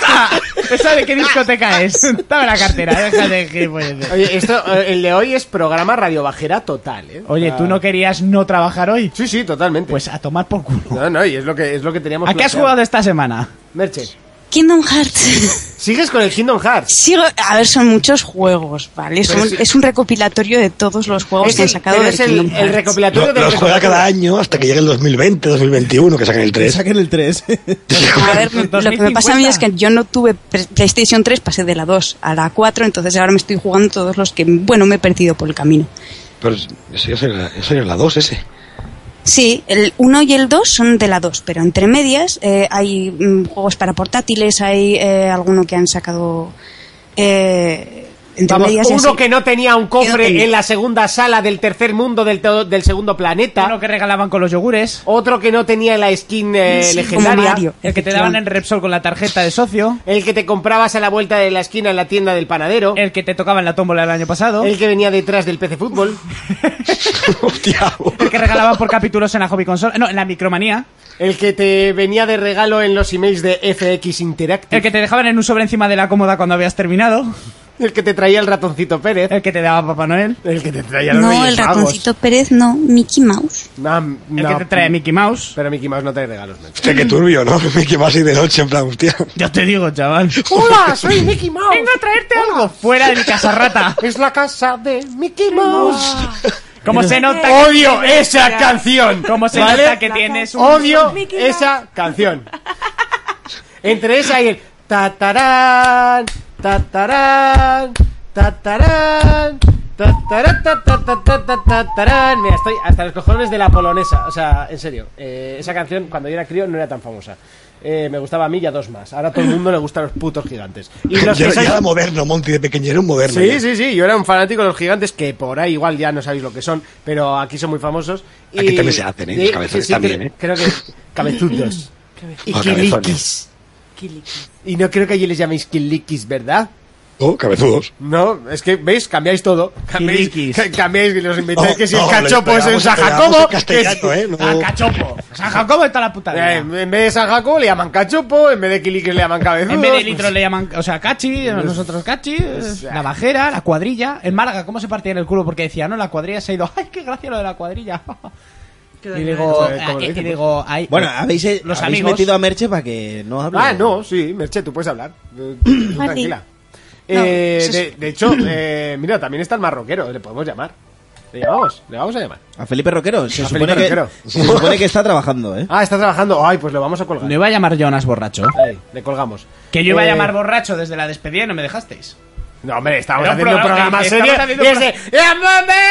[SPEAKER 3] Ta. ¿Esa de qué discoteca es? Dame la cartera, deja de gilipolleces.
[SPEAKER 2] Oye, esto, eh, el de hoy es programa radiobajera total, ¿eh?
[SPEAKER 3] Oye, ¿tú no querías no trabajar hoy?
[SPEAKER 2] Sí, sí, totalmente.
[SPEAKER 3] Pues a tomar por culo.
[SPEAKER 2] No, no, y es lo que, es lo que teníamos
[SPEAKER 3] ¿A qué has
[SPEAKER 2] planteado.
[SPEAKER 3] jugado esta semana?
[SPEAKER 2] Merche,
[SPEAKER 12] Kingdom Hearts.
[SPEAKER 2] ¿sigues con el Kingdom Hearts?
[SPEAKER 12] Sigo, a ver, son muchos juegos, ¿vale? Son-
[SPEAKER 2] Pero es-
[SPEAKER 12] es un recopilatorio de todos los juegos
[SPEAKER 2] Es
[SPEAKER 12] que han
[SPEAKER 2] el,
[SPEAKER 12] sacado
[SPEAKER 2] pero
[SPEAKER 12] del
[SPEAKER 2] es el,
[SPEAKER 12] Kingdom
[SPEAKER 2] el
[SPEAKER 12] Hearts.
[SPEAKER 2] recopilatorio
[SPEAKER 6] Lo-
[SPEAKER 2] de
[SPEAKER 6] Los juega cada año hasta que llegue el 2020, 2021, que saquen el 3.
[SPEAKER 4] Saquen el 3.
[SPEAKER 12] A ver, lo que me pasa a mí es que yo no tuve pre- PlayStation 3, pasé de la 2 a la 4, entonces ahora me estoy jugando todos los que, bueno, me he perdido por el camino.
[SPEAKER 6] Pero ese es el- ese es la 2, ese.
[SPEAKER 12] Sí, el 1 y el 2 son de la 2, pero entre medias eh, hay mm, juegos para portátiles, hay eh, alguno que han sacado... eh, entre
[SPEAKER 2] Vamos,
[SPEAKER 12] medias y
[SPEAKER 2] uno
[SPEAKER 12] así.
[SPEAKER 2] que no tenía
[SPEAKER 12] Que
[SPEAKER 2] un
[SPEAKER 12] no
[SPEAKER 2] cofre
[SPEAKER 12] tenía.
[SPEAKER 2] en la segunda sala del tercer mundo del, teo- del segundo planeta.
[SPEAKER 3] Uno que regalaban con los yogures.
[SPEAKER 2] Otro que no tenía la skin eh,
[SPEAKER 12] Sí, como
[SPEAKER 2] legendaria.
[SPEAKER 12] Mario.
[SPEAKER 3] El que te daban en Repsol con la tarjeta de socio.
[SPEAKER 2] El que te comprabas a la vuelta de la esquina en la tienda del panadero. El,
[SPEAKER 3] El que te tocaba en la tómbola el año pasado. El
[SPEAKER 2] que venía detrás del PC Fútbol.
[SPEAKER 6] Hostia.
[SPEAKER 3] que regalaban por capítulos en la Hobby Console. No, en la Micromanía.
[SPEAKER 2] El que te venía de regalo en los emails de FX Interactive.
[SPEAKER 3] El que te dejaban en un sobre encima de la cómoda cuando habías terminado.
[SPEAKER 2] El que te traía el ratoncito Pérez.
[SPEAKER 3] El que te daba Papá Noel.
[SPEAKER 2] El que te traía los
[SPEAKER 12] No,
[SPEAKER 2] Reyes
[SPEAKER 12] el
[SPEAKER 2] Magos.
[SPEAKER 12] ratoncito Pérez, no, Mickey Mouse.
[SPEAKER 3] El que te trae Mickey Mouse.
[SPEAKER 2] Pero Mickey Mouse no trae regalos, ¿no?
[SPEAKER 6] Hostia, qué turbio, ¿no? Mickey Mouse y de noche, en plan, hostia.
[SPEAKER 3] Ya te digo, chaval.
[SPEAKER 2] ¡Hola! ¡Soy Mickey Mouse! ¡Vengo a traerte algo!
[SPEAKER 3] ¡Fuera de mi casarrata!
[SPEAKER 2] ¡Es la casa de Mickey Mouse!
[SPEAKER 3] Como se nota
[SPEAKER 2] ¡Odio
[SPEAKER 3] que-
[SPEAKER 2] esa canción!
[SPEAKER 3] Como se
[SPEAKER 2] ¿Vale?
[SPEAKER 3] nota que tienes un...
[SPEAKER 2] Odio esa canción. Entre esa y el tatarán, tatarán, tatarán, tatarán, tatarán, tatarán. Mira, estoy hasta los cojones de la polonesa. O sea, en serio, eh, esa canción cuando yo era crío no era tan famosa. Eh, me gustaba a mí y a dos más. Ahora a todo el mundo le gustan los putos gigantes. Y
[SPEAKER 6] Yo,
[SPEAKER 2] los que
[SPEAKER 6] yo
[SPEAKER 2] sois-
[SPEAKER 6] era moderno, Monty, de pequeño era un moderno.
[SPEAKER 2] Sí,
[SPEAKER 6] yo.
[SPEAKER 2] sí, sí, yo era un fanático de los gigantes que por ahí igual ya no sabéis lo que son, pero aquí son muy famosos. Y,
[SPEAKER 6] Aquí también se hacen, ¿eh? Los
[SPEAKER 2] y-
[SPEAKER 6] cabezones
[SPEAKER 2] sí, sí,
[SPEAKER 6] también,
[SPEAKER 2] cre-
[SPEAKER 6] ¿eh?
[SPEAKER 2] Creo que cabezudos. y
[SPEAKER 6] Oh,
[SPEAKER 2] kilikis.
[SPEAKER 6] cabezones.
[SPEAKER 2] Y no creo que allí les llaméis kilikis, ¿verdad?
[SPEAKER 6] Oh, cabezudos.
[SPEAKER 2] No, es que, ¿veis? Cambiáis todo. Cambiáis,
[SPEAKER 3] Kilikis.
[SPEAKER 2] ca- cambiáis y los inventáis
[SPEAKER 6] No,
[SPEAKER 2] que si el
[SPEAKER 6] no,
[SPEAKER 2] cachopo
[SPEAKER 6] lo
[SPEAKER 2] es en
[SPEAKER 6] esperábamos-
[SPEAKER 2] San
[SPEAKER 6] esperábamos
[SPEAKER 2] Jacobo.
[SPEAKER 6] en castellano,
[SPEAKER 2] que si-
[SPEAKER 6] ¿eh? No.
[SPEAKER 2] Ah, cachopo.
[SPEAKER 3] San Jacobo está la puta
[SPEAKER 2] Eh,
[SPEAKER 3] vida.
[SPEAKER 2] en vez de San Jacobo le llaman cachopo, en vez de kilikis le llaman cabezudos.
[SPEAKER 3] En vez de litro le llaman, o sea, cachi, nosotros cachi, la bajera, la cuadrilla. En Málaga, ¿cómo se partían el culo? Porque decía, no, la cuadrilla se ha ido. ¡Ay, qué gracia lo de la cuadrilla! Y digo,
[SPEAKER 2] Joder, ¿cómo lo
[SPEAKER 3] eh,
[SPEAKER 2] dice?
[SPEAKER 3] y digo, ay,
[SPEAKER 4] pues. Bueno, habéis, eh,
[SPEAKER 3] los
[SPEAKER 4] habéis
[SPEAKER 3] amigos.
[SPEAKER 4] metido a Merche para que no hable.
[SPEAKER 2] Ah, no, sí, Merche, tú puedes hablar. Eh, tú Tranquila. Eh,
[SPEAKER 4] eso es-
[SPEAKER 2] de, de hecho, eh, mira, también está el marroquero, le podemos llamar. Le llamamos, le vamos a llamar.
[SPEAKER 4] A Felipe Roquero. Se,
[SPEAKER 2] A
[SPEAKER 4] supone,
[SPEAKER 2] Felipe
[SPEAKER 4] que,
[SPEAKER 2] Roquero.
[SPEAKER 4] se supone que está trabajando, ¿eh?
[SPEAKER 2] Ah, está trabajando. Ay, pues lo vamos a colgar.
[SPEAKER 3] No iba a llamar Jonas borracho.
[SPEAKER 2] Ahí, le colgamos.
[SPEAKER 3] Que yo iba a
[SPEAKER 2] Eh,
[SPEAKER 3] llamar borracho desde la despedida y no me dejasteis.
[SPEAKER 2] No, hombre, estamos
[SPEAKER 3] Era un
[SPEAKER 2] haciendo un
[SPEAKER 3] programa
[SPEAKER 2] programa
[SPEAKER 3] que-
[SPEAKER 2] serio.
[SPEAKER 3] estamos haciendo
[SPEAKER 2] y
[SPEAKER 3] un
[SPEAKER 2] es de,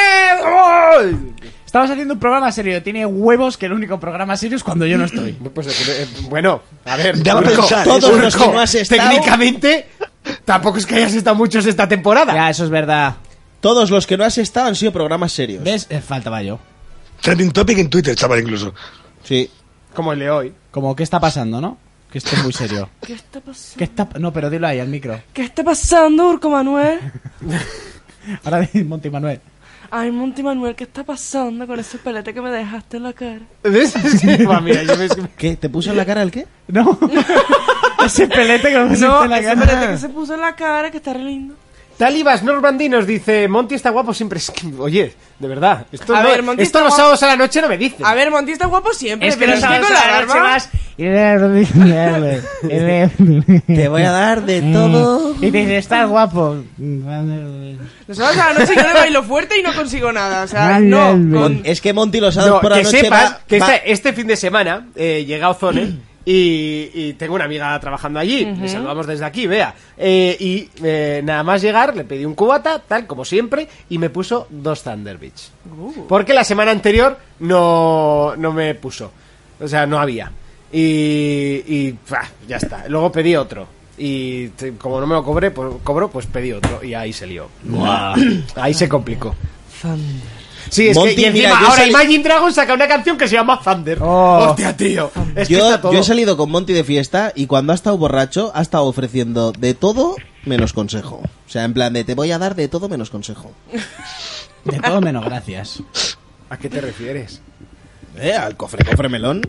[SPEAKER 2] ¡Llámame! ¡Gol!
[SPEAKER 3] Estamos haciendo un programa serio. Tiene huevos que el único programa serio es cuando yo no estoy.
[SPEAKER 2] Pues, eh, bueno, a ver,
[SPEAKER 6] Daba a pensar,
[SPEAKER 4] todos
[SPEAKER 6] eso.
[SPEAKER 4] los que no has estado-
[SPEAKER 2] técnicamente tampoco es que hayas estado muchos esta temporada.
[SPEAKER 3] Ya, eso es verdad.
[SPEAKER 4] Todos los que no has estado han sido programas serios.
[SPEAKER 3] ¿Ves? Eh, Faltaba yo.
[SPEAKER 6] Trending topic en Twitter, chaval, incluso.
[SPEAKER 4] Sí.
[SPEAKER 2] Como el de hoy.
[SPEAKER 3] Como, ¿qué está pasando, no? Que esto es muy serio.
[SPEAKER 5] ¿Qué está pasando?
[SPEAKER 3] ¿Qué está...? No, pero dilo ahí, al micro.
[SPEAKER 5] ¿Qué está pasando, Urco Manuel?
[SPEAKER 3] Ahora di Monty Manuel.
[SPEAKER 5] Ay, Monty Manuel, ¿qué está pasando con ese pelete que me dejaste en la cara?
[SPEAKER 2] ¿Ves? Buah, mira, yo me-
[SPEAKER 4] ¿Qué? ¿Te puso en la cara el qué?
[SPEAKER 3] No. Ese pelete que me pusiste
[SPEAKER 5] No,
[SPEAKER 3] en la
[SPEAKER 5] ese
[SPEAKER 3] cara.
[SPEAKER 5] pelete que se puso en la cara, que está re lindo.
[SPEAKER 2] Talibas Normandí nos dice, Monty está guapo siempre. Es que, oye, de verdad. Esto,
[SPEAKER 5] A
[SPEAKER 2] no-
[SPEAKER 5] ver, Monty
[SPEAKER 2] esto
[SPEAKER 5] está
[SPEAKER 2] los
[SPEAKER 5] guapo.
[SPEAKER 2] sábados a la noche no me dice.
[SPEAKER 5] A ver, Monty está guapo siempre,
[SPEAKER 3] Es que
[SPEAKER 5] pero
[SPEAKER 3] no
[SPEAKER 5] es que
[SPEAKER 3] sabes
[SPEAKER 5] con
[SPEAKER 3] a
[SPEAKER 5] la
[SPEAKER 3] la noche
[SPEAKER 5] barba...
[SPEAKER 3] vas... Y
[SPEAKER 4] Te voy a dar
[SPEAKER 3] Mm.
[SPEAKER 4] de todo.
[SPEAKER 3] te dice, estás guapo.
[SPEAKER 5] Los sábados a la noche yo le bailo fuerte y no consigo nada. O sea, no.
[SPEAKER 4] Mon-
[SPEAKER 5] Con...
[SPEAKER 4] Es que Monty los sábados
[SPEAKER 2] No,
[SPEAKER 4] por la
[SPEAKER 2] que
[SPEAKER 4] noche
[SPEAKER 2] sepas
[SPEAKER 4] va-
[SPEAKER 2] que
[SPEAKER 4] va-
[SPEAKER 2] esta- este fin de semana eh, llega Ozone y, y tengo una amiga trabajando allí. Le saludamos desde aquí, vea. y eh, nada más llegar, le pedí un cubata, tal como siempre, y me puso dos Thunder Beach. Porque la semana anterior no, no me puso. O sea, no había. Y, y, pua, ya está. Luego pedí otro. Y te- como no me lo cobré, pues, cobro, pues pedí otro. Y ahí se lió. Ahí se complicó. Sí, es
[SPEAKER 4] Monty,
[SPEAKER 2] que y encima
[SPEAKER 4] mira, yo
[SPEAKER 2] ahora
[SPEAKER 4] salí-
[SPEAKER 2] Imagine Dragon saca una canción que se llama Thunder.
[SPEAKER 3] Oh.
[SPEAKER 2] Hostia, tío. Es que
[SPEAKER 4] Yo,
[SPEAKER 2] está todo.
[SPEAKER 4] yo he salido con Monty de fiesta y cuando ha estado borracho ha estado ofreciendo de todo menos consejo. O sea, en plan de te voy a dar de todo menos consejo.
[SPEAKER 3] De todo menos gracias.
[SPEAKER 2] ¿A qué te refieres?
[SPEAKER 4] Eh, al cofre, cofre melón.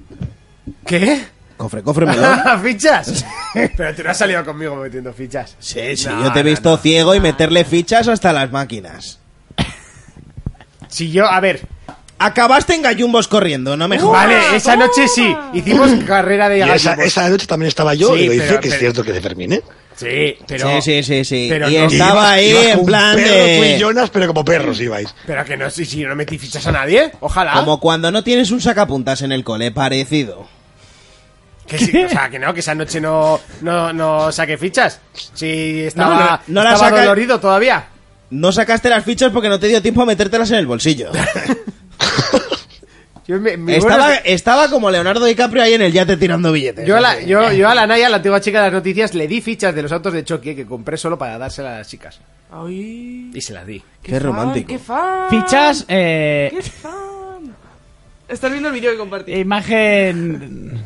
[SPEAKER 2] ¿Qué?
[SPEAKER 4] Cofre, cofre melón.
[SPEAKER 2] Ah, ¿Fichas? Pero tú no has salido conmigo metiendo fichas.
[SPEAKER 4] Sí, sí,
[SPEAKER 2] No,
[SPEAKER 4] yo te he
[SPEAKER 2] no,
[SPEAKER 4] visto
[SPEAKER 2] no.
[SPEAKER 4] ciego y meterle fichas hasta las máquinas.
[SPEAKER 2] Si yo, a ver.
[SPEAKER 4] Acabaste en gallumbos corriendo, no me jodas.
[SPEAKER 2] Vale, esa noche sí. Hicimos carrera de
[SPEAKER 6] Y Ah, esa,
[SPEAKER 2] gallumbos.
[SPEAKER 6] esa noche también estaba yo
[SPEAKER 2] Sí,
[SPEAKER 6] y lo hice,
[SPEAKER 2] pero-
[SPEAKER 6] que es
[SPEAKER 2] pero-
[SPEAKER 6] cierto que se termine.
[SPEAKER 2] Sí, pero.
[SPEAKER 4] sí, sí, sí, sí.
[SPEAKER 2] pero
[SPEAKER 4] y
[SPEAKER 2] no-
[SPEAKER 4] estaba ahí en plan
[SPEAKER 6] perro, tú y
[SPEAKER 4] de...
[SPEAKER 6] Jonas, pero como perros ibais.
[SPEAKER 2] Pero que no, si, si yo no metí fichas a nadie. Ojalá.
[SPEAKER 4] Como cuando no tienes un sacapuntas en el cole, parecido.
[SPEAKER 2] Que sí, o sea, que no, que esa noche no, no, no saqué fichas. Sí, estaba,
[SPEAKER 4] No, no la
[SPEAKER 2] estaba
[SPEAKER 4] saca-
[SPEAKER 2] dolorido todavía.
[SPEAKER 4] No sacaste las fichas porque no te dio tiempo a metértelas en el bolsillo.
[SPEAKER 2] Yo me- mi
[SPEAKER 4] estaba,
[SPEAKER 2] buena-
[SPEAKER 4] estaba como Leonardo DiCaprio ahí en el yate tirando billetes.
[SPEAKER 2] Yo a, la, yo, yo a la Naya, la antigua chica de las noticias, le di fichas de los autos de choque que compré solo para dárselas a las chicas.
[SPEAKER 5] Ay,
[SPEAKER 2] Y se las di.
[SPEAKER 5] qué,
[SPEAKER 4] Qué
[SPEAKER 5] fan,
[SPEAKER 4] romántico.
[SPEAKER 5] qué fan.
[SPEAKER 3] Fichas, eh,
[SPEAKER 5] Qué fan. Estás viendo el vídeo que compartí.
[SPEAKER 3] imagen...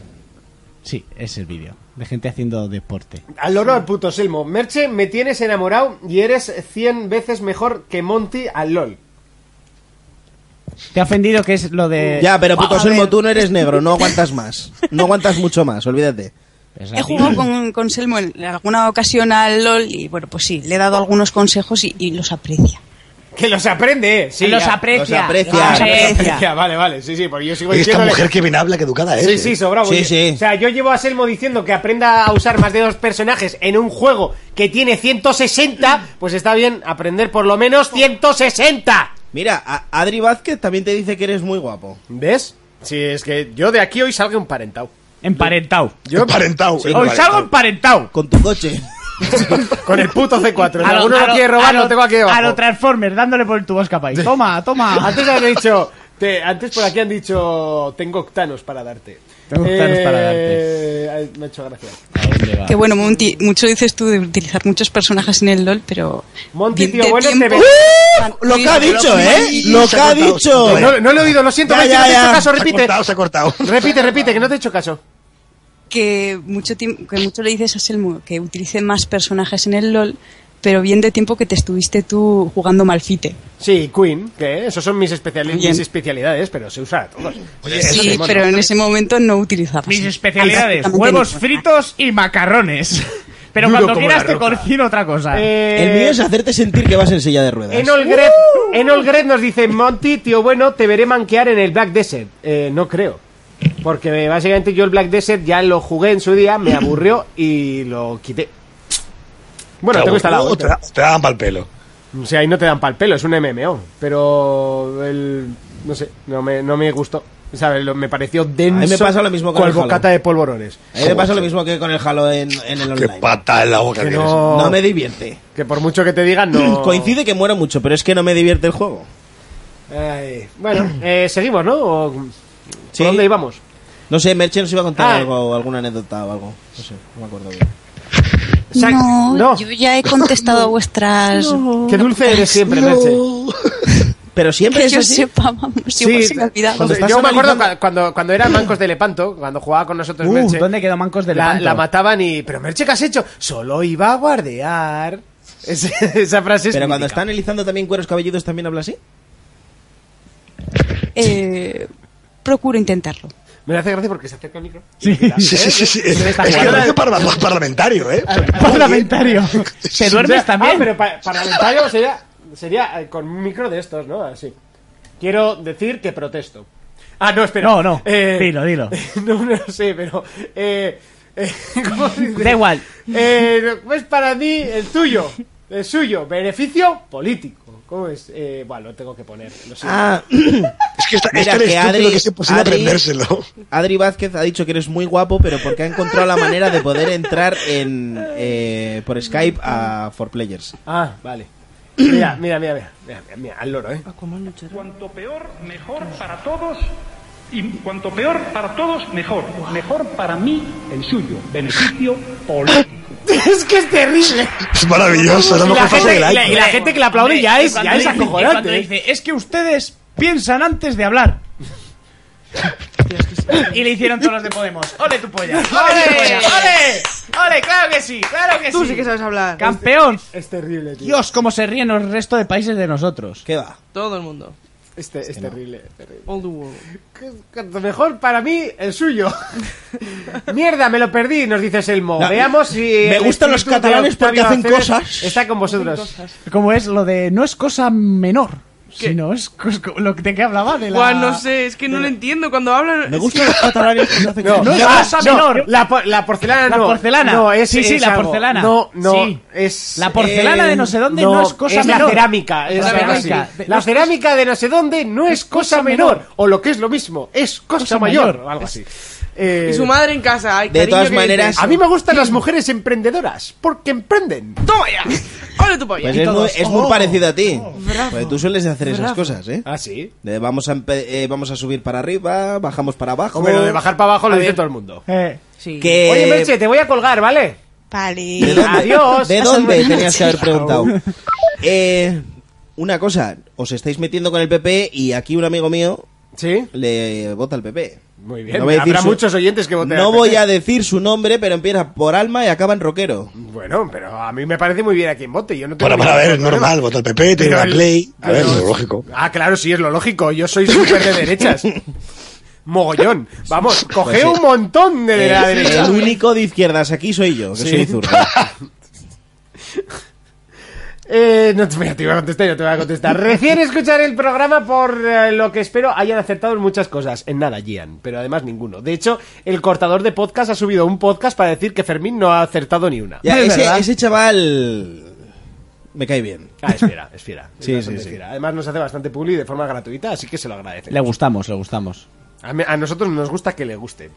[SPEAKER 3] Sí, es el vídeo. De gente haciendo deporte.
[SPEAKER 2] Al loro al puto Selmo. Merche, me tienes enamorado y eres 100 veces mejor que Monty al LOL.
[SPEAKER 3] Te ha ofendido que es lo de...
[SPEAKER 4] Ya, pero puto
[SPEAKER 3] A
[SPEAKER 4] Selmo,
[SPEAKER 3] ver.
[SPEAKER 4] tú no eres negro, no aguantas más. No aguantas mucho más, olvídate.
[SPEAKER 3] Es
[SPEAKER 12] He
[SPEAKER 3] racista.
[SPEAKER 12] jugado con, con Selmo en alguna ocasión al LOL y bueno, pues sí, le he dado algunos consejos y, y los aprecia.
[SPEAKER 2] Que los aprende, eh. sí.
[SPEAKER 3] Los
[SPEAKER 2] ya.
[SPEAKER 3] aprecia.
[SPEAKER 2] Los aprecia.
[SPEAKER 3] Los aprecia.
[SPEAKER 2] Los aprecia. Vale, vale, sí, sí, porque pues yo sigo
[SPEAKER 6] Esta
[SPEAKER 2] diciéndole-
[SPEAKER 6] mujer que bien habla, que educada es.
[SPEAKER 2] Sí,
[SPEAKER 6] eh.
[SPEAKER 2] sí, sobrado. Yo- O sea, yo llevo a Selmo diciendo que aprenda a usar más de dos personajes en un juego que tiene 160, pues está bien aprender por lo menos 160.
[SPEAKER 4] Mira, a- Adri Vázquez también te dice que eres muy guapo.
[SPEAKER 2] ¿Ves? Si es que yo de aquí hoy salgo emparentado.
[SPEAKER 3] Emparentado.
[SPEAKER 2] Yo
[SPEAKER 6] emparentado.
[SPEAKER 2] hoy salgo emparentado.
[SPEAKER 4] Con tu coche.
[SPEAKER 2] Con el puto C4. Si
[SPEAKER 3] A lo-
[SPEAKER 2] alguno
[SPEAKER 3] a
[SPEAKER 2] lo,
[SPEAKER 3] lo-
[SPEAKER 2] quiere
[SPEAKER 3] a
[SPEAKER 2] robar,
[SPEAKER 3] lo-
[SPEAKER 2] lo tengo aquí debajo.
[SPEAKER 3] A los Transformers, dándole por el tubo escapáis. Toma, toma.
[SPEAKER 2] Antes han dicho. te- antes por aquí han dicho. Tengo octanos para darte.
[SPEAKER 3] Tengo octanos para
[SPEAKER 2] darte. Me ha hecho gracia.
[SPEAKER 12] Que bueno, Monty, mucho dices tú de utilizar muchos personajes en el LOL, pero.
[SPEAKER 2] Monty,
[SPEAKER 12] bien
[SPEAKER 2] tío,
[SPEAKER 12] de
[SPEAKER 2] bueno,
[SPEAKER 12] tiempo-
[SPEAKER 2] te ve-
[SPEAKER 12] ¡Uh!
[SPEAKER 4] Lo que ha dicho, ¿eh? Lo que ha dicho.
[SPEAKER 2] No, no lo he oído, lo siento,
[SPEAKER 4] Ya,
[SPEAKER 2] Monty,
[SPEAKER 4] ya,
[SPEAKER 2] no te he hecho ¿Este
[SPEAKER 4] ya.
[SPEAKER 2] caso,
[SPEAKER 4] Se ha
[SPEAKER 2] repite.
[SPEAKER 4] cortado, se ha cortado.
[SPEAKER 2] Repite, repite, que no te he hecho caso.
[SPEAKER 12] que mucho tiemp- que mucho le dices a Selmo que utilice más personajes en el LOL, pero bien de tiempo que te estuviste tú jugando Malfite.
[SPEAKER 2] Sí, Queen, que esos son mis, especiali-
[SPEAKER 12] Bien.
[SPEAKER 2] mis especialidades, pero se usa a todos. eso
[SPEAKER 12] sí,
[SPEAKER 2] es mono.
[SPEAKER 12] pero en ese momento no utilizabas.
[SPEAKER 3] Mis especialidades,
[SPEAKER 12] Exactamente
[SPEAKER 3] huevos
[SPEAKER 12] ninguna.
[SPEAKER 3] fritos y macarrones. Pero
[SPEAKER 4] Duro
[SPEAKER 3] cuando
[SPEAKER 4] como
[SPEAKER 3] quieras
[SPEAKER 4] la
[SPEAKER 3] te
[SPEAKER 4] roca.
[SPEAKER 3] cocino otra cosa.
[SPEAKER 2] Eh,
[SPEAKER 4] El mío es hacerte sentir que vas en silla de ruedas.
[SPEAKER 2] Enol Gret,
[SPEAKER 4] ¡Uh!
[SPEAKER 2] Enol Gret nos dice: Monty, tío, bueno, te veré manquear en el Black Desert. Eh, no creo. Porque eh, básicamente yo el Black Desert ya lo jugué en su día, me aburrió y lo quité. Bueno,
[SPEAKER 6] Te
[SPEAKER 2] tengo instalado.
[SPEAKER 6] aburrió,
[SPEAKER 2] ¿eh?
[SPEAKER 6] Te, da- te daban pa'l pelo.
[SPEAKER 2] O sea, ahí no te dan pal pelo, es un MMO. Pero el. No sé, no me, no me gustó. ¿Sabes? Lo- Me pareció denso.
[SPEAKER 4] pasa lo mismo con
[SPEAKER 2] cual
[SPEAKER 4] el Eh, Halo.
[SPEAKER 2] bocata de polvorones.
[SPEAKER 4] A mí me pasa lo mismo que con el Halo en, en el
[SPEAKER 6] Qué
[SPEAKER 4] online.
[SPEAKER 6] pata en la boca
[SPEAKER 2] Que
[SPEAKER 6] tienes.
[SPEAKER 2] no,
[SPEAKER 4] No me divierte.
[SPEAKER 2] que por mucho que te digan, no.
[SPEAKER 4] Coincide que muero mucho, pero es que no me divierte el juego.
[SPEAKER 2] Ay, bueno, eh, seguimos, ¿no? ¿O
[SPEAKER 4] Sí.
[SPEAKER 2] ¿Por dónde íbamos?
[SPEAKER 4] No sé, Merche nos iba a contar
[SPEAKER 2] Ah.
[SPEAKER 4] algo, alguna anécdota o algo. No sé, no me acuerdo bien.
[SPEAKER 12] No, yo ya he contestado a vuestras.
[SPEAKER 2] Qué dulce eres siempre, Merche.
[SPEAKER 4] Pero siempre
[SPEAKER 12] Que
[SPEAKER 4] es
[SPEAKER 12] yo
[SPEAKER 4] así.
[SPEAKER 12] sepa, vamos, igual se me ha olvidado.
[SPEAKER 4] Cuando estás
[SPEAKER 2] yo me acuerdo
[SPEAKER 4] analizando-
[SPEAKER 2] cua- cuando, cuando eran Mancos de Lepanto, cuando jugaba con nosotros
[SPEAKER 3] Uh,
[SPEAKER 2] Merche,
[SPEAKER 3] ¿Dónde quedó Mancos de
[SPEAKER 2] la,
[SPEAKER 3] Lepanto?
[SPEAKER 2] la mataban y... Pero Merche, ¿qué has hecho? Solo iba a guardear. Es- esa frase es
[SPEAKER 4] Pero cuando
[SPEAKER 2] mítica.
[SPEAKER 4] están analizando también cueros cabelludos, ¿también habla así?
[SPEAKER 12] Eh, procuro intentarlo.
[SPEAKER 2] Me hace gracia porque se acerca el micro.
[SPEAKER 6] Sí, sí, sí. sí. Es que parece parla- par- parlamentario, ¿eh?
[SPEAKER 3] Parlamentario. ¿Te duermes
[SPEAKER 2] Ah,
[SPEAKER 3] también?
[SPEAKER 2] pero pa- parlamentario sería, sería eh, con un micro de estos, ¿no? Así. Quiero decir que protesto. Ah, no, espera.
[SPEAKER 3] No, no.
[SPEAKER 2] Eh,
[SPEAKER 3] Dilo, dilo.
[SPEAKER 2] No, no sé, pero... Eh, eh, ¿cómo se dice?
[SPEAKER 3] Da igual.
[SPEAKER 2] Eh, pues para mí, el tuyo, el suyo, beneficio político. ¿Cómo es? Eh, bueno, lo tengo que poner. Lo siento.
[SPEAKER 4] Ah,
[SPEAKER 6] Es que está,
[SPEAKER 4] Mira,
[SPEAKER 6] es tan
[SPEAKER 4] que
[SPEAKER 6] estúpido
[SPEAKER 4] Adri-
[SPEAKER 6] que es imposible
[SPEAKER 4] Adri-
[SPEAKER 6] aprendérselo.
[SPEAKER 4] Adri Vázquez ha dicho que eres muy guapo, pero porque ha encontrado la manera de poder entrar en eh, por Skype a For Players.
[SPEAKER 2] Ah, vale. Mira, mira, mira, mira, mira, mira, mira, al loro, ¿eh?
[SPEAKER 13] Cuanto peor, mejor para todos. Y cuanto peor para todos, mejor. Mejor para mí, el suyo. Beneficio político.
[SPEAKER 2] es que es terrible.
[SPEAKER 6] Es maravilloso, es la
[SPEAKER 2] Y
[SPEAKER 3] pues
[SPEAKER 6] mejor
[SPEAKER 2] la
[SPEAKER 6] frase
[SPEAKER 2] gente,
[SPEAKER 6] del
[SPEAKER 2] y la-
[SPEAKER 6] año.
[SPEAKER 2] y la gente que le aplaude ya es,
[SPEAKER 3] Y cuando
[SPEAKER 2] ya es
[SPEAKER 3] dice- y cuando
[SPEAKER 2] acojonante. ¿eh?
[SPEAKER 3] dice, es que ustedes piensan antes de hablar. y le hicieron todos los de Podemos. ¡Ole tu polla! ¡Ole tu polla! ¡Ole! ¡Ole! ¡Claro que sí! ¡Claro que
[SPEAKER 5] Tú
[SPEAKER 3] sí!
[SPEAKER 5] sí que sabes hablar.
[SPEAKER 3] ¡Campeón!
[SPEAKER 2] Es terrible, tío.
[SPEAKER 3] Dios, cómo se ríen el resto de países de nosotros.
[SPEAKER 4] ¿Qué va?
[SPEAKER 5] Todo el mundo.
[SPEAKER 2] Este, es terrible, terrible.
[SPEAKER 5] All the world.
[SPEAKER 2] Que- Cuanto mejor para mí, el suyo. Mierda, me lo perdí, nos dice Selmo.
[SPEAKER 4] No,
[SPEAKER 2] Veamos si.
[SPEAKER 4] me
[SPEAKER 2] el
[SPEAKER 4] gustan los
[SPEAKER 2] espíritu de
[SPEAKER 4] catalanes porque
[SPEAKER 2] Octavio
[SPEAKER 4] hacen
[SPEAKER 2] Aceves
[SPEAKER 4] cosas.
[SPEAKER 2] Está con vosotros.
[SPEAKER 3] ¿Cómo es lo de no es cosa menor? Sino es cos- co- lo que- de qué hablaba de la.
[SPEAKER 5] Guau, no sé, es que no lo entiendo. Cuando hablan.
[SPEAKER 4] Me gustan los catalanes que hacen
[SPEAKER 2] No,
[SPEAKER 3] No
[SPEAKER 4] cosas.
[SPEAKER 3] es
[SPEAKER 2] ah,
[SPEAKER 3] cosa
[SPEAKER 2] no,
[SPEAKER 3] menor.
[SPEAKER 2] La, por- la porcelana
[SPEAKER 3] La
[SPEAKER 2] no.
[SPEAKER 3] porcelana.
[SPEAKER 2] No, es,
[SPEAKER 3] Sí, sí,
[SPEAKER 2] es
[SPEAKER 3] la
[SPEAKER 2] algo-
[SPEAKER 3] porcelana.
[SPEAKER 2] No, no.
[SPEAKER 3] Sí.
[SPEAKER 2] Es,
[SPEAKER 3] La porcelana de no sé dónde no es cosa
[SPEAKER 2] la
[SPEAKER 3] menor.
[SPEAKER 2] cerámica. es
[SPEAKER 3] La
[SPEAKER 2] algo así.
[SPEAKER 3] cerámica.
[SPEAKER 2] La cerámica de no sé dónde no es cosa menor. O lo que es lo mismo, es cosa,
[SPEAKER 3] Cosa
[SPEAKER 2] mayor.
[SPEAKER 3] mayor.
[SPEAKER 2] o Algo así. Eh,
[SPEAKER 5] Y su madre en casa. Ay,
[SPEAKER 4] De
[SPEAKER 5] cariño,
[SPEAKER 4] todas
[SPEAKER 5] ¿qué
[SPEAKER 4] maneras-
[SPEAKER 5] dices?
[SPEAKER 2] a mí me gustan las mujeres emprendedoras porque emprenden.
[SPEAKER 5] ¡Toma ya! ¡Ole tu polla!
[SPEAKER 4] Pues es muy,
[SPEAKER 3] todos,
[SPEAKER 4] es muy
[SPEAKER 3] oh,
[SPEAKER 4] parecido a ti.
[SPEAKER 5] bravo,
[SPEAKER 4] Porque tú sueles hacer esas
[SPEAKER 5] bravo.
[SPEAKER 4] cosas, ¿eh?
[SPEAKER 2] Ah, sí.
[SPEAKER 4] De vamos, a, empe- eh, vamos a subir para arriba, bajamos para abajo.
[SPEAKER 2] Hombre, lo de bajar para abajo lo dice todo el mundo.
[SPEAKER 3] Eh,
[SPEAKER 5] Sí.
[SPEAKER 4] Que-
[SPEAKER 2] Oye, Merche, te voy a colgar, ¿vale?
[SPEAKER 4] ¿De
[SPEAKER 12] Vale.
[SPEAKER 4] dónde,
[SPEAKER 2] Adiós.
[SPEAKER 4] ¿De
[SPEAKER 12] Hasta
[SPEAKER 4] dónde
[SPEAKER 12] luego.
[SPEAKER 4] tenías que haber preguntado? Eh, una cosa, os estáis metiendo con el PP y aquí un amigo mío
[SPEAKER 2] Sí.
[SPEAKER 4] le vota al PP.
[SPEAKER 2] Muy bien.
[SPEAKER 4] No voy a decir
[SPEAKER 2] Habrá
[SPEAKER 4] su-
[SPEAKER 2] muchos oyentes que voten.
[SPEAKER 4] No
[SPEAKER 2] al
[SPEAKER 4] voy
[SPEAKER 2] PP.
[SPEAKER 4] a decir su nombre, pero empieza por Alma y acaba en Roquero.
[SPEAKER 2] Bueno, pero a mí me parece muy bien a quien vote. Yo no tengo
[SPEAKER 6] Bueno, bueno, a
[SPEAKER 2] ningún
[SPEAKER 6] ver, es
[SPEAKER 2] problema.
[SPEAKER 6] normal, vota el PP, tiene
[SPEAKER 2] Pero
[SPEAKER 6] la
[SPEAKER 2] el-
[SPEAKER 6] play. A ver,
[SPEAKER 2] pero-
[SPEAKER 6] lo lógico.
[SPEAKER 2] Ah, claro, sí, es lo lógico. Yo soy súper de derechas. Mogollón. Vamos, coge
[SPEAKER 4] Pues sí.
[SPEAKER 2] un montón de la
[SPEAKER 4] Eh,
[SPEAKER 2] derecha.
[SPEAKER 4] el único de izquierdas aquí soy yo, que
[SPEAKER 2] Sí.
[SPEAKER 4] soy zurdo.
[SPEAKER 2] Eh, no te voy a te voy a contestar, no te voy a contestar. Recién escuchar el programa por eh, lo que espero hayan acertado en muchas cosas. En nada, Gian, pero además ninguno. De hecho, el cortador de podcast ha subido un podcast para decir que Fermín no ha acertado ni una.
[SPEAKER 4] Ya,
[SPEAKER 2] Es
[SPEAKER 4] ese,
[SPEAKER 2] verdad.
[SPEAKER 4] ese chaval me cae bien.
[SPEAKER 2] Ah, es fiera, es fiera. Es
[SPEAKER 4] Sí, sí,
[SPEAKER 2] bastante
[SPEAKER 4] sí.
[SPEAKER 2] fiera. Además nos hace bastante publi de forma gratuita, así que se lo agradece.
[SPEAKER 4] Le gustamos, le gustamos.
[SPEAKER 2] A, me- a nosotros nos gusta que le guste.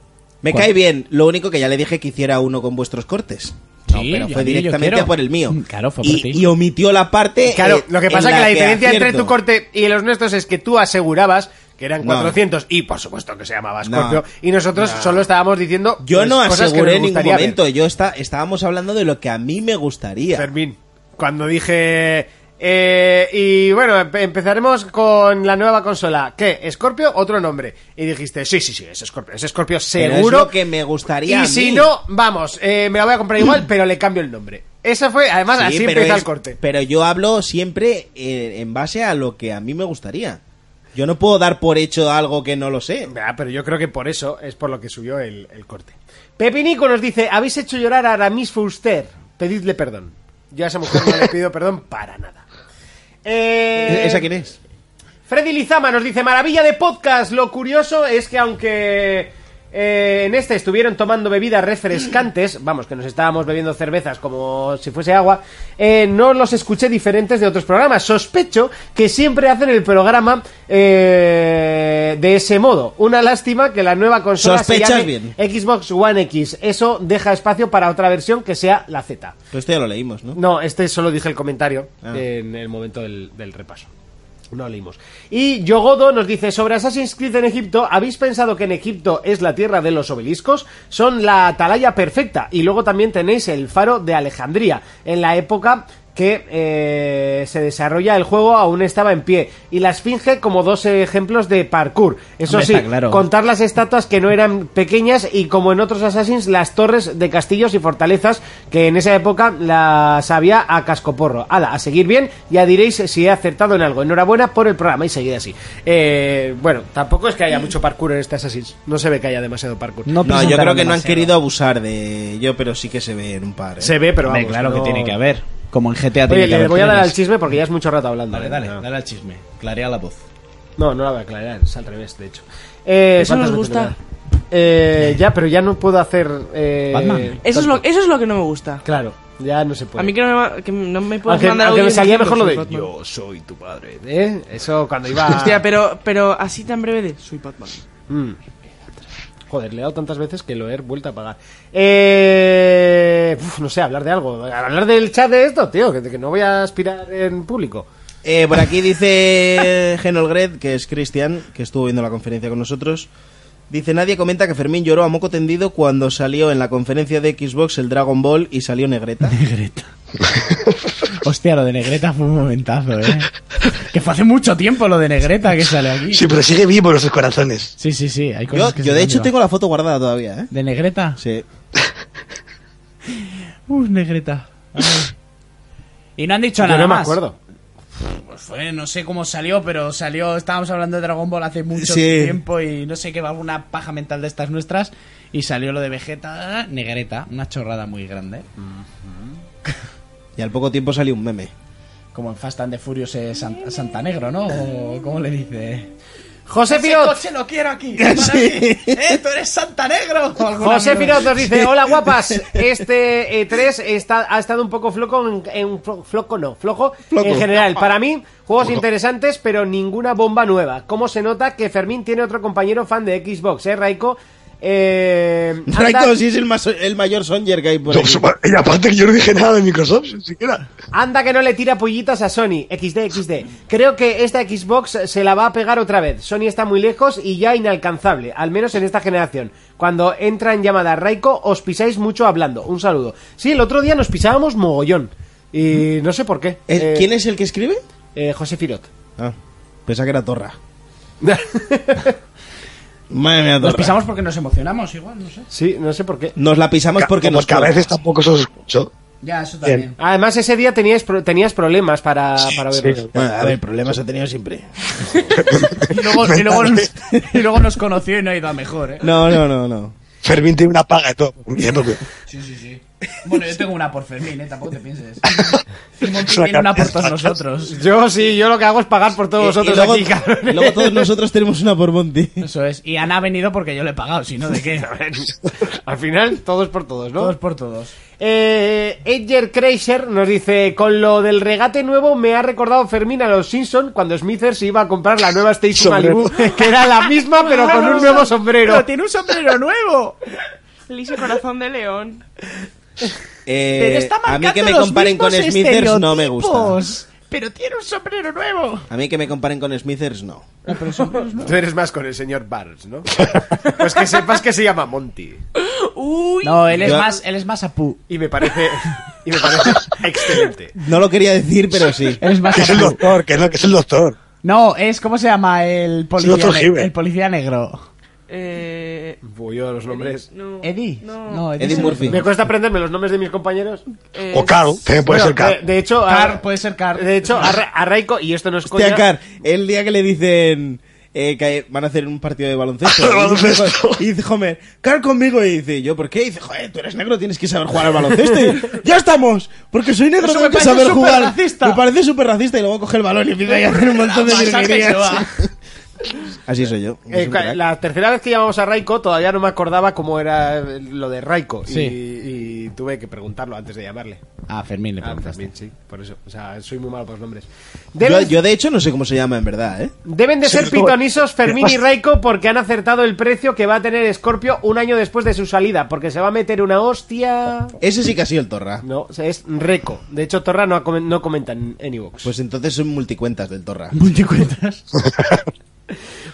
[SPEAKER 4] Me
[SPEAKER 2] ¿Cuál?
[SPEAKER 4] cae bien, lo único que ya le dije que hiciera uno con vuestros cortes. No, pero
[SPEAKER 2] yo
[SPEAKER 4] fue
[SPEAKER 2] sí, yo
[SPEAKER 4] directamente
[SPEAKER 2] quiero.
[SPEAKER 4] a Mm, por el mío.
[SPEAKER 3] Claro, fue
[SPEAKER 4] y,
[SPEAKER 3] por ti.
[SPEAKER 4] y omitió la parte.
[SPEAKER 2] Claro,
[SPEAKER 4] eh,
[SPEAKER 2] lo que
[SPEAKER 4] en
[SPEAKER 2] pasa es que la diferencia entre
[SPEAKER 4] acierto.
[SPEAKER 2] tu corte y los nuestros es que tú asegurabas que eran
[SPEAKER 4] No.
[SPEAKER 2] 400 y por supuesto que se llamaba
[SPEAKER 4] No.
[SPEAKER 2] Scorpio y nosotros
[SPEAKER 4] No.
[SPEAKER 2] solo estábamos diciendo
[SPEAKER 4] Yo
[SPEAKER 2] pues,
[SPEAKER 4] no
[SPEAKER 2] cosas que
[SPEAKER 4] aseguré
[SPEAKER 2] nos
[SPEAKER 4] en ningún
[SPEAKER 2] gustaría ver.
[SPEAKER 4] momento. Yo está, estábamos hablando de lo que a mí me gustaría.
[SPEAKER 2] Fermín, cuando dije eh, y bueno, empe- empezaremos con la nueva consola. ¿Qué? ¿Scorpio? Otro nombre. Y dijiste, sí, sí, sí, es Scorpio. Es Scorpio
[SPEAKER 4] Pero es
[SPEAKER 2] seguro.
[SPEAKER 4] lo que me gustaría. a
[SPEAKER 2] y si
[SPEAKER 4] mí.
[SPEAKER 2] no, vamos, eh, me la voy a comprar igual, pero le cambio el nombre. Esa fue, además,
[SPEAKER 4] Sí,
[SPEAKER 2] así
[SPEAKER 4] pero
[SPEAKER 2] empezó
[SPEAKER 4] es-
[SPEAKER 2] ah, el corte.
[SPEAKER 4] Pero yo hablo siempre eh, en base a lo que a mí me gustaría. Yo no puedo dar por hecho algo que no lo sé.
[SPEAKER 2] Ah, pero yo creo que por eso es por lo que subió el, el corte. Pepinico nos dice, habéis hecho llorar a Aramis Fuster. Pedidle perdón. Yo a esa mujer no le pido perdón para nada. Eh,
[SPEAKER 4] ¿E-, ¿Esa quién es?
[SPEAKER 2] Freddy Lizama nos dice, maravilla de podcast. Lo curioso es que aunque eh, en este estuvieron tomando bebidas refrescantes, vamos, que nos estábamos bebiendo cervezas como si fuese agua, eh, no los escuché diferentes de otros programas. Sospecho que siempre hacen el programa eh, de ese modo. Una lástima que la nueva consola
[SPEAKER 4] Sospechas
[SPEAKER 2] se llame
[SPEAKER 4] bien.
[SPEAKER 2] Xbox One X. Eso deja espacio para otra versión que sea la Z.
[SPEAKER 4] Pero esto ya lo leímos, ¿no?
[SPEAKER 2] No, este solo dije el comentario
[SPEAKER 4] Ah.
[SPEAKER 2] en el momento del, del repaso. No leímos. Y Yogodo nos dice, sobre Assassin's Creed en Egipto, ¿habéis pensado que en Egipto es la tierra de los obeliscos? Son la atalaya perfecta. Y luego también tenéis el faro de Alejandría, en la época que eh, se desarrolla el juego aún estaba en pie. Y la esfinge como dos ejemplos de parkour. Eso
[SPEAKER 3] Hombre,
[SPEAKER 2] sí,
[SPEAKER 3] está claro.
[SPEAKER 2] contar las estatuas que no eran pequeñas y como en otros Assassins, las torres de castillos y fortalezas que en esa época las había a cascoporro. Ala, a seguir bien, ya diréis si he acertado en algo. Enhorabuena por el programa y seguid así. Eh, bueno, tampoco es que haya mucho parkour en este Assassins. No se ve que haya demasiado parkour.
[SPEAKER 4] No, yo creo que no han querido abusar de ello, pero sí que se ve en un par. ¿eh?
[SPEAKER 2] Se ve, pero vamos,
[SPEAKER 3] claro
[SPEAKER 2] no-
[SPEAKER 3] que tiene que haber. Como en GTA tiene
[SPEAKER 2] Oye,
[SPEAKER 3] que
[SPEAKER 2] le
[SPEAKER 3] haber
[SPEAKER 2] voy a dar
[SPEAKER 3] trenes.
[SPEAKER 2] al chisme porque ya es mucho rato hablando.
[SPEAKER 3] Vale,
[SPEAKER 2] ¿eh?
[SPEAKER 3] dale,
[SPEAKER 2] No.
[SPEAKER 3] dale al chisme. Clarea la voz.
[SPEAKER 2] No, no la voy a aclarar, es al revés, de hecho. Eh,
[SPEAKER 5] Eso nos
[SPEAKER 2] ¿cuántas veces
[SPEAKER 5] gusta.
[SPEAKER 2] me da? Eh, ya, pero ya no puedo hacer. eh,
[SPEAKER 5] Batman. Eso es, lo,
[SPEAKER 4] Pues
[SPEAKER 5] eso es lo que no me gusta.
[SPEAKER 2] Claro, ya no se puede.
[SPEAKER 5] A mí que no me, que no me puedes
[SPEAKER 2] Aunque-
[SPEAKER 5] mandar
[SPEAKER 2] aunque
[SPEAKER 5] audio
[SPEAKER 2] me salía mejor lo de
[SPEAKER 5] yo
[SPEAKER 2] soy tu padre. ¿Eh? Eso cuando iba.
[SPEAKER 5] Hostia, pero, pero así tan breve de soy Batman.
[SPEAKER 2] Mm. Joder, le he dado tantas veces que lo he vuelto a pagar. Eh, uf, no sé, hablar de algo. Hablar del chat de esto, tío, que, que no voy a aspirar en público.
[SPEAKER 4] Eh, por aquí dice Genolgred, que es Cristian, que estuvo viendo la conferencia con nosotros. Dice, nadie comenta que Fermín lloró a moco tendido cuando salió en la conferencia de Xbox el Dragon Ball y salió Negreta.
[SPEAKER 3] Negreta. Hostia, lo de Negreta fue un momentazo, eh. Que fue hace mucho tiempo lo de Negreta que sale aquí.
[SPEAKER 6] Sí, pero sigue vivo en nuestros corazones.
[SPEAKER 3] Sí, sí, sí. Hay
[SPEAKER 4] Yo,
[SPEAKER 3] cosas que se
[SPEAKER 4] yo de
[SPEAKER 3] han
[SPEAKER 4] hecho
[SPEAKER 3] llevado.
[SPEAKER 4] tengo la foto guardada todavía, ¿eh?
[SPEAKER 3] ¿De Negreta?
[SPEAKER 4] Sí.
[SPEAKER 3] Uf, Negreta. Ay. Y no han dicho
[SPEAKER 2] Yo
[SPEAKER 3] nada
[SPEAKER 2] no me
[SPEAKER 3] más.
[SPEAKER 2] acuerdo.
[SPEAKER 3] Pues fue, no sé cómo salió, pero salió. Estábamos hablando de Dragon Ball hace mucho
[SPEAKER 4] Sí.
[SPEAKER 3] tiempo y no sé qué, alguna paja mental de estas nuestras. Y salió lo de Vegeta, Negreta, una chorrada muy grande.
[SPEAKER 4] Y al poco tiempo salió un meme.
[SPEAKER 3] Como en Fast and the Furious eh, San- Santa Negro, ¿no? O, ¿Cómo le dice?
[SPEAKER 2] José
[SPEAKER 3] Ese
[SPEAKER 2] Pirot.
[SPEAKER 3] coche lo quiero aquí. para mí. ¡Eh, tú eres Santa Negro! O algún
[SPEAKER 2] José
[SPEAKER 3] amigo.
[SPEAKER 2] Pirot nos dice, hola guapas, este E3 está, ha estado un poco floco, en, en flo- floco no, flojo
[SPEAKER 3] Floco.
[SPEAKER 2] en general. Para mí, juegos interesantes, pero ninguna bomba nueva. ¿Cómo se nota que Fermín tiene otro compañero fan de Xbox, eh, Raiko? Eh, anda-
[SPEAKER 4] Raiko sí es el, más- el mayor Songer que hay por aquí.
[SPEAKER 6] Y aparte que yo no dije nada de Microsoft, ni siquiera.
[SPEAKER 4] Pues
[SPEAKER 2] Anda que no le tira pollitas a Sony. XD, XD. Creo que esta Xbox se la va a pegar otra vez. Sony está muy lejos y ya inalcanzable, al menos en esta generación. Cuando entra en llamada Raiko, os pisáis mucho hablando. Un saludo. Sí, el otro día nos pisábamos mogollón. Y no sé por qué.
[SPEAKER 4] Eh, ¿Quién es el que escribe?
[SPEAKER 2] Eh, José Firot.
[SPEAKER 4] Ah, pensaba que era Torra. Madre mía,
[SPEAKER 3] Nos
[SPEAKER 4] Torra.
[SPEAKER 3] pisamos porque nos emocionamos, igual, no sé.
[SPEAKER 2] Sí, no sé por qué.
[SPEAKER 4] Nos la pisamos
[SPEAKER 6] Ca-
[SPEAKER 4] porque
[SPEAKER 6] como
[SPEAKER 4] nos
[SPEAKER 6] que a
[SPEAKER 4] cola.
[SPEAKER 6] veces tampoco se os escucho.
[SPEAKER 3] Ya, eso también.
[SPEAKER 2] Además, ese día teníais, pro- tenías problemas para, para vernos.
[SPEAKER 4] Bueno, Ah, a ver, problemas ha tenido siempre.
[SPEAKER 3] Y luego, y, luego nos, y luego nos conoció y no ha ido a mejor, ¿eh?
[SPEAKER 4] No, no, no, no.
[SPEAKER 6] Fermín tiene una paga de todo. Bien, porque-
[SPEAKER 3] Sí, sí, sí. Bueno, yo tengo una por Fermín, ¿eh? Tampoco te pienses. Timón tiene una por todos nosotros.
[SPEAKER 2] Yo sí, yo lo que hago es pagar por todos
[SPEAKER 3] Y- y
[SPEAKER 2] vosotros
[SPEAKER 3] luego-
[SPEAKER 2] aquí, cabrones.
[SPEAKER 4] Y luego todos nosotros tenemos una por Monty.
[SPEAKER 3] Eso es. Y Ana ha venido porque yo le he pagado, si no, ¿de qué?
[SPEAKER 2] Al final, todos por todos, ¿no?
[SPEAKER 3] Todos por todos.
[SPEAKER 2] Eh, Edger Kreischer nos dice Con lo del regate nuevo me ha recordado Fermín a los Simpson Cuando Smithers iba a comprar la nueva Station
[SPEAKER 3] Sombrero.
[SPEAKER 2] Malibu Que era la misma pero con un nuevo sombrero
[SPEAKER 3] Pero tiene un sombrero nuevo.
[SPEAKER 5] Liso corazón de león.
[SPEAKER 4] Eh,
[SPEAKER 3] Pero está
[SPEAKER 4] a mí
[SPEAKER 3] marcando
[SPEAKER 4] que me
[SPEAKER 3] los
[SPEAKER 4] comparen con
[SPEAKER 3] mismos
[SPEAKER 4] Smithers no me gusta.
[SPEAKER 3] estereotipos. Pero tiene un sombrero nuevo.
[SPEAKER 4] A mí que me comparen con Smithers no.
[SPEAKER 2] Tú eres más con el señor Barnes, ¿no? Pues que sepas que se llama Monty
[SPEAKER 3] No, él es
[SPEAKER 4] Yo-
[SPEAKER 3] más, él es más apú.
[SPEAKER 2] Y me parece Y me parece excelente
[SPEAKER 4] No lo quería decir, pero sí.
[SPEAKER 3] Eres más
[SPEAKER 6] Que es el
[SPEAKER 3] apú.
[SPEAKER 6] doctor, que no, que es el doctor.
[SPEAKER 3] No, es ¿cómo se llama el
[SPEAKER 6] Es
[SPEAKER 3] policía?
[SPEAKER 6] otro
[SPEAKER 3] ne-
[SPEAKER 6] jibe.
[SPEAKER 3] el policía negro.
[SPEAKER 5] Eh.
[SPEAKER 2] Voy yo a los nombres
[SPEAKER 3] Eddie. No, Eddie,
[SPEAKER 4] Eddie
[SPEAKER 3] es el
[SPEAKER 4] Murphy.
[SPEAKER 3] otro.
[SPEAKER 2] Me cuesta aprenderme los nombres de mis compañeros
[SPEAKER 5] eh,
[SPEAKER 6] O Carl, también puede
[SPEAKER 2] Bueno,
[SPEAKER 6] ser Carl.
[SPEAKER 2] de, de hecho a-
[SPEAKER 3] Car, puede ser Car.
[SPEAKER 2] De hecho a, Ra- a Raiko Y esto no es
[SPEAKER 4] Hostia,
[SPEAKER 2] coña
[SPEAKER 4] Car, el día que le dicen eh, que van a hacer un partido de baloncesto.
[SPEAKER 6] De
[SPEAKER 4] y dice-
[SPEAKER 6] baloncesto.
[SPEAKER 4] Y dice Homer, Car conmigo. Y dice, ¿yo por qué? Y dice, joder, tú eres negro, tienes que saber jugar al baloncesto. Y dice, ya estamos, porque soy negro,
[SPEAKER 3] Eso
[SPEAKER 4] tengo
[SPEAKER 3] me
[SPEAKER 4] que
[SPEAKER 3] parece
[SPEAKER 4] saber
[SPEAKER 3] súper
[SPEAKER 4] jugar.
[SPEAKER 3] racista.
[SPEAKER 4] Me parece súper racista. Y luego coge el balón y empieza ahí a hacer un montón de
[SPEAKER 3] Bastante
[SPEAKER 4] virguerías.
[SPEAKER 3] se va.
[SPEAKER 4] Así soy yo.
[SPEAKER 2] Eh,
[SPEAKER 4] Es un
[SPEAKER 2] cua-
[SPEAKER 4] crack.
[SPEAKER 2] la tercera vez que llamamos a Raiko todavía no me acordaba cómo era eh, lo de Raiko
[SPEAKER 3] Sí.
[SPEAKER 2] y, y tuve que preguntarlo antes de llamarle.
[SPEAKER 3] Ah, Fermín le
[SPEAKER 2] Ah,
[SPEAKER 3] preguntaste.
[SPEAKER 2] también, sí, por eso. O sea, soy muy malo por los nombres.
[SPEAKER 4] Yo,
[SPEAKER 2] Deben,
[SPEAKER 4] yo, de hecho, no sé cómo se llama en verdad, ¿eh?
[SPEAKER 2] deben de
[SPEAKER 6] Sí,
[SPEAKER 2] ser
[SPEAKER 6] es como-
[SPEAKER 2] pitonisos Fermín y Raiko porque han acertado el precio que va a tener Scorpio un año después de su salida, porque se va a meter una hostia...
[SPEAKER 4] Ese sí que ha sido el Torra.
[SPEAKER 2] No, o sea, es Reco. De hecho, Torra no, ha comen- no comenta en, en iVoox.
[SPEAKER 4] Pues entonces son multicuentas del Torra.
[SPEAKER 3] Multicuentas.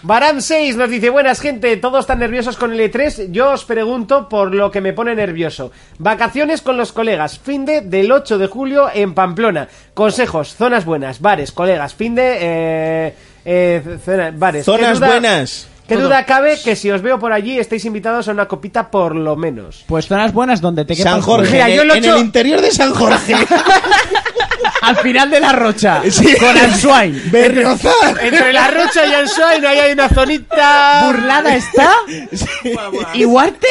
[SPEAKER 2] Baram 6 nos dice, buenas gente, todos tan nerviosos con el E3, yo os pregunto por lo que me pone nervioso. Vacaciones con los colegas, fin de del 8 de julio en Pamplona. Consejos, zonas buenas, bares, colegas, fin de... Eh, eh, zona- bares. ¿Qué
[SPEAKER 4] Zonas
[SPEAKER 2] duda-
[SPEAKER 4] buenas.
[SPEAKER 2] ¿Qué
[SPEAKER 4] Todo.
[SPEAKER 2] duda cabe que si os veo por allí estáis invitados a una copita por lo menos?
[SPEAKER 3] Pues zonas buenas donde te quepa
[SPEAKER 4] San
[SPEAKER 3] el culo.
[SPEAKER 4] Jorge.
[SPEAKER 2] Mira,
[SPEAKER 4] en
[SPEAKER 2] yo
[SPEAKER 4] el-
[SPEAKER 2] el
[SPEAKER 4] en
[SPEAKER 2] ocho-
[SPEAKER 4] el interior de San Jorge.
[SPEAKER 3] Al final de la rocha.
[SPEAKER 4] Sí.
[SPEAKER 3] Con Answine.
[SPEAKER 4] Berriozar.
[SPEAKER 2] Entre la Rocha y el Shine ahí hay una zonita...
[SPEAKER 3] Burlada está. ¿Y Huarte?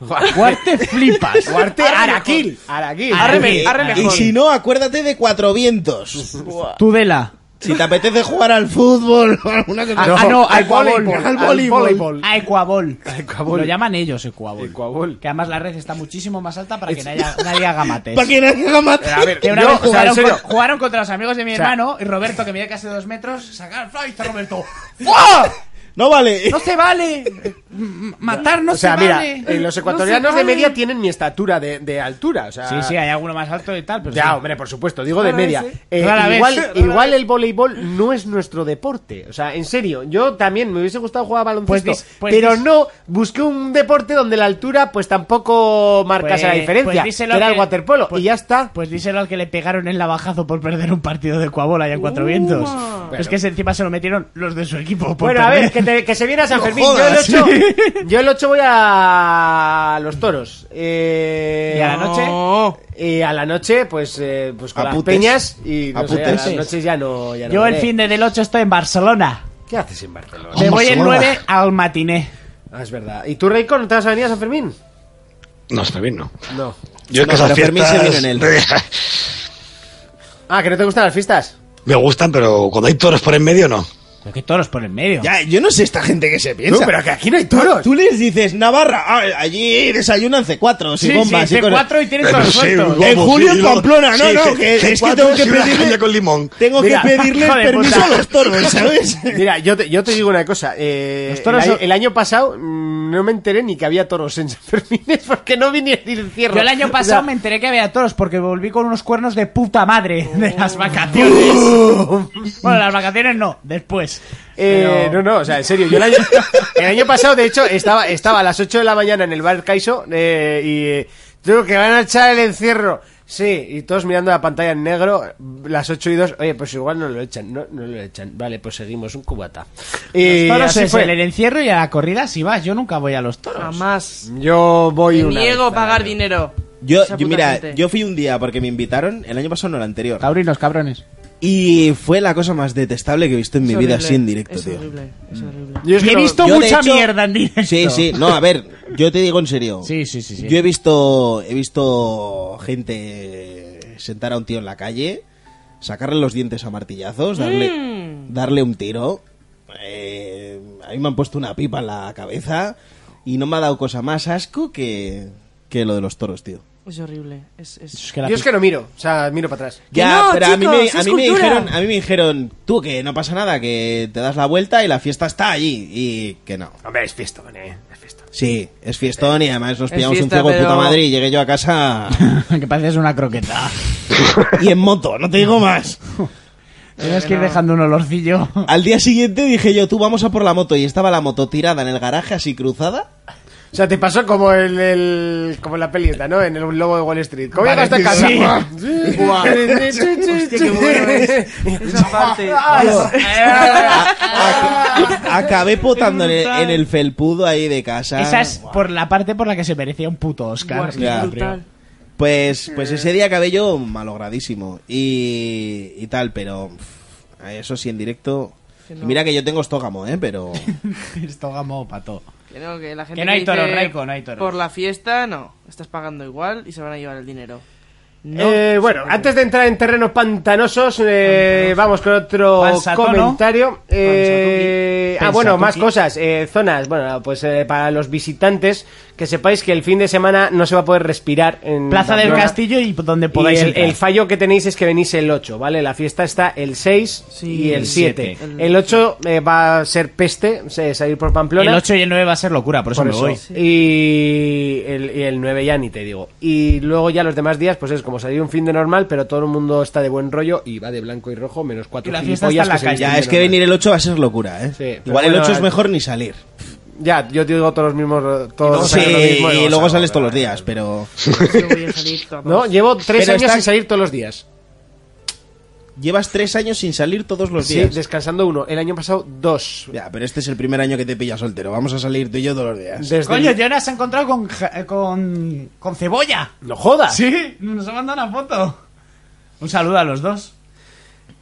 [SPEAKER 3] Huarte flipas.
[SPEAKER 2] Duarte, Araquil. Araquil.
[SPEAKER 3] Arre me-
[SPEAKER 2] Arre
[SPEAKER 4] Y si no, acuérdate de Cuatro Vientos.
[SPEAKER 3] Tudela.
[SPEAKER 4] Si te apetece jugar al fútbol o alguna cosa.
[SPEAKER 3] Ah, ah, no, al
[SPEAKER 2] voleibol,
[SPEAKER 3] voleibol.
[SPEAKER 2] al voleibol.
[SPEAKER 3] A Ecuabol.
[SPEAKER 2] Ecuabol.
[SPEAKER 3] Lo llaman ellos Ecuabol.
[SPEAKER 2] Ecuabol.
[SPEAKER 3] Que además la red está muchísimo más alta para que nadie, nadie haga mates.
[SPEAKER 4] Para que nadie haga mate.
[SPEAKER 2] A ver,
[SPEAKER 3] Que una
[SPEAKER 2] yo,
[SPEAKER 3] vez
[SPEAKER 2] o sea, en
[SPEAKER 3] jugaron,
[SPEAKER 2] serio,
[SPEAKER 3] con- jugaron contra los amigos de mi
[SPEAKER 2] sea-
[SPEAKER 3] hermano y Roberto, que mide casi dos metros, saca el fly y dice Roberto.
[SPEAKER 4] ¡Fua! No vale.
[SPEAKER 3] ¡No se vale! M- ¡Matar no
[SPEAKER 2] O sea,
[SPEAKER 3] se
[SPEAKER 2] mira,
[SPEAKER 3] vale!
[SPEAKER 2] eh, los
[SPEAKER 3] No
[SPEAKER 2] ecuatorianos
[SPEAKER 3] se
[SPEAKER 2] de
[SPEAKER 3] vale.
[SPEAKER 2] media tienen mi estatura de, de altura, o sea...
[SPEAKER 3] Sí, sí, hay alguno más alto y tal, pero. sí.
[SPEAKER 2] Ya, hombre, por supuesto, digo de
[SPEAKER 5] Rara
[SPEAKER 2] media.
[SPEAKER 5] vez, sí.
[SPEAKER 2] Eh,
[SPEAKER 3] Rara vez.
[SPEAKER 2] igual
[SPEAKER 3] Rara
[SPEAKER 2] igual el voleibol no es nuestro deporte. O sea, en serio, yo también me hubiese gustado jugar a baloncesto,
[SPEAKER 3] Pues dis- pues
[SPEAKER 2] pero
[SPEAKER 3] dis-
[SPEAKER 2] no busqué un deporte donde la altura pues tampoco marcase la
[SPEAKER 3] Pues-
[SPEAKER 2] diferencia.
[SPEAKER 3] pues díselo
[SPEAKER 2] que era el
[SPEAKER 3] que-
[SPEAKER 2] waterpolo
[SPEAKER 3] pues-
[SPEAKER 2] y ya está.
[SPEAKER 3] Pues díselo al que le pegaron el navajazo por perder un partido de Coabola allá en Cuatro Vientos. Es que ese encima se lo metieron los de su equipo. Por
[SPEAKER 2] Bueno, a ver,
[SPEAKER 3] perder.
[SPEAKER 2] que, te- que se viene a San
[SPEAKER 4] No
[SPEAKER 2] Fermín.
[SPEAKER 4] jodas.
[SPEAKER 2] Yo el 8, yo el 8 voy a los toros. Eh,
[SPEAKER 3] ¿Y a la noche?
[SPEAKER 5] No.
[SPEAKER 2] Y a la noche, pues, eh, pues con
[SPEAKER 4] A
[SPEAKER 2] las
[SPEAKER 4] putes.
[SPEAKER 2] peñas y no
[SPEAKER 4] A
[SPEAKER 2] sé, a
[SPEAKER 4] putes.
[SPEAKER 2] las noches ya no. ya no
[SPEAKER 3] Yo el
[SPEAKER 2] veré.
[SPEAKER 3] fin de del 8 estoy en Barcelona.
[SPEAKER 2] ¿Qué haces en Barcelona?
[SPEAKER 3] Me voy el
[SPEAKER 6] Barcelona.
[SPEAKER 3] 9 al matiné.
[SPEAKER 2] Ah, es verdad. ¿Y tú, Reiko, no te vas a venir a San Fermín?
[SPEAKER 6] No, está bien, no.
[SPEAKER 2] No.
[SPEAKER 6] Yo es
[SPEAKER 4] No,
[SPEAKER 6] que esas
[SPEAKER 4] pero Fermín se
[SPEAKER 6] fiestas-
[SPEAKER 4] vino en
[SPEAKER 2] Ah, que no te gustan las fiestas.
[SPEAKER 6] Me gustan, pero cuando hay toros por en medio, no.
[SPEAKER 3] Pero que todos los por en medio.
[SPEAKER 4] Ya, yo no sé esta gente que se piensa.
[SPEAKER 2] que aquí no hay
[SPEAKER 4] Tú les dices, Navarra, ah, allí desayunan C4 y
[SPEAKER 3] Sí,
[SPEAKER 4] bombas
[SPEAKER 3] sí,
[SPEAKER 4] y cosas.
[SPEAKER 3] C4 y tienes
[SPEAKER 6] Pero
[SPEAKER 3] todos los
[SPEAKER 6] sí,
[SPEAKER 3] sueltos.
[SPEAKER 6] vamos,
[SPEAKER 4] En julio
[SPEAKER 6] sí,
[SPEAKER 4] en
[SPEAKER 6] luego-
[SPEAKER 4] Pamplona, no,
[SPEAKER 6] sí,
[SPEAKER 4] no,
[SPEAKER 6] que-
[SPEAKER 4] que
[SPEAKER 6] que
[SPEAKER 4] es que
[SPEAKER 6] cuatro
[SPEAKER 4] tengo que
[SPEAKER 6] y una
[SPEAKER 4] pedirle-
[SPEAKER 6] caña con limón.
[SPEAKER 4] Tengo
[SPEAKER 2] Mira,
[SPEAKER 4] que pedirle
[SPEAKER 3] hijo de
[SPEAKER 4] permiso
[SPEAKER 3] puta.
[SPEAKER 4] a los toros, ¿sabes?
[SPEAKER 2] Mira, yo te, yo te digo una cosa. eh,
[SPEAKER 3] Los toros
[SPEAKER 2] el, a-
[SPEAKER 3] son-
[SPEAKER 2] el año pasado mm, no me enteré ni que había toros en San Fermín. Es porque no vine a ir cierre.
[SPEAKER 3] Yo el año pasado me enteré que había toros porque volví con unos cuernos de puta madre de
[SPEAKER 2] Oh.
[SPEAKER 3] las vacaciones. bueno, las vacaciones no, después.
[SPEAKER 2] Eh,
[SPEAKER 3] Pero-
[SPEAKER 2] No, no, o sea, en serio. Yo el año, el año pasado, de hecho, estaba, estaba a las 8 de la mañana en el bar Caiso eh, y. eh, tú, que van a echar el encierro. Sí, y todos mirando la pantalla en negro, las 8 y 2. Oye, pues igual no lo echan, no, no lo echan. Vale, pues seguimos, un cubata. Y
[SPEAKER 3] Los toros
[SPEAKER 2] así
[SPEAKER 3] es
[SPEAKER 2] fue.
[SPEAKER 3] el, el encierro y a la corrida si vas. Yo nunca voy a los toros.
[SPEAKER 5] Jamás.
[SPEAKER 2] Yo voy
[SPEAKER 5] Me
[SPEAKER 2] una.
[SPEAKER 5] niego a
[SPEAKER 2] vez al
[SPEAKER 5] pagar
[SPEAKER 2] año.
[SPEAKER 5] dinero.
[SPEAKER 4] Yo,
[SPEAKER 5] Esa
[SPEAKER 4] yo
[SPEAKER 5] puta
[SPEAKER 4] mira,
[SPEAKER 5] gente.
[SPEAKER 3] Ah.
[SPEAKER 4] yo fui un día porque me invitaron el año pasado, no el anterior.
[SPEAKER 3] Taurinos, cabrones.
[SPEAKER 4] Y fue la cosa más detestable que he visto en mi
[SPEAKER 5] Es
[SPEAKER 4] vida
[SPEAKER 5] horrible,
[SPEAKER 4] así en directo,
[SPEAKER 5] es
[SPEAKER 4] tío.
[SPEAKER 5] horrible, es horrible.
[SPEAKER 3] Yo es que He lo- visto
[SPEAKER 4] de
[SPEAKER 3] mucha mierda en directo.
[SPEAKER 4] Sí, sí, no, a ver, yo te digo en serio.
[SPEAKER 3] Sí, sí, sí, sí.
[SPEAKER 4] Yo he visto, he visto gente sentar a un tío en la calle, sacarle los dientes a martillazos, darle,
[SPEAKER 2] Mm.
[SPEAKER 4] darle un tiro. Eh, a mí me han puesto una pipa en la cabeza y no me ha dado cosa más asco que, que lo de los toros, tío.
[SPEAKER 5] Es horrible. Es, es...
[SPEAKER 2] Yo es que no miro, o sea, miro para atrás.
[SPEAKER 4] Ya, pero a mí, me, a, mí me dijeron, a mí me dijeron, tú que no pasa nada, que te das la vuelta y la fiesta está allí. Y que no.
[SPEAKER 2] Hombre, es fiestón, eh.
[SPEAKER 4] Sí, es fiestón y además nos
[SPEAKER 2] Es
[SPEAKER 4] pillamos
[SPEAKER 2] fiesta,
[SPEAKER 4] un ciego de
[SPEAKER 2] pero-
[SPEAKER 4] puta madre y llegué yo a casa
[SPEAKER 3] que pareces una croqueta.
[SPEAKER 4] y en moto, no te digo más.
[SPEAKER 3] Tienes que ir dejando un olorcillo.
[SPEAKER 4] Al día siguiente dije yo, tú vamos a por la moto y estaba la moto tirada en el garaje así cruzada.
[SPEAKER 2] O sea, te pasó como el, el- como en la peli esta, ¿no? En el lobo de Wall Street. ¿Cómo llegaste a casa? Buah. Buah.
[SPEAKER 5] Esa parte.
[SPEAKER 4] Acabé potando en el, en el felpudo ahí de casa.
[SPEAKER 3] Esa es por la parte por la que se merecía un puto Oscar.
[SPEAKER 4] Ya. Pues, pues ese día acabé yo malogradísimo y, y tal, pero pff, eso sí en directo.
[SPEAKER 5] Que
[SPEAKER 4] y
[SPEAKER 5] no.
[SPEAKER 4] Mira que yo tengo estógamo, ¿eh? Pero
[SPEAKER 3] Estógamo pato.
[SPEAKER 5] Que no, que la gente
[SPEAKER 3] Que no hay
[SPEAKER 5] dice,
[SPEAKER 3] toros, Raiko, no hay toros.
[SPEAKER 5] Por la fiesta, no. Estás pagando igual y se van a llevar el dinero. No.
[SPEAKER 2] Eh, bueno, antes de entrar en terrenos pantanosos, eh, vamos con otro
[SPEAKER 5] Pansatono.
[SPEAKER 2] comentario. Eh,
[SPEAKER 5] Pansatuki.
[SPEAKER 2] ah, bueno, más
[SPEAKER 5] Pensatuki.
[SPEAKER 2] cosas, eh, zonas. Bueno, pues eh, para los visitantes, que sepáis que el fin de semana no se va a poder respirar en
[SPEAKER 3] Plaza del
[SPEAKER 2] Pamplona.
[SPEAKER 3] Castillo y donde
[SPEAKER 2] Y
[SPEAKER 3] podáis
[SPEAKER 2] el,
[SPEAKER 3] entrar.
[SPEAKER 2] el fallo que tenéis es que venís el 8, ¿vale? La fiesta está el 6 y el
[SPEAKER 3] el
[SPEAKER 2] 7.
[SPEAKER 3] siete.
[SPEAKER 2] El 8 eh, va a ser peste, se- salir por Pamplona.
[SPEAKER 3] El 8 y el 9 va a ser locura, por eso
[SPEAKER 2] Por
[SPEAKER 3] me
[SPEAKER 2] eso.
[SPEAKER 3] voy.
[SPEAKER 2] Y, el, y el 9 ya ni te digo. Y luego ya los demás días, pues es como salir un fin de normal, pero todo el mundo está de buen rollo y va de blanco y rojo, menos cuatro
[SPEAKER 3] Y la fiesta
[SPEAKER 2] gilipollas
[SPEAKER 3] está en
[SPEAKER 2] que
[SPEAKER 3] la
[SPEAKER 2] se
[SPEAKER 3] calle.
[SPEAKER 4] ya es que
[SPEAKER 2] visten de
[SPEAKER 4] venir el 8 va a ser locura, ¿eh?
[SPEAKER 2] normal. Sí, pero
[SPEAKER 4] Igual el
[SPEAKER 2] bueno,
[SPEAKER 4] 8 es mejor ni salir.
[SPEAKER 2] Ya, yo te digo todos los mismos. Todos
[SPEAKER 4] Sí,
[SPEAKER 2] los años lo mismo,
[SPEAKER 4] y
[SPEAKER 2] no,
[SPEAKER 4] luego
[SPEAKER 2] o sea,
[SPEAKER 4] sales todos los días, pero...
[SPEAKER 2] No, llevo tres
[SPEAKER 4] Pero
[SPEAKER 2] años
[SPEAKER 4] está-
[SPEAKER 2] sin salir todos los días.
[SPEAKER 4] Llevas tres años sin salir todos los
[SPEAKER 2] Sí,
[SPEAKER 4] días.
[SPEAKER 2] descansando uno. El año pasado, dos.
[SPEAKER 4] Ya, pero este es el primer año que te pilla soltero. Vamos a salir tú y yo todos los días.
[SPEAKER 2] Desde
[SPEAKER 3] Coño, Jonas se ha encontrado con, ja- eh, con, con cebolla.
[SPEAKER 2] ¡No jodas!
[SPEAKER 3] Sí, nos ha mandado una foto. Un saludo a los dos.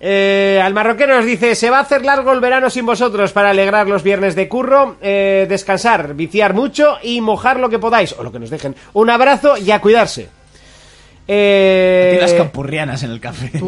[SPEAKER 2] Eh, al marroquero nos dice, se va a hacer largo el verano sin vosotros para alegrar los viernes de curro, eh, descansar, viciar mucho y mojar lo que podáis, o lo que nos dejen. Un abrazo y a cuidarse. Eh,
[SPEAKER 3] Y las campurrianas en el café.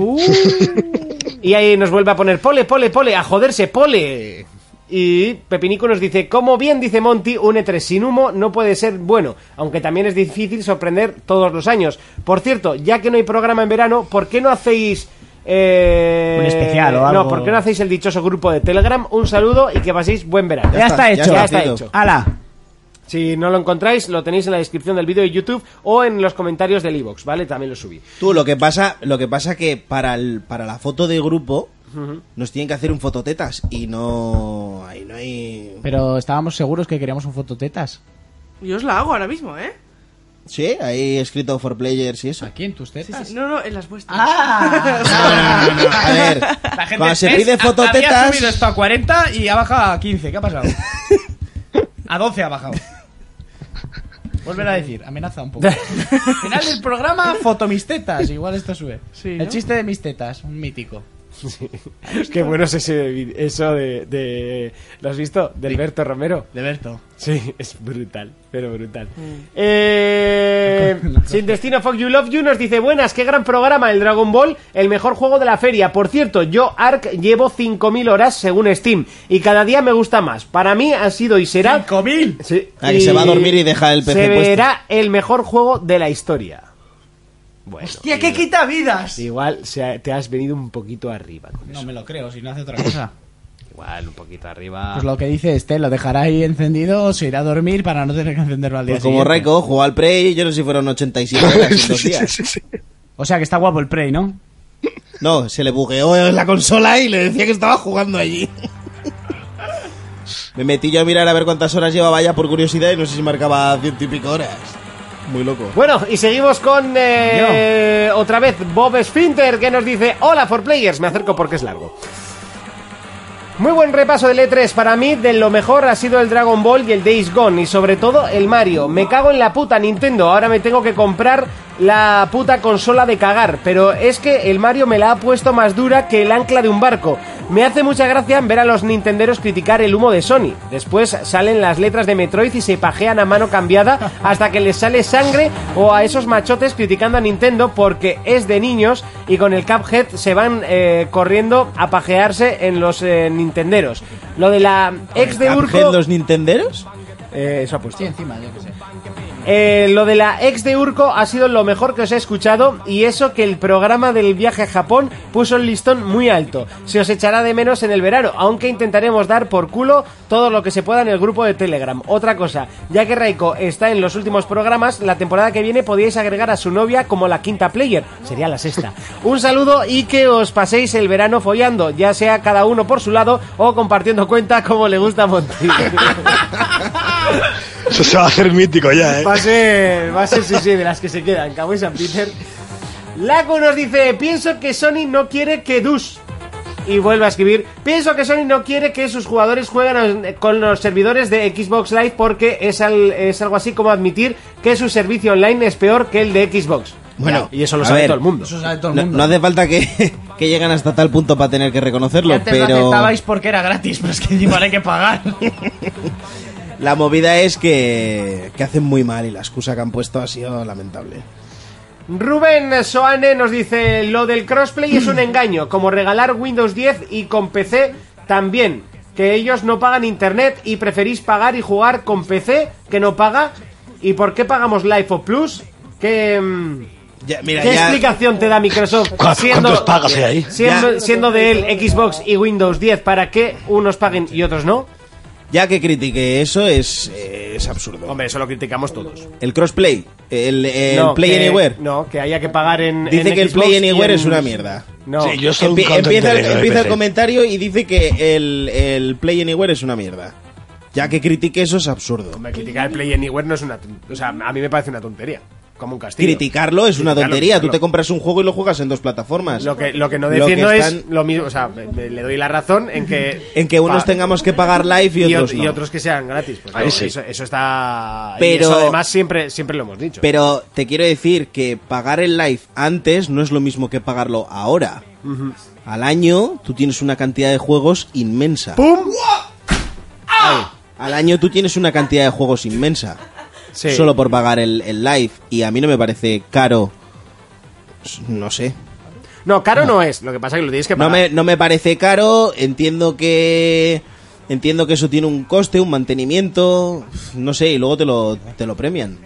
[SPEAKER 2] y ahí nos vuelve a poner pole, pole, pole, a joderse, pole. Y Pepinico nos dice, como bien dice Monty, un E3 sin humo no puede ser bueno, aunque también es difícil sorprender todos los años. Por cierto, ya que no hay programa en verano, ¿por qué no hacéis... eh,
[SPEAKER 3] Un especial o
[SPEAKER 2] No,
[SPEAKER 3] algo?
[SPEAKER 2] ¿por qué no hacéis el dichoso grupo de Telegram? Un saludo y que paséis buen verano.
[SPEAKER 3] Ya está hecho.
[SPEAKER 2] Ya está hecho.
[SPEAKER 3] Ala.
[SPEAKER 2] Si no lo encontráis, lo tenéis en la descripción del vídeo de YouTube o en los comentarios del iVoox, ¿vale? También lo subí.
[SPEAKER 4] Tú, lo que pasa, lo que pasa que para, el- para la foto de grupo
[SPEAKER 2] Ujú.
[SPEAKER 4] nos tienen que hacer un fototetas y no... Ahí no hay...
[SPEAKER 3] Pero estábamos seguros que queríamos un fototetas.
[SPEAKER 5] Yo os la hago ahora mismo, ¿eh?
[SPEAKER 4] Sí, ahí escrito for players y eso.
[SPEAKER 3] ¿Aquí en tus
[SPEAKER 5] Sí,
[SPEAKER 3] tetas?
[SPEAKER 5] sí. No, no, en las vuestras.
[SPEAKER 3] Ah.
[SPEAKER 4] A ver,
[SPEAKER 3] La gente
[SPEAKER 4] cuando se
[SPEAKER 3] ¿ves?
[SPEAKER 4] pide
[SPEAKER 3] Ha- Había subido
[SPEAKER 4] fototetas...
[SPEAKER 3] esto a 40 y ha bajado a 15. ¿Qué ha pasado? A 12 ha bajado. Volver a decir, amenaza un poco. Final del programa, Ah, foto mis tetas. Igual esto sube.
[SPEAKER 5] ¿no?
[SPEAKER 3] El chiste de mis tetas, un mítico.
[SPEAKER 2] Qué bueno es ese vi- eso de, de- ¿Lo has visto? De Alberto Romero.
[SPEAKER 3] De Berto.
[SPEAKER 4] pues
[SPEAKER 2] Sí, es brutal, pero brutal.
[SPEAKER 3] Mm.
[SPEAKER 2] Eh, Sin Destino Fuck You Love You nos dice Buenas, qué gran programa el Dragon Ball, el mejor juego de la feria. Por cierto, yo Ark llevo 5.000 horas según Steam y cada día me gusta más. Para mí ha sido y será...
[SPEAKER 3] ¡5.000!
[SPEAKER 2] Sí,
[SPEAKER 4] Ah, que se va a dormir y deja el PC
[SPEAKER 2] Se
[SPEAKER 4] puesto.
[SPEAKER 2] verá el mejor juego de la historia. Bueno,
[SPEAKER 3] ¡Hostia, qué quita vidas!
[SPEAKER 2] igual se ha- te has venido un poquito arriba con
[SPEAKER 3] No
[SPEAKER 2] eso.
[SPEAKER 3] me lo creo, si no hace otra cosa.
[SPEAKER 2] Igual, un poquito arriba.
[SPEAKER 3] Pues lo que dice este, lo dejará ahí encendido o se irá a dormir para no tener que encenderlo al día
[SPEAKER 4] Pues como
[SPEAKER 3] siguiente.
[SPEAKER 4] Raiko, jugó al Prey, yo no sé si fueron 87 horas en dos días.
[SPEAKER 3] O sea que está guapo el Prey, ¿no?
[SPEAKER 4] No, se le bugueó en la consola y le decía que estaba jugando allí. Me metí yo a mirar a ver cuántas horas llevaba ya por curiosidad y no sé si marcaba ciento y pico horas. Muy loco.
[SPEAKER 2] Bueno, y seguimos con eh, otra vez Bob Sfinter que nos dice Hola for players, me acerco porque es largo. Muy buen repaso del E3. Para mí, de lo mejor ha sido el Dragon Ball y el Days Gone. Y sobre todo el Mario. Me cago en la puta Nintendo. Ahora me tengo que comprar la puta consola de cagar. Pero es que el Mario me la ha puesto más dura que el ancla de un barco. Me hace mucha gracia ver a los nintenderos criticar el humo de Sony. Después salen las letras de Metroid y se pajean a mano cambiada hasta que les sale sangre o a esos machotes criticando a Nintendo porque es de niños y con el Cuphead se van eh, corriendo a pajearse en los eh, nintenderos. Lo de la ex de Urco...
[SPEAKER 4] ¿Cuphead los nintenderos?
[SPEAKER 2] Eh, eso ha puesto.
[SPEAKER 3] encima, yo qué sé.
[SPEAKER 2] Eh, lo de la ex de Urco ha sido lo mejor que os he escuchado y eso que el programa del viaje a Japón puso el listón muy alto. Se os echará de menos en el verano, aunque intentaremos dar por culo todo lo que se pueda en el grupo de Telegram. Otra cosa, ya que Raiko está en los últimos programas, la temporada que viene podíais agregar a su novia como la quinta player, sería la sexta. Un saludo y que os paséis el verano follando, ya sea cada uno por su lado o compartiendo cuenta como le gusta a Monty.
[SPEAKER 6] Eso se va a hacer mítico ya, ¿eh?
[SPEAKER 2] Va a ser, va a ser, sí, sí, de las que se quedan. Cabo y San Peter. Laco nos dice, pienso que Sony no quiere que Dus... Y vuelve a escribir, pienso que Sony no quiere que sus jugadores jueguen a- con los servidores de Xbox Live porque es, al- es algo así como admitir que su servicio online es peor que el de Xbox.
[SPEAKER 4] Bueno,
[SPEAKER 2] y eso lo
[SPEAKER 4] a
[SPEAKER 2] sabe
[SPEAKER 4] ver,
[SPEAKER 2] todo el mundo.
[SPEAKER 4] Eso sabe todo el No, mundo. no hace falta que, que lleguen hasta tal punto para tener que reconocerlo,
[SPEAKER 3] Antes lo
[SPEAKER 4] pero
[SPEAKER 3] aceptabais porque era gratis, pero es que encima ahora hay que pagar.
[SPEAKER 4] la movida es que, que hacen muy mal y la excusa que han puesto ha sido lamentable.
[SPEAKER 2] Rubén Soane nos dice, lo del crossplay es un engaño, como regalar Windows 10 y con PC también, que ellos no pagan internet y preferís pagar y jugar con PC que no paga. ¿Y por qué pagamos Life of Plus? ¿Qué, mm,
[SPEAKER 4] mira,
[SPEAKER 2] ¿qué
[SPEAKER 4] ya-
[SPEAKER 2] explicados te da Microsoft
[SPEAKER 6] ¿Cuántos pagas hay ahí?
[SPEAKER 2] Siendo,
[SPEAKER 4] Ya.
[SPEAKER 2] siendo de él Xbox y Windows 10, ¿para qué unos paguen y otros no?
[SPEAKER 4] Ya que critique eso es, eh, es absurdo.
[SPEAKER 2] Hombre, eso lo criticamos todos.
[SPEAKER 4] El crossplay, el, el
[SPEAKER 2] No,
[SPEAKER 4] Play
[SPEAKER 2] que-
[SPEAKER 4] Anywhere.
[SPEAKER 2] No, que haya que pagar en.
[SPEAKER 4] Dice
[SPEAKER 2] en
[SPEAKER 4] que el
[SPEAKER 2] Xbox
[SPEAKER 4] Play
[SPEAKER 2] y
[SPEAKER 4] Anywhere
[SPEAKER 2] en-
[SPEAKER 4] es una mierda.
[SPEAKER 2] No,
[SPEAKER 6] Sí, yo soy un
[SPEAKER 4] Empie-
[SPEAKER 6] contento
[SPEAKER 4] empieza el,
[SPEAKER 6] de
[SPEAKER 4] empieza el
[SPEAKER 6] PC.
[SPEAKER 4] comentario y dice que el, el Play Anywhere es una mierda. Ya que critique eso es absurdo.
[SPEAKER 2] Hombre, criticar el Play Anywhere no es una. ton- O sea, a mí me parece una tontería. Como un castigo.
[SPEAKER 4] Criticarlo es una
[SPEAKER 2] Criticarlo,
[SPEAKER 4] tontería. Tú
[SPEAKER 2] criticarlo.
[SPEAKER 4] te compras un juego y lo juegas en dos plataformas.
[SPEAKER 2] Lo que, lo que no
[SPEAKER 4] Lo que
[SPEAKER 2] defiendo es
[SPEAKER 4] están-
[SPEAKER 2] lo mismo. O sea, me- me- le doy la razón en que.
[SPEAKER 4] En que unos
[SPEAKER 2] pa-
[SPEAKER 4] tengamos que pagar live y,
[SPEAKER 2] ot-
[SPEAKER 4] otros no.
[SPEAKER 2] y otros que sean gratis. Pues
[SPEAKER 4] Ahí
[SPEAKER 2] no,
[SPEAKER 4] sí.
[SPEAKER 2] eso, eso está. y
[SPEAKER 4] Pero-
[SPEAKER 2] eso además siempre, siempre lo hemos dicho.
[SPEAKER 4] Pero te quiero decir que pagar el live antes no es lo mismo que pagarlo ahora.
[SPEAKER 2] Ujú.
[SPEAKER 4] Al año tú tienes una cantidad de juegos inmensa.
[SPEAKER 2] ¡Pum!
[SPEAKER 4] Al año tú tienes una cantidad de juegos inmensa.
[SPEAKER 2] Sí.
[SPEAKER 4] Solo por pagar el, el live. Y a mí no me parece caro. S- No sé.
[SPEAKER 2] No, caro no. es. Lo que pasa es que lo tienes que
[SPEAKER 4] No
[SPEAKER 2] pagar.
[SPEAKER 4] me, no me parece caro. Entiendo que. Entiendo que eso tiene un coste, un mantenimiento. No sé, y luego te lo, te lo premian.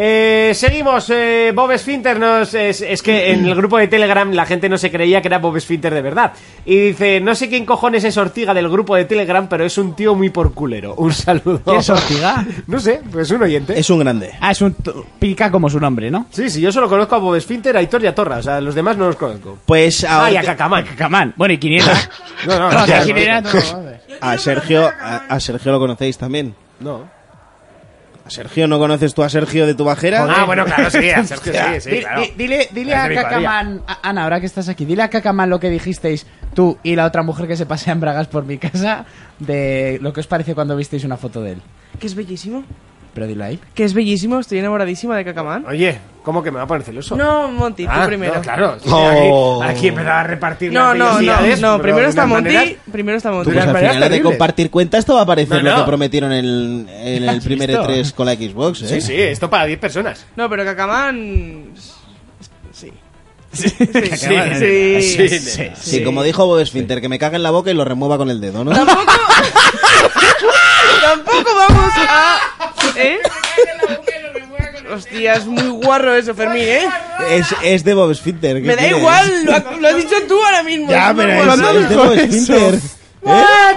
[SPEAKER 2] Eh, seguimos, eh, Bob Sfinter nos... Es, es que en el grupo de Telegram la gente no se creía que era Bob Sfinter de verdad. Y dice, no sé quién cojones es Ortiga del grupo de Telegram, pero es un tío muy por culero. Un saludo.
[SPEAKER 3] ¿Quién es Ortiga?
[SPEAKER 2] No sé, pues un oyente.
[SPEAKER 4] Es un grande.
[SPEAKER 3] Ah, es un t- pica como su nombre, ¿no?
[SPEAKER 2] Sí, sí, yo solo conozco a Bob Sfinter, a Hitor y a Torra, o sea, los demás no los conozco.
[SPEAKER 4] Pues
[SPEAKER 2] Ah, y a
[SPEAKER 4] ahora.
[SPEAKER 2] Cacamán.
[SPEAKER 3] Cacamán. Bueno, y Quiniela.
[SPEAKER 2] No, no, no.
[SPEAKER 3] No, de Quiniela no, vale.
[SPEAKER 4] A Sergio, a, a Sergio lo conocéis también.
[SPEAKER 2] No.
[SPEAKER 4] A Sergio, ¿no conoces tú a Sergio de tu bajera?
[SPEAKER 2] Ah, bueno, claro, sí, a Sergio sí, sí,
[SPEAKER 3] Di-
[SPEAKER 2] claro.
[SPEAKER 3] di- dile dile
[SPEAKER 2] Es
[SPEAKER 3] a
[SPEAKER 2] de mi
[SPEAKER 3] Cacamán, a- Ana, ahora que estás aquí, dile a Cacamán lo que dijisteis tú y la otra mujer que se pasea en bragas por mi casa de lo que os pareció cuando visteis una foto de él.
[SPEAKER 5] Que es bellísimo.
[SPEAKER 3] Pero dilo ahí.
[SPEAKER 5] Que es bellísimo. Estoy enamoradísima de Cacamán.
[SPEAKER 2] Oye, ¿cómo que me va a poner celoso?
[SPEAKER 5] No, Monty, tú
[SPEAKER 2] Ah,
[SPEAKER 5] primero.
[SPEAKER 2] no, claro. sí,
[SPEAKER 4] Oh.
[SPEAKER 2] Aquí, aquí empezaba a repartir
[SPEAKER 5] No,
[SPEAKER 2] las
[SPEAKER 5] no, no,
[SPEAKER 2] bellezas,
[SPEAKER 5] no,
[SPEAKER 2] pero
[SPEAKER 5] primero
[SPEAKER 2] de
[SPEAKER 5] está
[SPEAKER 2] unas
[SPEAKER 5] Monty,
[SPEAKER 2] maneras-
[SPEAKER 5] primero está Monty.
[SPEAKER 4] Tú, pues,
[SPEAKER 2] Unas
[SPEAKER 4] al
[SPEAKER 2] maneras
[SPEAKER 4] final de
[SPEAKER 2] terribles.
[SPEAKER 4] compartir cuenta esto va a parecer
[SPEAKER 2] No,
[SPEAKER 4] lo
[SPEAKER 2] no.
[SPEAKER 4] que prometieron en el, en el primer
[SPEAKER 2] visto?
[SPEAKER 4] E3 con la Xbox, ¿eh?
[SPEAKER 2] Sí, sí, esto para 10 personas.
[SPEAKER 5] No, pero Cacamán... Sí.
[SPEAKER 2] Sí,
[SPEAKER 5] sí, sí,
[SPEAKER 4] Sí, como dijo Bob Sfinter, que me cague en la boca y lo remueva con el dedo, ¿no?
[SPEAKER 5] Tampoco vamos a... ¿Eh? Hostia, es muy guarro eso, Fermín, ¿eh?
[SPEAKER 4] Es, es de Bob Sfinter. ¿qué
[SPEAKER 5] Me da
[SPEAKER 4] quieres?
[SPEAKER 5] igual, lo, ha- lo has dicho tú ahora mismo.
[SPEAKER 4] Ya,
[SPEAKER 5] es muy
[SPEAKER 4] pero es,
[SPEAKER 5] guarro.
[SPEAKER 4] es de Bob Sfinter. ¿Eh?
[SPEAKER 5] Ah,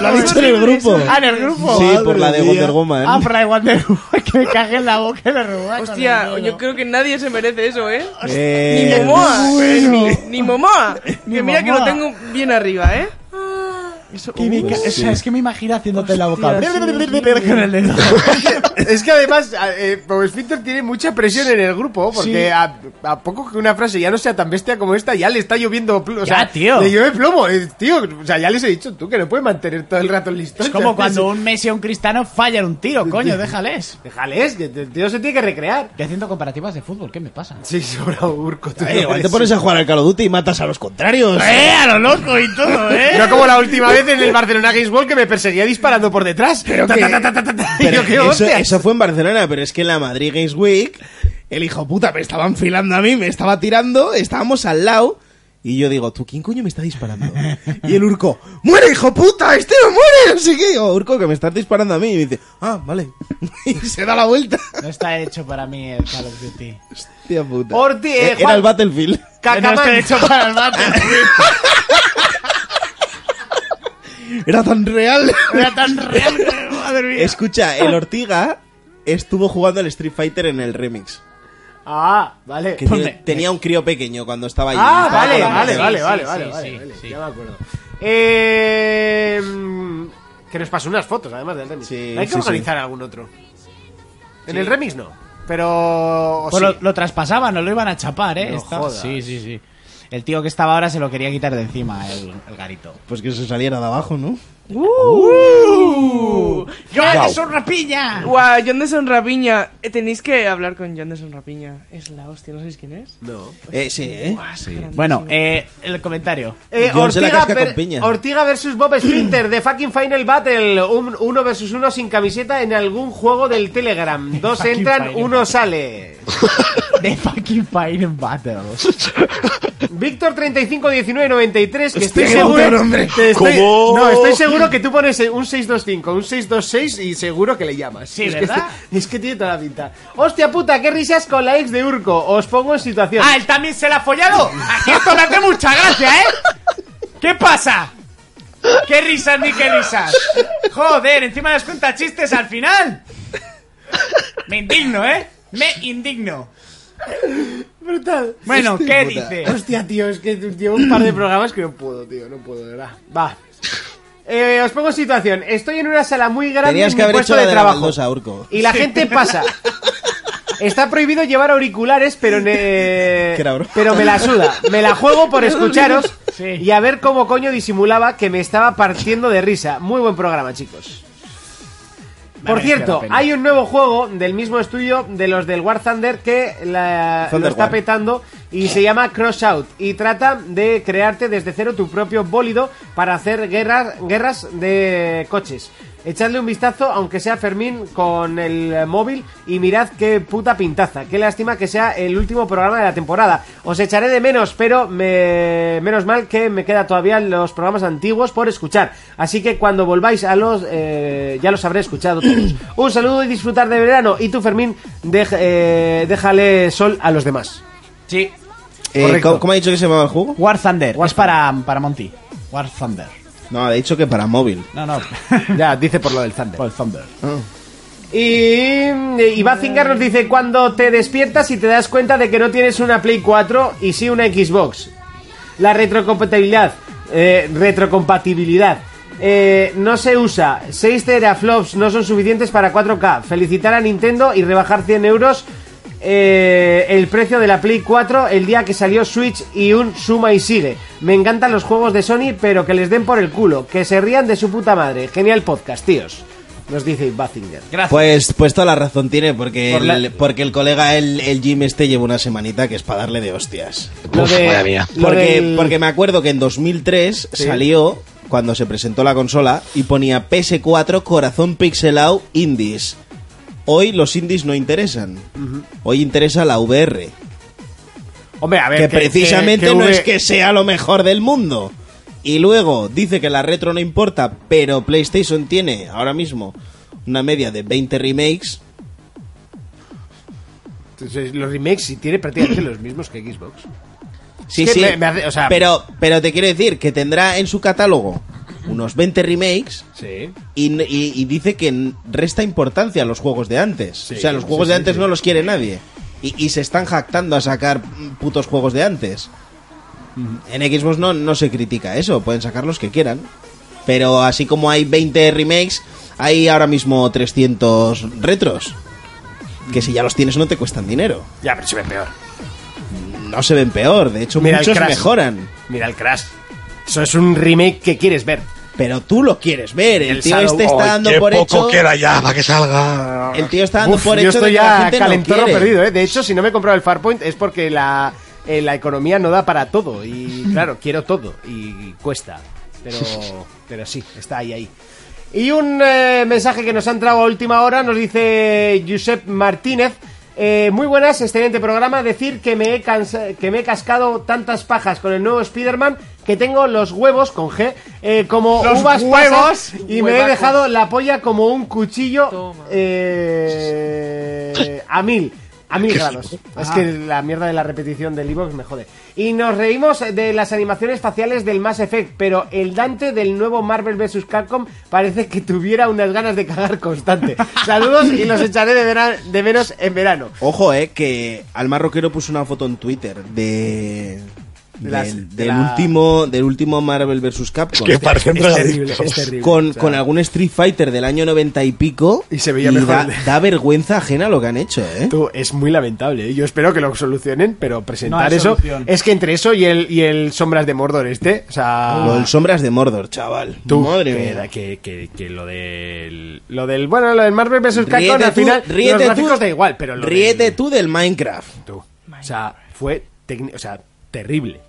[SPEAKER 4] Lo ha dicho en el grupo.
[SPEAKER 3] Ah, en el grupo.
[SPEAKER 4] Sí, por la de Wonder Woman.
[SPEAKER 3] Ah, por la de Wonder Woman, que me cague en la boca y le roba con el
[SPEAKER 5] Hostia,
[SPEAKER 3] dedo.
[SPEAKER 5] yo creo que nadie se merece eso, ¿eh?
[SPEAKER 4] Eh,
[SPEAKER 5] ni Momoa.
[SPEAKER 3] bueno.
[SPEAKER 5] Ni, ni Momoa. que mira que lo
[SPEAKER 3] Momoa.
[SPEAKER 5] tengo bien arriba, ¿eh?
[SPEAKER 14] Que me ca- o sea, es que me imagino haciéndote la boca
[SPEAKER 2] Hostia, sí.
[SPEAKER 14] con el dedo.
[SPEAKER 2] es que además, eh, Bob Esfínter tiene mucha presión en el grupo, porque
[SPEAKER 14] Sí.
[SPEAKER 2] a, a poco que una frase ya no sea tan bestia como esta, ya le está lloviendo plomo. O
[SPEAKER 3] Ya,
[SPEAKER 2] sea,
[SPEAKER 3] tío.
[SPEAKER 2] Le llueve plomo, eh, tío. O sea, ya les he dicho tú que no puedes mantener todo el rato el listón.
[SPEAKER 3] Es como cuando un Messi o un Cristiano fallan un tiro, coño, déjales.
[SPEAKER 2] Déjales, que el tío se tiene que recrear.
[SPEAKER 3] Que haciendo comparativas de fútbol, ¿qué me pasa?
[SPEAKER 2] Sí, sobra Urco.
[SPEAKER 4] Eh, igual te pones a jugar al Call of Duty y matas a los contrarios.
[SPEAKER 3] ¡Eh, a lo loco y todo, eh!
[SPEAKER 2] No como la última vez en el Barcelona Games World que me perseguía disparando por detrás. Pero que...
[SPEAKER 4] Pero
[SPEAKER 2] yo, ¿qué
[SPEAKER 4] eso,
[SPEAKER 2] hostias?
[SPEAKER 4] eso fue en Barcelona, pero es que en la Madrid Games Week, el hijo puta me estaba enfilando a mí, me estaba tirando, estábamos al lado, y yo digo, ¿tú quién coño me está disparando? Y el Urco, ¡muere, hijo puta! ¡Este no muere! Así que digo, Urco, que me estás disparando a mí. Y me dice, ah, vale. Y se da la vuelta.
[SPEAKER 3] No está hecho para mí el Call of Duty.
[SPEAKER 4] Hostia puta.
[SPEAKER 3] Orti, eh,
[SPEAKER 4] E-
[SPEAKER 3] Juan-
[SPEAKER 4] Era el Battlefield.
[SPEAKER 3] No está hecho para el Battlefield.
[SPEAKER 4] Era tan real.
[SPEAKER 3] Era tan real. que- Madre mía.
[SPEAKER 4] Escucha, el Ortiga estuvo jugando al Street Fighter en el remix.
[SPEAKER 2] Ah, vale.
[SPEAKER 4] Que te- tenía un crío pequeño cuando estaba allí.
[SPEAKER 2] Ah,
[SPEAKER 4] Estaba
[SPEAKER 2] vale,
[SPEAKER 4] con la
[SPEAKER 2] vale,
[SPEAKER 4] madre.
[SPEAKER 2] vale, vale, vale, vale, vale, ya me acuerdo. Eh, mm, que nos pasó unas fotos, además del remix. Hay que
[SPEAKER 3] sí,
[SPEAKER 2] organizar
[SPEAKER 3] sí.
[SPEAKER 2] algún otro. En
[SPEAKER 3] Sí.
[SPEAKER 2] el remix no, pero... o
[SPEAKER 3] Pues
[SPEAKER 2] Oh, sí.
[SPEAKER 3] lo, lo traspasaban, no lo iban a chapar, eh.
[SPEAKER 2] No
[SPEAKER 3] Estaba-
[SPEAKER 2] jodas.
[SPEAKER 3] sí, sí, sí. El tío que estaba ahora se lo quería quitar de encima, el, el garito.
[SPEAKER 4] Pues que se saliera de abajo, ¿no? Uh.
[SPEAKER 3] ¡Joan
[SPEAKER 4] Guau.
[SPEAKER 3] de Son Rapiña!
[SPEAKER 5] Guau, John de Son Rapiña. Eh, Tenéis que hablar con John de Son Rapiña. Es la hostia, ¿no sabéis quién es?
[SPEAKER 2] No.
[SPEAKER 4] Eh, sí, ¿eh?
[SPEAKER 3] Bueno, eh, el comentario.
[SPEAKER 2] Eh, Ortiga, ver- Ortiga versus Bob Sprinter de fucking Final Battle. Un, uno versus uno sin camiseta en algún juego del Telegram. Dos
[SPEAKER 3] Fucking
[SPEAKER 2] entran,
[SPEAKER 3] Final
[SPEAKER 2] uno sale.
[SPEAKER 3] The fucking fighting battles.
[SPEAKER 2] Víctor 351993 que
[SPEAKER 3] Estoy
[SPEAKER 2] estoy
[SPEAKER 3] autor,
[SPEAKER 2] seguro
[SPEAKER 3] hombre.
[SPEAKER 2] te estoy-
[SPEAKER 3] ¿Cómo?
[SPEAKER 2] No, estoy seguro que tú pones un 625, un 626 y seguro que le llamas.
[SPEAKER 3] Sí,
[SPEAKER 2] es
[SPEAKER 3] ¿verdad?
[SPEAKER 2] Que, es que tiene toda la pinta. Hostia puta, qué risas con la ex de Urco. Os pongo en situación.
[SPEAKER 3] ¡Ah, él también se la ha follado! Aquí esto me hace mucha gracia, ¿eh? ¿Qué pasa? ¡Qué risas ni qué risas! Joder, encima nos cuenta chistes al final. Me indigno, ¿eh? Me indigno.
[SPEAKER 2] Brutal.
[SPEAKER 3] Bueno, ¿qué dice?
[SPEAKER 2] Hostia, tío, es que llevo un par de programas que no puedo, tío, no puedo, de verdad. Va. Eh, os pongo en situación. Estoy en una sala muy grande
[SPEAKER 4] Tenías
[SPEAKER 2] en mi
[SPEAKER 4] que haber
[SPEAKER 2] puesto
[SPEAKER 4] hecho la
[SPEAKER 2] de
[SPEAKER 4] de la
[SPEAKER 2] trabajo.
[SPEAKER 4] baldosa, Urco.
[SPEAKER 2] Y la gente pasa. Está prohibido llevar auriculares, pero ne-
[SPEAKER 4] era broma.
[SPEAKER 2] pero me la suda. Me la juego por escucharos
[SPEAKER 3] Sí.
[SPEAKER 2] y a ver cómo coño disimulaba que me estaba partiendo de risa. Muy buen programa, chicos. Por
[SPEAKER 3] Vale, es que la
[SPEAKER 2] cierto,
[SPEAKER 3] pena.
[SPEAKER 2] hay un nuevo juego del mismo estudio de los del War Thunder que la-
[SPEAKER 3] Thunder
[SPEAKER 2] lo está
[SPEAKER 3] War.
[SPEAKER 2] petando y se llama Crossout y trata de crearte desde cero tu propio bólido para hacer guerras, guerras de coches. Echadle un vistazo, aunque sea Fermín, con el eh, móvil y mirad qué puta pintaza. Qué lástima que sea el último programa de la temporada. Os echaré de menos, pero me- menos mal que me queda todavía los programas antiguos por escuchar. Así que cuando volváis a los... eh, ya los habré escuchado todos. un saludo y disfrutar de verano. Y tú, Fermín, dej- eh, déjale sol a los demás.
[SPEAKER 3] Sí.
[SPEAKER 4] Eh, ¿cómo, cómo ha dicho que se llamaba el juego?
[SPEAKER 3] War Thunder. es para, para Monty. War Thunder.
[SPEAKER 4] No, ha dicho que para móvil.
[SPEAKER 3] No, no.
[SPEAKER 2] ya, dice por lo del Thunder.
[SPEAKER 3] Por el Thunder.
[SPEAKER 2] Y, y Bazinger nos dice, cuando te despiertas y te das cuenta de que no tienes una Play 4 y sí una Xbox. La retrocompatibilidad. eh, retrocompatibilidad. eh, no se usa. 6 teraflops no son suficientes para 4K. Felicitar a Nintendo y rebajar 100 euros eh, el precio de la Play 4 el día que salió Switch y un suma y sigue. Me encantan los juegos de Sony, pero que les den por el culo. Que se rían de su puta madre. Genial podcast, tíos. Nos dice Bazinger.
[SPEAKER 4] Pues, pues toda la razón tiene, porque,
[SPEAKER 2] Por la-
[SPEAKER 4] el, porque el colega, el, el Jim este, lleva una semanita que es para darle de hostias.
[SPEAKER 2] Lo de- madre mía. lo
[SPEAKER 4] Porque,
[SPEAKER 2] del-
[SPEAKER 4] porque me acuerdo que en 2003
[SPEAKER 2] Sí.
[SPEAKER 4] salió, cuando se presentó la consola, y ponía PS4 Corazón Pixelado Indies. Hoy los indies no interesan. Hoy interesa la VR.
[SPEAKER 2] Hombre, a ver,
[SPEAKER 4] que, precisamente
[SPEAKER 2] que
[SPEAKER 4] no
[SPEAKER 2] V-
[SPEAKER 4] es que sea lo mejor del mundo. Y luego dice que la retro no importa, pero PlayStation tiene ahora mismo una media de 20 remakes.
[SPEAKER 2] Entonces, los remakes sí tiene prácticamente los mismos que Xbox.
[SPEAKER 4] Sí,
[SPEAKER 2] Es que
[SPEAKER 4] sí.
[SPEAKER 2] me- me hace- o sea-
[SPEAKER 4] pero, pero te quiero decir que tendrá en su catálogo unos 20 remakes
[SPEAKER 2] Sí.
[SPEAKER 4] y, n- y- y dice que n- resta importancia a los juegos de antes. o sea, los
[SPEAKER 2] sí,
[SPEAKER 4] juegos
[SPEAKER 2] sí,
[SPEAKER 4] de antes
[SPEAKER 2] sí.
[SPEAKER 4] no los quiere nadie. Y, y se están jactando a sacar mm, putos juegos de antes. En Xbox no, no se critica eso, pueden sacar los que quieran.
[SPEAKER 1] Pero así como hay 20 remakes, hay ahora mismo 300 retros. Que si ya los tienes no te cuestan dinero.
[SPEAKER 2] Ya, pero se ve peor.
[SPEAKER 1] No se ven peor, de hecho
[SPEAKER 2] Mira el
[SPEAKER 1] muchos
[SPEAKER 2] Crash.
[SPEAKER 1] mejoran.
[SPEAKER 2] Mira el Crash. Eso es un remake que quieres ver.
[SPEAKER 1] Pero tú lo quieres ver. El, tío este está dando por hecho.
[SPEAKER 2] salga.
[SPEAKER 1] El tío está dando por
[SPEAKER 2] Yo
[SPEAKER 1] hecho de
[SPEAKER 2] estoy
[SPEAKER 1] que la
[SPEAKER 2] ya
[SPEAKER 1] gente no
[SPEAKER 2] calentorro
[SPEAKER 1] quiere.
[SPEAKER 2] perdido, ¿eh? De hecho, si no me he comprado el Farpoint es porque la, eh, la economía no da para todo. Y claro, quiero todo. Y cuesta. Pero, pero sí, está ahí, ahí. Y un eh, mensaje que nos ha entrado a última hora nos dice Josep Martínez. eh, muy buenas, excelente programa. Decir que me, he cansa- que me he cascado tantas pajas con el nuevo Spider-Man que tengo los huevos con G eh, como
[SPEAKER 5] Los
[SPEAKER 2] uvas
[SPEAKER 5] huevos.
[SPEAKER 2] pasas y me he
[SPEAKER 5] Huevacos.
[SPEAKER 2] dejado la polla como un cuchillo eh, a mil. A mil
[SPEAKER 5] ¿Qué es?
[SPEAKER 2] grados. ¿eh? Es
[SPEAKER 5] Ah.
[SPEAKER 2] que la mierda de la repetición del Evox me jode. Y nos reímos de las animaciones faciales del Mass Effect, pero el Dante del nuevo Marvel vs. Capcom parece que tuviera unas ganas de cagar constante. Saludos y los echaré de, vera- de menos en verano.
[SPEAKER 1] Ojo, eh, que Alma Roquero puso una foto en Twitter de.
[SPEAKER 2] Las-
[SPEAKER 1] del,
[SPEAKER 2] de
[SPEAKER 1] del
[SPEAKER 2] la-
[SPEAKER 1] último del último Marvel vs Capcom
[SPEAKER 6] Es que parecen Es terrible,
[SPEAKER 2] drogadictos. es terrible,
[SPEAKER 1] con,
[SPEAKER 2] o sea.
[SPEAKER 1] con algún Street Fighter del año 90 y pico y se
[SPEAKER 2] veía mejor
[SPEAKER 1] da,
[SPEAKER 2] el de-
[SPEAKER 1] da vergüenza ajena lo que han hecho eh
[SPEAKER 2] Tú, es muy lamentable. ¿eh? Yo espero que lo solucionen, pero
[SPEAKER 1] No
[SPEAKER 2] presentar
[SPEAKER 1] hay
[SPEAKER 2] eso.
[SPEAKER 1] solución.
[SPEAKER 2] Es que entre eso y el, y el Sombras de Mordor, este. O sea.
[SPEAKER 1] lo del Ah. sombras de Mordor chaval
[SPEAKER 2] Tú,
[SPEAKER 1] madre
[SPEAKER 2] que-
[SPEAKER 1] mía
[SPEAKER 2] Que, que- que lo del. Lo del. Bueno, lo del Marvel vs. Capcom
[SPEAKER 1] Ríete
[SPEAKER 2] al
[SPEAKER 1] tú-
[SPEAKER 2] final.
[SPEAKER 1] ríete
[SPEAKER 2] los
[SPEAKER 1] tú-
[SPEAKER 2] gráficos da igual, pero lo
[SPEAKER 1] ríete tú del Minecraft
[SPEAKER 2] tú. O sea, fue. tecni- O sea, terrible.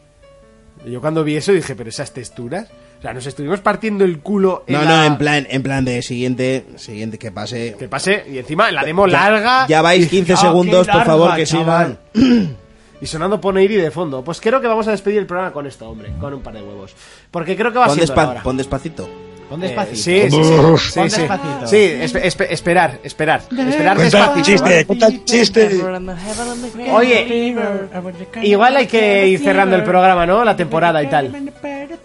[SPEAKER 2] Yo cuando vi eso dije, pero esas texturas. O sea, nos estuvimos partiendo el culo. En
[SPEAKER 1] no
[SPEAKER 2] la-
[SPEAKER 1] no en plan en plan de siguiente siguiente que pase
[SPEAKER 2] Que pase. Y encima la demo
[SPEAKER 1] Ya-
[SPEAKER 2] larga.
[SPEAKER 1] ya vais 15
[SPEAKER 2] Ah, qué
[SPEAKER 1] segundos por
[SPEAKER 2] larga,
[SPEAKER 1] favor que
[SPEAKER 2] chaval.
[SPEAKER 1] sigan
[SPEAKER 2] Y sonando Poneiri de fondo. Pues creo que vamos a despedir el programa con esto, hombre. Con un par de huevos. Porque creo que va
[SPEAKER 1] pon,
[SPEAKER 2] siendo
[SPEAKER 1] despa-
[SPEAKER 2] la hora.
[SPEAKER 1] pon despacito
[SPEAKER 2] Pon
[SPEAKER 1] despacito.
[SPEAKER 2] sí, sí, sí.
[SPEAKER 1] Brrr.
[SPEAKER 2] Sí,
[SPEAKER 1] Pon
[SPEAKER 2] sí.
[SPEAKER 1] despacito.
[SPEAKER 2] Sí, espe- espe- esperar, esperar. Esperar
[SPEAKER 5] Cuenta
[SPEAKER 2] despacito.
[SPEAKER 5] un chiste,
[SPEAKER 6] cuenta un chiste.
[SPEAKER 2] Oye, igual hay que ir cerrando el programa, ¿no? La temporada y tal.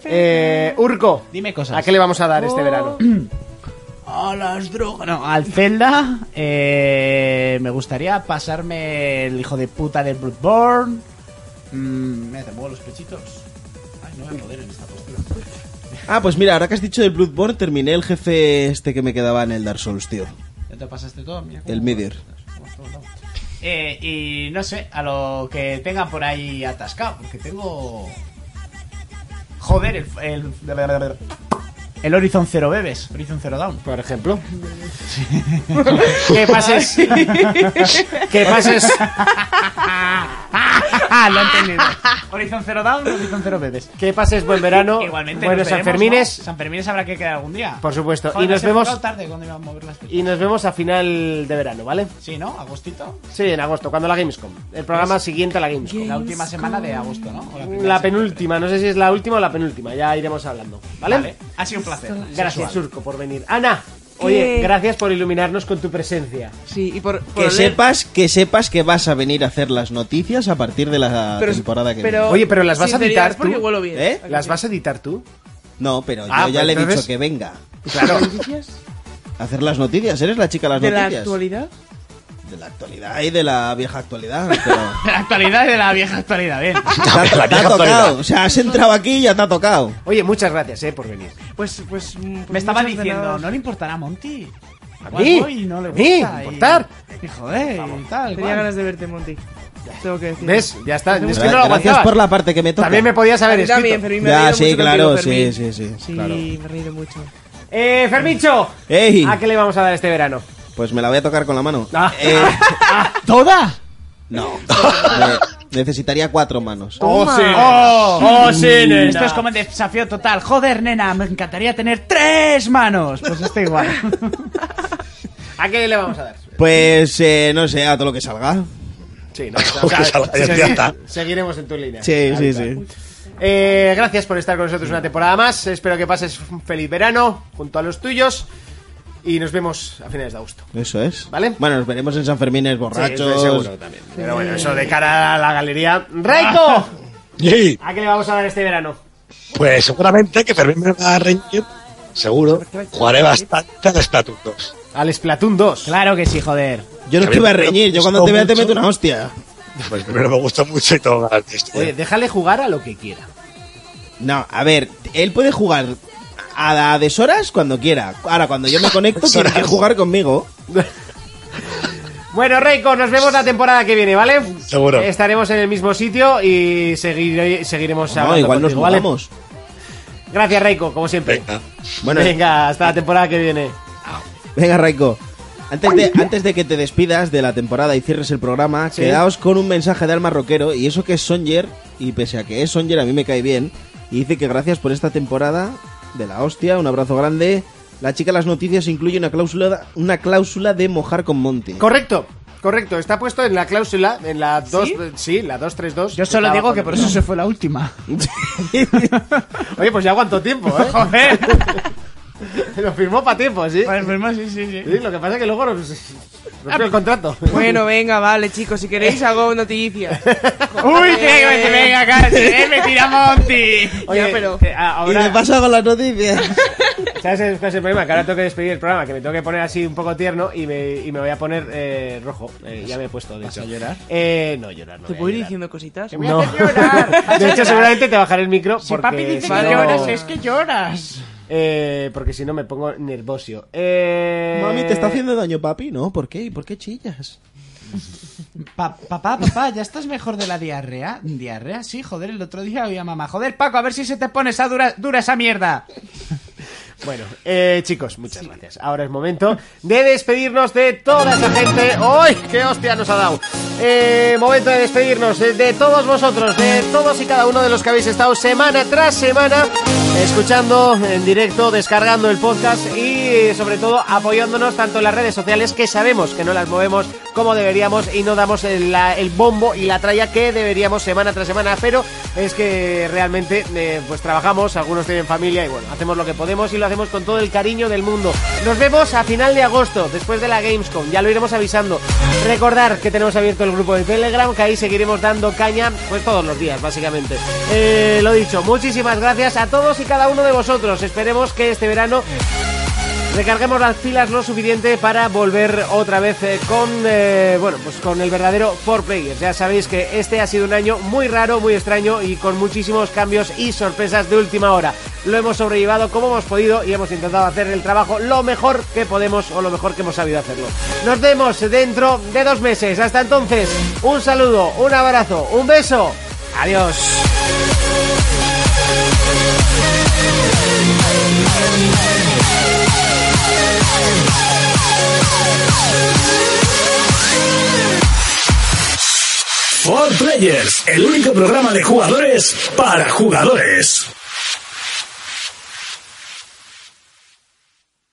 [SPEAKER 2] Eh, Urco,
[SPEAKER 3] Dime cosas. Oh.
[SPEAKER 2] ¿a qué le vamos a dar este verano?
[SPEAKER 3] A las drogas. No, al Zelda. eh, me gustaría pasarme el hijo de puta de Bloodborne. Mm, mira, te muevo los pechitos. Ay, no voy a poder en esta postura.
[SPEAKER 1] ah pues mira ahora que has dicho del Bloodborne terminé el jefe este que me quedaba en el Dark Souls tío
[SPEAKER 3] ¿Ya te pasaste todo? Mira cómo-
[SPEAKER 1] el Midir
[SPEAKER 3] Eh, y no sé, a lo que tengan por ahí atascado, porque tengo. Joder, el. el, el Horizon Zero Bebes, Horizon Zero Down.
[SPEAKER 2] Por ejemplo. Que pases. que pases.
[SPEAKER 3] ah, lo he entendido. Horizon Zero Down, Horizon Zero Bebes.
[SPEAKER 2] Que pases buen verano.
[SPEAKER 3] Igualmente,
[SPEAKER 2] buenos
[SPEAKER 3] nos veremos,
[SPEAKER 2] Sanfermines.
[SPEAKER 3] ¿no? Sanfermines habrá que quedar algún día.
[SPEAKER 2] Por supuesto.
[SPEAKER 3] Joder,
[SPEAKER 2] y nos
[SPEAKER 3] se me ha
[SPEAKER 2] vemos
[SPEAKER 3] quedado tarde cuando iba a mover las
[SPEAKER 2] y nos vemos a final de verano, ¿vale?
[SPEAKER 3] Sí, ¿no? Agostito.
[SPEAKER 2] Sí, en agosto, cuando la Gamescom. El programa
[SPEAKER 3] Pues-
[SPEAKER 2] siguiente a la Gamescom.
[SPEAKER 3] La última semana de agosto, ¿no? O la primera
[SPEAKER 2] La
[SPEAKER 3] semana.
[SPEAKER 2] penúltima, no sé si es la última o la penúltima, ya iremos hablando, ¿vale?
[SPEAKER 3] Vale. Ha sido un placer.
[SPEAKER 2] Gracias,
[SPEAKER 3] Sexual.
[SPEAKER 2] Surco, por venir. Ana, oye,
[SPEAKER 5] ¿Qué?
[SPEAKER 2] gracias por iluminarnos con tu presencia.
[SPEAKER 5] Sí, y por, por
[SPEAKER 1] Que
[SPEAKER 5] oler-
[SPEAKER 1] sepas, que sepas que vas a venir a hacer las noticias a partir de la
[SPEAKER 5] Pero-
[SPEAKER 1] temporada que
[SPEAKER 5] pero-
[SPEAKER 1] viene.
[SPEAKER 2] Oye, pero las vas a
[SPEAKER 5] Sinceridad,
[SPEAKER 2] editar tú.
[SPEAKER 5] porque huelo bien.
[SPEAKER 1] ¿Eh?
[SPEAKER 5] Aquí
[SPEAKER 2] ¿Las
[SPEAKER 5] sí.
[SPEAKER 2] vas a editar tú?
[SPEAKER 1] No, pero yo
[SPEAKER 2] Ah,
[SPEAKER 1] ya
[SPEAKER 2] pues
[SPEAKER 1] le he
[SPEAKER 2] entonces-
[SPEAKER 1] dicho que venga.
[SPEAKER 2] Claro.
[SPEAKER 1] A hacer las noticias, eres la chica de las
[SPEAKER 5] ¿De la
[SPEAKER 1] noticias.
[SPEAKER 5] actualidad?
[SPEAKER 1] de la actualidad y de la vieja actualidad. Pero
[SPEAKER 3] De la actualidad y de la vieja actualidad, bien.
[SPEAKER 1] te ha- te ha tocado. O sea, has entrado aquí y ya te ha tocado.
[SPEAKER 2] Oye, muchas gracias, eh, por venir.
[SPEAKER 5] Pues, pues, mm, pues
[SPEAKER 3] Me estaba
[SPEAKER 5] muchas
[SPEAKER 3] diciendo,
[SPEAKER 5] venadas.
[SPEAKER 3] no le importará a Monty. ¿A
[SPEAKER 2] mí?
[SPEAKER 3] no le
[SPEAKER 2] ¿A mí?
[SPEAKER 3] gusta. y-
[SPEAKER 2] ¿Importar?
[SPEAKER 3] Y, joder, y tal.
[SPEAKER 5] Tenía
[SPEAKER 3] cual.
[SPEAKER 5] ganas de verte, Monty. Tengo que decir.
[SPEAKER 2] ¿Ves? Ya está.
[SPEAKER 5] Hacemos-
[SPEAKER 2] Es que no lo
[SPEAKER 1] Gracias
[SPEAKER 2] aguantabas.
[SPEAKER 1] por la parte que me toca.
[SPEAKER 2] También me podías
[SPEAKER 5] A
[SPEAKER 2] haber
[SPEAKER 5] mí
[SPEAKER 2] escrito.
[SPEAKER 5] también, Fermín, me he
[SPEAKER 1] ya,
[SPEAKER 5] reído
[SPEAKER 1] sí,
[SPEAKER 5] mucho
[SPEAKER 1] claro,
[SPEAKER 5] contigo,
[SPEAKER 1] sí,
[SPEAKER 5] Fermín.
[SPEAKER 1] sí, sí,
[SPEAKER 5] Sí,
[SPEAKER 1] claro.
[SPEAKER 5] me he reído mucho.
[SPEAKER 2] Eh, Fermicho,
[SPEAKER 1] Ey,
[SPEAKER 2] ¿a qué le vamos a dar este verano?
[SPEAKER 1] pues me la voy a tocar con la mano.
[SPEAKER 2] Ah.
[SPEAKER 1] Eh,
[SPEAKER 3] ¿Toda?
[SPEAKER 1] no. Eh, necesitaría cuatro manos.
[SPEAKER 2] ¡Oh, sí!
[SPEAKER 3] Oh,
[SPEAKER 2] ¡Oh, sí, nena.
[SPEAKER 3] Esto es como el desafío total. Joder, nena, me encantaría tener tres manos. Pues esto igual.
[SPEAKER 2] ¿A qué le vamos a dar?
[SPEAKER 1] Pues eh, no sé, a todo lo que salga.
[SPEAKER 2] Sí, no, o sea,
[SPEAKER 6] que salga, ya
[SPEAKER 2] segui-
[SPEAKER 6] está.
[SPEAKER 2] seguiremos en tu línea.
[SPEAKER 1] Sí,
[SPEAKER 2] Ahí
[SPEAKER 1] sí,
[SPEAKER 2] está.
[SPEAKER 1] sí.
[SPEAKER 2] Eh, gracias por estar con nosotros una temporada más. Espero que pases un feliz verano junto a los tuyos. Y nos vemos a finales de agosto.
[SPEAKER 1] Eso es.
[SPEAKER 2] ¿Vale?
[SPEAKER 1] Bueno, nos veremos en San Fermín,
[SPEAKER 2] Sí,
[SPEAKER 1] borrachos.
[SPEAKER 2] estoy seguro también. Pero bueno, eso de cara a la galería. ¡Raiko!
[SPEAKER 6] Yey.
[SPEAKER 2] ¿A qué le vamos a dar este verano?
[SPEAKER 6] Pues seguramente que Fermín me va a reñir, seguro. Jugaré bastante al estatutos.
[SPEAKER 2] Al Splatoon 2.
[SPEAKER 3] Claro que sí, joder.
[SPEAKER 1] Yo no
[SPEAKER 6] A
[SPEAKER 1] es que
[SPEAKER 6] mí
[SPEAKER 1] iba a
[SPEAKER 6] me
[SPEAKER 1] reñir, yo
[SPEAKER 2] pues,
[SPEAKER 6] gustó
[SPEAKER 1] cuando te vea te
[SPEAKER 6] mucho.
[SPEAKER 1] meto una hostia.
[SPEAKER 6] Pues primero me gusta mucho y todo ganas de esto.
[SPEAKER 2] Oye, déjale jugar a lo que quiera.
[SPEAKER 1] No, a ver, él puede jugar a la deshoras cuando quiera. Ahora, cuando yo me conecto, tiene que jugar conmigo.
[SPEAKER 2] Bueno, Reiko, nos vemos la temporada que viene, ¿vale?
[SPEAKER 1] Seguro.
[SPEAKER 2] Estaremos en el mismo sitio y seguire- seguiremos
[SPEAKER 1] No,
[SPEAKER 2] hablando
[SPEAKER 1] igual nos
[SPEAKER 2] contigo, ¿vale?
[SPEAKER 1] mudamos.
[SPEAKER 2] Gracias, Reiko, como siempre. Venga,
[SPEAKER 1] Bueno.
[SPEAKER 2] hasta la temporada que viene.
[SPEAKER 1] Venga, Raiko. Antes de, antes de que te despidas de la temporada y cierres el programa,
[SPEAKER 2] Sí.
[SPEAKER 1] quedaos con un mensaje de Alma Rockero. Y eso que es Songer, y pese a que es Songer, a mí me cae bien. Y dice que gracias por esta temporada de la hostia. Un abrazo grande. La chica de las noticias incluye una cláusula, una cláusula de mojar con monte.
[SPEAKER 2] Correcto, correcto. Está puesto en la cláusula, en la 2... ¿Sí? la 232.
[SPEAKER 3] Yo solo digo que por eso se fue la última.
[SPEAKER 2] Oye, pues ya aguanto tiempo, ¿eh?
[SPEAKER 3] Joder.
[SPEAKER 2] Lo firmó para tiempo, pues ¿sí?
[SPEAKER 3] sí, sí, sí.
[SPEAKER 2] Lo que pasa es que luego nos, rompió el contrato.
[SPEAKER 5] Bueno, venga, vale, chicos, si
[SPEAKER 2] Eh.
[SPEAKER 5] queréis hago noticias.
[SPEAKER 3] Uy, tío, vete, venga, casi, eh, me tira Monty.
[SPEAKER 5] Oye, pero...
[SPEAKER 2] Eh, ahora...
[SPEAKER 1] ¿Qué pasa con las noticias?
[SPEAKER 2] ¿Sabes el- cuál es el problema? Que ahora tengo que despedir el programa, que me tengo que poner así un poco tierno y me, y me voy a poner eh, rojo. Eh, ya me he puesto, de hecho. llorar? Eh, no, llorar no.
[SPEAKER 5] ¿Te
[SPEAKER 2] voy a
[SPEAKER 5] puedo ir
[SPEAKER 2] llorar.
[SPEAKER 5] diciendo cositas?
[SPEAKER 2] No. De hecho, seguramente te bajaré el micro.
[SPEAKER 3] Si
[SPEAKER 2] porque
[SPEAKER 3] papi dice
[SPEAKER 2] si
[SPEAKER 3] que
[SPEAKER 2] no-
[SPEAKER 3] lloras, es que lloras.
[SPEAKER 2] Eh, porque si no me pongo nervosio. Eh...
[SPEAKER 1] Mami, ¿te está haciendo daño, papi? No, ¿por qué? ¿Y por qué chillas?
[SPEAKER 3] Pa- papá, papá, ¿ya estás mejor de la diarrea? ¿Diarrea? Sí, joder, el otro día oí a mamá. Joder, Paco, a ver si se te pone esa dura, dura esa mierda.
[SPEAKER 2] Bueno, eh, chicos, muchas gracias. Ahora es momento de despedirnos de toda esa gente. ¡Ay, qué hostia nos ha dado! Eh, momento de despedirnos de, de todos vosotros, de todos y cada uno de los que habéis estado semana tras semana escuchando en directo, descargando el podcast y eh, sobre todo apoyándonos tanto en las redes sociales que sabemos que no las movemos como deberíamos y no damos el, la- el bombo y la tralla que deberíamos semana tras semana, pero es que realmente eh, pues trabajamos, algunos tienen familia y bueno, hacemos lo que podemos y lo hacemos con todo el cariño del mundo. Nos vemos a final de agosto, después de la Gamescom, ya lo iremos avisando. Recordar que tenemos abierto el grupo de Telegram, que ahí seguiremos dando caña pues todos los días, básicamente. Eh, lo dicho, muchísimas gracias a todos y cada uno de vosotros. Esperemos que este verano Recarguemos las pilas lo suficiente para volver otra vez eh, con eh, bueno pues con el verdadero 4 Players. Ya sabéis que este ha sido un año muy raro, muy extraño y con muchísimos cambios y sorpresas de última hora. Lo hemos sobrellevado como hemos podido y hemos intentado hacer el trabajo lo mejor que podemos o lo mejor que hemos sabido hacerlo. Nos vemos dentro de dos meses. Hasta entonces, un saludo, un abrazo, un beso. Adiós.
[SPEAKER 6] Four Players, el único programa de jugadores para jugadores.